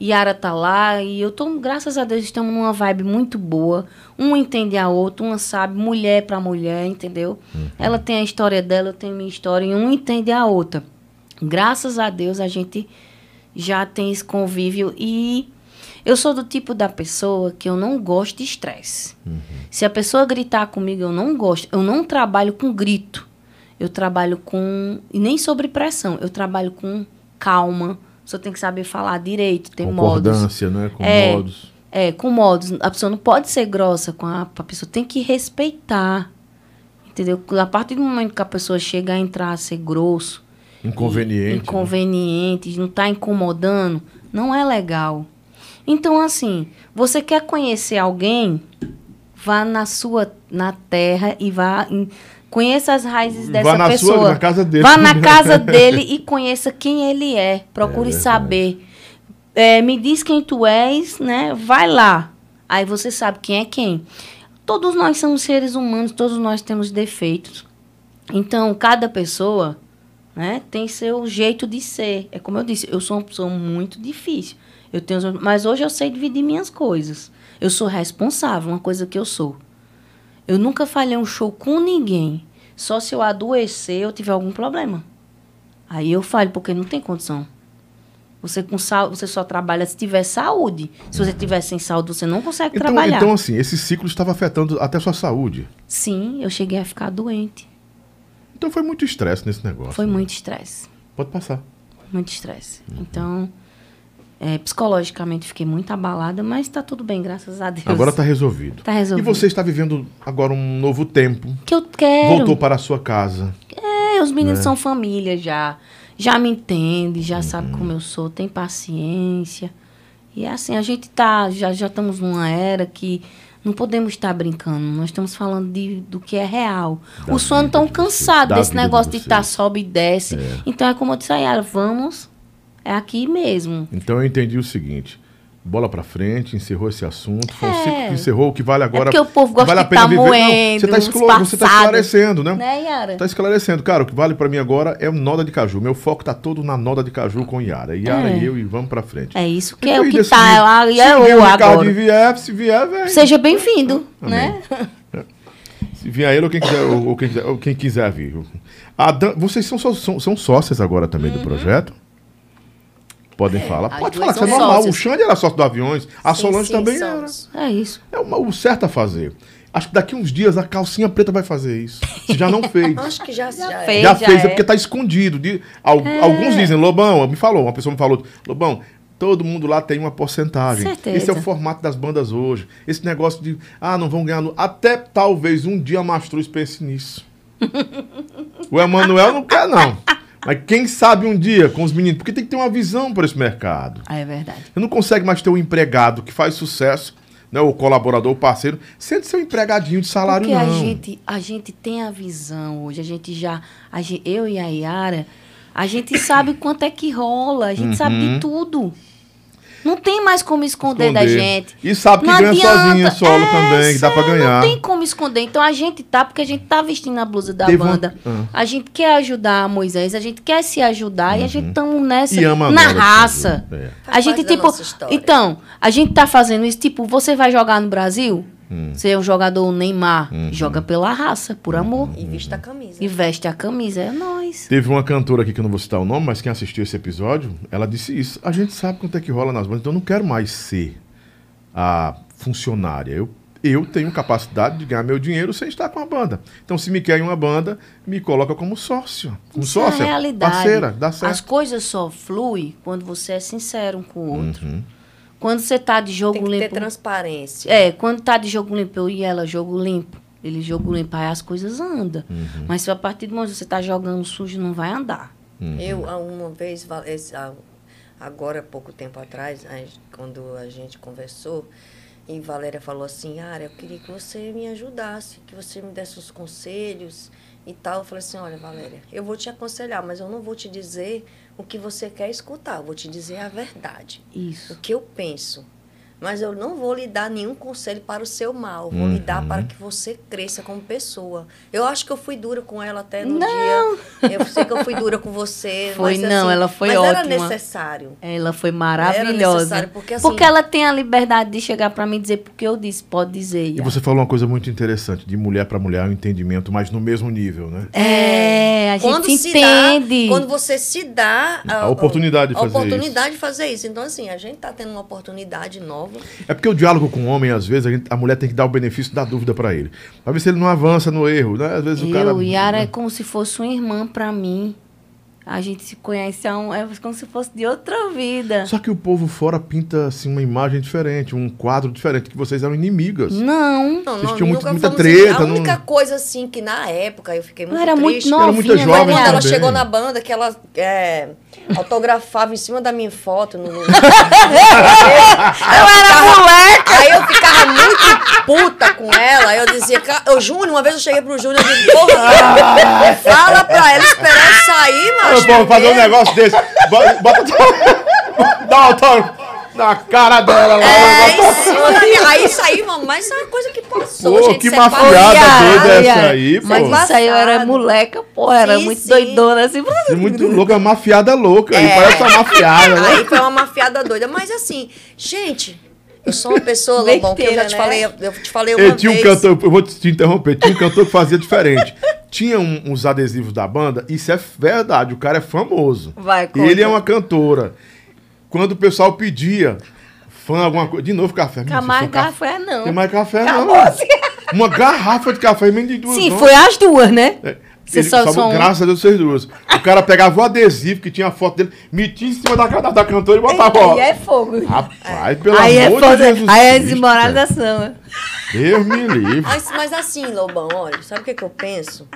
S9: Yara tá lá e eu tô, graças a Deus, estamos numa vibe muito boa. Um entende a outra, uma sabe, mulher pra mulher, entendeu?
S7: Uhum.
S9: Ela tem a história dela, eu tenho minha história, e um entende a outra. Graças a Deus a gente já tem esse convívio e eu sou do tipo da pessoa que eu não gosto de estresse.
S7: Uhum.
S9: Se a pessoa gritar comigo, eu não gosto. Eu não trabalho com grito. Eu trabalho com. E nem sobre pressão. Eu trabalho com calma. Você tem que saber falar direito, tem modos.
S7: Concordância, né? Com
S9: É.
S7: modos.
S9: É, com modos. A pessoa não pode ser grossa com a, a pessoa, tem que respeitar. Entendeu? A partir do momento que a pessoa chega a entrar a ser grosso,
S7: Inconveniente.
S9: inconveniente, não tá incomodando, não é legal. Então, assim, você quer conhecer alguém, vá na sua, na terra e vá. em- conheça as raízes dessa
S7: Vá na sua-
S9: pessoa.
S7: na casa dele. <laughs>
S9: Vá na casa dele e conheça quem ele é. Procure saber. É, me diz quem tu és, né? Vai lá. Aí você sabe quem é quem. Todos nós somos seres humanos, todos nós temos defeitos. Então, cada pessoa né, tem seu jeito de ser. É como eu disse, eu sou uma pessoa muito difícil. Eu tenho, os meus- mas hoje eu sei dividir minhas coisas. Eu sou responsável, uma coisa que eu sou. Eu nunca falhei um show com ninguém. Só se eu adoecer, eu tiver algum problema. Aí eu falho, porque não tem condição. Você, com sa... você só trabalha se tiver saúde. Se você tiver sem saúde, você não consegue
S7: Então,
S9: trabalhar.
S7: então, assim, esse ciclo estava afetando até a sua saúde.
S9: Sim, eu cheguei a ficar doente.
S7: Então foi muito estresse nesse negócio. né?
S9: Foi muito estresse.
S7: Pode passar.
S9: Muito estresse. Então, é, psicologicamente fiquei muito abalada, mas tá tudo bem, graças a Deus.
S7: Agora está resolvido.
S9: Tá resolvido.
S7: E você está vivendo agora um novo tempo.
S9: Que eu quero.
S7: Voltou para a sua casa.
S9: É, os meninos
S7: Né?
S9: são família já. Já me entende, já sabe
S7: Uhum.
S9: como eu sou, tem paciência. E assim, a gente tá, já, já estamos numa era que não podemos estar brincando. Nós estamos falando de, do que é real. Os fãs estão cansados
S12: da
S9: desse
S12: vida de
S9: negócio de
S12: vocês.
S9: estar sobe e desce. Então é como eu disse a Yara, vamos, é aqui mesmo.
S7: Então eu entendi o seguinte. Bola pra frente, encerrou esse assunto. Foi um
S9: É.
S7: ciclo que encerrou. O que vale agora.
S9: É porque o povo gosta
S7: vale a
S9: de
S7: pena
S9: tá
S7: viver. Não, você,
S9: moendo
S7: tá
S9: os
S7: esclo- você tá
S9: passados.
S7: esclarecendo, né?
S9: Né, Yara?
S7: Tá esclarecendo. Cara, o que vale pra mim agora é o Noda de Caju. Meu foco tá todo na Noda de Caju com Yara. Yara
S9: É.
S7: e eu e vamos pra frente.
S9: É isso que
S7: Então,
S9: é o
S7: e
S9: que
S7: desse
S9: tá.
S7: jeito,
S9: é a-
S7: se
S9: é
S7: o
S9: o
S7: meu Ricardinho
S9: agora.
S7: vier, se vier, vem.
S9: Seja bem-vindo, né?
S7: Se vier ele ou quem quiser, ou, ou quem quiser, ou quem quiser vir. A Dan- vocês são, só- são, são sócias agora também do projeto? Podem falar.
S9: Uhum. as
S7: Pode
S9: duas
S7: falar, que isso
S9: são
S7: é normal.
S9: sócias.
S7: O Xande era sócio do Aviões, a
S9: Sim,
S7: Solange
S9: sim,
S7: também
S9: somos.
S7: era.
S9: É isso.
S7: É uma- o certo a fazer. Acho que daqui uns dias a calcinha preta vai fazer isso. Se já não fez.
S10: Acho que já, já, é.
S9: fez,
S7: já fez, é,
S9: é.
S7: porque tá escondido. De- al-
S9: É.
S7: Alguns dizem, Lobão, me falou, uma pessoa me falou, Lobão, todo mundo lá tem uma porcentagem.
S9: Certeza.
S7: Esse é o formato das bandas hoje. Esse negócio de, ah, não vão ganhar. nu- Até talvez um dia a Mastruz pense
S9: <laughs>
S7: nisso. o Emanuel não quer, não. Mas quem sabe um dia com os meninos, porque tem que ter uma visão para esse mercado.
S9: Ah, é verdade.
S7: Você não consegue mais ter um empregado que faz sucesso, né, o colaborador, o parceiro, sendo seu empregadinho de salário,
S9: Porque
S7: não.
S9: a gente, a gente tem a visão hoje, a gente já, a gen- eu e a Yara, a gente sabe quanto é que rola, a gente sabe
S7: Uhum.
S9: de tudo. Não tem mais como esconder, da
S7: Esconder.
S9: gente.
S7: E sabe que
S9: Não
S7: ganha
S9: adianta. É,
S7: sozinha, né? solo também, que dá pra ganhar.
S9: Não tem como esconder. Então a gente tá, porque a gente tá vestindo a blusa da
S7: Teve uma-
S9: banda.
S7: Ah.
S9: A gente quer ajudar a Moisés, a gente quer se ajudar e a gente tamo nessa
S7: Uhum. E ama a
S9: na
S7: Nora,
S9: raça.
S7: Caju. É.
S9: A gente,
S10: parte da
S9: tipo.
S10: nossa história.
S9: Então, a gente tá fazendo isso, tipo, você vai jogar no Brasil?
S7: Hum.
S9: Você é um jogador Neymar.
S7: Uhum.
S9: Joga pela raça, por amor.
S10: E veste a camisa.
S9: E veste a camisa. É nóis.
S7: Teve uma cantora aqui que eu não vou citar o nome, mas quem assistiu esse episódio, ela disse isso. A gente sabe quanto é que rola nas bandas, então eu não quero mais ser a funcionária. Eu, eu tenho capacidade de ganhar meu dinheiro sem estar com a banda. Então, se me quer em uma banda, me coloca como sócio. Como
S9: Isso é a
S7: sócia,
S9: realidade.
S7: parceira, dá
S9: As
S7: certo.
S9: coisas só fluem quando você é sincero um com o outro.
S7: Uhum.
S9: Quando você tá de jogo
S10: Tem que ter
S9: limpo.
S10: transparência.
S9: É, quando tá de jogo limpo, eu e ela, jogo limpo. Ele jogou limpo, aí as coisas andam.
S7: Uhum.
S9: Mas se a partir do momento que você está jogando sujo, não vai andar.
S7: É. Uhum.
S10: Eu, ah, uma vez, va- esse, ah, agora, há pouco tempo atrás, a gen- quando a gente conversou, e Valéria falou assim, Ara, eu queria que você me ajudasse, que você me desse uns conselhos e tal. Eu falei assim, olha, Valéria, eu vou te aconselhar, mas eu não vou te dizer o que você quer escutar, eu vou te dizer a verdade.
S9: Isso.
S10: O que eu penso. Mas eu não vou lhe dar nenhum conselho para o seu mal. Vou lhe dar
S9: Uhum.
S10: para que você cresça como pessoa. Eu acho que eu fui dura com ela até no
S9: Não.
S10: dia. Eu sei que eu fui dura com você.
S9: <laughs> Foi,
S10: mas,
S9: não,
S10: assim,
S9: ela foi
S10: mas
S9: ótima. É,
S10: era necessário.
S9: Ela foi
S10: Era
S9: maravilhosa.
S10: necessário, porque, assim-
S9: ela tem a liberdade de chegar pra mim e dizer porque eu disse, pode dizer.
S7: E você falou uma coisa muito interessante, de mulher pra mulher, o entendimento, mas no mesmo nível, né?
S9: É, a gente
S10: quando
S9: se
S10: se
S9: entende.
S10: Dá, quando você se dá
S7: A oportunidade de
S10: a
S7: fazer
S10: oportunidade de fazer isso. Então, assim, a gente está tendo uma oportunidade nova.
S7: É porque o diálogo com o homem, às vezes, a, gente- a mulher tem que dar o benefício da dúvida pra ele. Pra ver se ele não avança no erro, né? Às vezes o cara...
S9: Eu, Yara, é como se fosse uma irmã pra mim. A gente se conhece, há um- é como se fosse de outra vida.
S7: Só que o povo fora pinta, assim, uma imagem diferente, um quadro diferente, que vocês eram inimigas.
S9: Não.
S10: Não,
S7: Vocês
S10: não,
S7: tinham muito-
S10: nunca
S7: muita
S10: fomos inimigos.
S7: treta.
S10: A
S7: não-
S10: única coisa, assim, que na época eu fiquei muito
S9: Eu era muito
S10: triste.
S9: novinha, Era muito
S10: foi
S9: jovem
S10: quando ela
S9: também.
S10: chegou na banda, que ela
S9: <laughs>
S10: é, autografava em cima da minha foto. No... eu
S9: era moleque!
S10: Aí eu ficava muito puta com ela. Aí eu dizia... "Ca- Eu, Júnior, uma vez eu cheguei pro Júnior e disse...
S7: Ah,
S10: Porra, <laughs> fala pra ela esperar eu sair,
S7: Ô,
S10: macho. né?"
S7: povo, é. fazer um negócio desse. Bota... bota <laughs> dá um autógrafo na cara dela lá. um
S10: É, em cima da minha- Aí saiu, mano, mas é uma coisa que passou,
S7: Pô,
S10: gente.
S7: que
S10: isso é pa-
S7: mafiada doida essa
S9: Yara,
S7: aí, pô.
S9: Mas isso aí eu era moleca, pô, era
S10: Sim,
S9: muito
S10: sim.
S9: doidona assim.
S7: É muito louco, é uma mafiada louca. aí parece uma mafiada, né?
S10: É. <laughs> Aí foi uma mafiada doida. Mas assim, gente, eu sou uma pessoa, Lobão, que eu já te
S9: Besteira,
S10: falei,
S9: né?
S10: eu te falei uma
S7: Ei, tinha um
S10: vez.
S7: cantor, eu vou te te interromper, tinha um cantor que fazia diferente. Tinha um- uns adesivos da banda, isso é verdade, o cara é famoso.
S9: Vai,
S7: E
S9: conta.
S7: ele é uma cantora. Quando o pessoal pedia fã alguma coisa, de novo café. menino,
S9: Tem mais
S7: isso é um
S9: café, não.
S7: Tem mais café, não.
S9: Acabou,
S7: mano. Uma garrafa de café, menos de duas
S9: Sim,
S7: horas. É,
S9: foi as duas, né? Você
S7: Ele-
S9: só-
S7: só-
S9: só um.
S7: graças a Deus, vocês duas. O cara pegava o adesivo que tinha a foto dele, metia em cima da, da, da cantora e botava. ó.
S9: Aí é fogo.
S7: Rapaz, pelo
S9: aí
S7: amor
S9: é
S7: de
S9: fogo.
S7: Jesus.
S9: Aí é
S7: Cristo,
S9: desmoralização.
S7: velho. Deus me livre.
S10: Mas, mas assim, Lobão, olha, sabe o que, que eu penso?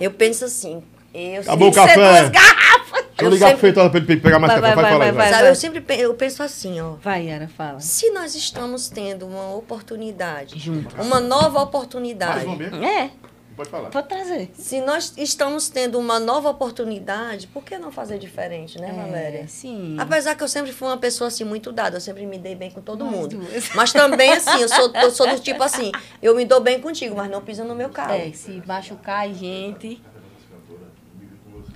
S10: Eu penso assim. Eu
S7: Acabou o
S10: sempre- é
S7: café.
S10: Duas garrafas.
S7: Deixa eu ligar pro feitosa pra ele pe- pegar mais
S10: Vai,
S7: café.
S10: vai,
S7: Vai, falar. vai.
S10: Sabe, eu sempre pe- eu penso assim, ó.
S9: Vai, Yara, fala.
S10: Se nós estamos tendo uma oportunidade,
S9: Juntas.
S10: uma nova oportunidade.
S9: É.
S7: Pode falar.
S9: Pode trazer.
S10: Se nós estamos tendo uma nova oportunidade, por que não fazer diferente, né, Valéria?
S9: Sim.
S10: Apesar que eu sempre fui uma pessoa assim muito dada, eu sempre me dei bem com todo
S9: Nós
S10: mundo.
S9: duas.
S10: Mas também assim, eu sou, eu
S9: <laughs>
S10: sou do tipo assim, eu me dou bem contigo, mas não pisa no meu carro.
S9: É, se machucar a gente.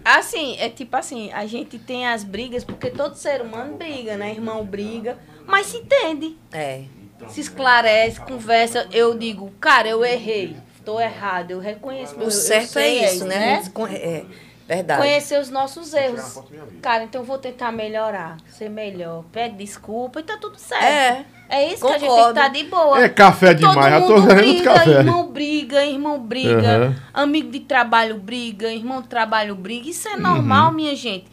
S9: Assim, é tipo assim, a gente tem as brigas, porque todo ser humano briga, né? Irmão briga, mas se entende.
S10: É.
S9: Se esclarece, conversa. Eu digo, cara, eu errei, tô errado, eu reconheço meu
S10: O
S9: eu- eu
S10: certo é
S9: sei,
S10: isso, né? A gente con- É, verdade.
S9: Conhecer os nossos erros. Cara, então eu vou tentar melhorar, ser melhor. Pede desculpa e tá tudo certo.
S10: É.
S9: É isso que a gente tem que
S10: Concordo.
S9: estar de boa.
S7: É café demais, já
S9: Todo
S7: tô
S9: mundo
S7: vendo
S9: briga,
S7: café.
S9: irmão briga, irmão briga,
S7: Aham.
S9: amigo de trabalho briga, irmão de trabalho briga. Isso é
S7: Uhum.
S9: normal, minha gente.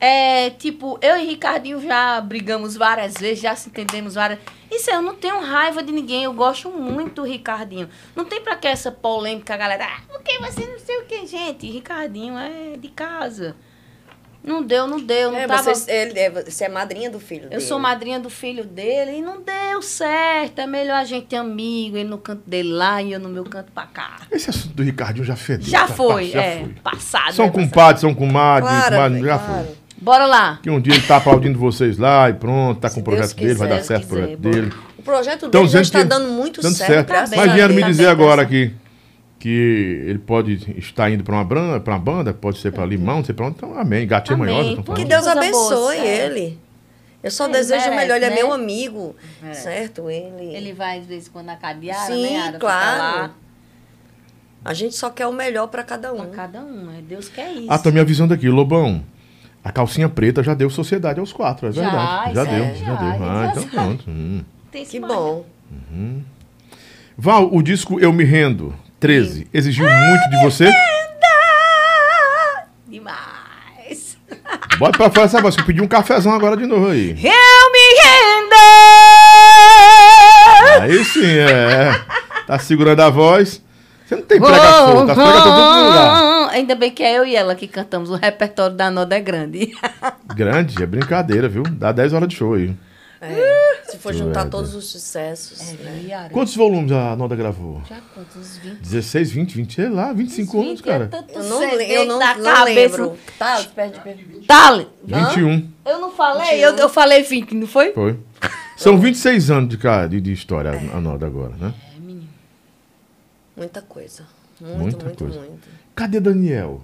S9: É, tipo, eu e Ricardinho já brigamos várias vezes, já se entendemos várias. Isso aí, eu não tenho raiva de ninguém, eu gosto muito do Ricardinho. Não tem pra que essa polêmica, a galera. Ah, porque você não sei o que, gente. Ricardinho é de casa. Não deu, não deu, não
S10: É,
S9: tava...
S10: você, ele é, você é madrinha do filho
S9: Eu
S10: dele.
S9: sou madrinha do filho dele e não deu certo. É melhor a gente ter amigo, ele no canto dele lá e eu no meu canto pra cá.
S7: Esse assunto do Ricardinho já fedeu.
S9: Já
S7: tá?
S9: foi,
S7: Já
S9: é.
S7: foi. um
S9: Passado.
S7: São
S9: né?
S7: compadres, são comadres,
S9: Claro,
S7: comadres, já
S9: claro.
S7: foi.
S9: Bora lá.
S7: Que um dia ele tá aplaudindo vocês lá e pronto, tá com o
S10: Deus
S7: projeto dele, vai
S10: quiser,
S7: dar certo o
S10: Deus
S7: projeto
S10: quiser,
S7: dele. Então,
S10: O projeto dele já
S7: dizendo
S10: está
S7: que-
S10: dando muito certo. graças
S7: Mas
S10: a
S7: vieram me
S10: Deus.
S7: dizer agora aqui que ele pode estar indo pra uma, bran- pra uma banda, pode ser pra Limão, não sei pra onde. Então, amém. Gatinha
S10: Amém.
S7: manhosa. então, tá tão
S10: Que
S7: falando.
S10: Deus
S9: Coisa boa,
S10: abençoe
S9: certo.
S10: ele. Eu só
S9: Ele
S10: desejo o melhor. Ele é
S9: merece,
S10: meu
S9: né?
S10: amigo, É. certo? Ele.
S9: Ele vai de vez em quando na cadeada,
S10: Sim,
S9: né, Ara? Fica
S10: claro.
S9: lá.
S10: A gente só quer o melhor pra cada um.
S9: Cada um, é Deus quer isso.
S7: Ah, tô me avisando aqui, Lobão. A calcinha preta já deu sociedade aos quatro, é
S9: Já,
S7: verdade. Já,
S9: isso
S7: deu,
S9: é,
S7: já,
S9: já,
S7: deu. Ah,
S9: eles já
S10: assim.
S7: então
S9: sabem.
S7: pronto. hum.
S9: Tem
S10: Que bom.
S7: Uhum. Val, o disco Eu Me Rendo, 13, exigiu muito de você.
S9: Ah, Demais.
S7: Bota pra
S9: <laughs>
S7: fora essa voz, que eu pedi um cafezão agora de novo aí.
S9: Eu me rendo!
S7: Aí sim, é. Tá segurando a voz. Você não tem
S9: Vou,
S7: pregação, tá pregando em todo lugar.
S9: Ainda bem que é eu e ela que cantamos. O repertório da Noda é grande.
S7: Grande, é brincadeira, viu? Dá 10 horas de show aí.
S10: É, se for
S7: Que
S10: juntar
S7: merda.
S10: todos os sucessos.
S9: É,
S10: né?
S7: Quantos volumes a Noda gravou?
S10: Já quantos? 20?
S7: 16, 20, 20, sei lá, 25 anos, cara.
S10: <laughs> Eu não,
S9: CD
S10: le eu não,
S9: da
S10: não lembro.
S9: cabeça.
S10: Tá, perde, perde.
S9: Tale.
S7: 21.
S9: Eu não falei? Eu, eu falei 20, não foi?
S7: Foi. São 26 anos de, cara, de, de história a
S10: É.
S7: a Noda agora, né?
S9: É,
S10: Muita coisa. Muito,
S7: Muita
S10: muito,
S7: coisa.
S10: muito.
S7: Cadê Daniel?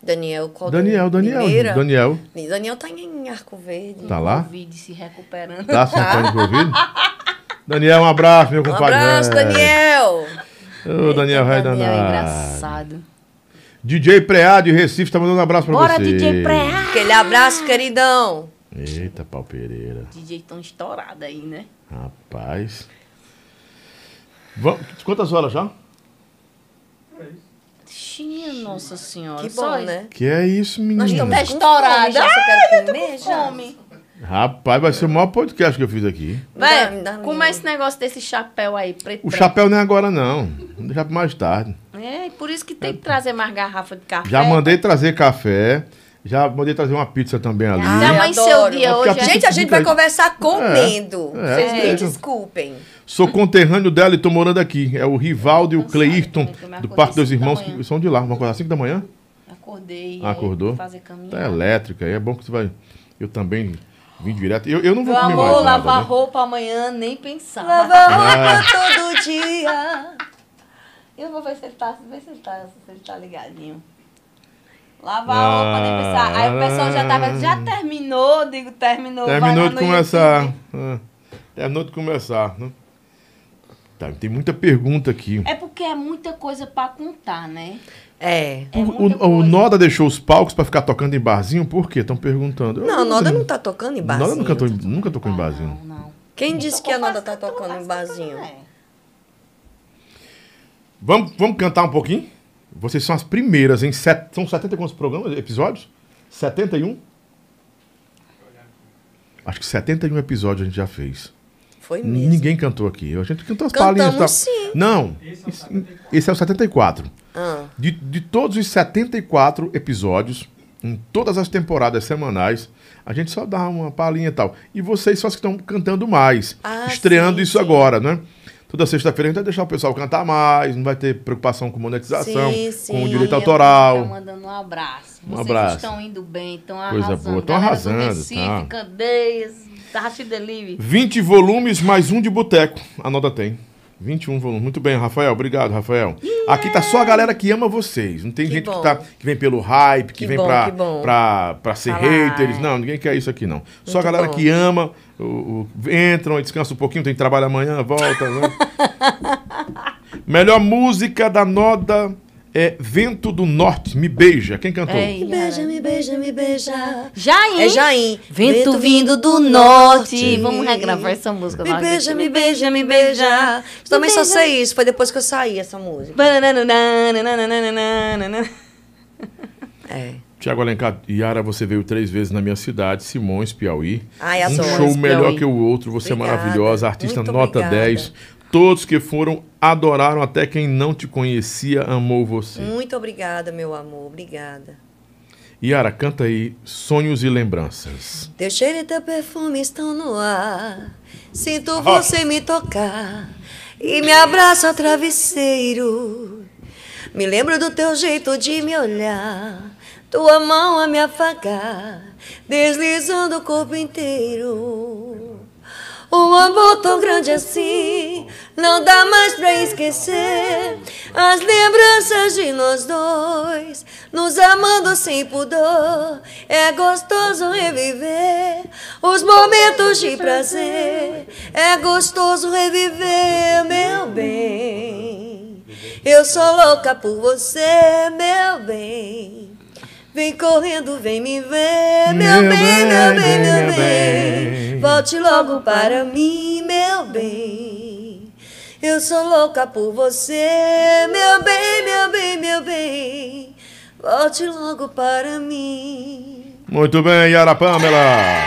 S10: Daniel, qual
S7: Daniel, Daniel,
S10: Mineira?
S7: Daniel.
S10: Daniel tá em Arco Verde.
S7: Tá lá?
S9: Covid se recuperando.
S7: Tá sentando de Covid?
S9: <laughs>
S7: Daniel, um abraço, meu
S10: Um
S7: compadre. É.
S10: abraço, Daniel!
S7: Ô, Daniel, vai
S9: Daniel é
S7: danar.
S9: engraçado.
S7: DJ Preá de Recife tá mandando um abraço pra
S9: Bora,
S7: você.
S9: DJ Preá.
S10: Aquele abraço, queridão.
S7: Eita, pau Pereira.
S9: DJ tão estourado aí, né?
S7: Rapaz. Vam- Quantas horas já?
S9: Tinha, nossa senhora.
S10: Que
S9: só
S10: bom,
S9: isso. Tá
S10: né?
S7: Que é isso, menina?
S10: estamos com
S9: Estourada.
S10: fome, já, você
S9: Ai,
S10: quer
S9: eu tô
S10: comer,
S9: com
S10: já?
S9: fome.
S7: Rapaz, vai ser o maior podcast que eu fiz aqui.
S9: Vai, como
S10: um
S9: é esse negócio desse chapéu aí, preto?
S7: O
S9: preto?
S7: chapéu não é agora, não. Vou deixar pra mais tarde.
S9: É, por isso que tem que trazer mais garrafa de café.
S7: Já mandei trazer café. Já mandei trazer uma pizza também ali.
S9: Já amanheceu o dia
S7: Porque a
S9: hoje. é
S7: pizza
S10: Gente, a gente vai
S7: fica aí.
S10: conversar comendo.
S7: É, é,
S10: Vocês
S7: é.
S10: me desculpem.
S7: Sou conterrâneo dela e tô morando aqui. É o Rivaldo e o Cleirton, do Parque dos Irmãos, que são de lá. Vamos acordar às 5 da manhã?
S9: Acordei. é,
S7: Ah, acordou?
S9: Fazer caminho.
S7: Tá elétrica, aí é bom que você vai. Eu também vim direto. Eu, eu não vou
S9: Meu
S7: comer
S9: amor,
S7: mais
S9: lavar
S7: nada, né?
S9: roupa amanhã, nem pensar.
S7: <laughs> Ah.
S9: todo dia. Eu vou ver se ele tá, ver se ele tá, se ele tá ligadinho. Lavar a roupa, nem pensar. Aí o pessoal já tava, já terminou, digo, terminou. vai
S7: Ah. Terminou
S9: lá
S7: de
S9: no
S7: começar. Ah, Terminou de começar. Né? Tá, tem muita pergunta aqui.
S9: É porque é muita coisa pra contar, né?
S10: É.
S7: O, o Noda deixou os palcos pra ficar tocando em barzinho? Por quê? Estão perguntando. Eu
S10: Não, a
S7: sei.
S10: Noda não tá tocando em
S7: Noda
S10: barzinho.
S7: nunca, cantou em- nunca tocou em barzinho.
S10: Quem disse que a Noda tá tocando em barzinho?
S7: Vamos, vamos cantar um pouquinho? Vocês são as primeiras, hein? Set- são 70 e quantos programas, episódios? 71? Acho que 71 episódios a gente já fez.
S10: Foi
S7: mesmo. Ninguém cantou aqui. A gente cantou as
S10: Cantamos
S7: palhinhas. Tá?
S10: sim.
S7: Não. Esse, esse é o 74.
S10: Ah.
S7: De, de todos os 74 episódios, em todas as temporadas semanais, a gente só dá uma palhinha e tal. E vocês só que estão cantando mais, estreando isso agora, né? Toda sexta-feira a gente vai deixar o pessoal cantar mais, não vai ter preocupação com monetização, com o direito
S9: Aí a
S7: autoral.
S9: pessoa Tá mandando um abraço.
S7: Um
S9: Vocês
S7: abraço.
S9: estão indo bem, estão
S7: Coisa
S9: arrasando.
S7: boa, tão
S9: Galera do
S7: arrasando,
S9: Recife,
S7: tá.
S9: Candeias, Tarrafi tá Delivery.
S7: 20 volumes mais um de boteco. A nota tem. 21 volumes. Muito bem, Rafael. Obrigado, Rafael. Aqui tá só a galera que ama vocês. Não tem gente que,
S10: bom.
S7: tá, que vem pelo hype, que,
S10: Que
S7: vem
S10: bom,
S7: pra,
S10: que bom.
S7: pra, pra ser
S10: Falar,
S7: haters.
S10: é.
S7: Não, ninguém quer isso aqui, não. Só a
S10: Muito
S7: galera
S10: bom.
S7: que ama, o, o- entram, descansa um pouquinho, tem trabalho amanhã, volta.
S10: <laughs>
S7: né? Melhor música da Noda é Vento do Norte, Me Beija. Quem cantou?
S10: Me É, beija, me beija, me beija.
S9: Jaim.
S10: É Jaim.
S9: Vento vindo do norte. Vamos regravar essa música.
S10: Me beija, me beija, me beija. Eu também só sei isso, foi depois que eu saí essa música. É.
S7: Tiago Alencar, Yara, você veio três vezes na minha cidade, Simões, Piauí.
S10: Ai,
S7: um
S10: adoro.
S7: show
S10: Simões,
S7: melhor
S10: Piauí.
S7: que o outro, você é
S10: Obrigada,
S7: maravilhosa, artista
S10: muito
S7: nota
S10: obrigada.
S7: 10. Todos que foram adoraram, até quem não te conhecia amou você.
S10: Muito obrigada, meu amor. Obrigada.
S7: Yara, canta aí Sonhos e Lembranças.
S10: Teu cheiro e teu perfume estão no ar. Sinto você me tocar e me abraça ao travesseiro. Me lembro do teu jeito de me olhar, tua mão a me afagar, deslizando o corpo inteiro. Um amor tão grande assim, não dá mais pra esquecer as lembranças de nós dois, nos amando sem pudor. É gostoso reviver os momentos de prazer, é gostoso reviver, meu bem. Eu sou louca por você, meu bem. Vem correndo, vem me ver, meu,
S5: Meu
S10: bem,
S5: bem,
S10: meu bem,
S5: meu
S10: meu
S5: bem.
S10: bem. Volte logo para mim, meu bem. Eu sou louca por você, meu bem, meu bem, meu bem. Volte logo para mim.
S7: Muito bem, Yara Pamela.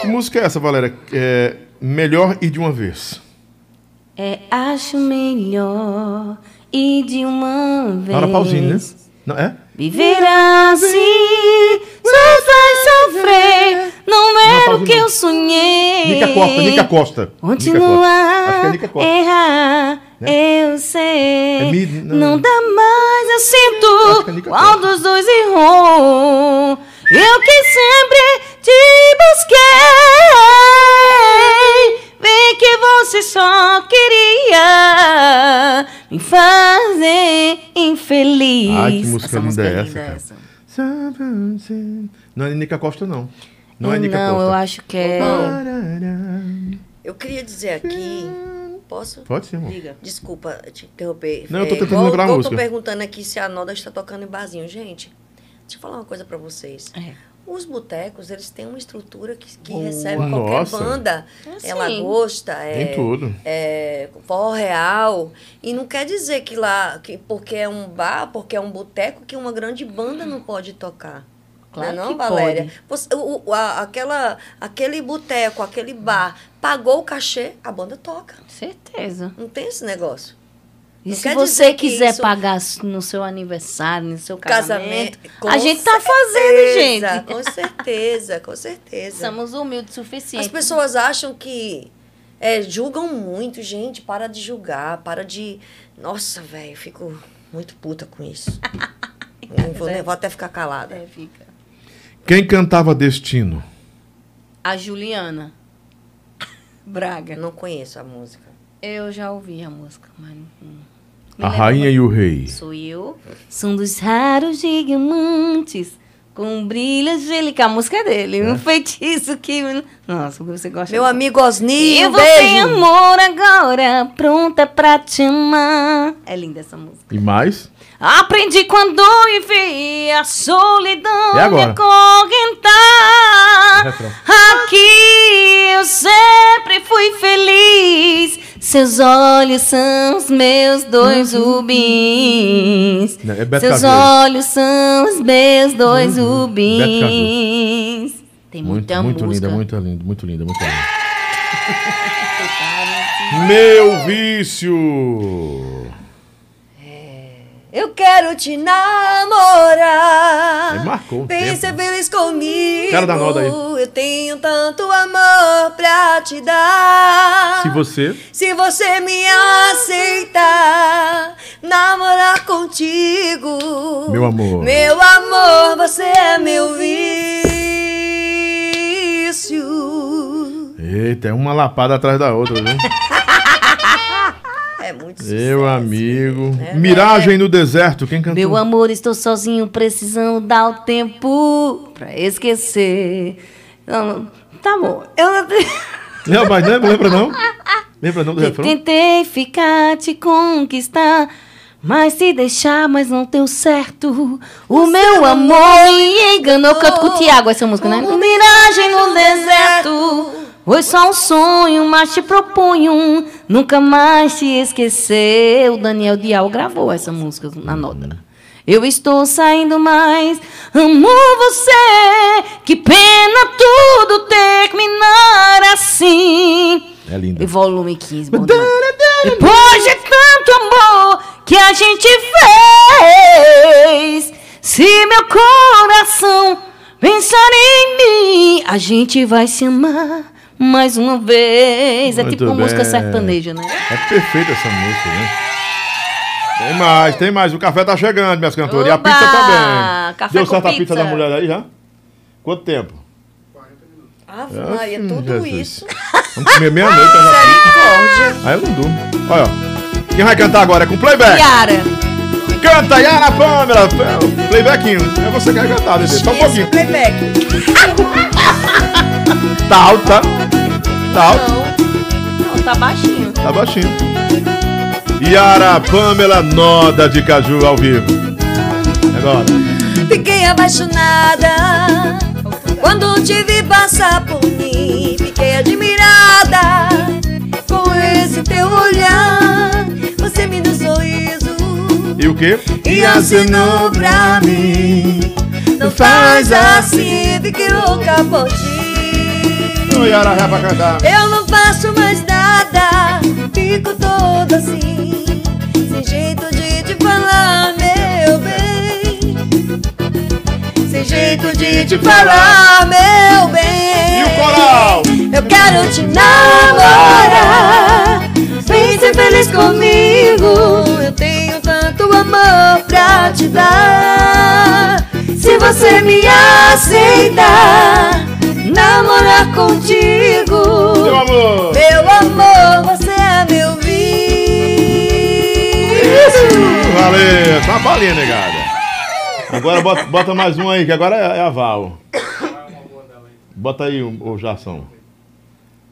S7: Que música é essa, Valéria? É, melhor ir de uma vez.
S9: É, acho melhor ir de uma vez.
S7: Laura Pausini, né? Não, é?
S9: Viver assim só faz sofrer. Não era o que eu sonhei.
S7: Nica Costa, Nica Costa. Nica Costa. Acho que é
S9: Continuar,
S7: Nica Costa.
S9: errar, eu sei.
S7: É mid-
S9: não. dá mais, eu
S7: é
S9: sinto qual dos dois errou. Eu que sempre te busquei. Vi que você só queria me fazer infeliz.
S7: Ai, que música linda é essa,
S9: linda
S7: cara. Não é Nica Costa, não. Não é
S9: Eu
S7: Nica
S9: não,
S7: Costa.
S9: eu acho que é-
S10: Bom, eu queria dizer aqui. Posso?
S7: Pode sim, amor.
S10: Diga. Desculpa te interromper.
S7: Não, eu tô
S10: É,
S7: tentando
S10: igual-
S7: lembrar a
S10: igual
S7: música.
S10: Eu tô perguntando aqui se a Noda está tocando em barzinho. Gente, deixa eu falar uma coisa pra vocês. Os botecos, eles têm uma estrutura que, que
S7: Boa.
S10: recebe qualquer
S7: Nossa.
S10: banda.
S9: Assim.
S10: É lagosta, é,
S7: Tem tudo.
S10: é forró real. E não quer dizer que lá, que porque é um bar, porque é um boteco, que uma grande banda não pode tocar.
S9: Claro
S10: não, é
S9: que
S10: não Valéria?
S9: pode.
S10: Você- o- o- a- aquela, aquele boteco, aquele bar, pagou o cachê, a banda toca.
S9: Certeza.
S10: Não tem esse negócio.
S9: E
S10: Não
S9: se
S10: quer
S9: você
S10: dizer que
S9: quiser
S10: isso-
S9: pagar s- no seu aniversário, no seu casamento,
S10: Casamento, com
S9: a gente tá
S10: certeza,
S9: fazendo, gente.
S10: Com certeza, com certeza.
S9: Somos assim. humildes o suficiente.
S10: As pessoas acham que é, julgam muito, gente. Para de julgar, para de. Nossa, velho, eu fico muito puta
S9: <laughs>
S10: com isso. Eu vou, eu vou até ficar calada.
S9: É,
S7: Quem cantava Destino?
S9: A Juliana <laughs> Braga.
S10: Não conheço a música.
S9: Eu já ouvi a música, mas.
S10: <laughs>
S9: não-
S7: A Rainha e o Rei.
S9: Sou eu. São dos raros diamantes. Com um brilho angélica. A música é dele. Um feitiço que. Nossa, você gosta.
S10: Meu
S9: muito.
S10: amigo Osni,
S9: E
S10: um
S9: você,
S10: beijo.
S9: amor, agora pronta pra te amar. É linda essa música.
S7: E mais?
S9: Aprendi quando vivi a solidão
S7: E agora?
S9: me acorrentar. Aqui eu sempre fui feliz. Seus olhos são os meus dois rubins.
S7: Hum. Não, é Beto
S9: Seus
S7: Carreiro.
S9: olhos são os meus dois rubins. Tem
S7: Muito,
S9: muita
S7: muito
S9: música.
S7: linda,
S9: <laughs>
S7: muito linda, muito linda, muito linda. Meu vício!
S10: Eu quero te namorar.
S9: Ah,
S7: Ele marcou um
S10: Vem
S7: tempo,
S10: ser feliz comigo.
S7: Cara da moda aí.
S10: Eu tenho tanto amor pra te dar.
S7: Se você.
S10: Se você me aceitar, namorar contigo.
S7: Meu amor.
S10: Meu amor, você é meu vício.
S7: Eita, é uma lapada atrás da
S9: <laughs>
S7: outra, viu?
S10: É muito
S7: Meu amigo. Miragem no deserto, quem cantou?
S9: É, Meu amor, estou sozinho, precisando dar o tempo pra esquecer. Não, tá bom. Eu
S7: Não, mas não lembra
S9: <laughs>
S7: não? Lembra não do refrão?
S9: tentei ficar, te conquistar. Mas se deixar, mas não deu certo. O meu amor me enganou. Canto com o Tiago essa música, né? Miragem no deserto. Foi só um sonho, mas te proponho. Nunca mais te esquecer. O Daniel Dial gravou essa música na nota. Eu estou saindo mais, amo você. Que pena tudo terminar assim.
S7: É linda.
S9: E volume 15. bom demais. Depois de tanto amor que a gente fez, se meu coração pensar em mim, a gente vai se amar mais uma vez. é
S7: Muito
S9: tipo uma música
S7: bem.
S9: sertaneja, né?
S7: É perfeita essa música, né? Tem mais, tem mais. O café tá chegando, minhas cantoras. E a
S9: Oba!
S7: pizza também.
S9: Café
S7: Deu
S9: com
S7: certo a
S9: pizza.
S7: pizza da mulher aí já? Quanto tempo?
S10: Ave
S7: Ah,
S10: Maria,
S7: sim,
S10: tudo
S7: Jesus.
S10: isso.
S7: Vamos comer meia-noite. né, já? Aí eu não durmo. Olha, ó. Quem vai cantar agora? É com playback.
S9: Yara.
S7: Canta, Yara Pâmela. Playbackinho. É você que vai cantar, bebê. Só um pouquinho.
S10: Playback.
S7: Tá alto, tá? Tá alto.
S9: Não, tá baixinho.
S7: Tá baixinho. Yara Pâmela, Noda de Caju ao vivo. Agora.
S10: Fiquei apaixonada quando te vi passar por mim. Fiquei admirada com esse teu olhar. Você me deu um sorriso
S7: E o quê?
S10: e assinou pra mim. Não faz assim, fiquei louca por ti.
S7: Ô, Yara, já pra cantar.
S10: Eu não faço mais nada Fico toda assim, sem jeito de te falar, meu bem. Sem jeito de te falar, meu bem. E o coral? Eu quero te namorar. Vem ser feliz comigo. Eu tenho tanto amor pra te dar. Se você me aceitar, namorar contigo. Meu amor, meu amor, você é meu vício.
S7: Valeu, tá valendo, negada. Agora bota, bota mais um aí, que agora é, é a Val. Bota aí, ô ô, Jação.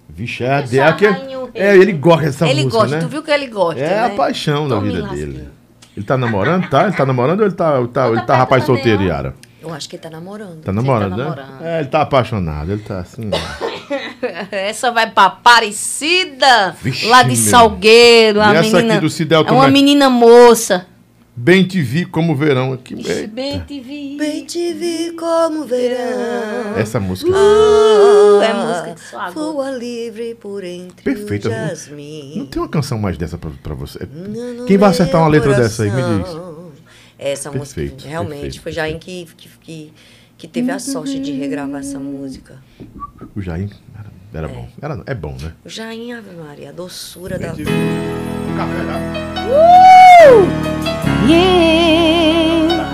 S7: Vixe, é a
S1: sou a
S7: Dea que-
S1: rainha.
S7: É, ele gosta dessa
S1: um Ele
S7: música,
S1: gosta,
S7: né?
S1: tu viu que ele gosta,
S7: É
S1: né?
S7: a paixão da
S1: Então me
S7: vida
S1: lasquei.
S7: dele. Ele tá namorando, tá? Ele tá namorando ou ele tá, ele tá, ele tá rapaz solteiro, Yara?
S13: Eu acho que ele tá namorando.
S7: Tá namorando,
S1: Ele tá
S7: né? É, ele tá apaixonado, ele tá assim...
S1: <laughs> Essa vai pra Aparecida,
S7: Vixe,
S1: lá de
S7: meu.
S1: Salgueiro. A
S7: E essa
S1: menina,
S7: aqui do Cidel,
S1: é
S7: como
S1: uma
S7: é?
S1: menina moça.
S7: Bem te vi como verão aqui. É Bem.
S1: Bem te vi.
S10: Bem te vi como verão.
S7: Essa música.
S10: Uh,
S1: é música de sua
S10: Voa livre por entre
S7: Perfeita.
S10: o
S7: Não-
S10: jasmim.
S7: Não tem uma canção mais dessa pra, pra você. É,
S10: no
S7: Quem vai acertar uma
S10: meu
S7: letra dessa aí? Me diz.
S10: é coração. Essa
S7: Perfeito,
S10: música é realmente
S7: perfeito,
S10: foi Jair que, que, que, que teve a sorte de regravar essa música.
S7: O Jair era, era bom. Era, é bom, né?
S10: O Jair, Ave Maria, a doçura da
S7: Entendi.
S10: vida. Uh! Yeah!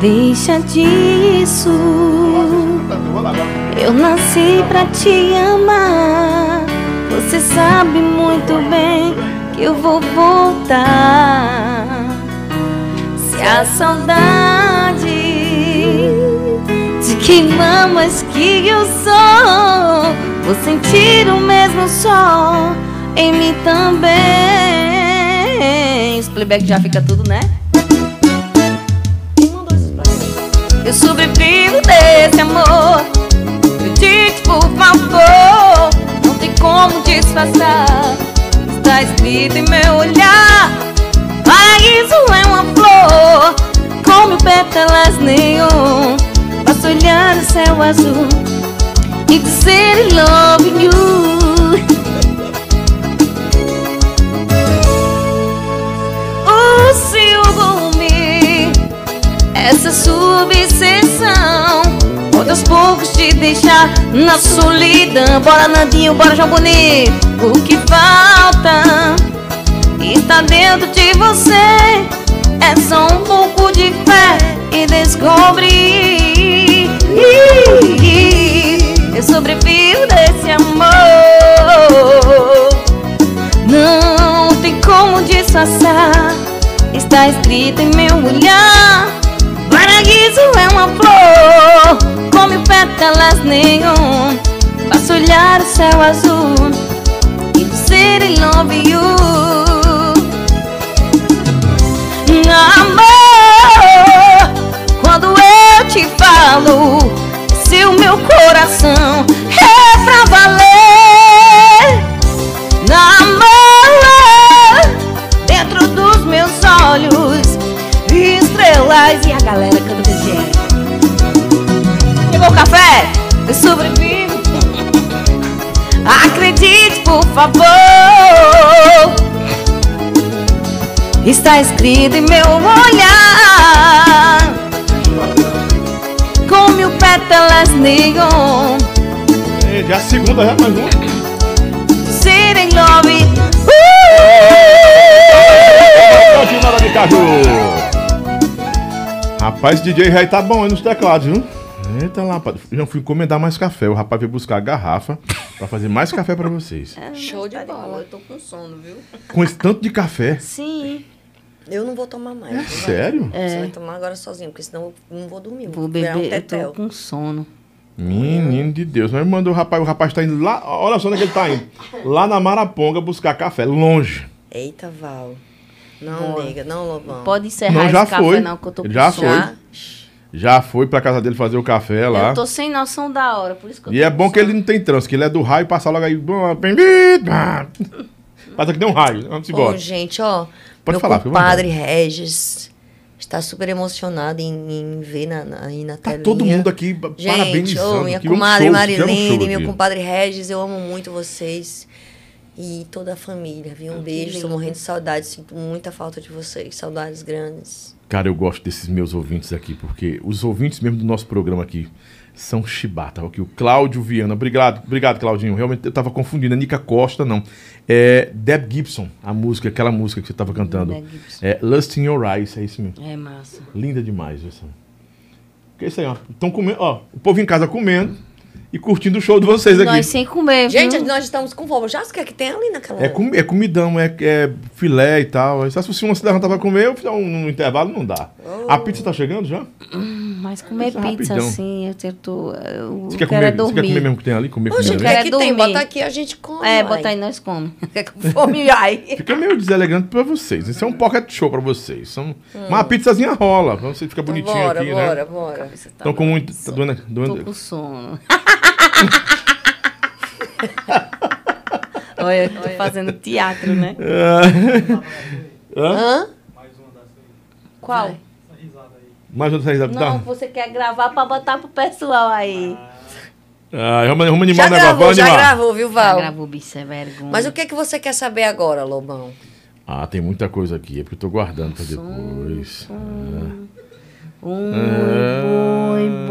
S9: Deixa disso. Eu nasci pra te amar. Você sabe muito bem que eu vou voltar. Se a saudade de quem mamas que eu sou, vou sentir o mesmo sol em mim também. Os playback já fica tudo, né? Um,
S10: Eu
S9: sobrevivo desse amor. Me diz por favor, não tem como disfarçar. Está escrito em meu olhar. Paraíso é uma flor, como pétalas nenhum. Posso olhar no céu azul e dizer I love you. O ciúme essa subseção Pode aos poucos te deixar na solidão Bora Nandinho, bora João Bonito O que falta está dentro de você É só um pouco de fé e descobrir Eu sobrevivo desse amor Não tem como disfarçar Está escrito em meu olhar Paraíso é uma flor Come pétalas nenhum Faço olhar o céu azul E dizer I love you Amor Quando eu te falo Se o meu coração É pra valer Amor Dentro dos meus olhos Estrelas e a galera canta desse jeito Pegou o café? Eu sobrevivo Acredite, por favor Está escrito em meu olhar Ah, Com mil pétalas neon
S7: É, já a segunda, já um. mais uma.
S9: Ser em love Uh!
S7: Cantinada de carro. Rapaz, DJ Ray tá bom aí nos teclados, viu? Eita lá, rapaz. Já fui encomendar mais café. O rapaz veio buscar a garrafa pra fazer mais café pra vocês.
S13: Show
S10: Tá
S13: de bola. Eu tô com sono, viu?
S7: Com esse tanto de café.
S13: Sim. Eu não vou tomar mais. viu,
S7: É, sério?
S13: Vai. Você
S1: É.
S13: vai tomar agora sozinho, porque senão eu não vou dormir.
S1: Vou
S13: virar um
S1: beber, eu
S13: tetel.
S1: tô com sono.
S7: Menino de Deus. Mas mandou o rapaz. O rapaz tá indo lá. Olha só onde é que ele tá indo. Lá na Maraponga buscar café. Longe.
S13: Eita, Val. Não,
S1: Bora.
S13: nega, não, Lobão.
S1: Pode encerrar
S7: não,
S1: esse
S7: já
S1: café,
S7: foi.
S1: não, que eu tô com
S7: já
S1: sono.
S7: foi. Já foi pra casa dele fazer o café lá.
S1: Eu tô sem noção da hora, por isso que eu
S7: E
S1: tô
S7: é
S1: com
S7: bom que ele não tem trânsito, que ele é do raio, passa logo aí. bom, bem-vindo, ah. Passa que deu um raio. Vamos
S13: Bom,
S7: embora.
S13: gente, ó.
S7: Pode
S13: meu
S7: falar, fica à
S13: compadre Regis
S10: está super emocionada em, em ver na, na, aí na telinha.
S7: todo mundo aqui ba-
S10: Gente,
S7: Tá parabenizando,
S10: ô, minha
S7: que vamos
S10: comadre
S7: show, tivemos show
S10: Marilene,
S7: aqui.
S10: meu compadre Regis, eu amo muito vocês. E toda a família, viu? Um beijo, tô morrendo de saudade, sinto muita falta de vocês, saudades grandes.
S7: Cara, eu gosto desses meus ouvintes aqui, porque os ouvintes mesmo do nosso programa aqui são chibata. Aqui, o Cláudio Viana. Obrigado, obrigado, Claudinho. Realmente eu tava confundindo. É Nica Costa, não. É Deb Gibson, a música, aquela música que você tava cantando.
S9: Deb Gibson.
S7: É Lust in Your Eyes, é isso mesmo.
S9: É massa.
S7: Linda demais essa. Que é isso aí, ó. Estão comendo, ó. O povo em casa comendo e curtindo o show de vocês aqui.
S9: Nós sem comer, viu?
S10: Gente, nós estamos com fome. Já o que é que tem ali naquela.
S7: É, com, é comidão, é, é filé e tal. Aí, Só se você não se levantar pra comer, eu fizer um, um intervalo, não dá.
S9: Oh.
S7: A pizza tá chegando já?
S9: Hum, Mas comer
S7: Isso
S9: pizza
S7: é rapidão.
S9: assim, eu tento. Eu
S7: Você
S9: eu
S7: quer,
S9: quero
S7: comer,
S9: é
S7: você
S9: dormir.
S7: quer comer mesmo que tem ali? Comer
S9: Oxe,
S7: comida
S9: eu
S7: ali?
S9: quero é
S10: que
S9: dormir.
S10: tem? Bota aqui, a gente come.
S9: É,
S10: uai.
S9: bota aí, nós <laughs> come.
S10: Fome, ai.
S7: Fica meio deselegante pra vocês. Isso é um pocket show pra vocês. São...
S10: Hum.
S7: Uma pizzazinha rola. pra Você fica bonitinho
S9: bora,
S7: aqui, né?
S9: bora, bora. Cabeça tá
S7: Estão com muito. Tá doendo, doendo-
S9: Tô com <laughs> sono. Olha, eu tô fazendo teatro,
S7: <laughs>
S9: né?
S7: Ah. Hã?
S9: Qual?
S7: Mais outra risada.
S9: Não,
S7: Dá. um-
S9: você quer gravar pra botar pro pessoal aí.
S7: Ah, vamos, vamos
S10: Já
S7: animar o negócio.
S10: gravou,
S7: Vamos
S10: já
S7: animar.
S10: gravou, viu, Val?
S9: Já gravou, bicho, é vergonha.
S10: Mas o que é que você quer saber agora, Lobão?
S7: Ah, tem muita coisa aqui. É porque eu tô guardando pra depois. Ah.
S9: Um
S7: boi,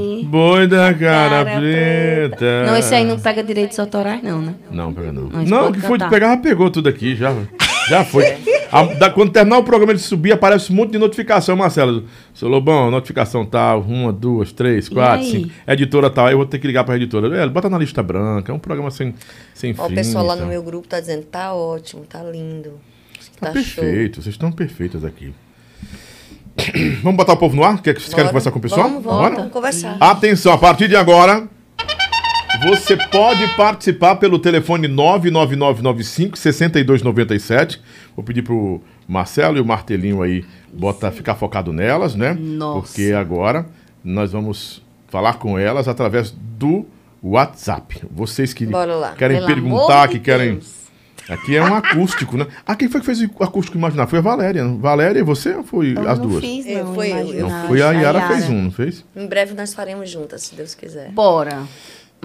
S9: boi.
S7: Ah. Boi da cara,
S9: Cara
S7: preta.
S9: Não, esse aí não pega direitos autorais, não, né?
S7: Não, pega não.
S9: Mas
S7: não,
S9: pode
S7: que foi de
S9: cantar.
S7: pegar, já pegou tudo aqui, já. Já foi. A- da- quando terminar o programa de subir, aparece um monte de notificação, Marcelo. Seu Lobão, notificação tal, uma, duas, três, quatro,
S10: aí?
S7: cinco. Editora tal, aí eu vou ter que ligar pra editora. É, bota na lista branca, é um programa sem, sem fim.
S10: Ó, o pessoal lá no
S7: então.
S10: meu grupo tá dizendo, tá ótimo, tá lindo. Tá,
S7: Tá
S10: show.
S7: perfeito, vocês estão perfeitas aqui. <clears throat> vamos botar o povo no ar? Quer, vocês querem
S10: Bora.
S7: conversar com o pessoal?
S10: Vamos, vamos,
S7: Bora? Ah,
S10: vamos conversar.
S7: Atenção, a partir de agora, você pode participar pelo telefone 99995-6297. Vou pedir pro Marcelo e o Martelinho aí bota, ficar focado nelas, né?
S9: Nossa.
S7: Porque agora nós vamos falar com elas através do WhatsApp. Vocês que
S10: Bora lá.
S7: querem
S10: Pelo amor
S7: perguntar, que
S10: de
S7: querem...
S10: Deus.
S7: Aqui é um acústico, né? Ah, quem foi que fez o acústico imaginar? Foi a Valéria. né? Valéria e você ou foi
S10: Eu
S7: as
S10: não
S7: duas?
S10: fiz, não, Eu- foi eu, eu
S7: Não,
S10: fiz.
S7: foi a
S10: A
S7: Yara,
S10: Yara.
S7: fez um, não fez?
S10: Em breve nós faremos juntas, se Deus quiser.
S9: Bora.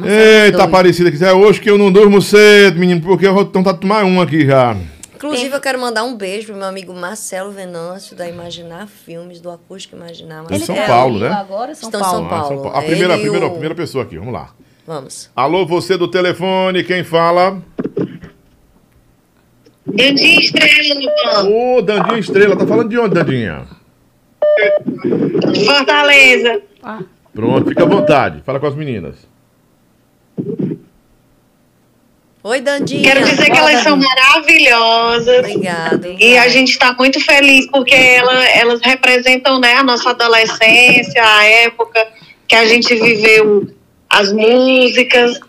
S10: é
S7: Eita, parecida que é hoje que eu não durmo cedo, menino, porque eu vou tentar tomar um aqui já.
S10: Inclusive, eu quero mandar um beijo pro meu amigo Marcelo Venâncio, da Imaginar Filmes, do Acústico Imaginar.
S7: Em
S10: Marcelo.
S7: São Paulo, né?
S10: Estão em um São
S7: Ah,
S10: Paulo. É.
S7: A primeira, a
S10: Ele e o-
S7: primeira, a primeira pessoa aqui, vamos lá.
S10: Vamos.
S7: Alô, você do telefone, quem fala?
S14: Dandinha Estrela, então.
S7: Ô, Dandinha Estrela, tá falando de onde, Dandinha?
S14: Fortaleza.
S7: Pronto, fica à vontade, fala com as meninas.
S10: Oi, Dandinha.
S14: Quero dizer que elas são maravilhosas.
S10: Obrigada.
S14: E a gente está muito feliz porque ela- elas representam né, a nossa adolescência, a época que a gente viveu as músicas.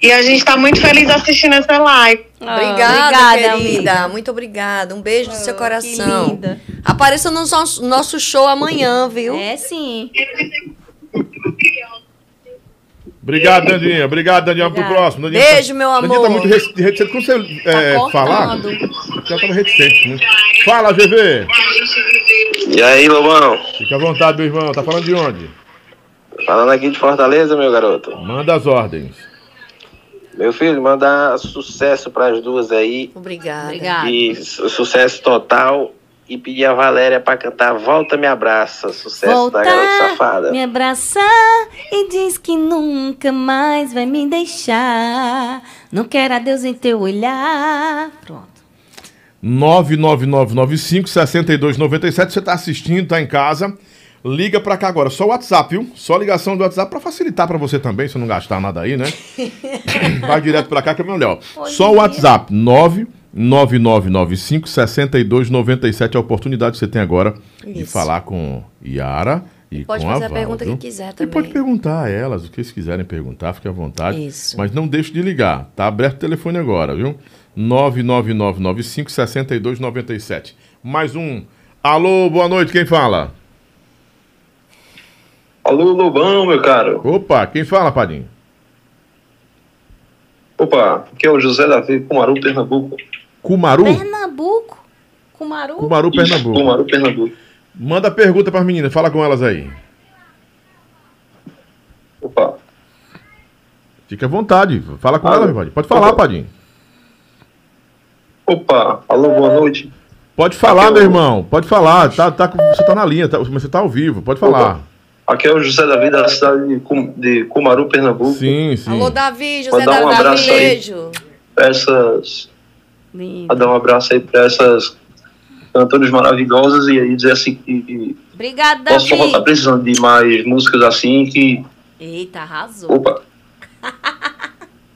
S14: E a gente está muito feliz assistindo essa live.
S10: Ah,
S9: Ah,
S10: Obrigada, querida. Muito obrigada. Um beijo do seu coração. Apareça no nosso, nosso show amanhã, viu?
S9: É, sim.
S7: Obrigado, Dandinha. Obrigado, Dandinha. Vamos pro
S10: Obrigada.
S7: próximo. Dandinha
S10: Beijo, meu
S7: Dandinha
S10: amor. Tá
S7: tá muito reti- reticente. Quando você é,
S10: cortando.
S7: falar, ela tava reticente. Né? Fala, GV.
S15: E aí, Lobão?
S7: Fica à vontade, meu irmão. Tá falando de onde?
S15: Falando aqui de Fortaleza, meu garoto.
S7: Manda as ordens.
S15: Meu filho, mandar sucesso pras duas aí.
S10: Obrigada.
S15: E su- sucesso total. E pedir a Valéria pra cantar Volta Me Abraça. Sucesso da garota safada.
S9: me abraçar e diz que nunca mais vai me deixar. Não quero adeus em teu olhar. Pronto.
S7: 99995-6297. Você tá assistindo, tá em casa. Liga pra cá agora. Só o WhatsApp, viu? Só a ligação do WhatsApp pra facilitar pra você também, se não gastar nada aí, né? Vai direto pra cá que é melhor. Só o WhatsApp, 99995-6297. É a oportunidade que você tem agora de
S10: Isso.
S7: falar com Yara e
S10: Pode
S7: com
S10: fazer a
S7: Val,
S10: pergunta
S7: viu?
S10: que quiser
S7: E
S10: também.
S7: pode perguntar a elas o que vocês quiserem perguntar, fique à vontade.
S10: Isso.
S7: Mas não deixe de ligar, tá aberto o telefone agora, viu? 99995-6297. Mais um. Alô, boa noite, quem fala?
S15: Alô, Lobão, meu caro.
S7: Opa, quem fala, Padinho?
S15: Opa, aqui é o José Davi, Comaru, Pernambuco.
S7: Kumaru?
S9: Pernambuco? Kumaru?
S7: Cumaru, Pernambuco.
S15: Cumaru, Pernambuco.
S7: Manda pergunta pras meninas, fala com elas aí.
S15: Opa.
S7: Fica à vontade, fala com
S15: Ah,
S7: elas, Padinho. Pode falar,
S15: opa.
S7: Padinho.
S15: Opa, alô, boa noite.
S7: Pode falar,
S15: Aqui é
S7: meu
S15: o-
S7: irmão. Pode falar. Tá, tá, com- você tá na linha, tá- mas você tá ao vivo. Pode falar.
S15: Aqui é o José Davi da cidade de, Cum- de Cumaru, Pernambuco.
S7: Sim, sim.
S10: Alô, Davi, José
S15: Mandar um
S10: Davi,
S15: abraço aí.
S10: beijo.
S15: Essas a dar um abraço aí pra essas cantoras maravilhosas e aí dizer assim que, que
S9: Obrigada,
S15: nosso forró tá
S9: Davi.
S15: precisando de mais músicas assim que.
S9: Eita, arrasou.
S15: Opa!
S10: <laughs>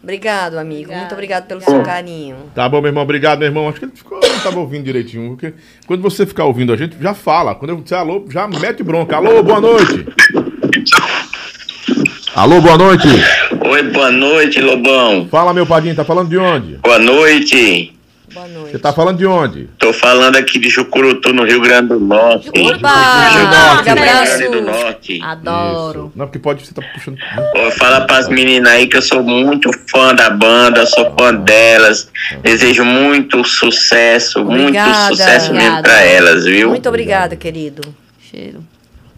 S10: Obrigado, amigo. Muito obrigado pelo seu carinho.
S7: Tá bom, meu irmão. Obrigado, meu irmão. Acho que ele ficou, não estava ouvindo direitinho. Porque quando você ficar ouvindo a gente, já fala. Quando eu disser alô, já mete bronca. Alô, boa
S15: <laughs>
S7: noite. Alô, boa noite.
S16: Oi, boa noite, Lobão.
S7: Fala, meu padinho. Tá falando de onde?
S16: Boa noite.
S7: Você tá falando de onde?
S16: Tô falando aqui de Jucurutu, no Rio Grande do Norte.
S9: Ah,
S10: Opa!
S16: Rio Grande do
S10: abraço.
S16: Norte.
S10: Adoro.
S7: Não, porque pode, você tá puxando.
S16: Ó, Fala pras meninas aí que eu sou muito fã da banda, sou fã delas. Desejo muito sucesso,
S10: Obrigada.
S16: muito sucesso mesmo
S10: Obrigada.
S16: pra elas, viu?
S10: Muito obrigada, querido.
S9: Cheiro.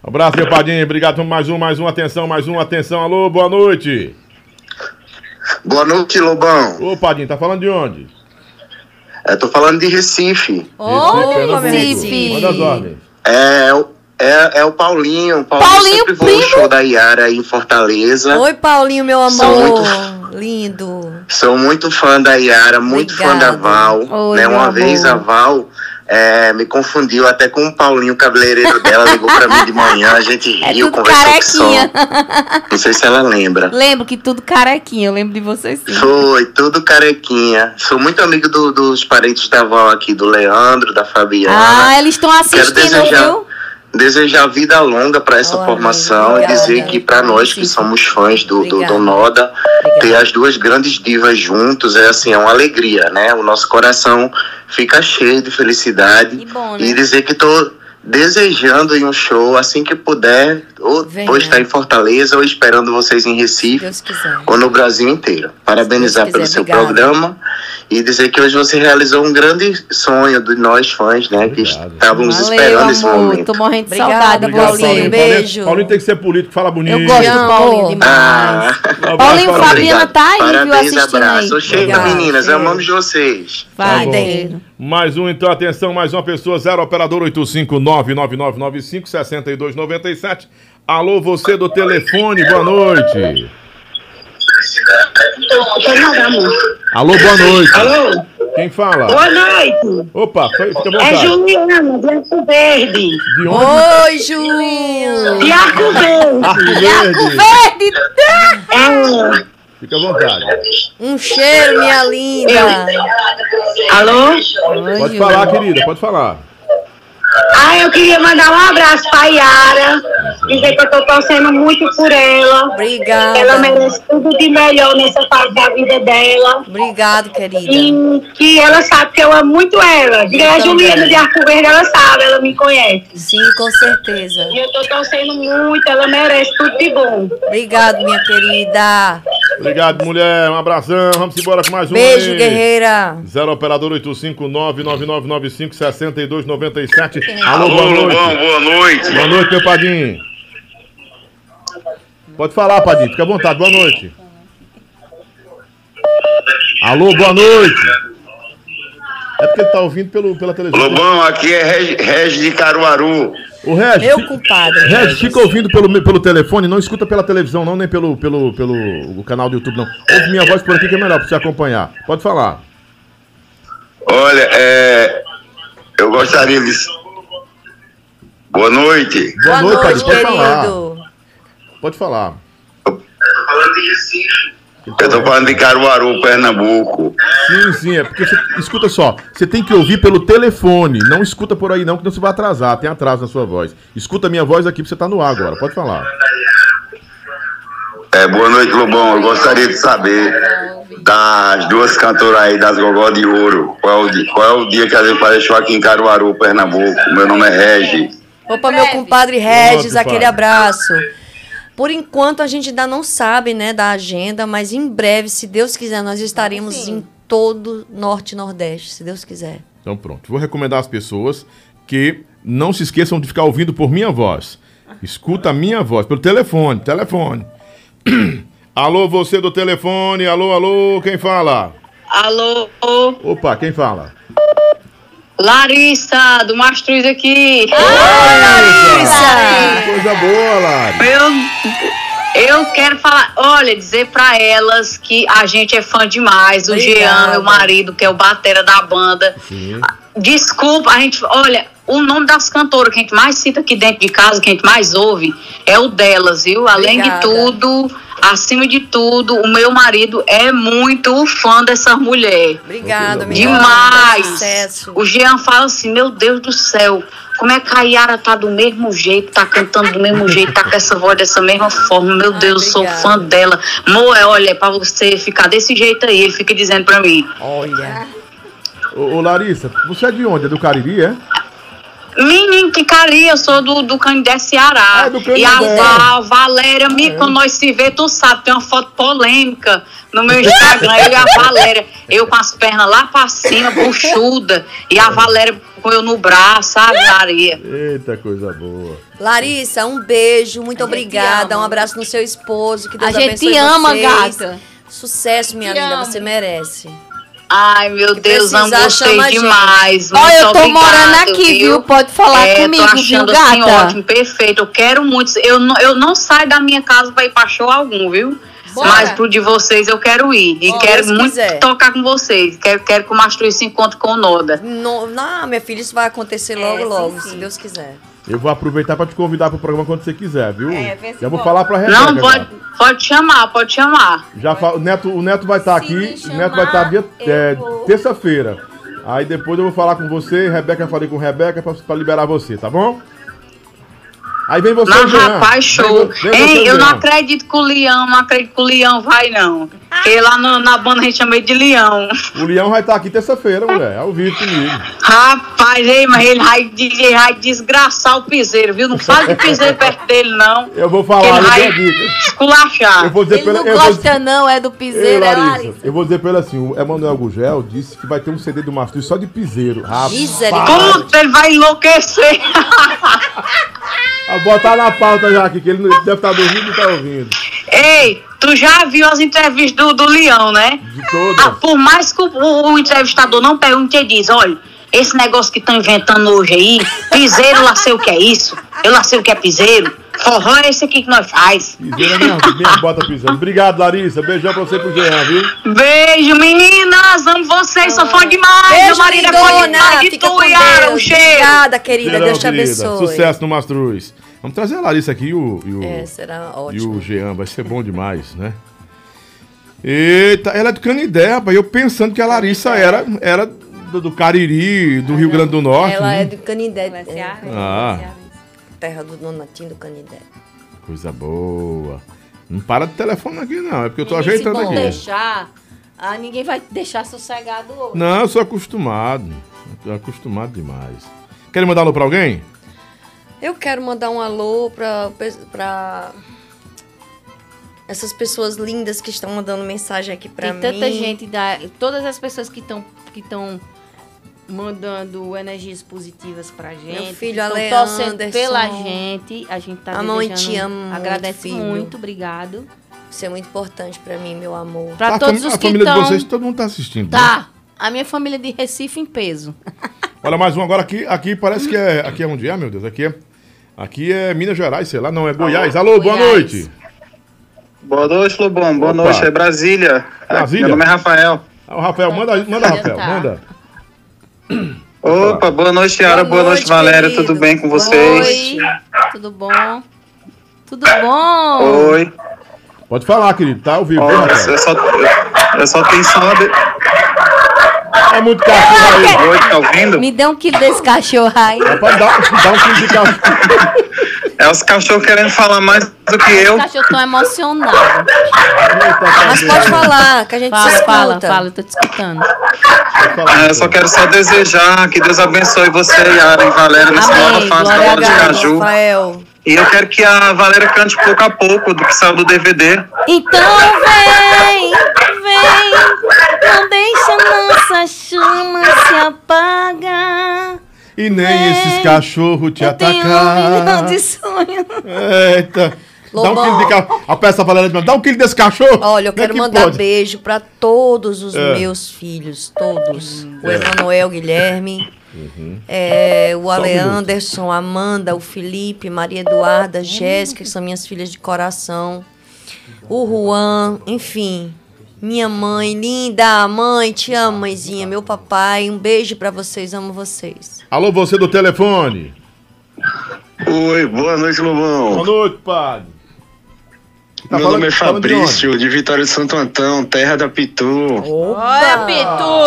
S7: Abraço, meu padinho. Obrigado. Mais um, mais um. Atenção, mais um. Atenção. Alô, boa noite.
S17: Boa noite, Lobão.
S7: Ô, padinho, tá falando de onde?
S17: Eu tô falando de Recife.
S7: Recife, Pernambuco. Manda as ordens.
S17: É, o- é, é o Paulinho. O Paulinho,
S10: Paulinho,
S17: sempre foi no
S10: primo?
S17: show da Yara aí em Fortaleza.
S10: Oi, Paulinho, meu amor. Lindo.
S17: Sou muito fã da Yara, muito fã da Val.
S10: Oi,
S17: né?
S10: meu
S17: Uma
S10: amor.
S17: vez a Val é, me confundiu até com o Paulinho, o cabeleireiro dela, ligou pra mim de manhã, a gente
S10: É
S17: riu, conversou
S9: Carequinha. <laughs>
S17: com o som. Não sei se ela lembra.
S9: lembro que tudo carequinha, eu lembro de você sim.
S17: Foi, tudo carequinha. Sou muito amigo do- dos parentes da Val aqui, do Leandro, da Fabiana.
S9: Ah, eles estão
S17: Quero
S9: assistindo,
S17: desejar,
S9: viu?
S17: desejar vida longa para essa formação e dizer que para nós que somos fãs do, do, do Noda, ter as duas grandes divas juntos é assim, é uma alegria, né? O nosso coração fica cheio de felicidade.
S10: né?
S17: E dizer que tô desejando ir um show assim que puder, ou, ou estar em Fortaleza ou esperando vocês em Recife ou no Brasil inteiro. Parabenizar
S10: Deus
S17: pelo
S10: quiser,
S17: seu
S10: obrigada.
S17: programa e dizer que hoje você realizou um grande sonho de nós fãs, né? Que estávamos
S9: Valeu,
S17: esperando esse
S9: amor.
S17: momento.
S9: Tô morrendo de
S10: Obrigada,
S9: saudade,
S10: Obrigado,
S9: Paulinho.
S10: Paulinho. Beijo.
S7: Paulinho tem que ser político, fala bonito.
S9: Eu gosto do Paulinho demais.
S7: Abraço,
S9: Paulinho,
S7: Paulinho.
S9: Fabiana tá aí, viu,
S17: Ah, Parabéns,
S9: assistindo aí.
S17: abraço. Chega,
S9: Obrigada.
S17: meninas, amamos vocês.
S9: Vai,
S7: Tá bom.
S9: Deiro.
S7: Mais um, então, atenção, mais uma pessoa, 0 operador 859-9995-6297. Alô, você do telefone, boa noite. Alô, boa noite.
S18: Alô?
S7: Quem fala?
S18: Boa noite.
S7: Opa, foi- fica à vontade.
S18: É Juliana, de Arco Verde.
S7: De
S18: onde?
S10: Oi, Julinho.
S18: De Arco Verde.
S7: Arco Verde.
S10: Verde.
S7: Fica à vontade.
S10: Um cheiro, minha linda.
S18: Alô?
S7: Pode falar, querida, pode falar.
S18: Ah, eu queria mandar um abraço pra Yara. Dizer que eu tô torcendo muito por ela.
S10: Obrigada.
S18: Ela merece tudo de melhor nessa fase da vida dela.
S10: Obrigado, querida.
S18: E que ela sabe que eu amo muito ela. Diga a
S10: Eu também.
S18: Juliana de Arco Verde, ela sabe, ela me conhece.
S10: Sim, com certeza.
S18: E eu tô torcendo muito, ela merece tudo de bom.
S10: Obrigado, minha querida.
S7: Obrigado, mulher. Um abração. Vamos embora com mais um.
S10: Beijo,
S7: aí.
S10: guerreira.
S7: 0 operador 859-9995-6297. Alô,
S16: Alô,
S7: boa
S16: Lobão,
S7: noite.
S16: boa noite.
S7: Boa noite, meu padinho. Pode falar, padinho. Fica à vontade. Boa noite. Alô, boa noite. É porque ele tá ouvindo pelo, pela televisão.
S16: Lobão, aqui é Reg, Reg de Caruaru.
S7: O Regis.
S10: Meu compadre.
S7: Regis, fica ouvindo pelo, pelo telefone, não escuta pela televisão, não, nem pelo, pelo, pelo o canal do YouTube, não. Ouve minha voz por aqui que é melhor pra você acompanhar. Pode falar.
S16: Olha, é, eu gostaria de. Boa noite.
S7: Boa, noite, Padre. Pode falar. Pode falar.
S16: Eu tô falando de Caruaru, Pernambuco.
S7: Sim, sim, é porque você, escuta só, você tem que ouvir pelo telefone, não escuta por aí não, que não você vai atrasar, tem atraso na sua voz. Escuta minha voz aqui, porque você tá no ar agora, pode falar.
S16: É, boa noite, Lobão. Eu gostaria de saber das duas cantoras aí, das Gogó de Ouro, qual é o, di- qual é o dia que a gente faz show aqui em Caruaru, Pernambuco. Meu nome é Regi.
S10: Opa, meu compadre Regis,
S16: Pronto,
S10: aquele
S16: padre.
S10: abraço. Por enquanto a gente ainda não sabe, né, da agenda, mas em breve, se Deus quiser, nós estaremos em todo norte e nordeste, se Deus quiser.
S7: Então pronto. Vou recomendar às pessoas que não se esqueçam de ficar ouvindo por minha voz. Escuta a minha voz, pelo telefone, telefone. <clears throat> alô, você do telefone, alô, alô, quem fala?
S19: Alô,
S7: Opa, quem fala?
S19: Larissa, do Mastruz aqui.
S7: Que Coisa boa, Lari.
S19: Eu, eu quero falar, olha, dizer pra elas que a gente é fã demais. O
S10: Obrigada.
S19: Jean, meu marido, que é o batera da banda. Desculpa, a gente, olha, o nome das cantoras que a gente mais cita aqui dentro de casa, que a gente mais ouve, é o delas, viu? Além de
S10: Obrigada.
S19: tudo, acima de tudo, o meu marido é muito fã dessa mulher.
S10: Obrigada, amiga.
S9: tá
S19: Demais.
S10: Sucesso.
S19: O Jean fala assim: Meu Deus do céu, como é que a Yara tá do mesmo jeito, tá cantando do mesmo jeito, tá com essa voz dessa mesma forma? Meu
S10: Ah,
S19: Deus, eu sou fã dela. Moé, olha, é pra você ficar desse jeito aí, ele fica dizendo pra mim.
S10: Olha.
S7: Ô, ô, Larissa, você é de onde? É do Cariri, é?
S19: Menino, que carinha, eu sou do, do Canindé Ceará. e a
S7: Canindé.
S19: Val, Valéria, me, quando nós se vê, tu sabe, tem uma foto polêmica no meu Instagram, eu e a Valéria, eu com as pernas lá pra cima, buchuda, e a Valéria com eu no braço, sabe, Maria?
S7: Eita, coisa boa.
S10: Larissa, um beijo, muito obrigada. Um abraço no seu esposo, que Deus
S9: A gente
S10: abençoe
S9: te ama,
S10: vocês.
S9: gata.
S10: Sucesso, minha
S9: Te
S10: linda,
S9: amo.
S10: você merece.
S19: Ai, meu Deus, amo vocês demais.
S9: Ó,
S19: muito
S9: eu tô
S19: obrigado,
S9: morando aqui, viu? Pode falar
S19: é,
S9: comigo,
S19: tô achando,
S9: viu,
S19: assim,
S9: gata?
S19: ótimo, perfeito. Eu quero muito. Eu não, eu não saio da minha casa pra ir pra show algum, viu?
S10: Bora.
S19: Mas pro de vocês eu quero ir. E
S10: Ó,
S19: quero
S10: Deus
S19: muito
S10: quiser.
S19: tocar com vocês. Quero, quero que o Mastruz se encontre com o Noda. É,
S10: Não, não, minha filha, isso vai acontecer logo, logo, se Deus quiser.
S7: Eu vou aproveitar pra te convidar pro programa quando você quiser, viu?
S10: É, vê se
S7: Já vou
S10: pode.
S7: falar pra Rebeca.
S19: Não, pode,
S7: já.
S19: pode chamar, pode chamar.
S7: Já fa- o, Neto, o Neto vai estar aqui. o Neto vai estar dia é, terça-feira. Aí depois eu vou falar com você. Rebeca, falei com Rebeca pra, pra liberar você, tá bom? Aí vem você,
S19: Mas,
S7: Jean.
S19: Ah, rapaz, show.
S7: Vem vo- vem
S19: Hein,
S7: você,
S19: eu não
S7: Jean.
S19: acredito que o Leão, não acredito que o Leão vai, não.
S9: Ah.
S19: Porque lá no- na banda a gente chama ele de Leão.
S7: O Leão vai estar aqui terça-feira, mulher. É Ao vivo comigo.
S19: Rapaz, ei, mas ele vai, ele vai desgraçar o piseiro,
S7: <laughs>
S19: viu? Não fala de piseiro perto dele, não.
S7: Eu vou
S19: Ele
S7: falar, eu dei
S19: vai
S7: a dica.
S19: esculachar.
S7: Eu vou dizer
S9: Ele
S7: pela-
S9: não
S7: eu vou
S9: gosta, não, é do
S7: Ei,
S9: piseiro, é
S7: Larissa,
S9: Larissa.
S7: eu vou dizer pra ele assim: o Emanuel Gugel disse que vai ter um CD do Mastro só de piseiro. Rapaz,
S19: Puta, ele vai enlouquecer.
S7: Ah, botar na pauta já aqui, que ele não- deve estar dormindo e tá ouvindo.
S19: Ei, tu já viu as entrevistas do, do Leão, né?
S7: De todas.
S19: Ah, por mais que o, o- o entrevistador não pergunte, ele diz, olha, esse negócio que estão inventando hoje aí, piseiro, eu lá sei o que é isso, eu lá sei o que é piseiro, forró é esse aqui que nós faz.
S7: Piseiro é minha, minha bota pisando. Obrigado, Larissa. Beijão pra você e pro Jean, viu?
S19: Beijo, meninas, amo vocês, sou fã demais, meu marido é fã demais de
S10: fica
S19: tu,
S10: com
S19: Yara, um
S10: Deus.
S19: cheiro.
S10: Obrigada, querida,
S7: Beijão,
S10: Deus te
S7: querida.
S10: abençoe.
S7: Sucesso no Mastruz. Vamos trazer a Larissa aqui e o, e o,
S10: É, será
S7: e
S10: ótimo.
S7: o Jean. Vai ser bom demais, né? Eita, ela é do Canindé, rapaz. Eu pensando que a Larissa era, era do, do Cariri, do Rio Grande do Norte.
S10: É. Ela
S7: né?
S10: é do Canindé. é,
S7: Ah,
S10: Terra do Donatinho do Canindé. é
S7: coisa boa. Não para de telefone aqui, não. É porque eu tô
S9: Ninguém
S7: ajeitando
S9: se for
S7: aqui.
S9: deixar, ah, ninguém vai te deixar sossegado hoje.
S7: Não, eu sou acostumado. Eu tô acostumado demais. Querem mandar alô pra alguém?
S10: Eu quero mandar um alô pra, pra essas pessoas lindas que estão mandando mensagem aqui pra
S9: Tem
S10: mim.
S9: tanta gente, da, todas as pessoas que estão que estão mandando energias positivas pra gente.
S10: Meu
S9: que
S10: filho,
S9: tão
S10: Ale
S9: torcendo pela
S10: Anderson.
S9: gente. A gente tá
S10: a mãe
S9: desejando-
S10: te ama
S9: Agradece
S10: muito, filho.
S9: muito, obrigado.
S10: Isso é muito importante pra mim, meu amor.
S9: Pra
S7: a
S9: todos
S7: fami-
S9: os
S7: a
S9: que
S7: família
S9: tão-
S7: de vocês, todo mundo tá assistindo. né?
S9: Tá, a minha família de Recife em peso.
S7: Olha, mais um agora aqui. Aqui parece que é. Aqui é onde é, meu Deus? Aqui é. Aqui é Minas Gerais, sei lá, não, é Goiás. Alô, boa
S20: Goiás.
S7: noite.
S20: Boa noite, Lobão. Boa
S7: Opa.
S20: noite. É Brasília.
S7: Brasília?
S20: Meu nome é Rafael.
S7: Ah, o Rafael, manda, manda Rafael,
S20: Tá.
S7: manda.
S20: Opa, boa noite, Yara. Boa, noite, Valéria. Tudo bem com vocês?
S9: Oi, tudo bom? Tudo bom?
S20: Oi.
S7: Pode falar, querido, tá ao vivo.
S20: Ó, eu, só, eu, eu só tenho só. De...
S7: É muito cachorro
S20: aí. Oi, tá ouvindo?
S9: Me dê um quilo desse cachorro aí.
S7: Rapaz, dá, um quilo de cachorro.
S20: É os cachorros querendo falar mais do que eu.
S9: Os cachorros tão emocionados.
S10: Mas pode falar, que a gente
S9: fala,
S10: se
S9: Fala,
S10: escuta.
S9: fala, tô te escutando.
S20: Ah, eu só quero só desejar que Deus abençoe você, Yara e Valéria, nessa
S9: Amém.
S20: nova fase da
S9: Glória a
S20: bola de
S9: Deus,
S20: caju.
S10: Rafael.
S20: E eu quero que a Valéria cante pouco a pouco do que saiu do DVD.
S9: Então vem, vem, Não deixa nossa chama se apagar.
S7: E nem esses cachorros te
S9: Tem um milhão
S7: atacar.
S9: de sonhos.
S7: Eita. Dá
S10: Lobão.
S7: um quilo de cachorro. A peça falando de dá um quilo desse cachorro.
S10: Olha, eu
S7: Como é
S10: quero
S7: que
S10: mandar
S7: pode?
S10: beijo pra todos os
S7: É.
S10: meus filhos, todos. O
S7: É.
S10: Emanuel Guilherme,
S7: Uhum.
S10: é, o
S7: Só um
S10: Ale
S7: minuto.
S10: Anderson, a Amanda, o Felipe, Maria
S9: É
S10: Eduarda, Jéssica, que são minhas filhas de coração. O Juan, enfim. Minha mãe, linda, mãe, te amo, mãezinha, meu papai. Um beijo pra vocês, amo vocês.
S7: Alô, você do telefone.
S17: Oi, boa noite, Lobão.
S7: Boa noite, padre. Tá
S17: Meu nome é
S7: falando de
S17: Fabrício, de, Vitória de Santo Antão, terra da Pitu.
S10: Oh, Olha, Pitu!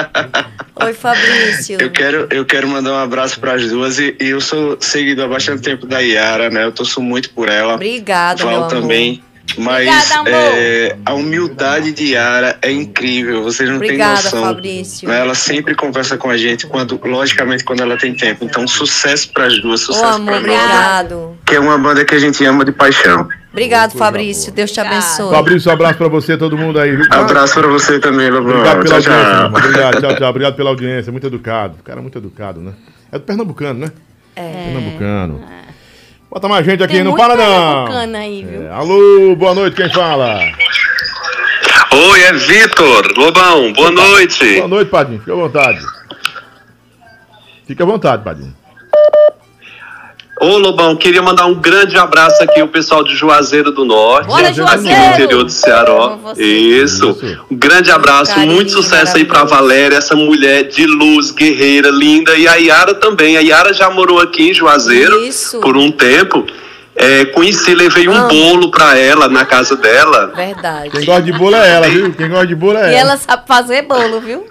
S10: <laughs> Oi, Fabrício.
S17: Eu quero, eu quero mandar um abraço para as duas e, e eu sou seguidor há bastante tempo da Yara, né? Eu torço muito por ela.
S10: Obrigada, meu
S17: Val
S10: amor.
S17: também. Mas
S10: Obrigada, amor.
S17: é, a humildade de Yara é incrível, vocês não
S10: Obrigada,
S17: têm noção.
S10: Fabrício.
S17: né? Ela sempre conversa com a gente, quando, logicamente, quando ela tem tempo. Então, sucesso para as duas,
S10: Ô,
S17: sucesso
S10: amor,
S17: para nós.
S10: obrigado.
S17: Que é uma banda que a gente ama de paixão.
S10: Obrigado, Fabrício. Deus te abençoe.
S7: Fabrício, um abraço pra você, todo mundo aí, viu?
S17: Abraço pra você também, Lobão.
S7: Obrigado pela
S17: Tchau, tchau.
S7: audiência. irmão. Obrigado, tchau, tchau. Obrigado pela audiência. Muito educado. Cara, muito educado, né? É do Pernambucano, né?
S9: É.
S7: Pernambucano. Bota mais gente aqui,
S9: Tem
S7: não
S9: muito
S7: para não.
S9: pernambucano aí, viu?
S7: É, alô, boa noite, quem fala?
S21: Oi, é Vitor. Lobão, boa noite.
S7: Boa noite, Padinho. Fica à vontade. Fica à vontade, Padinho.
S21: Ô, Lobão, queria mandar um grande abraço aqui ao pessoal de Juazeiro do Norte. Bora, aqui Juazeiro! do interior do Ceará. Isso. Um grande abraço, muito sucesso aí pra Valéria, essa mulher de luz, guerreira, linda. E a Yara também. A Yara já morou aqui em Juazeiro
S10: Isso.
S21: por um tempo. É, conheci, levei um bolo pra ela na casa dela.
S10: Verdade.
S7: Quem gosta de bolo é ela, viu? Quem gosta de bolo é
S9: E
S7: ela.
S9: ela sabe fazer bolo, viu?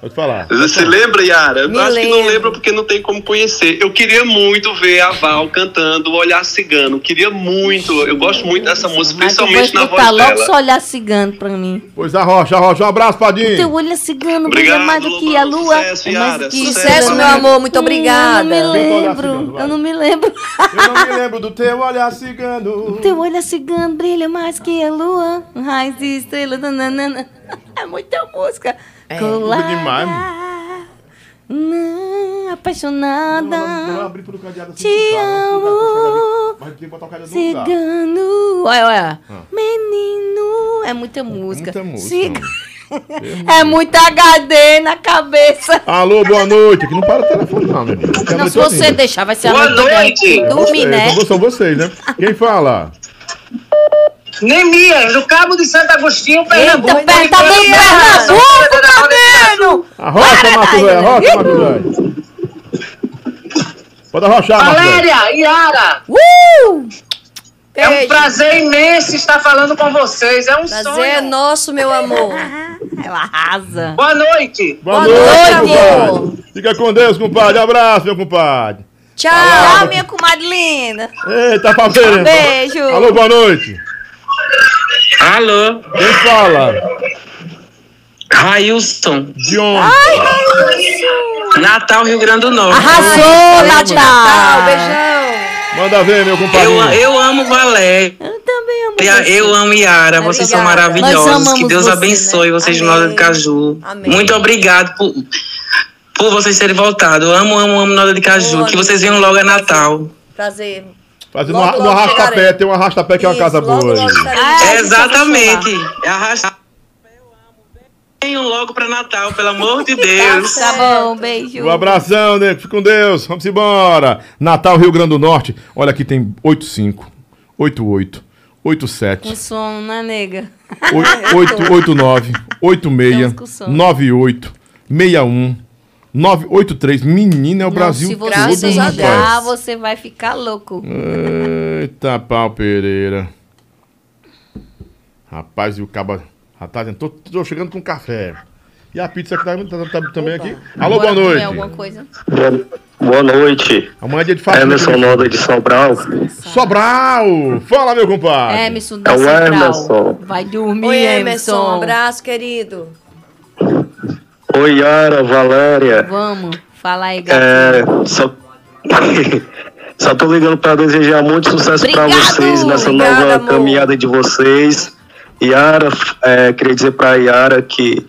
S7: Pode falar.
S21: Você lembra, Yara? Eu
S9: Me
S21: acho que não
S9: lembro.
S21: lembra porque não tem como conhecer. Eu queria muito ver a Val cantando o Olhar Cigano. Queria muito. Eu gosto muito dessa música,
S9: Eu vou
S21: principalmente na
S9: escutar
S21: voz
S9: tá logo só
S21: dela.
S9: olhar cigano pra mim.
S7: Pois a Rocha, a Rocha. Um abraço, Padinho.
S9: O teu olho é cigano, brilha
S7: Obrigado,
S9: mais do que a lua.
S7: sucesso,
S9: é mais
S7: Yara,
S9: do que
S7: sucesso,
S9: estrela.
S7: meu amor, muito
S9: Hum,
S7: obrigada.
S9: Eu não me
S7: Vem olhar
S9: lembro. Eu não me lembro.
S7: Eu não me lembro do teu olhar cigano.
S9: O teu olho é cigano, brilha mais que a lua. Raiz de estrela. Nananana. É muita música. É.
S7: Tudo demais, mano.
S9: Né, apaixonada.
S7: pro cadeado assim,
S9: Te
S7: tá?
S9: amo.
S7: Mas tem que botar o cadeado no lugar.
S9: Cigano. Olha, olha.
S7: Ah.
S9: Menino. É muita música.
S7: Muita música,
S9: Ciga- <laughs> É muito HD na cabeça.
S7: Alô, boa noite. Aqui não para o telefone, não, é meu amigo.
S9: Não, se você deixar, vai ser a noite toda dormir, né?
S7: assim. É, São, são vocês, né? Quem fala?
S18: Nemias, do Cabo de Santo Agostinho, Pernambuco.
S9: Eita, pera, tá bem
S18: Nemias,
S9: Pernambuco, tá vendo?
S7: A Rocha, Mato Velho. A Rocha, Mato Velho. Pode arrochar, Mato Velho.
S18: Valéria, Yara. É um
S10: Beijo.
S18: prazer imenso estar falando com vocês. É um
S10: Prazer
S18: sonho.
S10: é nosso, meu
S18: <laughs>
S10: amor.
S9: Ela arrasa.
S18: Boa noite.
S7: Boa, noite, compadre. Fica com Deus, compadre. Abraço, meu compadre.
S9: Tchau, minha comadre linda.
S7: Eita, tá Palmeiras.
S9: Beijo.
S7: Alô, boa noite.
S1: Alô.
S7: Quem fala?
S1: Railson.
S7: De onde?
S1: Ai, Railson. Natal, Rio Grande do Norte.
S9: Arrasou, Natal.
S7: Manda ver, meu compadre.
S1: Eu, eu amo Valéria. Eu também amo Eu amo Yara. Vocês são
S9: Nós
S1: maravilhosos.
S9: amamos
S1: Que Deus
S9: você, né?
S1: abençoe vocês de Noda do Caju. Muito obrigado por, por vocês terem voltado. Eu amo, amo, amo Noda de Caju. que vocês venham logo a Natal.
S10: Prazer.
S7: Fazendo
S10: Logo,
S7: no,
S10: logo
S7: arrasta-pé.
S10: chegarei.
S7: Tem um arrasta-pé que é uma
S1: Isso,
S7: casa
S1: logo,
S7: boa.
S1: logo
S7: aí.
S1: estarei. É, Exatamente. exatamente. Arrasta. Venham logo para Natal, pelo amor de
S9: <laughs>
S1: Deus.
S9: Tá bom, beijo.
S7: Um abração, nego. Fica com Deus. Vamos embora. Natal, Rio Grande do Norte. Olha, aqui tem 85, 88, 87,
S9: Com sono, né, nega? <laughs>
S7: oi- 8, 89, 86,
S9: Estamos com sono.
S7: 98, 61, 983. Menina, é o Brasil
S9: Se
S7: todo,
S9: você deixar,
S7: rapaz.
S9: você vai ficar louco.
S7: Eita, pau Pereira. Rapaz, e o caba... Rapaz, eu tô, tô chegando com café. E a pizza que tá, tá- tá- também aqui. Alô,
S9: Bora
S7: boa
S9: comer
S7: noite.
S9: alguma coisa?
S17: Boa, boa noite.
S7: Amanhã é dia de
S17: faxina. Emerson Noda de Sobral.
S7: Sobral! Fala, meu compadre!
S9: Emerson da
S17: É o
S9: Central.
S17: Emerson.
S9: Vai dormir,
S10: Oi, Emerson. Um
S9: Emerson.
S10: abraço, querido.
S17: Oi, Yara, Valéria.
S9: Vamos, fala aí, gatinho.
S17: É,
S21: <laughs>
S17: só... só tô ligando pra desejar muito sucesso pra
S9: Obrigado,
S17: vocês nessa
S9: obrigada,
S17: nova
S9: amor.
S17: caminhada de vocês.
S21: Yara, é, queria dizer pra Yara que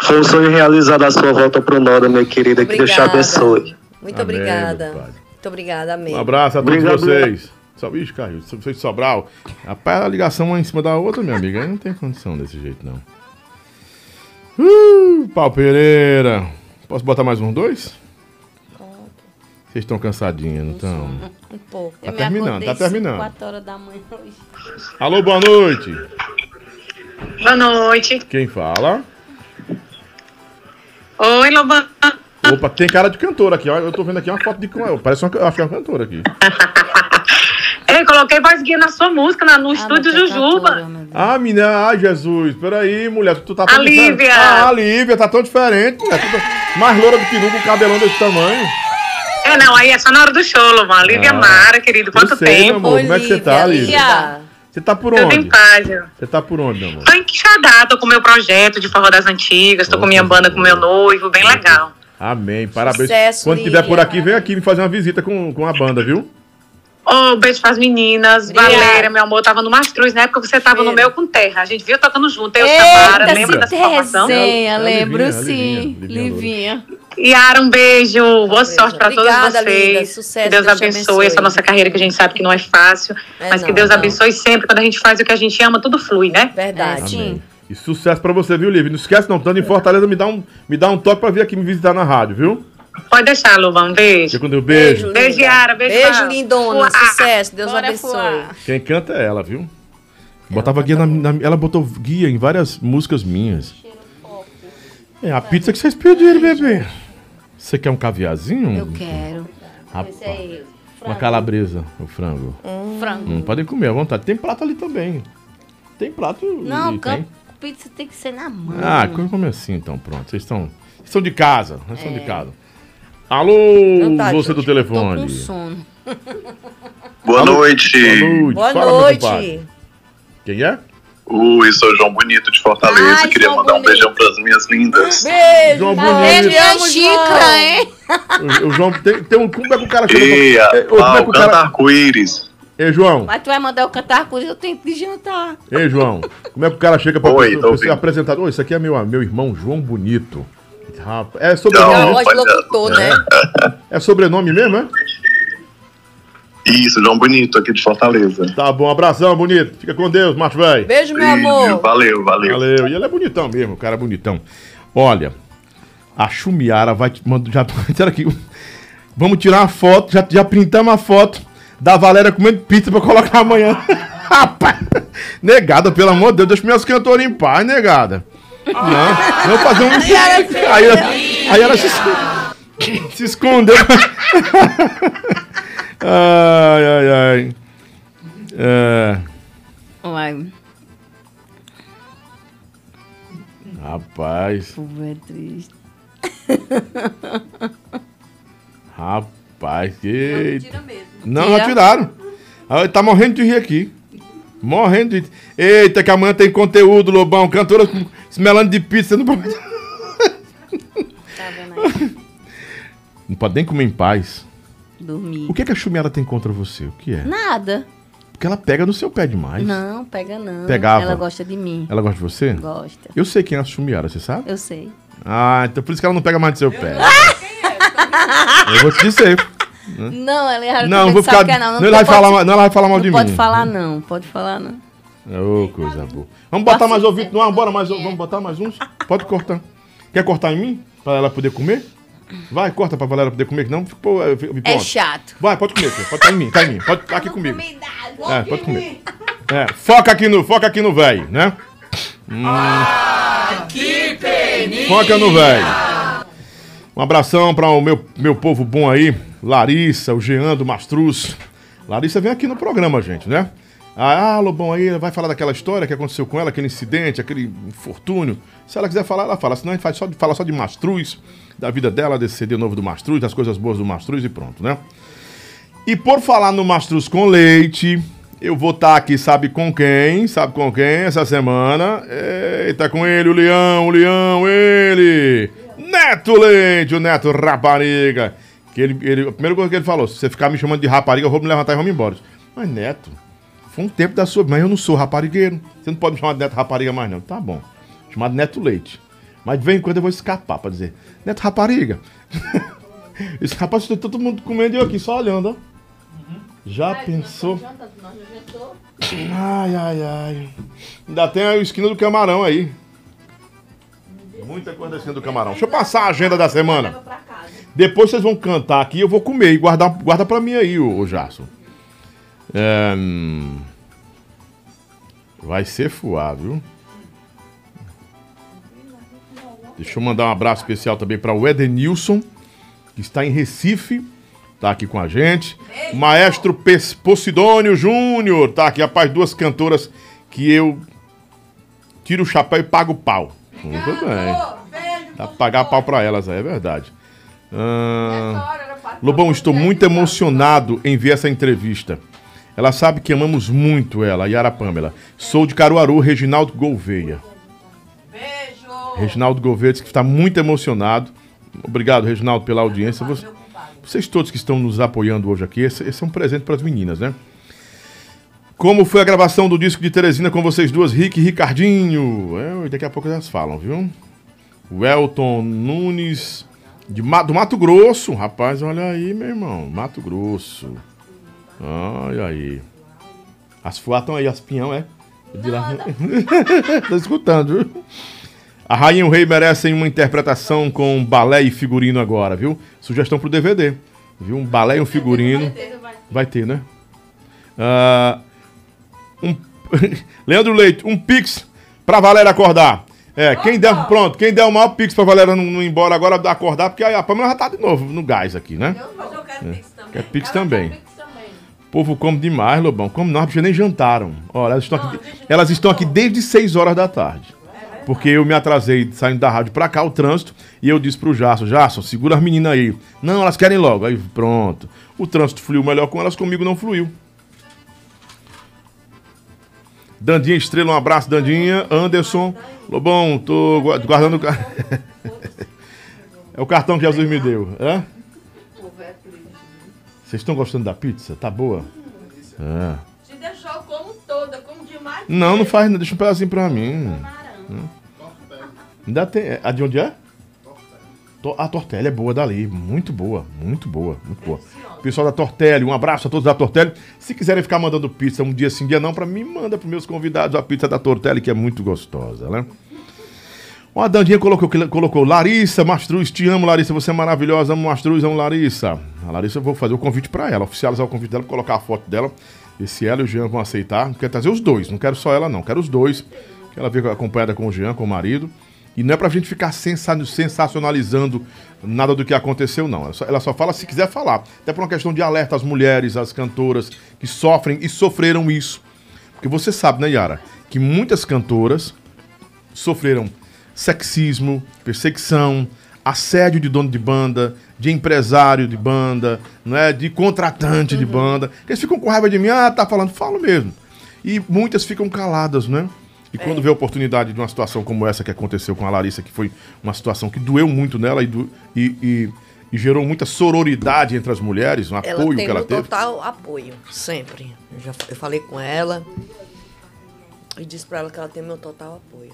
S21: foi um sonho realizado a sua volta pro Noda, minha querida. Que Deus te
S10: Obrigada.
S21: abençoe.
S10: Muito obrigada. Muito obrigada, amém.
S7: Um abraço a todos
S21: Obrigado.
S7: vocês. Só, ixi, cara, vocês de Sobral. Rapaz, a ligação uma em cima da outra, minha amiga. Aí não tem condição desse jeito, não. Uh, Pau Pereira. Posso botar mais um, dois? Vocês estão cansadinhos, não estão?
S9: Um pouco.
S7: Tá terminando, tá terminando.
S9: 4 horas da manhã hoje.
S7: Alô, boa noite.
S18: Boa noite.
S7: Quem fala?
S18: Oi, Lobão.
S7: Opa, tem cara de cantora aqui. ó. Eu tô vendo aqui uma foto de. Parece uma, acho que é uma cantora aqui.
S18: Ei, coloquei vozinha na sua música, na, no estúdio Jujuba.
S7: Ah, menina, ai, Jesus, peraí, mulher, tu, tu tá
S18: A
S7: tão
S18: Lívia.
S7: diferente. Ah, a Lívia, tá tão diferente, mulher. Tu tá mais loura do que nunca, um cabelão desse tamanho.
S18: É, não, aí é só na hora do show, Lobão. Lívia
S7: Ah.
S18: Mara, querido, quanto
S7: Eu sei, meu
S18: tempo.
S7: amor, como é que você tá, Lívia? Você tá por
S18: Tudo em
S7: onde?
S18: paz.
S7: Você tá por onde, meu amor?
S18: Tô enquixadá, tô com meu projeto de forró das antigas, tô com
S7: é
S18: minha banda com meu noivo, bem legal.
S7: Amém, parabéns.
S18: Sucesso,
S7: Quando
S18: Lívia.
S7: tiver por aqui, vem aqui me fazer uma visita com, com a banda, viu?
S18: Oh, beijo pras meninas. Valéria, meu amor, tava no Mastruz, na época que você tava no meu com terra. A gente viu tá tocando junto, eu e Samara,
S22: Eita,
S18: lembra
S22: se
S19: Tá
S18: dessa formação?
S22: resenha, É a lembro,
S18: lembro
S19: né?
S22: Livinha, sim.
S18: Livinha. Yara, um beijo. Boa sorte pra todos
S10: Obrigada,
S18: vocês.
S10: linda. Sucesso,
S18: que Deus,
S10: Deus te
S18: abençoe,
S10: abençoe.
S18: essa nossa carreira que a gente sabe que não é fácil.
S10: É
S18: mas que
S10: não,
S18: Deus
S10: não.
S18: abençoe sempre. Quando a gente faz o que a gente ama, tudo flui, né?
S10: Verdade.
S7: Amém. E sucesso pra você, viu, Lívia? Não esquece, não, estando em Fortaleza, me dá, um, me dá um toque pra vir aqui me visitar na rádio, viu?
S18: Pode deixar, Luvão. Beijo.
S7: Fica com Deus, beijo.
S18: Beijo, Yara. Beijo,
S10: Beijo,
S18: Val.
S10: lindona.
S18: Fuá.
S10: Sucesso. Deus
S18: Bora,
S10: abençoe.
S18: fuá.
S7: Quem canta é ela, viu? Botava guia na, na- ela botou guia em várias músicas minhas. É a pizza que vocês pediram, bebê. Você quer um caviarzinho?
S9: Eu quero.
S7: Rapaz,
S9: Esse aí.
S7: uma calabresa, o frango.
S9: Frango.
S7: Hum, podem comer à vontade. Tem prato ali também. Tem prato.
S9: Não,
S7: e
S9: campo,
S7: tem.
S9: pizza tem que ser na mão.
S7: Ah, co- como assim então? Pronto. Vocês estão. Vocês estão de casa. Vocês estão
S9: É.
S7: de casa. Alô, você do telefone.
S9: sono.
S16: Boa
S7: Alô,
S16: noite.
S10: Boa
S7: Fala, meu
S10: noite.
S7: compadre. Quem é?
S16: Ui, sou João Bonito de Fortaleza. Queria mandar um beijão pras minhas lindas.
S10: Beijo.
S7: João
S10: tá
S7: Bonito.
S10: vendo? Amo, João.
S7: O, o João tem, tem um. Como é que o cara chama?
S16: E
S7: É, ô, como é
S16: a
S7: que o
S16: canta
S7: cara.
S16: arco-íris.
S7: Ei, João.
S9: Mas tu vai mandar eu cantar com eu tenho que jantar.
S7: Ei, João, como é que o cara chega pra
S16: Oi,
S7: pessoa,
S16: tô
S7: pessoa
S16: ouvindo.
S7: apresentar? Ô, isso aqui é meu, meu irmão João Bonito. Rapaz, é sobrenome.
S16: Não,
S7: né?
S16: rapaz, É a voz de
S10: locutor,
S7: é.
S9: né?
S7: É sobrenome mesmo, é?
S16: Isso, João Bonito, aqui de Fortaleza.
S7: Tá bom, abração, bonito. Fica com <laughs> Deus, macho velho.
S10: Beijo, meu
S16: amor. Valeu, valeu.
S7: Valeu. E ele é bonitão mesmo, o cara é bonitão. Olha, a Chumiara vai te mandar. <laughs> Já, será que. Vamos tirar uma foto, já, já printamos a foto da Valéria comendo pizza pra colocar amanhã. <laughs> Rapaz! Negada, pelo amor de Deus, deixa meus cantores em paz, negada. Não, vamos fazer um. Aí, ela- aí ela se, esco- se escondeu. ai, ai, ai. É.
S9: Uai.
S7: Rapaz.
S9: Povo é triste.
S7: Rapaz, que. Não,
S9: tira mesmo.
S7: já
S9: Tira.
S7: tiraram. Ah, Tá morrendo de rir aqui. Morrendo de. Eita, que amanhã tem conteúdo, Lobão. Cantora com- esmelando de pizza. Não pode...
S9: Tá,
S7: não pode nem comer em paz.
S9: Dormir.
S7: O que, é que a chumiara tem contra você? O que é?
S9: Nada.
S7: Porque ela pega no seu pé demais.
S9: Não, pega não.
S7: Pegava.
S9: Ela gosta de mim.
S7: Ela gosta de você?
S9: Gosta.
S7: Eu sei quem é a chumiara, você sabe?
S9: Eu sei.
S7: Ah, então por isso que ela não pega mais no seu pé. Eu vou te dizer. né?
S9: <laughs> Não, ela ela
S7: Não,
S9: também
S7: vou
S9: sabe
S7: ficar.
S9: que é
S7: Não, ele vai
S9: pode-
S7: falar, mal- não, ela vai falar mal
S9: não
S7: de
S9: pode
S7: mim.
S9: falar não, pode falar não.
S7: Ô, coisa boa. Vamos botar mais ouvido. Não, bora mais. um,
S9: É.
S7: Vamos botar mais uns? Pode cortar. Quer cortar em mim? Pra ela poder comer? Vai, corta pra Valéria poder comer, que não. Pô, eu fico-
S9: É
S7: pronto.
S9: chato.
S7: Vai, pode comer, filho. Pode tá em mim, tá em mim. Pode tá aqui comigo. É, pode comer. É, foca aqui no, foca aqui no velho, né? Hum,
S9: Ah.
S6: Que peninha!
S7: foca no velho. Um abração pra o meu, meu povo bom aí, Larissa, o Jean do Mastruz. Larissa vem aqui no programa, gente, né? Ah, ah, Lobão aí vai falar daquela história que aconteceu com ela, aquele incidente, aquele infortúnio. Se ela quiser falar, ela fala. Senão a gente faz só de, fala só de Mastruz, da vida dela, desse CD novo do Mastruz, das coisas boas do Mastruz e pronto, né? E por falar no Mastruz com Leite, eu vou estar aqui, sabe com quem? Sabe com quem essa semana? Eita, com ele, o Leão, o Leão, ele! Neto Leite, o Neto Rapariga. Que ele, ele, a primeira coisa que ele falou, se você ficar me chamando de rapariga, eu vou me levantar e vou me embora. Mas Neto, Foi um tempo da sua. Mas eu não sou raparigueiro. Você não pode me chamar de neto rapariga mais, não. Tá bom. Chamado Neto Leite. Mas de vez em quando eu vou escapar pra dizer: Neto rapariga. <laughs> Esse rapaz tá todo mundo comendo e eu aqui, só olhando, ó. Já pensou? Ai, ai, ai. Ainda tem a esquina do camarão aí. Muita coisa da esquina do camarão. Deixa eu passar a agenda da semana. Depois vocês vão cantar aqui, eu vou comer e guardar, guarda pra mim aí, ô, ô Jason. É, hum, Vai ser fuá, viu? Deixa eu mandar um abraço especial também para o Edenilson, que está em Recife, tá aqui com a gente. Maestro Pes- Posidônio Júnior, tá aqui, rapaz, duas cantoras que eu tiro o chapéu e pago o pau. Muito bem. Dá pra pagar pau pra elas aí, é verdade. Ah, Lobão, estou muito emocionado em ver essa entrevista. Ela sabe que amamos muito ela, Yara Pamela. Sou de Caruaru, Reginaldo Gouveia. Reginaldo Gouveia disse que está muito emocionado. Obrigado, Reginaldo, pela audiência. Você- Vocês todos que estão nos apoiando hoje aqui, esse, esse é um presente para as meninas, né? Como foi a gravação do disco de Teresina com vocês duas, Rick e Ricardinho? É, daqui a pouco elas falam, viu? O Elton Nunes, de Ma- do Mato Grosso. Rapaz, olha aí, meu irmão. Mato Grosso. Olha aí. As fuá estão aí, as pinhão, é? De lá. <laughs> Tô escutando, viu? A Rainha e o Rei merecem uma interpretação com balé e figurino agora, viu? Sugestão pro DVD, viu? Um balé e um figurino. Vai ter, né? Ah, um... <laughs> Leandro Leite, um pix pra Valéria acordar. É, quem der, pronto, quem der o maior pix pra Valéria não, não ir embora agora acordar, porque aí a Pamela já tá de novo no gás aqui, né?
S1: Mas eu quero
S7: É.
S1: pix também.
S7: Quer pix também. O povo come demais, Lobão. Come não, porque nem jantaram. Olha, elas estão aqui, elas estão aqui desde 6 horas da tarde. Porque eu me atrasei saindo da rádio pra cá, o trânsito, e eu disse pro Jasso, Jasso, segura as meninas aí. Não, elas querem logo. Aí pronto. O trânsito fluiu melhor com elas, comigo não fluiu. Dandinha Estrela, um abraço, Dandinha. Anderson. Lobão, tô gua- guardando o cartão. <laughs> é o cartão que Jesus me deu. Hã? Vocês estão gostando da pizza? Tá boa? Ah.
S1: Te deixou eu como toda, como demais. é.
S7: Não, não faz, não. Deixa um pedacinho pra mim. Hum. Ainda tem. A de onde é? To- A Tortelli é boa dali. Muito boa, muito boa, muito boa. Pessoal da Tortelli, um abraço a todos da Tortelli. Se quiserem ficar mandando pizza um dia sim, dia não, pra mim, manda pros meus convidados a pizza da Tortelli, que é muito gostosa, né? Ó, a Dandinha colocou, colocou Larissa Mastruz, te amo, Larissa, você é maravilhosa, amo Mastruz, amo Larissa. A Larissa, eu vou fazer o convite pra ela, oficializar o convite dela, colocar a foto dela, e se ela e o Jean vão aceitar, quero trazer os dois, não quero só ela não, quero os dois, que ela veio acompanhada com o Jean, com o marido, e não é pra gente ficar sensa- sensacionalizando nada do que aconteceu, não. Ela só, ela só fala se quiser falar, até por uma questão de alerta às mulheres, às cantoras que sofrem e sofreram isso. Porque você sabe, né, Yara, que muitas cantoras sofreram sexismo, perseguição, assédio de dono de banda, de empresário de banda, não é? de contratante
S10: Uhum.
S7: de banda. Eles ficam com raiva de mim, ah, tá falando, falo mesmo. E muitas ficam caladas, né? E quando
S10: É.
S7: vê a oportunidade de uma situação como essa que aconteceu com a Larissa, que foi uma situação que doeu muito nela e, do- e- e- e gerou muita sororidade entre as mulheres, um
S10: Ela
S7: apoio
S10: tem
S7: que ela
S10: meu
S7: teve.
S10: total apoio, sempre. Eu já eu falei com ela e disse pra ela que ela tem meu total apoio.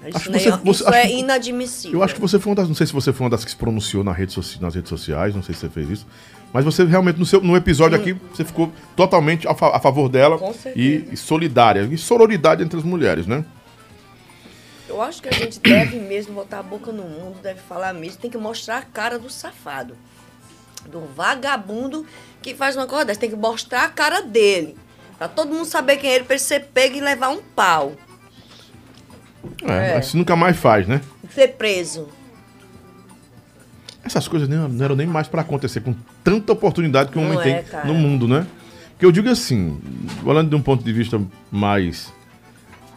S10: Mas
S7: Acho
S10: Isso,
S7: que
S10: nem-
S7: você- você-
S10: isso é
S7: acho que-
S10: inadmissível.
S7: Eu acho que você foi uma das. Não sei se você foi uma das que se pronunciou na rede soci- nas redes sociais, não sei se você fez isso. Mas você realmente, no, seu, no episódio aqui, você ficou totalmente a, fa- a favor dela
S10: Com
S7: e,
S10: certeza.
S7: e solidária. E sororidade entre as mulheres, né?
S10: Eu acho que a gente deve mesmo botar a boca no mundo, deve falar mesmo, tem que mostrar a cara do safado. Do vagabundo que faz uma coisa dessa, tem que mostrar a cara dele. Pra todo mundo saber quem é ele, pra ele ser pego e levar um pau.
S7: É,
S10: É.
S7: Mas nunca mais faz, né?
S10: Ser preso.
S7: Essas coisas nem- não eram nem mais pra acontecer, com tanta oportunidade que o
S10: Não
S7: homem
S10: é,
S7: tem
S10: cara.
S7: no mundo, né? Porque eu digo assim, olhando de um ponto de vista mais.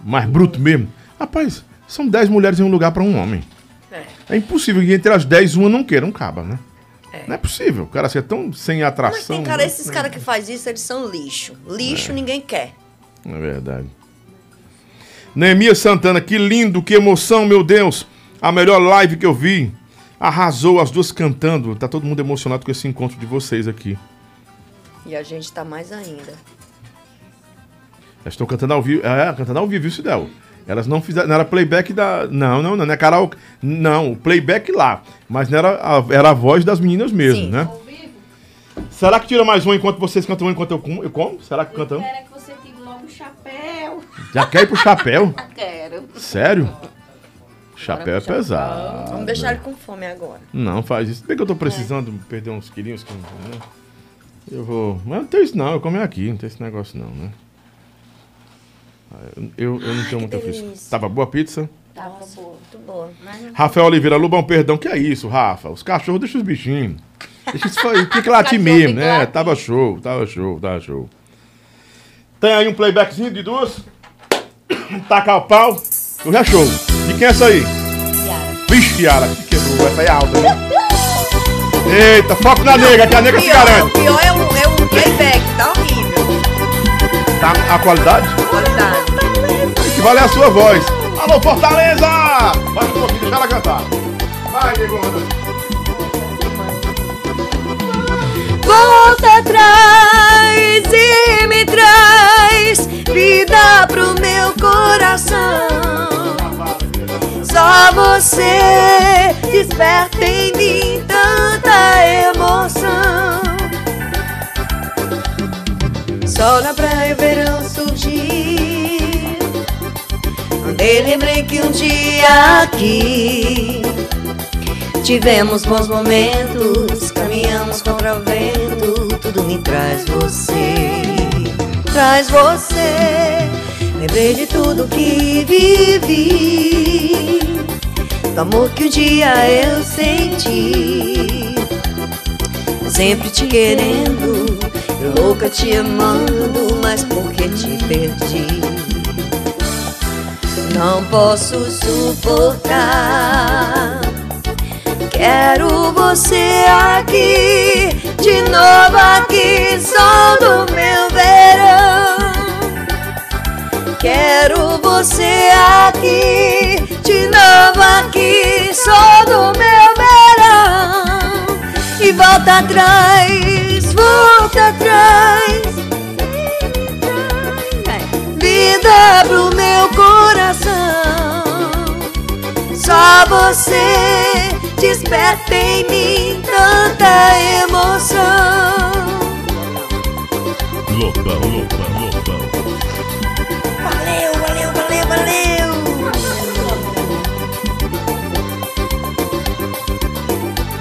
S7: mais bruto mesmo. Rapaz, são 10 mulheres em um lugar pra um homem. É impossível que entre as 10 uma não queira um caba, né? Não é possível. O cara ser tão sem atração.
S10: Tem cara,
S7: né?
S10: esses caras que faz isso, eles são lixo. Lixo ninguém quer.
S7: É verdade. Neemias Santana, que lindo, que emoção, meu Deus. A melhor live que eu vi. Arrasou as duas cantando. Tá todo mundo emocionado com esse encontro de vocês aqui.
S10: E a gente tá mais ainda.
S7: Elas estão cantando ao vivo. É, cantando ao vivo, isso dela. Elas não fizeram. Não era playback da. Não, não, não. Não é karaoke. Não, o playback lá. Mas não era a, era a voz das meninas mesmo, né? Será que tira mais um enquanto vocês cantam um enquanto eu como? Eu como? Será que cantamos?
S23: Espera que você tire logo o chapéu.
S7: Já quer ir pro chapéu?
S23: Quero.
S7: Sério? Chapéu é pesado.
S1: Vamos deixar ele com fome agora.
S7: Não, faz isso. Bem que eu tô precisando perder uns quilinhos. que eu não- né? Eu vou. Mas não tem isso não, eu como é aqui, não tem esse negócio não, né? Ah, Eu, eu não tenho muita
S1: delícia.
S7: frescura. Tava boa a pizza?
S1: Tava tá boa. Muito boa.
S7: Rafael Oliveira Lubão, perdão, que é isso, Rafa? Os cachorros deixam os bichinhos. Deixa isso aí, fica <laughs> latir mesmo, né? Tava show, tava show, tava show. Tem aí um playbackzinho de duas. <coughs> Tacar o pau. Eu já show. De quem é essa aí? Vixe, Yara, que quebrou. Essa aí é alta, né? Eita, foco na nega, que a nega se
S1: Pior-
S7: garante.
S1: Pior é o, é o playback, tá horrível.
S7: Tá, a qualidade? Qualidade. O que vale é a sua voz. Alô, Fortaleza! Baixa um pouquinho, deixa ela cantar. Vai, nego.
S10: Volta atrás e me traz vida pro meu coração. Só você desperta em mim tanta emoção. Sol na praia, verão surgir. Andei, lembrei que um dia aqui tivemos bons momentos. Caminhamos contra o vento, tudo me traz você. Traz você. Lembrei de tudo que vivi. Do amor que um dia eu senti. Sempre te querendo, eu louca te amando, mas porque te perdi? Não posso suportar. Quero você aqui, de novo aqui, sol do meu verão. Quero você aqui, de novo aqui, sol do meu verão. E volta atrás, volta atrás. Vida pro meu coração. Só você desperta em mim tanta emoção.
S4: Lobão, lobão, lobão.
S10: Valeu, valeu, valeu, valeu.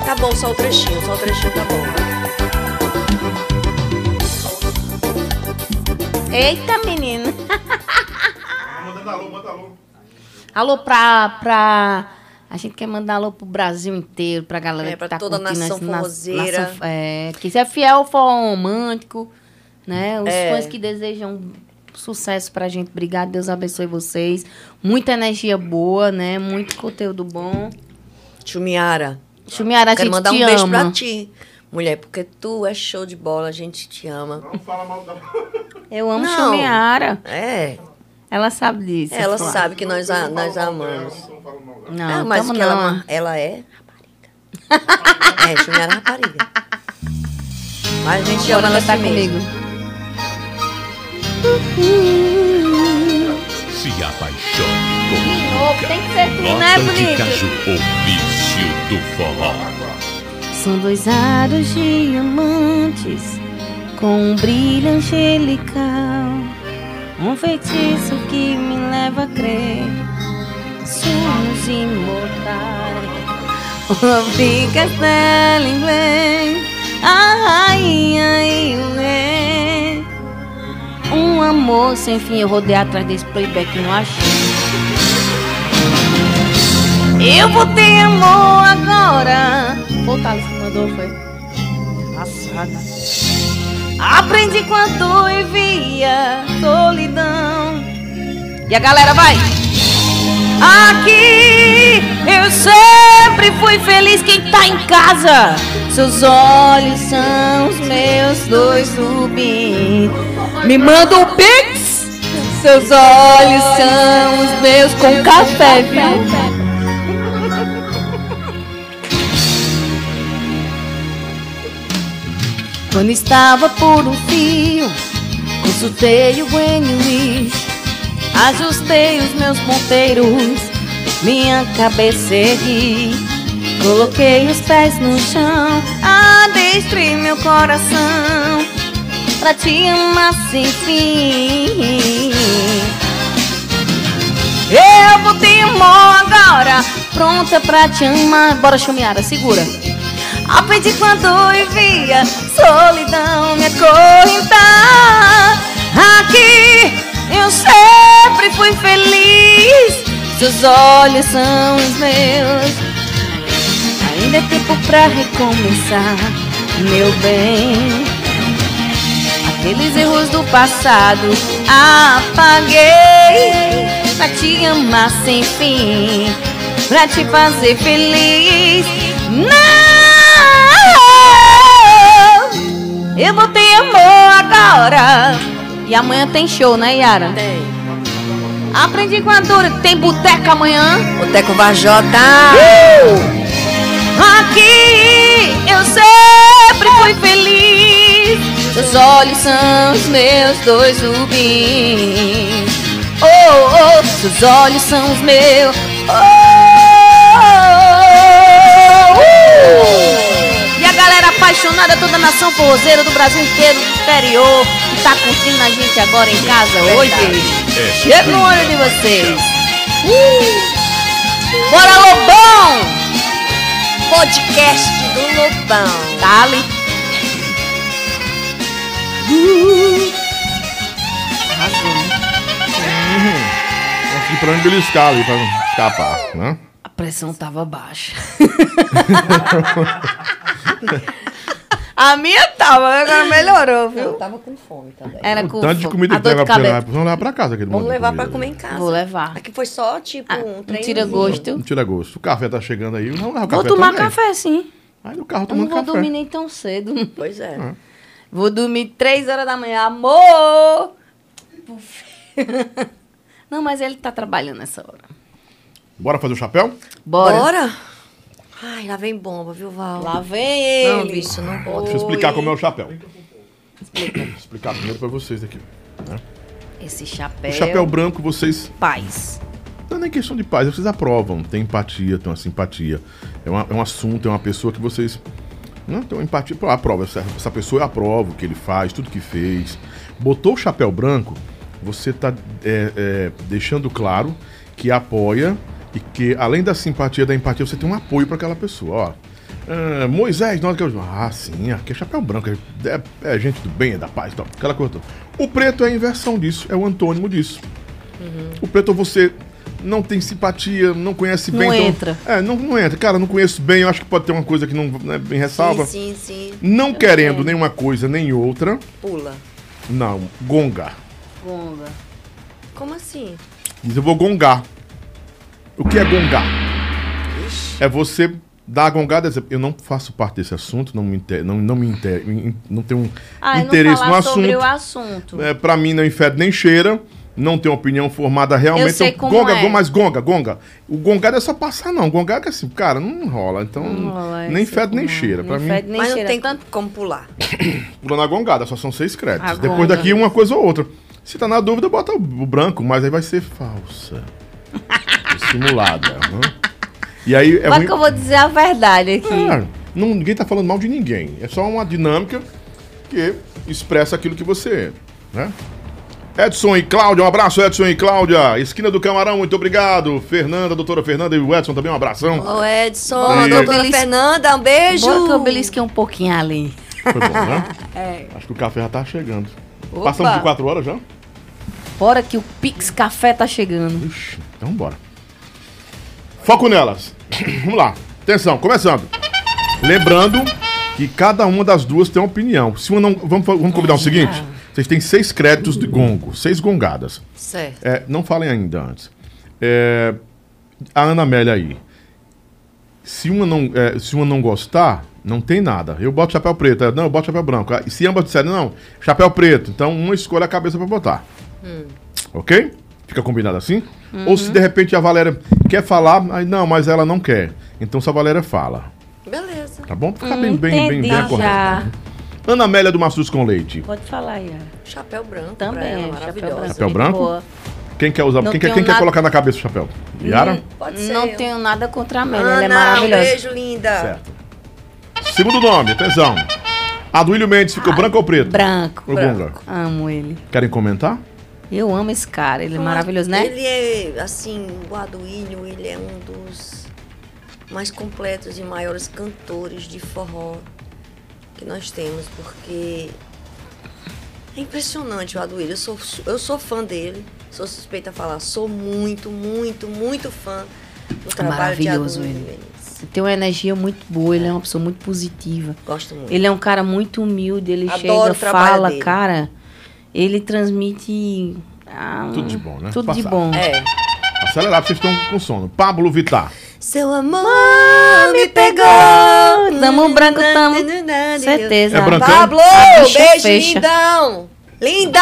S1: Tá bom, só o trechinho, só o trechinho tá bom.
S9: Eita, menino. <laughs> Alô pra, pra... A gente quer mandar alô pro Brasil inteiro, pra galera
S1: É, pra
S9: que tá
S1: toda a
S9: curtindo
S1: nação
S9: esse- na-
S1: forrozeira.
S9: nação- é, que é fiel, for romântico, né? Os
S1: É.
S9: fãs que desejam sucesso pra gente. Obrigado, Deus abençoe vocês. Muita energia boa, né? Muito conteúdo bom.
S1: Chumiara.
S9: Chumiara, a
S1: Quero
S9: gente
S1: mandar
S9: te
S1: um beijo
S9: ama.
S1: pra ti, mulher, porque tu é show de bola, a gente te ama. Não fala mal da
S9: Eu amo
S1: Não.
S9: Chumiara.
S1: É.
S9: Ela sabe disso.
S1: Ela
S9: claro.
S1: sabe que nós, a, nós a amamos.
S9: Não,
S1: Ah, mas
S9: tamo
S1: que ela,
S9: não.
S1: ama-
S9: <laughs>
S1: ela é rapariga. é, Juliana é rapariga. Mas a gente ama
S9: Agora
S1: ela
S9: ela tá
S1: assim mesmo.
S4: Se apaixone com
S9: Novo, Tem que ser tudo, né,
S4: Nota de
S9: bonito?
S4: Caju, o vício do forró.
S9: São dois aros diamantes com um brilho angelical. Um feitiço que me leva a crer somos imortais. Fica Castelo inglês, a rainha e o rei. Um amor sem fim, eu rodei atrás desse playback e não achei. Eu vou ter amor agora. Fortaleza que mandou foi. Passada. Aprendi quando eu via solidão. E a galera vai. Aqui eu sempre fui feliz. Quem tá em casa? Seus olhos são os meus dois rubins. Me manda um pix. Seus olhos são os meus com café, viu? Quando estava por um fio,
S24: Consultei o Gwen Luiz, ajustei os meus ponteiros, minha cabeça ergui. Coloquei os pés no chão, adestrei meu coração pra te amar sem fim. Eu vou te amar agora, pronta pra te amar. Bora, chumiara, segura. Aprendi quando eu via solidão me acorrentar. Aqui eu sempre fui feliz. Seus olhos são os meus. Ainda é tempo pra recomeçar, meu bem. Aqueles erros do passado apaguei. Pra te amar sem fim, pra te fazer feliz. Não! Eu vou ter amor agora.
S9: E amanhã tem show, né, Yara? Tem. Aprendi com a Dura. Tem boteca amanhã?
S10: Boteco Vajota.
S24: Uh! Aqui eu sempre fui feliz. Seus olhos são os meus dois rubins. Oh, oh, seus olhos são os meus.
S9: E a galera apaixonada, toda a nação forrozeira do Brasil inteiro, do exterior, que tá curtindo a gente agora em casa
S7: É.
S9: hoje. Chega no olho de vocês. Uh! Bora, Lobão!
S10: Podcast do Lobão.
S9: Dale.
S7: Consegui pra mim beliscar ali, pra não escapar, né?
S9: A pressão
S7: <laughs>
S9: tava baixa. a minha tava, agora melhorou, viu?
S10: Tava com fome também.
S9: Era com
S7: Tanto de
S9: fo-
S7: comida
S9: a
S7: que
S9: dor
S7: leva
S9: de
S7: pra
S9: cabeça.
S7: lá. Vamos levar pra casa aquele
S10: Vamos
S7: monte de
S10: levar
S7: comida.
S10: pra comer em casa.
S9: Vou levar.
S10: Aqui foi só,
S9: Ah,
S10: tipo, um trem.
S9: tira gosto.
S7: Não tira gosto. O café tá chegando aí. Não leva o
S9: Vou
S7: café
S9: tomar
S7: também.
S9: café, sim.
S7: Aí no carro
S9: Eu não
S7: tomando
S9: vou
S7: café.
S9: dormir nem tão cedo.
S10: Pois é.
S7: É.
S9: Vou dormir três horas da manhã. Amor! Puf. <laughs> Não, mas ele tá trabalhando nessa hora.
S7: Bora fazer o chapéu?
S9: Bora.
S10: Ai, lá vem bomba, viu, Val?
S9: Lá vem ele.
S10: Não, bicho, não pode.
S7: Deixa eu explicar como é o chapéu. Vou explicar primeiro pra vocês aqui. né?
S9: Esse chapéu.
S7: O chapéu branco, vocês.
S9: Paz.
S7: Não é nem questão de paz, vocês aprovam. Tem empatia, tem uma simpatia. É, uma- é um assunto, é uma pessoa que vocês. Não, tem uma empatia. Pô, aprova. Essa, essa pessoa eu aprovo o que ele faz, tudo que fez. Botou o chapéu branco, você tá é, é, deixando claro que apoia e que, além da simpatia, da empatia, você tem um apoio para aquela pessoa. Ó, Ah, Moisés, na hora que eu. Ah, sim, aqui é chapéu branco. É, é gente do bem, é da paz e tal. Aquela coisa. toda. O preto é a inversão disso, é o antônimo disso.
S9: Uhum.
S7: O preto você não tem simpatia, não conhece
S9: Não
S7: bem. então-
S9: entra.
S7: é, não, não entra. Cara, não conheço bem, eu acho que pode ter uma coisa que não né, bem ressalva.
S10: Sim, sim, sim.
S7: Não querendo nenhuma coisa nem outra.
S10: Pula.
S7: Não, gonga.
S9: Gonga.
S10: Como assim?
S7: Diz, eu vou gongar. O que é gongar? É você dar a gongada e dizer, eu não faço parte desse assunto, não me inter... não, não me inter... não tenho um
S9: Ah, eu não
S7: interesse
S9: falar
S7: no
S9: sobre o
S7: assunto.
S9: assunto.
S7: É, pra mim não infede nem cheira, não tem opinião formada realmente.
S9: Eu sei
S7: Então,
S9: como
S7: gonga,
S9: é.
S7: gonga, mas gonga, gonga. O gongado é só passar, não. Gongado é assim, cara, não rola. Então,
S9: rola, eu
S7: nem
S9: sei
S7: fede nem
S9: como é.
S7: cheira. Pra
S9: Nem
S7: mim,
S9: fede nem
S10: Mas não
S9: cheira.
S10: tem tanto como pular.
S7: pula na gongada, só são seis créditos.
S10: A
S7: Depois
S10: gonga.
S7: daqui, uma coisa ou outra. Se tá na dúvida, bota o o branco, mas aí vai ser
S9: <laughs>
S7: falsa. Simulada. E aí é
S9: Mas
S7: ruim- É.
S9: que eu vou dizer a verdade aqui.
S7: Claro. Não, ninguém tá falando mal de ninguém. É só uma dinâmica que expressa aquilo que você é, né? Edson e Cláudia, um abraço, Edson e Cláudia. Esquina do Camarão, muito obrigado. Fernanda, doutora Fernanda e o Edson também, um abração.
S10: Ô, Edson,
S7: Bora,
S10: doutora
S9: belisque-
S10: Fernanda, um beijo.
S9: Bora que eu belisquei um pouquinho ali.
S7: Foi bom, né?
S9: <laughs> É.
S7: Acho que o café já tá chegando.
S9: Opa.
S7: Passamos de 4 horas já?
S9: É. Bora que o Pix Café tá chegando.
S7: Então bora. Foco nelas. <clears throat> Vamos lá. Atenção, começando. Lembrando que cada uma das duas tem uma opinião. Se uma não, vamos, fa- vamos combinar o seguinte: vocês têm seis créditos de gongo, seis gongadas.
S10: Certo.
S7: É, não falem ainda antes. É, a Ana Amélia aí. Se uma, não, é, se uma não gostar, não tem nada. Eu boto chapéu preto. ela, Não, eu boto chapéu branco. Ah, E se ambas disserem, não, chapéu preto. Então uma escolhe a cabeça pra botar.
S9: Hum.
S7: Ok? Fica combinado assim? Ou se de repente a Valéria quer falar, aí não, mas ela não quer. Então se a Valéria fala.
S10: Beleza.
S7: Tá bom? Fica bem, bem, bem, bem
S9: Hum, Entendi
S7: correto.
S9: já.
S7: Ana Amélia do Massus com Leite.
S9: Pode falar, Yara.
S10: Chapéu branco.
S9: Também,
S10: pra ela,
S9: chapéu
S10: maravilhosa.
S9: branco.
S7: Chapéu
S9: Gente
S7: branco?
S9: boa.
S7: Quem quer usar?
S9: Não
S7: Quem, quer,
S9: tenho
S7: quem quer
S9: nada- Hum.
S7: colocar na cabeça o chapéu? Yara?
S9: Não tenho nada contra a Amélia, ela é
S10: Ana, um
S9: maravilhosa.
S10: beijo, linda.
S7: Certo. Segundo nome, atenção. Aduílio Mendes ficou branco ou preto?
S9: Ah, Branco.
S7: O Gunga.
S9: Amo ele.
S7: Querem comentar?
S9: Eu amo esse cara, ele é maravilhoso, né?
S10: Ele é, assim, o Aduílio, ele é um dos mais completos e maiores cantores de forró que nós temos, porque é impressionante o Aduílio. Eu sou, su- eu sou fã dele, sou suspeita a falar, sou muito, muito, muito fã do trabalho de
S9: Maravilhoso
S10: Aduílio.
S9: ele. Ele Tem uma energia muito boa, ele é uma pessoa muito positiva.
S10: Gosto muito.
S9: Ele é um cara muito humilde, ele
S10: Adoro
S9: chega,
S10: o trabalho
S9: fala,
S10: dele.
S9: cara. Ele transmite. ah, um-
S7: Tudo de bom, né?
S9: Tudo de
S7: Passar.
S9: bom.
S10: É.
S7: Acelerar, porque vocês estão com sono. Pablo Vittar.
S10: Seu
S9: Ah,
S10: amor me pegou.
S9: Tamo branco, tamo.
S7: Certeza. É brancão?
S10: Pablo,
S9: A bicha
S10: beijo,
S9: fecha.
S10: lindão. Linda!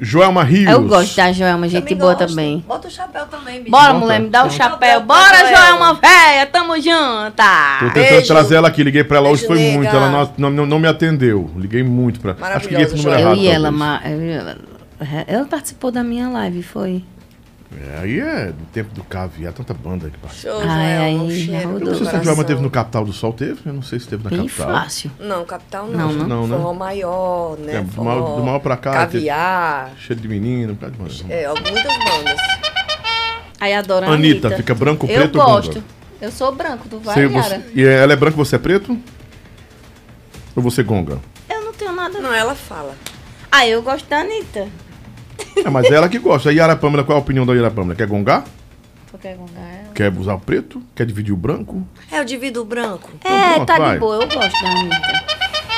S7: Joelma Rios.
S9: Eu gosto da Joelma, gente boa também.
S10: Bota o chapéu também, bicho.
S9: Bora, mulher, me dá o
S10: Bota.
S9: chapéu.
S10: Bota,
S9: Bora,
S10: Joelma.
S9: Joelma, véia, tamo junta.
S10: Ah,
S7: Tô tentando Então, trazer ela aqui. Liguei pra ela hoje,
S9: Beijo,
S7: foi
S9: nega.
S7: muito. Ela não, não- não, não me atendeu. Liguei muito pra. Acho que liguei pro número
S9: eu
S7: errado.
S9: e ela,
S7: talvez.
S9: ma- eu e ela, ela participou da minha live, foi?
S7: É, aí é do tempo do caviar, tanta banda que passa.
S10: Show,
S9: Ai,
S10: Joel,
S9: aí,
S10: um
S9: já
S10: cheiro
S7: Eu não
S10: do
S7: sei se a
S10: coração.
S7: Joelma teve no Capital do Sol, teve? Eu não sei se teve na
S9: Bem
S7: Capital.
S9: fácil.
S10: Não, capital
S7: Não,
S10: não.
S7: não, né?
S10: Forró maior, né?
S7: É, do
S10: Forró,
S7: maior, do maior pra cá.
S10: Caviar.
S7: teve Cheiro de menino, um bocado de banda.
S10: É, ó, muitas bandas.
S9: Aí adoro a
S7: Anitta,
S9: Anitta.
S7: fica branco,
S9: eu
S7: preto ou
S9: gosto.
S7: branco?
S9: Eu sou branco, tu vai,
S7: Você-
S9: Yara.
S7: você- e ela é branca, você é preto? Ou você é gonga?
S9: Eu não tenho nada.
S10: Não, ela fala.
S9: Ah, eu gosto da Anitta.
S7: É, mas é ela que gosta. A Yara Pâmela, qual é a opinião da Yara Pâmela? Quer gongar?
S9: Tu quer gongar ela?
S7: Quer usar o preto? Quer dividir o branco?
S10: É, eu divido o branco.
S9: É,
S7: pronto,
S9: tá
S7: vai.
S9: de boa, eu gosto da Anitta.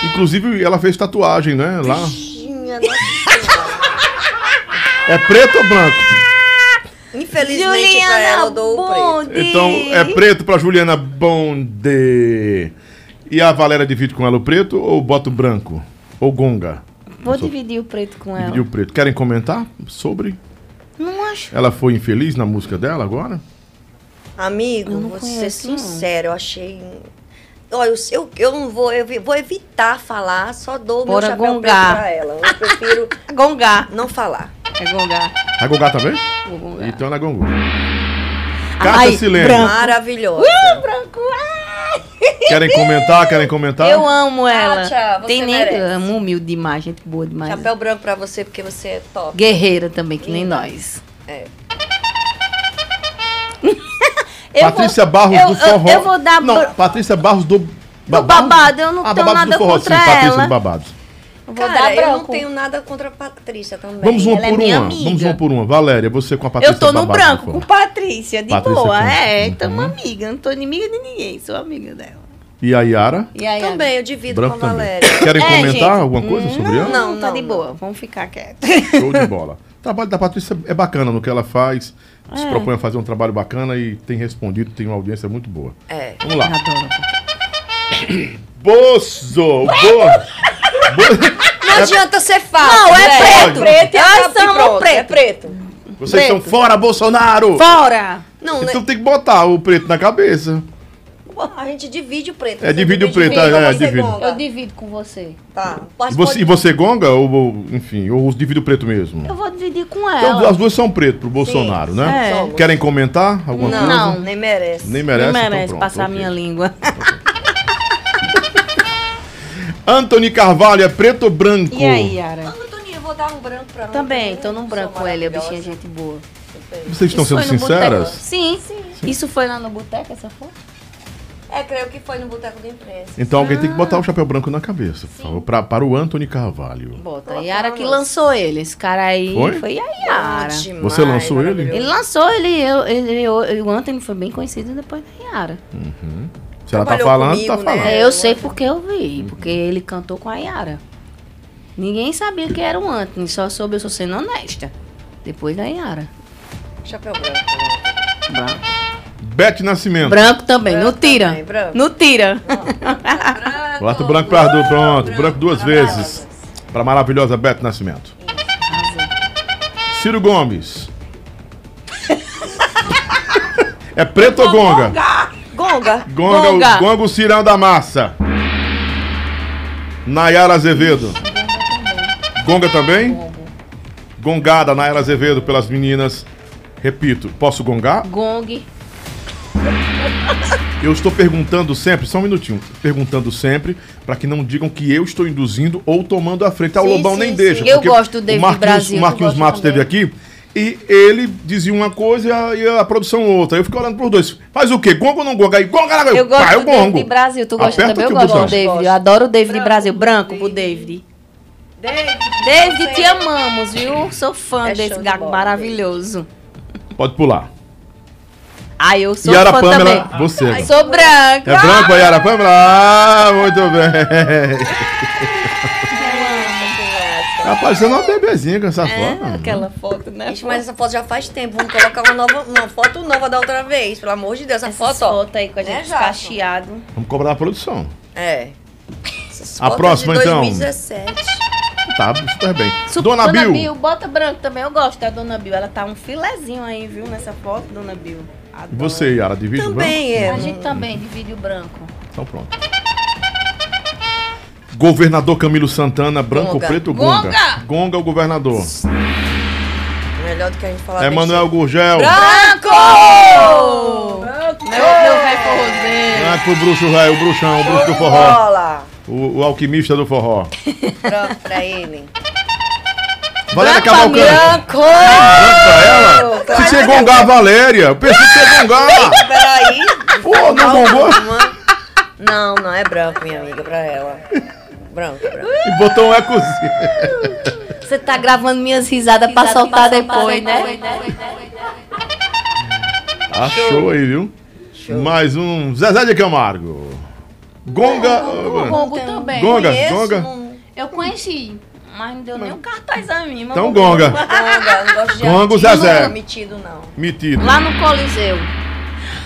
S7: Inclusive, ela fez tatuagem, né? Lá.
S10: Tinha, nossa.
S9: <laughs>
S7: É preto ou branco?
S10: Infelizmente
S9: Juliana
S10: pra ela eu dou o preto.
S7: Então, é preto pra Juliana Bonde. E a Valéria divide com ela o preto ou bota o branco? Ou gonga?
S9: <laughs> Vou dividir o preto com ela.
S7: Dividir o preto. Querem comentar sobre?
S9: Não acho.
S7: Ela foi infeliz na música dela agora?
S10: Amigo,
S9: Eu não
S10: vou ser
S9: conheço, não.
S10: sincero, eu achei. um, Olha, eu, eu, eu não vou, eu vi- vou evitar falar, só dou o meu
S9: Bora
S10: chapéu
S9: gongar.
S10: preto pra ela. Eu prefiro
S9: <laughs> gongar.
S10: Não falar.
S9: É gongar.
S7: Vai gongar também?
S9: Vou gongar.
S7: Então ela gongou. Cássia Silene.
S10: Maravilhosa.
S9: Uh, branco. ai.
S7: Querem comentar? Querem comentar?
S9: Eu amo ela.
S10: Kátia, Ah, você
S9: Tem nem
S10: merece.
S9: amo humilde demais, gente boa demais.
S10: Chapéu branco pra você porque você é top.
S9: Guerreira também, que nem nós.
S10: É.
S9: <laughs> Eu
S7: Patrícia
S9: vou-
S7: Barros
S9: eu-
S7: do
S9: eu-
S7: Forró.
S9: Eu vou dar
S7: Não,
S9: br-
S7: Patrícia Barros do
S9: do babado, eu não
S7: Ah,
S9: tenho
S7: Babados
S9: nada
S7: do Forró, sim,
S9: contra
S7: Patrícia
S9: ela.
S7: do Babados.
S9: Eu vou
S10: Cara,
S9: dar branco.
S10: eu não tenho nada contra a Patrícia também.
S7: Vamos uma
S10: Ela é
S7: por
S10: minha
S7: uma.
S10: amiga.
S7: Vamos uma por uma. Valéria, você com a Patrícia
S9: eu tô no
S7: Babados do
S9: branco
S7: Forró.
S9: com Patrícia, de
S7: Patrícia
S9: boa.
S7: com-
S9: É,
S7: Uhum.
S9: tamo amiga. Não tô inimiga de ninguém, sou amiga dela.
S7: E a Yara?
S9: <laughs> E aí,
S10: Também, eu divido
S7: Branco
S10: com a
S7: também.
S10: Valéria.
S7: Querem
S9: É,
S7: comentar
S9: gente,
S7: alguma coisa sobre
S9: não,
S7: ela?
S9: não, tá de boa. Vamos ficar quietos.
S7: Show de bola. O trabalho da Patrícia é bacana no que ela faz. Se
S9: É.
S7: propõe a fazer um trabalho bacana e tem respondido, tem uma audiência muito boa.
S10: É.
S7: Vamos lá.
S9: Adoro.
S7: Bozo! Boa!
S10: Não adianta ser
S7: Ah,
S10: fácil.
S9: Não,
S10: né?
S9: é
S7: preto.
S9: preto, é
S7: Ah,
S10: Nós
S9: preto e
S10: somos
S9: pronto,
S10: preto.
S9: é
S10: preto.
S7: Vocês
S10: Preto.
S7: estão fora, Bolsonaro!
S9: Fora!
S10: Não, né?
S7: Então tem que botar o preto na cabeça.
S10: A gente divide o preto.
S7: É,
S10: Você
S7: divide o preto,
S10: comigo,
S7: é,
S10: você
S7: divide.
S10: gonga.
S9: Eu divido com você.
S10: Tá. Mas
S7: E você,
S10: pode-
S7: e você gonga ou, ou, enfim, ou os divide o preto mesmo?
S9: Eu vou dividir com
S7: Então,
S9: ela.
S7: as duas são preto pro Bolsonaro, né?
S9: é. Somos.
S7: Querem comentar alguma
S9: Não.
S7: coisa?
S9: Não.
S10: Nem merece.
S7: Nem merece,
S9: Não
S7: então
S9: merece
S7: pronto,
S9: é passar a
S7: ok.
S9: minha língua.
S7: Anthony Carvalho é preto ou branco?
S9: E aí, Yara?
S10: Antônio, eu vou dar um branco pra ela.
S9: Também, tô num branco com ele, a bichinha é gente boa.
S7: Vocês estão
S9: Isso
S7: sendo
S9: foi no boteco?
S7: sinceras?
S9: Sim. Isso foi lá no boteco, essa foto?
S10: É, creio que foi no Boteco da Imprensa.
S7: Então alguém tem que
S9: Ah.
S7: botar o chapéu branco na cabeça, por favor, pra- para o Anthony Carvalho.
S9: Bota. A Yara que lançou ele. Esse cara aí
S7: Foi?
S9: foi, a Yara.
S7: Você lançou ele?
S9: Ele lançou ele, eu, ele, eu- eu- o Anthony foi bem conhecido depois da Yara.
S7: Uhum. Se ela tá
S9: Trabalhou
S7: falando,
S9: comigo,
S7: tá falando.
S9: É, eu sei porque eu vi, porque ele cantou com a Yara. Ninguém sabia que era o Anthony, só soube eu sou sendo honesta. Depois da Yara.
S10: Chapéu branco.
S9: Branco.
S7: Bete Nascimento.
S9: Branco também, não tira. Não tira.
S7: Bota o branco pra Ardu, pronto. Branco duas vezes. Pra maravilhosa Bete Nascimento. Ciro
S9: <laughs>
S7: Gomes. é preto ou gonga?
S10: Gonga.
S7: é Gonga, o- gonga o Cirão da Massa. Nayara Azevedo. Gonga também? Gongada, Nayara Azevedo, pelas meninas. Repito, posso gongar?
S9: <laughs> Gong.
S7: Eu estou perguntando sempre, só um minutinho, perguntando sempre para que não digam que eu estou induzindo ou tomando a frente. Ah, o
S9: Sim,
S7: Lobão nem
S9: sim,
S7: deixa.
S9: sim. Eu
S7: porque
S9: gosto do David
S7: o Marquinhos,
S9: Brasil,
S7: O Marquinhos
S9: eu gosto
S7: Matos esteve aqui e ele dizia uma coisa e a, e a produção outra. Eu fico olhando pros dois. Faz o quê? Gongo ou não gonga? Aí gonga, lá,
S9: Eu gosto
S7: pá, eu
S9: do David
S7: gongo.
S9: Brasil. Tu gosta
S7: Aperta
S9: também?
S7: aqui
S9: Eu
S7: o
S9: gosto do
S7: botão.
S9: David. Eu adoro o David Brasil. Branco pro David. É David, te amamos, viu? Sou fã desse gato maravilhoso.
S7: Pode pular.
S9: Ai, eu sou
S7: Yara
S9: fã
S7: Pamela,
S9: também.
S7: você.
S9: Ai, Sou branca.
S7: É branco, Yara Pamela? Ah, muito bem. <laughs> Tá parecendo uma bebezinha com
S9: É,
S7: essa forma.
S10: Aquela foto, né?
S9: pô?
S10: mas essa foto já faz tempo. Vamos colocar uma, nova, uma foto nova da outra vez, pelo amor de Deus. Essa foto, ó. Né,
S9: foto aí com a gente cacheado.
S7: Vamos cobrar a produção.
S10: É.
S7: A próxima,
S10: de
S7: então.
S10: 2017.
S7: Tá super bem. Dona, Bill.
S9: bota branco também. Eu gosto da Dona Bill. Ela tá um filezinho aí, viu? Nessa foto, Dona Bill.
S7: E você, Yara, divide o branco?
S9: A gente também divide o branco.
S7: Então pronto. Governador Camilo Santana, branco ou
S10: Gonga.
S7: preto, Gonga.
S10: Gonga!
S7: Gonga, o governador.
S10: Melhor do que a gente falar
S7: Emanuel Gurgel.
S10: Branco!
S9: Meu, meu velho forrozeiro.
S7: Branco, o bruxo velho, o bruxão, o bruxo do forró.
S10: Bola!
S7: O, o alquimista do forró.
S10: Pronto pra ele.
S7: Valéria Cavalcante.
S10: Branco!
S7: Branco pra ela? Se você gongar, Valéria. Eu pensei que você ia gongar.
S10: Peraí.
S7: Ah! Pô, não gongou?
S10: Não, não é branco, minha amiga, pra ela. Branco, é branco.
S7: E botou um ecozinho.
S9: Você tá gravando minhas risadas pra soltar depois, né?
S7: Tá Achou aí, viu? Mais um Zezé de Camargo. Gonga.
S9: Gongo também.
S7: Gonga,
S9: Conheço,
S7: gonga.
S9: não- Eu conheci, mas não deu nem um cartaz a mim. mas
S7: Então
S9: eu
S7: gonga.
S9: vou-
S10: Gonga, não gosto de
S7: Gonga o
S10: artista,
S7: Zezé.
S10: não, Metido, não.
S7: Metido.
S9: Lá no Coliseu.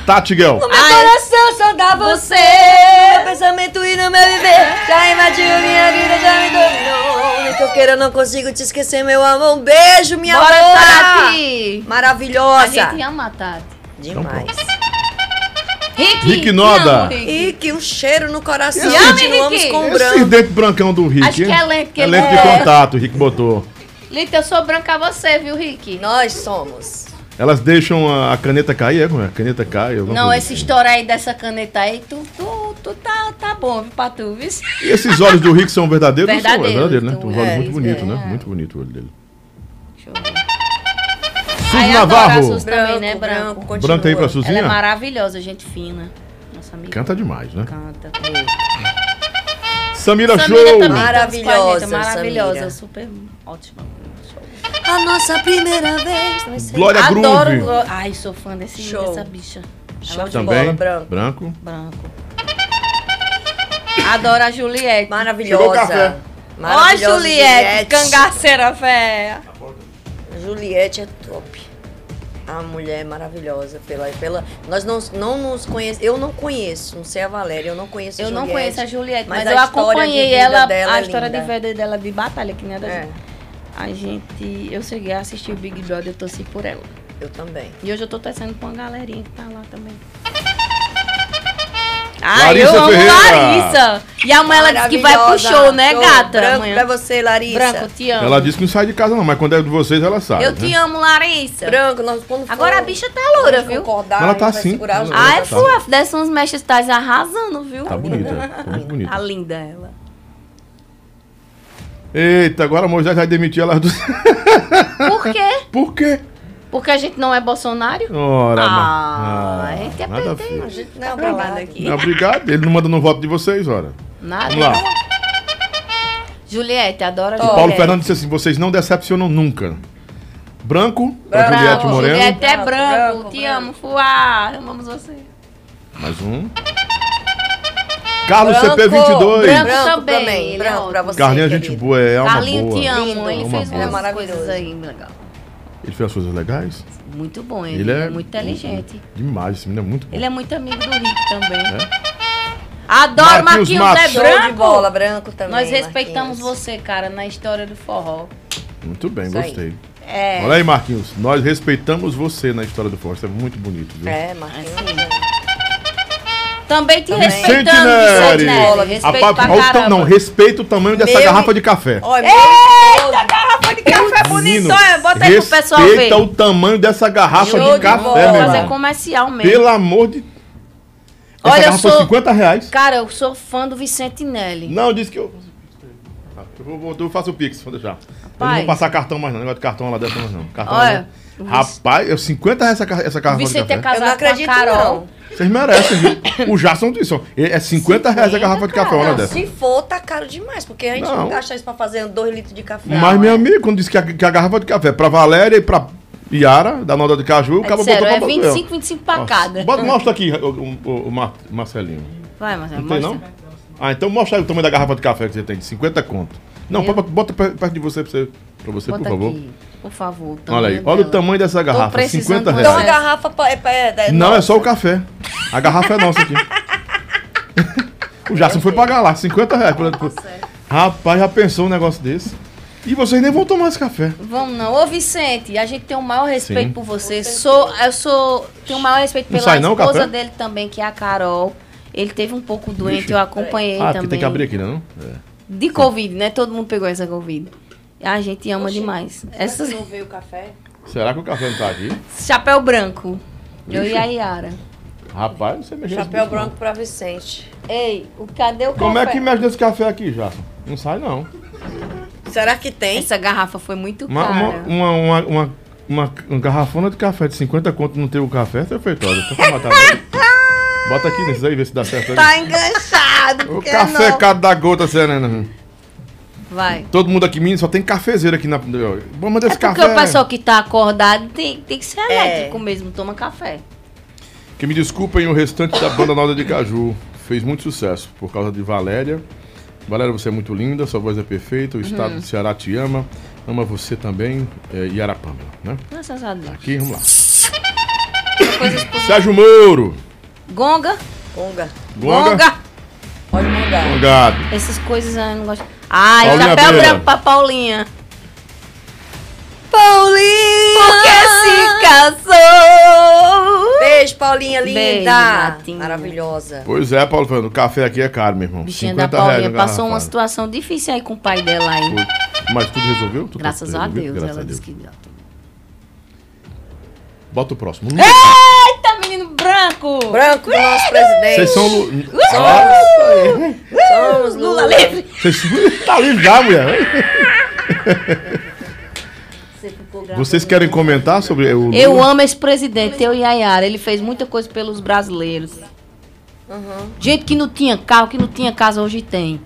S7: Tati Guel.
S10: Meu coração só dá você. Meu pensamento e no meu viver. Já invadiu minha vida, já me dominou. Nem que eu queira, eu não consigo te esquecer, meu amor. Um beijo, minha
S9: Bora,
S10: amor.
S9: Tati.
S10: Maravilhosa.
S9: A gente ama a Tati.
S10: Demais.
S9: Rick,
S7: Rick Noda.
S10: E que um cheiro no coração.
S9: Te amo,
S10: Continuamos
S9: Henrique.
S10: com o
S7: Esse
S10: branco.
S7: dente brancão do Rick.
S9: Acho que é lento que
S7: É
S9: ele
S7: lento de
S9: é.
S7: contato, o Rick botou.
S9: Lita, eu sou branca a você, viu, Rick?
S10: Nós somos.
S7: Elas deixam a, a caneta cair, é como é? A caneta cai. alguma
S9: Não,
S7: coisa
S9: essa
S7: assim.
S9: história aí dessa caneta aí, tu, tu, tu tá, tá bom, viu, pra tu, viu?
S7: E esses olhos do Rick são verdadeiros? Não são,
S9: Verdadeiros,
S7: é verdadeiro, né? Um olho
S9: é,
S7: muito bonito,
S9: é.
S7: né? Muito bonito o olho dele.
S9: Aí
S7: Suzy
S9: adoro a
S7: Navarro.
S9: Suzy também, né, branco.
S7: continua. Branca aí pra Suzinha?
S9: Ela é maravilhosa, gente fina. Nossa amiga.
S7: Canta demais, né?
S9: Canta.
S7: Samira,
S9: Samira
S7: Show.
S9: também
S10: Maravilhosa,
S9: maravilhosa,
S10: Samira.
S9: super ótima.
S10: A nossa primeira vez. Vai ser-
S7: Glória
S9: Adoro
S7: Groove.
S9: Glo- Ai, sou fã desse,
S10: Show.
S9: dessa bicha.
S10: Show de bola,
S7: Também.
S10: branco.
S7: branco.
S9: Branco. Adoro a Juliette.
S7: Chegou o café.
S10: Maravilhosa.
S9: Ó,
S10: Maravilhosa,
S9: Juliette, cangaceira véia.
S10: Juliette é top. A mulher é maravilhosa. Pela, pela, nós não, não nos conhecemos. Eu não conheço, não sei a Valéria, eu não conheço a
S9: Eu não
S10: Juliette,
S9: conheço a Juliette, mas,
S10: a
S9: eu
S10: história de
S9: acompanhei
S10: vida
S9: ela,
S10: dela
S9: a
S10: é
S9: história de
S10: linda.
S9: vida dela de batalha, que nem a da
S10: É.
S9: gente. A gente, eu cheguei a assistir o Big Brother, eu torci por ela.
S10: Eu também.
S9: E hoje eu tô torcendo pra uma galerinha que tá lá também.
S7: Larissa
S9: Ah, eu amo
S7: Ferreira.
S9: Larissa! E a mãe, ela disse que vai pro
S10: Maravilhosa.
S9: show, né,
S10: Show.
S9: gata?
S10: Branco
S9: Amanhã.
S10: pra você, Larissa.
S9: Branco, te amo.
S7: Ela disse que não sai de casa, não, mas quando é de vocês, ela sai.
S9: Eu
S7: né?
S9: te amo, Larissa.
S10: Branco, nós quando
S9: Agora
S10: for-
S9: a bicha tá loura,
S10: Vamos
S9: viu?
S10: concordar,
S7: Ela tá
S10: a gente vai
S7: assim.
S10: segurar
S7: Ela-
S10: as duas.
S9: Ah, é
S7: Tá.
S9: sua, dessas umas mechas tá arrasando, viu?
S7: Tá bonita, tá muito bonita.
S9: Tá linda ela.
S7: Eita, agora Moisés vai demitir elas do.
S9: Por quê?
S7: Por quê?
S9: Porque a gente não é Bolsonaro?
S7: Ora,
S9: ah,
S7: mas- ah,
S9: a gente é
S7: nada
S9: PT,
S7: feio.
S9: a gente não é obrigado aqui.
S7: Não, obrigado. Ele não manda no voto de vocês, ora.
S9: Nada.
S7: Vamos lá.
S9: Juliette, adora
S7: O
S9: Juliette.
S7: Paulo Fernando disse assim: vocês não decepcionam nunca. Branco, pra
S9: Branco,
S7: Juliette Moreno.
S9: Juliette é branco,
S10: Branco,
S9: te
S10: branco.
S9: amo, Fuá, amamos você.
S7: Mais um. Carlos
S10: Branco.
S7: CP22.
S9: Branco,
S10: Branco
S9: também,
S10: também,
S9: ele
S10: branco
S9: é
S10: pra
S9: ótimo.
S10: você,
S7: Carlinhos, gente boa, é alma
S9: Carlinho,
S7: boa.
S9: te amo, ele
S7: Alma
S9: fez
S7: boa.
S9: umas coisas
S10: maravilhoso.
S9: aí, legal.
S7: Ele fez as coisas legais.
S9: Muito bom, ele, é, muito inteligente.
S7: Demais, esse menino é muito bom.
S9: Ele é muito amigo do Rick também.
S7: É. Marquinhos
S9: Adoro Marquinhos,
S7: Matos.
S9: é
S10: Show
S9: branco.
S10: de bola, branco também.
S9: Nós respeitamos
S10: Marquinhos.
S9: você, cara, na história do forró.
S7: Muito bem,
S10: Isso aí.
S7: gostei.
S9: É.
S7: Olha aí, Marquinhos. Nós é
S9: É.
S7: respeitamos você na história do Força. É muito bonito, viu?
S10: É, Marquinhos.
S9: Também te
S7: Também.
S9: respeitando,
S7: Centenário.
S9: Centenário. Respeito
S7: Rapaz,
S9: pra
S7: olha o tam-
S9: caramba.
S7: não, respeita o tamanho dessa
S9: Meu
S7: garrafa
S9: e-
S7: de café.
S9: Olha,
S1: Eita, garrafa de café
S9: Tá
S7: Menino,
S9: é,
S1: bonitona. Bota aí pro pessoal ver.
S7: respeita o tamanho dessa garrafa
S9: Show
S7: de
S9: de bola.
S7: café, meu
S9: Fazer
S7: irmão.
S9: comercial mesmo.
S7: Pelo amor de... Essa
S9: Olha, eu
S7: garrafa foi
S9: sou-
S7: 50 reais.
S9: Cara, eu sou fã do Vicente Nelly.
S7: Não, disse que eu... Ah, Eu, vou, eu faço o Pix, vou deixar. Eu não vou
S9: Rapaz.
S7: passar cartão mais não, negócio de cartão lá dessa mais não. Cartão
S9: Olha,
S7: não. Rapaz, eu 50 reais essa, ca- essa
S9: o
S7: garrafa de
S9: Vicente
S7: café.
S9: é casado com a Carol.
S7: Vocês merecem, viu? o Jason disse, ó, é 50 reais a garrafa de café, olha dessa.
S10: Se for, tá caro demais, porque a gente não,
S7: Não.
S10: gasta isso pra fazer um dois litros de café.
S7: Mas,
S9: é.
S7: meu amigo, quando disse que a, que a garrafa de café é pra Valéria e pra Yara, da Noda de Caju, o
S9: Aí
S7: cara botou
S9: disseram, é
S7: pra-
S9: 25, 25 pra
S7: Ó,
S9: cada.
S7: Bota, mostra aqui o, o- o Mar- Marcelinho.
S9: Vai, Marcelo,
S7: não tem, não?
S9: mostra.
S7: Ah, então mostra aí o tamanho da garrafa de café que você tem, de 50 conto. Não,
S9: Eu?
S7: pode, bota per- perto de você, pra você, pra você
S9: Bota
S7: por favor.
S9: aqui, por favor. o
S7: Olha aí,
S9: tamanho
S7: olha o
S9: dela.
S7: tamanho dessa garrafa, 50 reais.
S10: Então a garrafa pa- é, pa- é, é
S7: Não, é só o café. A garrafa é nossa
S10: <laughs>
S7: aqui. o Jason foi pagar lá, 50 reais. Pra... Rapaz, já pensou um negócio desse? E vocês nem vão tomar esse café.
S9: Vamos não. Ô, Vicente, a gente tem o maior respeito
S7: Sim.
S9: por você. Sou, eu sou. Tenho o maior respeito
S7: Não
S9: pela
S7: sai não,
S9: esposa
S7: café?
S9: dele também, que é a Carol. Ele teve um pouco doente,
S7: Vixe.
S9: eu acompanhei
S7: Ah, porque
S9: também.
S7: tem que abrir aqui, né? Não? É.
S9: De Covid, né? Todo mundo pegou essa Covid. A gente ama demais. Essas...
S1: Não veio o café?
S7: Será que o café não tá aqui?
S9: Chapéu branco. Eu
S7: Vixe.
S9: e a Yara.
S7: Rapaz, não sei mexer nesse bicho, não.
S9: pra Vicente. Ei, o cadê o café?
S7: Como é que mexe nesse café aqui, Jason? Não sai, não.
S9: Será que tem? Essa garrafa foi muito
S7: Uma,
S9: cara.
S7: uma, uma, uma, uma, uma- uma garrafona de café de 50 conto não tem o café, seu feitosa. Deixa eu matar mesmo.
S10: <laughs>
S7: Bota aqui nesse aí, ver se dá certo. aí.
S10: Tá enganchado.
S7: o
S10: porque
S7: café
S10: não.
S7: cada da gota, Serena.
S9: Vai.
S7: Todo mundo aqui, menino, só tem cafezeiro aqui na. Bom, mas esse
S9: É Porque
S7: café.
S9: o pessoal que tá acordado tem, tem que ser
S10: É.
S9: elétrico mesmo, toma café.
S7: Que me desculpem o restante da banda Noda de Caju. Fez muito sucesso por causa de Valéria. Valéria, você é muito linda, sua voz é perfeita, o estado
S9: Uhum.
S7: do Ceará te ama. Ama você também, é, Yara Pamela, né?
S9: Graças a Deus.
S7: Aqui, vamos lá. Sérgio Moro.
S9: Gonga.
S10: Gonga.
S7: Gonga.
S10: Pode mudar.
S7: Obrigado.
S9: Essas coisas aí eu não gosto. Ah, Ai,
S7: Paulinha
S9: chapéu
S7: Beira.
S9: branco pra Paulinha.
S10: Paulinha!
S9: Porque
S10: se casou! Beijo, Paulinha linda!
S9: Beijo,
S10: Maravilhosa.
S7: Pois é, Paulo Fernando, o café aqui é caro, meu irmão.
S9: Bichinha
S7: 50
S9: da
S7: reais
S9: Paulinha.
S7: uma
S9: Passou uma
S7: garrafada.
S9: situação difícil aí com o pai dela aí.
S7: Mas tudo resolveu? Tudo
S9: Graças a
S7: resolveu?
S9: Deus.
S7: Graças
S9: ela
S7: a Deus.
S9: disse que deu.
S7: Bota o próximo.
S9: É! Eita, menino branco!
S10: Branco do nosso presidente.
S7: Vocês são. Lu...
S10: Somos, somos Lula, livre.
S7: Vocês... tá livre já, mulher. Vocês querem comentar sobre o. Lula?
S9: Eu amo esse presidente, eu e a Yara. Ele fez muita coisa pelos brasileiros.
S10: Uhum.
S9: Gente que não tinha carro, que não tinha casa, hoje tem.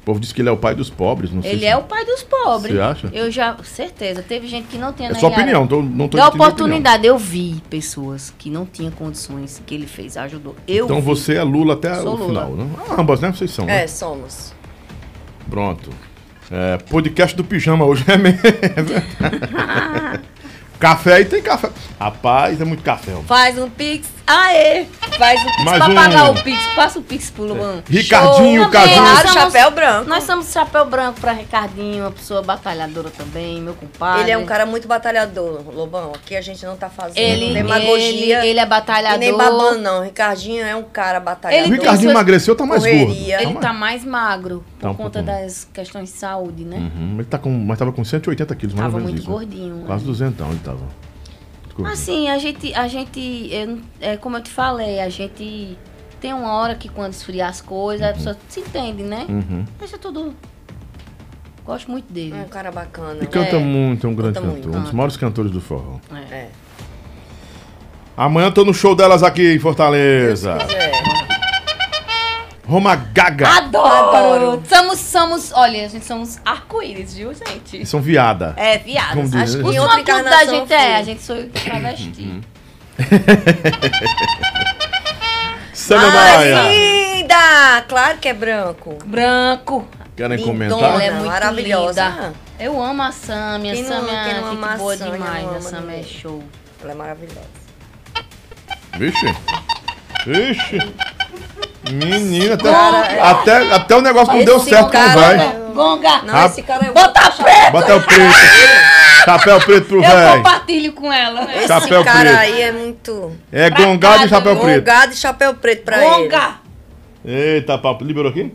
S7: O povo diz que ele é o pai dos pobres, não sei
S9: Ele
S7: se-
S9: é o pai dos pobres.
S7: Você acha?
S9: Eu já, certeza. Teve gente que não tinha.
S7: É
S9: né,
S7: sua
S9: Yara?
S7: opinião, tô- não tô discutindo
S9: Da
S7: minha
S9: oportunidade. Eu vi pessoas que não tinham condições que ele fez, ajudou. Eu
S7: Então
S9: vi.
S7: você é Lula até
S9: Sou
S7: o
S9: Lula.
S7: final, né? Ambas, né? Vocês são. né?
S10: É, somos.
S7: Pronto. É, podcast do pijama hoje é
S9: <laughs>
S7: mesmo. É verdade. café aí tem café. Rapaz, é muito café. Homem.
S9: Faz um pix. Aê! Faz um pix
S7: Mais
S9: pra
S7: um. É.
S9: pagar o pix. Passa o pix pro Luan.
S7: Ricardinho,
S9: Show.
S7: Caju.
S9: Também, nós
S7: Claro,
S10: chapéu branco.
S9: Nós somos chapéu branco pra Ricardinho, uma pessoa batalhadora também, meu compadre.
S10: Ele é um cara muito batalhador, Lobão. Aqui a gente não tá fazendo
S9: Ele-
S10: demagogia.
S9: assim. ele- ele é batalhador.
S10: E nem babando, não. Ricardinho é um cara batalhador.
S7: O Ricardinho emagreceu, tá mais
S10: Correria.
S7: gordo.
S9: Ele tá mais magro por
S7: Tá um
S9: conta
S7: pouquinho.
S9: das questões de saúde, né?
S7: Uhum, Ele tá com. Mas tava com 180 quilos, mais
S9: Tava
S7: ou menos.
S9: muito
S7: isso, né?
S9: gordinho,
S7: Quase
S9: né?
S7: 200, ele tava. Muito
S9: Assim, a gente, a gente eu não- é como eu te falei, a gente tem uma hora que quando esfriar as coisas, a pessoa se entende, né?
S7: Uhum.
S9: Deixa tudo. Gosto muito dele. É um
S10: cara bacana. né?
S7: E canta muito, é um grande
S9: canta muito.
S7: cantor. Um dos maiores cantores do forró.
S10: É.
S7: Amanhã tô no show delas aqui em Fortaleza.
S10: É.
S7: Roma Gaga.
S9: Adoro! Somos, somos, olha, a gente somos arco-íris, viu, gente?
S7: Eles são viada.
S9: É, viadas.
S7: Como diz,
S9: Acho
S7: né?
S9: que o
S7: Em
S10: outra
S9: fã-clube da
S10: encarnação
S9: gente é,
S10: fui.
S9: a gente sou
S7: Uhum.
S9: travesti.
S7: <laughs> Sandra Maia.
S10: Ah, Linda! Claro que é branco.
S9: Branco.
S7: Querem
S10: Lindona.
S7: comentar?
S9: Ela é muito
S10: maravilhosa. né?
S9: linda. Eu amo a Samia, a
S10: Quem não-
S9: Samia
S10: quem
S9: fica
S10: não ama a
S9: boa
S10: Samia,
S9: demais,
S10: não
S9: a
S10: ama
S9: Samia é
S10: ninguém.
S9: show.
S10: Ela é maravilhosa.
S7: Vixe. Vixe. Menina, até,
S10: Cara,
S9: é.
S7: até, até o
S10: é
S7: negócio não deu certo, não vai.
S9: Gonga!
S7: Não, esse
S9: cara é Bota preto!
S7: Bota o preto. Chapéu preto pro
S9: Eu
S7: velho.
S9: compartilho com ela. né?
S10: Esse
S7: Chapéu
S10: cara
S7: preto.
S10: aí é muito.
S7: É gongado e chapéu preto.
S10: Gongado e chapéu preto pra ele.
S9: Gonga.
S7: Eita, papo. Liberou aqui?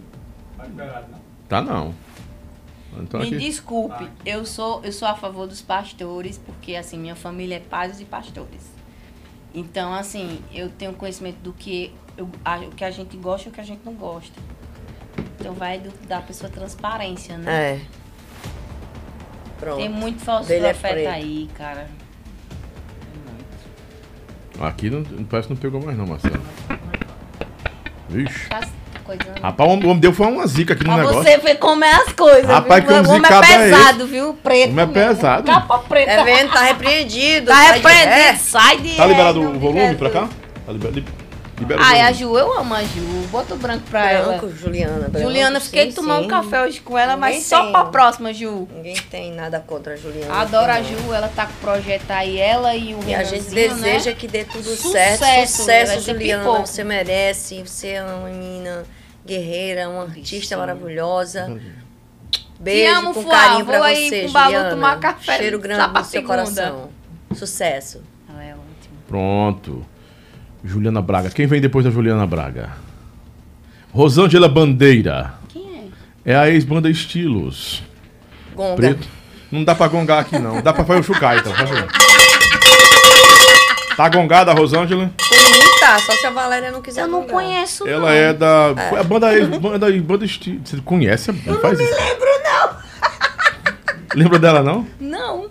S7: Tá não. Então
S9: Me
S7: aqui.
S9: desculpe, eu sou, eu sou a favor dos pastores, porque assim, minha família é pais e pastores. Então, assim, eu tenho conhecimento do que, eu, a- o que a gente gosta e o que a gente não gosta. Então vai do- da pessoa transparência, né?
S10: É. Pronto.
S9: Tem muito falso
S10: Dele é
S9: profeta
S10: preto.
S9: aí, cara.
S7: Aqui não, parece que não pegou mais não, Marcelo. Vixe.
S9: Tá coisa.
S7: Rapaz, o homem o homem deu foi uma zica aqui no
S9: Mas
S7: negócio.
S9: você foi comer as coisas,
S7: Rapaz,
S9: viu?
S7: que
S9: o homem é
S7: zicado é
S9: pesado,
S7: esse?
S9: viu? Preto.
S7: Homem é
S9: mesmo.
S7: pesado.
S9: Capa preta.
S10: Tá vendo? Tá repreendido.
S9: Tá
S10: sai de ré.
S9: repreendido. Sai de
S7: Tá
S9: ré,
S7: liberado
S9: não
S7: o volume pra cá? Tá liber, li- libera o
S9: Ai, a
S7: volume.
S9: Ju, eu amo a Ju. Bota o branco pra ela.
S10: Branco, Juliana. Branco,
S9: Juliana, fiquei
S10: sim,
S9: de tomar
S10: sim.
S9: um café hoje com ela, mas
S10: Ninguém
S9: só
S10: tem-
S9: pra próxima, Ju.
S10: Ninguém tem nada contra a Juliana.
S9: Adoro a
S10: não.
S9: Ju, ela tá com o projeto aí, ela e o
S10: E a gente
S9: Renanzinho,
S10: deseja
S9: né?
S10: que dê tudo
S9: Sucesso,
S10: certo.
S9: vai
S10: Sucesso,
S9: ser
S10: Juliana.
S9: pipoco.
S10: Você merece. Você é uma menina guerreira, uma artista maravilhosa.
S7: Uhum.
S10: Beijo
S9: amo,
S10: com
S9: Fuá.
S10: carinho pra
S9: Vou aí
S10: você,
S9: com o Balu
S10: Juliana.
S9: tomar café,
S10: Cheiro grande
S9: lá
S10: no
S9: pra
S10: seu
S9: segunda.
S10: coração. Sucesso.
S7: Pronto. Juliana Braga. Quem vem depois da Juliana Braga? Rosângela Bandeira.
S9: Quem
S7: É a ex-banda Estilos.
S10: Gonga.
S7: Preto. Não dá pra gongar aqui, não. Dá pra fazer o chucar, então. Faz
S9: <laughs>
S7: favor. Tá gongada, Rosângela?
S10: Bonita, só se a Valéria não quiser. Eu não
S9: conheço.
S7: Ela é da. É. A banda ex- banda, banda Estilos. Você conhece? Não faz isso.
S9: Lembro não.
S7: Lembra dela, não?
S9: Não.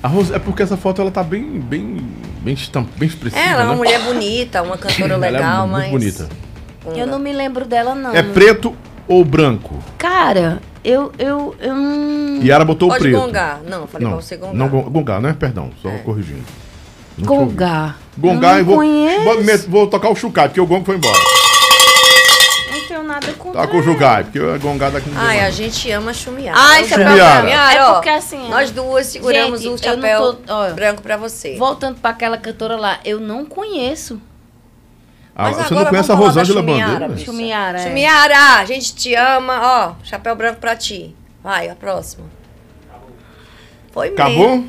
S7: A Ros... É porque essa foto ela tá bem. bem. bem, estamp... bem expressiva.
S10: Ela é uma
S7: né?
S10: mulher bonita, uma cantora
S7: Ela é
S10: legal,
S7: muito
S10: mas. Ah.
S7: bonita.
S9: Eu não me lembro dela, não.
S7: É preto ou branco?
S9: Cara, eu, eu, eu não...
S7: Yara botou o
S9: Pode
S7: preto.
S9: gongar. Não, falei
S7: não,
S9: pra você gongar.
S7: Não, gon- gongar, né? Perdão, só
S10: É.
S7: corrigindo. Não te ouvi.
S9: Gongar.
S7: Gongar
S9: Eu
S7: e vou,
S9: conheço.
S7: vou, me- vou tocar o chucai, porque o gongo foi embora.
S9: Não tenho nada contra
S7: Toca o tá chucai, porque a gongada aqui não deu
S10: Ai,
S7: mais.
S10: a gente ama chumiar.
S9: Ai,
S7: esse é Chumiara.
S9: problema. É porque assim,
S10: Nós duas seguramos
S9: Gente, eu
S10: o
S9: não
S10: chapéu
S9: tô- ó,
S10: branco pra você.
S9: Voltando pra aquela cantora lá, eu não conheço.
S7: Ah, você não conhece a Rosângela Bandeira? né?
S9: Chumiara. é.
S10: Chumiara, a gente te ama. Ó, chapéu branco pra ti. Vai, a próxima. Foi mesmo.
S7: Acabou?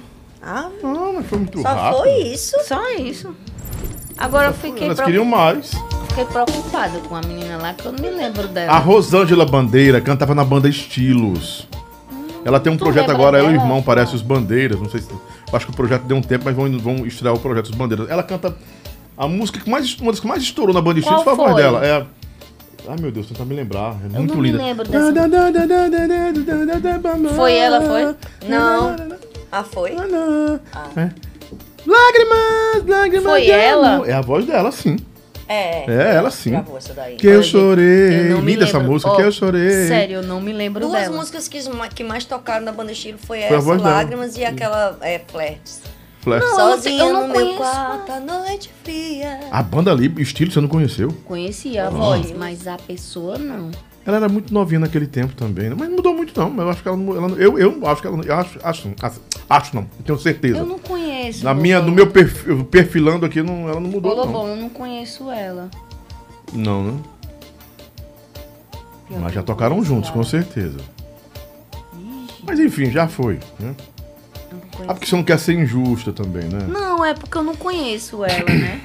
S10: Ah,
S7: não, mas foi muito
S10: Só
S7: rápido.
S10: foi isso.
S9: Só isso. Agora eu fiquei
S7: Elas
S9: preocup-
S7: queriam mais.
S9: Fiquei preocupada com a menina lá, que eu não me lembro dela.
S7: A Rosângela Bandeira cantava na banda Estilos. Ela tem um
S9: Hum, tu
S7: projeto
S9: lembra
S7: agora, ela e o
S9: dela?
S7: irmão, parece os Bandeiras. Não sei se. eu Acho que o projeto deu um tempo, mas vão, vão estrear o projeto dos Bandeiras. Ela canta. A música que mais. Uma das que mais estourou na banda Estilos
S9: Qual
S7: foi a voz
S9: foi?
S7: dela. É. Ai meu Deus, tentar me lembrar. É muito
S9: não me
S7: linda.
S9: lembro dessa. Foi ela, foi?
S10: Não. Ah, foi? Ah.
S7: É. Lágrimas, lágrimas.
S9: Foi
S7: de
S9: ela?
S7: amor. É a voz dela, sim.
S10: É.
S7: É ela sim.
S10: Gravou essa daí.
S7: Que eu
S10: Olha,
S7: chorei.
S9: eu não me
S7: Linda essa
S9: lembro.
S7: música,
S9: Ó,
S7: que eu chorei.
S9: Sério, eu não me lembro
S10: Duas
S9: dela.
S10: músicas que, ma- que mais tocaram na banda estilo foi,
S7: Foi a
S10: essa,
S7: voz dela.
S10: Lágrimas, e aquela é, Flertes.
S7: Flash.
S9: Não,
S10: Sozinha
S9: eu não
S10: no meu
S9: conheço.
S10: quarto, à noite fria.
S7: A banda ali, estilo, você não conheceu?
S9: Conhecia a
S7: Ah.
S9: voz, mas a pessoa não.
S7: Ela era muito novinha naquele tempo também, né? mas não mudou muito não. Mas eu acho que ela, não- ela não- eu, eu acho que ela, não- eu acho, acho, acho, acho não, eu tenho certeza.
S9: Eu não conheço.
S7: Na minha,
S9: Lobão.
S7: no meu perfil, perfilando aqui, não, ela não mudou
S9: Ô,
S7: não.
S9: Lobão, eu não conheço ela.
S7: Não, né? Mas já tocaram juntos, com certeza. Mas enfim, já foi, né? Ah, porque você não quer ser injusta também, né?
S9: Não, é porque eu não conheço ela, né?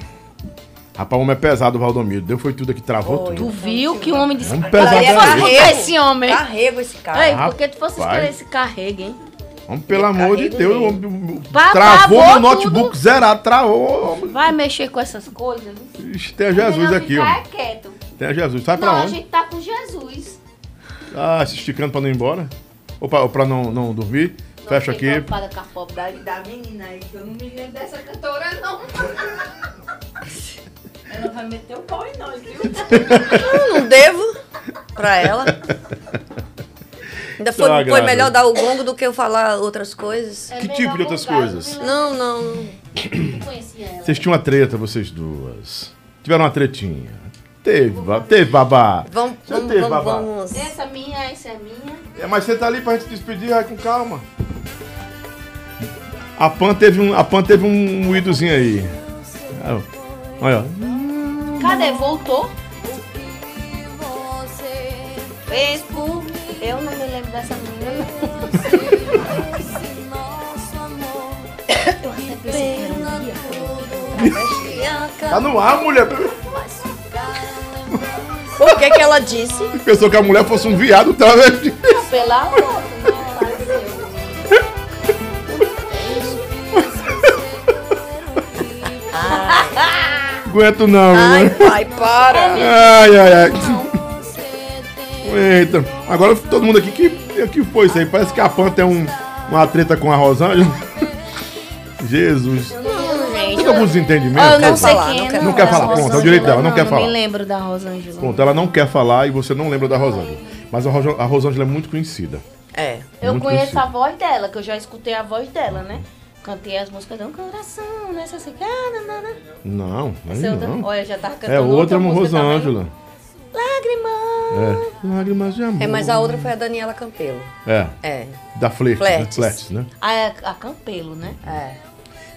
S7: Rapaz, o homem é pesado, o Valdomiro. Deu foi tudo aqui, travou tudo.
S9: Tu viu que o homem disse.
S7: Um pesado
S9: Por que fosse
S7: desse.
S9: botar esse homem?
S10: Carrego esse cara.
S9: Ei, por que tu fosse
S7: Rapaz.
S9: escolher esse carrego, hein?
S7: Homem, pelo amor de
S9: carrego
S7: Deus, o
S9: mesmo.
S7: homem o- o-
S9: Pá,
S7: travou
S9: travou
S7: meu notebook zerado, travou.
S9: Vai mexer com essas coisas?
S7: Ixi, Tem a Jesus
S9: Melhor
S7: aqui,
S9: ficar
S7: ó.
S9: é quieto.
S7: Tem a Jesus. Sai pra
S9: Não, a
S7: onde?
S9: gente tá com Jesus.
S7: Ah, se esticando pra não ir embora. Ou pra, ou pra não, não dormir. Fecha
S9: Fiquei
S7: aqui.
S9: preocupada com a pobreza da menina aí, que eu não me lembro dessa cantora, não. <laughs> Ela vai meter o pau em
S7: <laughs>
S9: nós, viu?
S10: Não, não devo pra ela. Ainda
S7: Só uma
S10: foi, foi
S7: graça.
S10: melhor dar o gongo do que eu falar outras coisas.
S9: É
S7: Que tipo de outras coisas?
S10: Não, não. não.
S7: Vocês tinham uma treta, vocês duas. Tiveram uma tretinha. Teve, ba- teve babá.
S10: Vamos,
S7: Já
S10: vamos,
S7: teve
S10: vamos,
S7: babá.
S10: vamos.
S9: Essa é minha, essa é minha.
S7: É, mas você tá ali pra gente despedir, vai com calma. A Pan teve um, a Pan teve um moídozinho aí. Ah, ó. Olha, ó.
S9: Cadê? Voltou?
S12: Você
S9: Fez por mim. Eu não me lembro dessa menina, não.
S7: Tá no ar, mulher.
S10: O que é que ela disse?
S7: <laughs> Pensou que a mulher fosse um viado travesti.
S1: Pela
S7: Aguento não,
S10: Ai,
S7: mulher.
S10: pai,
S7: <laughs>
S10: para.
S7: Ai, ai, ai. Eita, agora todo mundo aqui, que, que foi isso aí? Parece que a Pan tem um, uma treta com a Rosângela. <laughs> Jesus.
S9: Não, gente.
S7: Fica com desentendimentos.
S9: Ah, eu não
S7: Quer
S9: sei
S7: falar,
S9: quem é,
S7: não
S9: não.
S7: quer
S9: da
S7: falar, pronto, é o
S9: Rosângela,
S7: direito dela, não quer
S9: eu
S7: falar.
S9: me lembro da Rosângela.
S7: Pronto, ela não quer falar e você não lembra da Rosângela. Mas a, Rojo- a Rosângela é muito conhecida.
S10: É.
S9: Eu
S7: Muito
S9: conheço
S7: conhecida.
S9: a voz dela, que eu já escutei a voz dela, né? Cantei as músicas de um coração, assim, nessa cicada, nana.
S7: Não, aí
S9: Essa outra-
S7: não.
S9: "Ah, Olha, já tava cantando
S7: É outra,
S9: outra
S7: amor,
S9: música
S7: Rosângela.
S9: Lágrima.
S7: É. Lágrimas de amor.
S10: É, mas a outra foi a Daniela Campelo.
S7: É.
S10: É.
S7: Da Flex, né?
S10: Flertes.
S7: Flex, né?
S9: Ah, é a Campelo, né?
S10: É.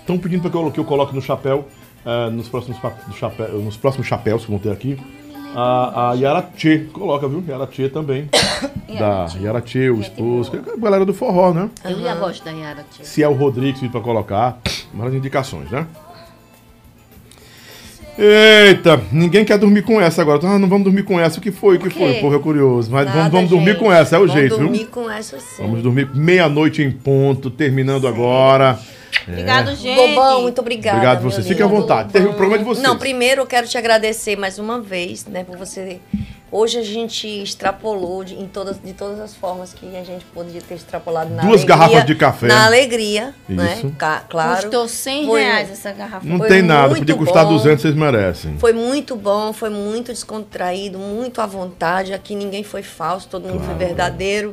S7: Estão pedindo para que eu, que eu coloque no chapéu, eh, nos, próximos pa- do chapéu, nos próximos chapéus que vão ter aqui, a, a Yara Tchê.
S9: <coughs>
S7: Coloca, viu? Yara Tchê também. da Yara Tchê, o esposo, que é a galera do forró, né?
S9: Eu já gosto da Yara, tia.
S7: Se é o Rodrigues para colocar, várias indicações, né? Eita, ninguém quer dormir com essa agora. Ah, não vamos dormir com essa. O que foi? O que
S10: quê?
S7: foi? Povo é curioso. Mas
S10: Nada,
S7: vamos, vamos dormir
S10: gente.
S7: com essa, é o
S10: Vamos
S7: jeito, viu?
S10: dormir com essa sim.
S7: Vamos dormir meia-noite em ponto, terminando agora. É.
S10: gente. Lobão, muito obrigada.
S7: Obrigado
S10: meu
S7: vocês.
S10: lindo.
S7: Fique à vontade. Teve o programa de vocês.
S10: Não, primeiro eu quero te agradecer mais uma vez, né, por você. Hoje a gente extrapolou de, em todas, de todas as formas que a gente podia ter extrapolado na
S7: Duas
S10: alegria,
S7: garrafas de café.
S10: Na alegria,
S7: Isso.
S10: né? ca- claro.
S9: Custou 100
S10: Foi-
S9: reais essa garrafa.
S7: Não
S10: Foi
S7: tem nada.
S10: muito
S7: Podia custar
S10: bom.
S7: 200, vocês merecem.
S10: Foi muito bom, foi muito descontraído, muito à vontade. Aqui ninguém foi falso, todo mundo foi verdadeiro.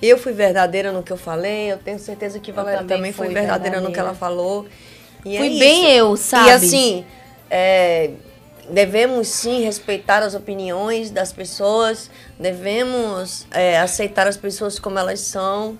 S10: Eu fui verdadeira no que eu falei, eu tenho certeza que Valéria também,
S9: também
S10: foi
S9: fui
S10: verdadeira, no que
S9: verdadeira.
S10: ela falou. E é
S9: Fui bem
S10: isso.
S9: eu, sabe?
S10: E assim, é, devemos sim respeitar as opiniões das pessoas, devemos é, aceitar as pessoas como elas são.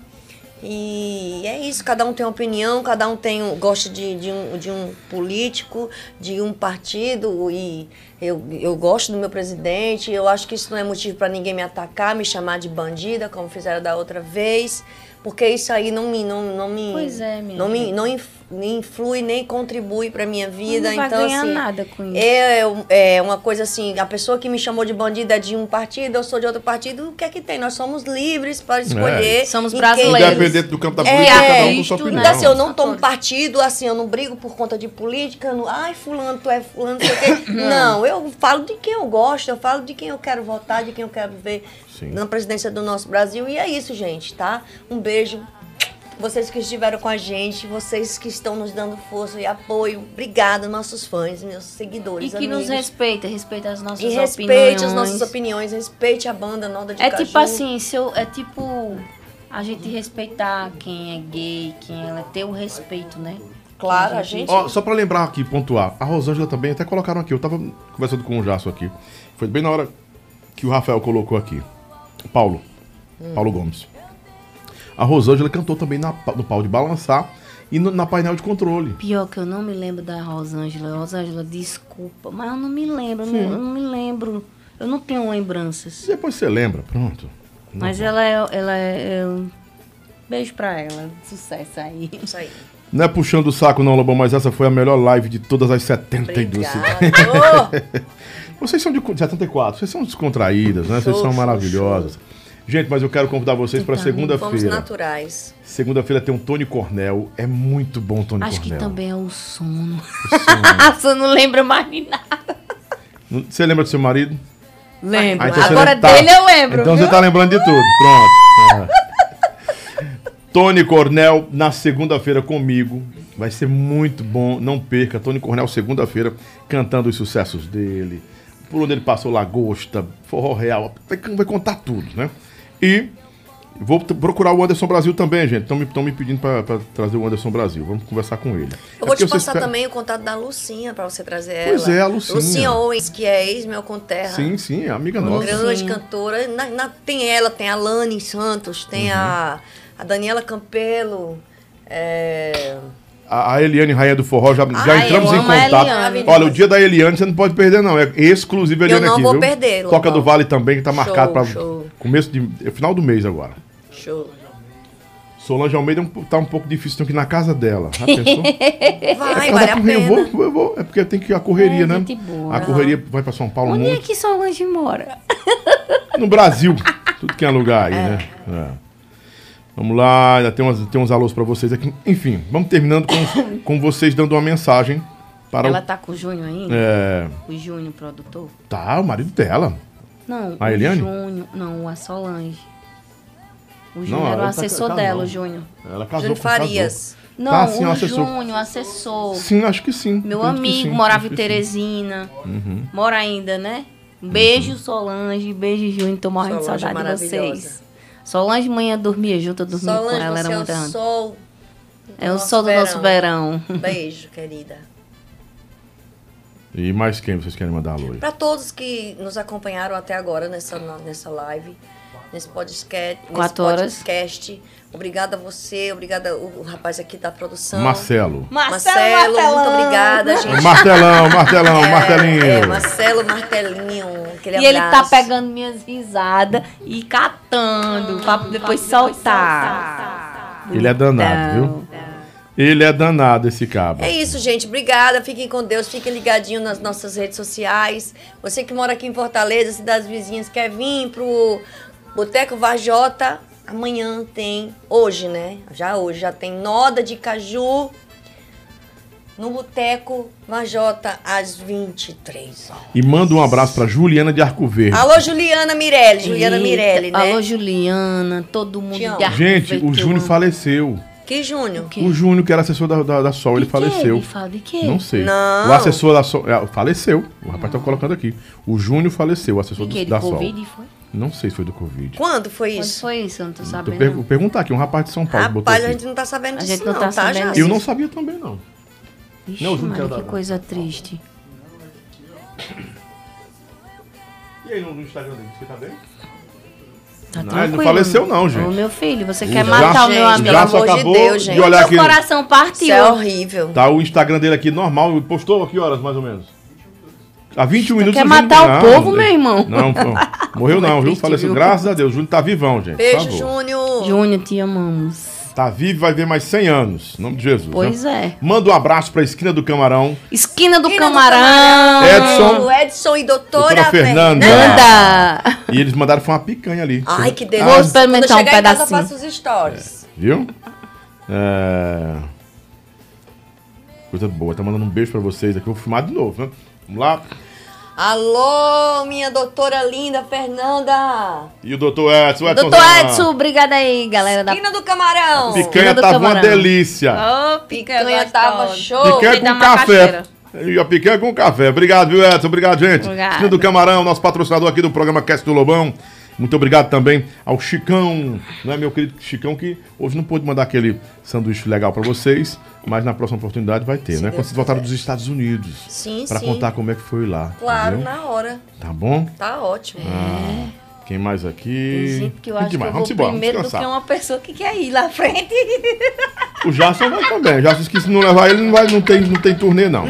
S10: E é isso, cada um tem uma opinião, cada um tem um, gosta de, de, um, de um político, de um partido, e eu, eu gosto do meu presidente, eu acho que isso não é motivo para ninguém me atacar, me chamar de bandida, como fizeram da outra vez, porque isso aí não me não, não me
S9: Pois é, minha
S10: não me
S9: gente.
S10: não inf- nem influi nem contribui para minha vida,
S9: Não vai
S10: então
S9: ganhar
S10: assim,
S9: nada com isso.
S10: é, um- é uma coisa assim, a pessoa que me chamou de bandida é de um partido, eu sou de outro partido, o que é que tem? Nós somos livres para escolher.
S9: É. Somos
S10: em quem-
S9: brasileiros.
S7: Independente do campo da política, cada um com sua opinião.
S10: então, assim, eu não tomo partido, assim, eu não brigo por conta de política, eu não, ai, fulano, tu é fulano, não sei o
S9: <laughs>
S10: quê. Não, eu falo de quem eu gosto, eu falo de quem eu quero votar, de quem eu quero ver na presidência do nosso Brasil. E é isso, gente, tá? Um beijo. Vocês que estiveram com a gente, vocês que estão nos dando força e apoio. Obrigada, nossos fãs, meus
S9: E
S10: seguidores,
S9: que nos
S10: amigos.
S9: respeita, respeita as nossas
S10: e
S9: opiniões.
S10: respeite as nossas opiniões, respeite a banda Noda de
S9: É
S10: Caju.
S9: tipo assim, se eu- é tipo a gente respeitar quem é gay, quem ela é, ter o respeito, né?
S10: Claro,
S9: Quem
S10: a gente-
S7: Ó, só pra lembrar aqui, pontuar, a Rosângela também até colocaram aqui. Eu tava conversando com o Jasso aqui. Foi bem na hora que o Rafael colocou aqui. O Paulo.
S2: Hum.
S7: Paulo Gomes. A Rosângela cantou também na pa- no pau de balançar e no- na painel de controle.
S9: Pior que eu não me lembro da Rosângela. Rosângela, desculpa, mas eu não me lembro, eu não,
S7: Sim.
S9: eu não me lembro. Eu não tenho lembranças.
S7: Depois você lembra, pronto.
S9: Mas ela é. Ela é eu- Beijo pra ela. Sucesso aí.
S10: Isso aí.
S7: Não é puxando o saco, não, Lobão, mas essa foi a melhor live de todas as 72.
S10: Obrigada.
S7: <laughs> vocês são de co- 74, vocês são descontraídas, né? Vocês
S10: Show,
S7: são
S10: show,
S7: maravilhosas. Gente, mas eu quero convidar vocês para
S10: Fomos
S7: segunda-feira.
S10: naturais.
S7: Segunda-feira tem um Tony Cornell. É muito bom, Tony
S9: Acho que
S7: Cornell.
S9: também é o sono. <laughs> Você não lembra mais de nada.
S7: Não- Você lembra do seu marido?
S9: Lembro.
S7: Ah, então você
S9: Agora
S7: lembra-
S9: dele eu lembro.
S7: Então
S9: viu?
S7: você tá lembrando de tudo. Pronto. É. Tony Cornell na segunda-feira comigo. Vai ser muito bom. Não perca. Tony Cornell, segunda-feira, cantando os sucessos dele. Por onde ele passou, Lagosta, Forró Real. Vai, vai contar tudo, né? E vou t- procurar o Anderson Brasil também, gente. Estão me, tão me pedindo pra pra trazer o Anderson Brasil. Vamos conversar com ele. É
S10: Eu vou
S7: porque
S10: te
S7: vocês
S10: passar
S7: pe-
S10: também o contato da Lucinha pra você trazer ela.
S7: Pois é, a Lucinha.
S10: Lucinha Owens, que é ex-meu conterra.
S7: Sim, sim, é amiga
S10: Uma
S7: nossa.
S10: grande cantora. Na- na- tem ela, tem a Lani Santos, tem
S7: Uhum.
S10: a, a Daniela Campelo. é,
S7: A, a Eliane, rainha do forró, já, já
S10: Ai,
S7: entramos
S10: eu
S7: em
S10: amo a
S7: contato.
S10: Ah, é Eliane.
S7: Olha, o dia da Eliane você não pode perder, não. É exclusivo a
S10: Eu
S7: Eliane
S10: não
S7: aqui,
S10: vou
S7: viu?
S10: perder, Lobão.
S7: Toca do Vale também, que tá
S10: Show,
S7: marcado pra
S10: show.
S7: começo de. é final do mês agora.
S10: Show.
S7: Solange Almeida é um- tá um pouco difícil, tem que ir na casa
S10: <laughs>
S7: dela. Já pensou?
S10: Vai,
S7: Ela
S10: vale
S7: tá
S10: a
S7: com- eu
S10: pena.
S7: vou, eu vou. É porque tem que ir a correria,
S9: É,
S7: né?
S9: gente boa.
S7: A correria vai pra São Paulo
S9: Onde é
S7: muito.
S9: que Solange mora?
S7: No Brasil. <laughs> Tudo que é lugar aí, né? É. Vamos lá, ainda tem, umas, tem uns alôs pra vocês aqui. Enfim, vamos terminando
S10: <coughs>
S7: com, com vocês dando uma mensagem para
S9: Ela
S7: o.
S9: tá com o Júnior ainda?
S7: É.
S9: O Júnior, produtor?
S7: Tá, o marido dela.
S9: Não,
S7: A
S9: o
S7: Eliane?
S9: Júnior. Não, a Solange. O
S7: Não,
S9: Júnior era o
S7: ela tá-
S9: assessor
S7: casou.
S9: dela, o Júnior.
S7: Ela casou
S9: Júnior
S7: com- Farias. casou.
S9: Não,
S7: Tá, sim,
S9: o
S7: ela assessor.
S9: Júnior, assessor.
S7: Sim, acho que sim.
S9: Meu
S7: Tanto que
S9: amigo,
S7: sim,
S9: morava
S7: acho
S9: em
S7: que sim.
S9: Teresina.
S7: Uhum.
S9: Mora ainda, né? Um Beijo, Solange. Beijo, Júnior. Tô morrendo de
S10: Solange é
S9: saudade de
S10: maravilhosa.
S9: vocês. Solange manhã dormia junto, eu dormia com
S10: Solange,
S9: ela, era muito
S10: você é o
S9: grande.
S10: sol.
S9: É o sol do nosso verão.
S10: Beijo, querida.
S7: E mais quem vocês querem mandar alô aí?
S10: Para todos que nos acompanharam até agora nessa, nessa live, nesse podcast.
S9: Quatro
S10: nesse
S9: horas.
S10: podcast. Obrigada a você, obrigada o, o rapaz aqui da produção.
S7: Marcelo.
S10: Marcelo, muito obrigada, gente.
S7: Martelão, martelão, martelinho.
S10: É, Marcelo Martelinho. Aquele
S9: E ele tá
S10: abraço.
S9: pegando minhas risadas e
S10: Ah,
S9: catando pra depois soltar.
S7: Ele é danado, viu? Ele é danado, esse cabo.
S10: É isso, gente. Obrigada. Fiquem com Deus. Fiquem ligadinhos nas nossas redes sociais. Você que mora aqui em Fortaleza, cidades vizinhas, quer vir pro Boteco Vajota? Amanhã tem. Hoje, né? Já hoje. Já tem Noda de Caju no Boteco Vajota às 23 horas.
S7: E manda um abraço pra Juliana de Arco Verde.
S10: Alô, Juliana Mirelli. Juliana
S9: Eita,
S10: Mirelli, né?
S9: Alô, Juliana, todo mundo
S10: Te amo.
S9: de Arco
S7: Gente,
S9: Verde,
S7: o
S9: eu
S7: Júnior
S9: amo.
S7: faleceu.
S10: Que Júnior?
S7: O Júnior, que era assessor da, da, da Sol, ele faleceu.
S9: ele fala de quê?
S7: Não sei.
S9: Não.
S7: O assessor da Sol. é, faleceu. O rapaz tá colocando aqui. O Júnior faleceu, o assessor
S9: Que que
S7: do,
S9: de
S7: da Sol.
S9: Covid foi?
S7: Não sei se foi do Covid.
S10: Quando foi
S9: Quando
S10: isso?
S9: foi isso? Eu não tô
S7: Tô
S9: sabendo.
S7: per- perguntar aqui, um rapaz de São Paulo botou
S10: Rapaz, a
S7: aqui.
S10: gente não tá sabendo
S9: A
S10: disso,
S9: gente
S10: não,
S9: não tá
S10: tá,
S9: sabendo
S10: gente?
S7: Eu não sabia também, não.
S9: Vixe,
S7: Não, eu juro que
S9: Maria,
S7: ela
S9: que
S7: tá-
S9: coisa triste.
S7: E aí, no Instagram dele, você tá bem?
S9: Tá
S7: Não, ele não
S9: tranquilo.
S7: faleceu, não, gente.
S9: Ô, meu filho, você
S7: Ele
S9: quer
S7: já-
S9: matar o
S7: Gente,
S9: meu amigo?
S7: já só acabou de olhar
S9: Meu
S7: aqui.
S9: coração partiu.
S10: Isso é horrível.
S7: Tá o Instagram dele aqui normal, postou a que horas mais ou menos? Há 21 minutos.
S9: quer
S7: o Júnior-
S9: matar o
S7: Não,
S9: povo,
S7: não,
S9: meu irmão?
S7: Não, pô, morreu não,
S9: <laughs>
S7: viu? Faleceu.
S9: viu?
S7: Graças a Deus, o Júnior tá vivão, gente. por
S9: Beijo,
S7: favor.
S10: Júnior.
S9: Júnior, te amamos.
S7: Tá vivo, vai ver mais 100 anos. Em nome de Jesus.
S9: Pois
S7: né?
S9: é.
S7: Manda um abraço pra esquina do Camarão.
S9: Esquina do Camarão.
S7: Edson.
S10: O Edson e doutora,
S7: Doutora Fernanda.
S9: Fernanda.
S7: E eles mandaram foi uma picanha ali.
S10: Ai, que delícia.
S9: Vou
S10: Quando
S9: experimentar
S10: eu
S9: um
S10: chegar em casa, eu
S9: pedacinho.
S10: faço os stories.
S7: Viu? É... Coisa boa. Tá mandando um beijo pra vocês aqui. Eu Vou filmar de novo, né? Vamos lá.
S10: Alô, minha doutora linda Fernanda.
S7: E o doutor Edson. Edson,
S9: Doutor
S7: tá na-
S9: Edson, obrigada aí, galera da
S10: Esquina do Camarão.
S7: Picanha
S9: do
S7: tava uma
S9: camarão.
S7: delícia.
S9: Ô,
S10: Picanha tava show.
S7: Picanha com café. E a picanha com café. Obrigado, viu, Edson? Obrigado, gente.
S10: Obrigada.
S7: Filho do Camarão, nosso patrocinador aqui do programa Cast do Lobão. Muito obrigado também ao Chicão, não é meu querido Chicão, que hoje não pôde mandar aquele sanduíche legal pra vocês, mas na próxima oportunidade vai ter, né? Quando vocês voltaram dos Estados Unidos.
S10: Sim,
S7: Pra
S10: sim.
S7: contar como é que foi lá.
S10: Claro,
S7: entendeu?
S10: na hora.
S7: Tá bom?
S10: Tá ótimo.
S7: Ah, quem mais aqui?
S9: Tem gente que eu
S7: Tem
S9: acho que eu
S7: demais.
S9: vou
S7: Vamos embora, vamos
S9: primeiro do que
S7: descansar.
S9: uma pessoa que quer ir lá à frente.
S7: O Jason vai também. O Jason que se não levar ele, não, vai, não, tem, não tem turnê, não.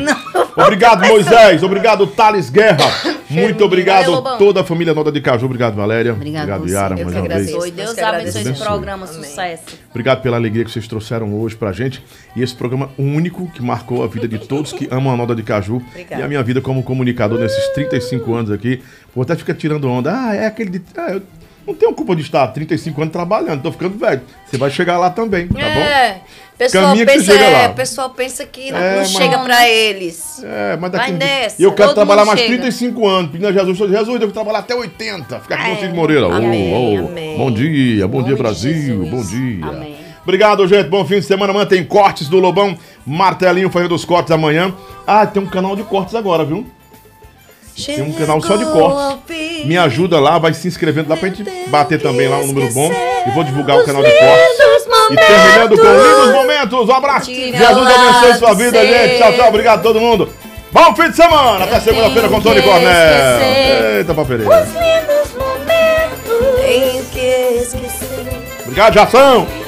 S7: Obrigado, Moisés. Obrigado, Thales Guerra. Muito obrigado
S9: Valeu,
S7: a
S9: Lobão.
S7: toda a família Noda de Caju. Obrigado, Valéria.
S9: Obrigado,
S7: obrigado
S9: você.
S7: Yara,
S9: Eu
S7: mais
S9: que
S7: uma vez.
S9: agradeço. Oi, Deus abençoe esse programa, sucesso.
S7: Obrigado pela alegria que vocês trouxeram hoje pra gente. E esse programa único que marcou a vida de todos que amam a Noda de Caju.
S10: Obrigada.
S7: E a minha vida como comunicador nesses 35 anos aqui. Vou até ficar tirando onda. Ah, é aquele de... Ah, eu não tenho culpa de estar há 35 anos trabalhando. Tô ficando velho. Você vai chegar lá também, tá bom?
S10: É. Pessoal
S7: Caminha que
S10: pensa,
S7: chega
S10: é,
S7: lá.
S10: pessoal pensa que não,
S7: É,
S10: não
S7: mas-
S10: chega pra eles.
S7: É, mas daqui
S10: Vai
S7: um dia-
S10: nessa.
S7: E eu quero
S10: Todo
S7: trabalhar
S10: mundo
S7: mais
S10: chega.
S7: 35 anos. Pedindo a Jesus, sou Jesus, devo trabalhar até 80. Ficar aqui com o Cid Moreira. Ô,
S10: Amém,
S7: ô.
S10: amém.
S7: Bom dia, bom dia, Brasil. Bom dia. Obrigado, gente. Bom fim de semana. Amanhã tem cortes do Lobão. Martelinho fazendo os cortes amanhã. Ah, tem um canal de cortes agora, viu? Tem um canal só de cortes. Me ajuda lá, vai se inscrevendo lá pra gente bater também lá um número bom. E vou divulgar o canal de cortes. E terminando com lindos momentos. Um abraço.
S10: Diga
S7: Jesus
S10: lá
S7: abençoe sua
S10: do
S7: vida,
S10: céu.
S7: gente. Tchau, tchau. Obrigado a todo mundo. Bom fim de semana. Até segunda-feira com Tony
S10: que
S7: Cornel.
S10: esquecer
S7: Eita, papereira.
S10: lindos momentos. Tenho que esquecer.
S7: Obrigado, Jação.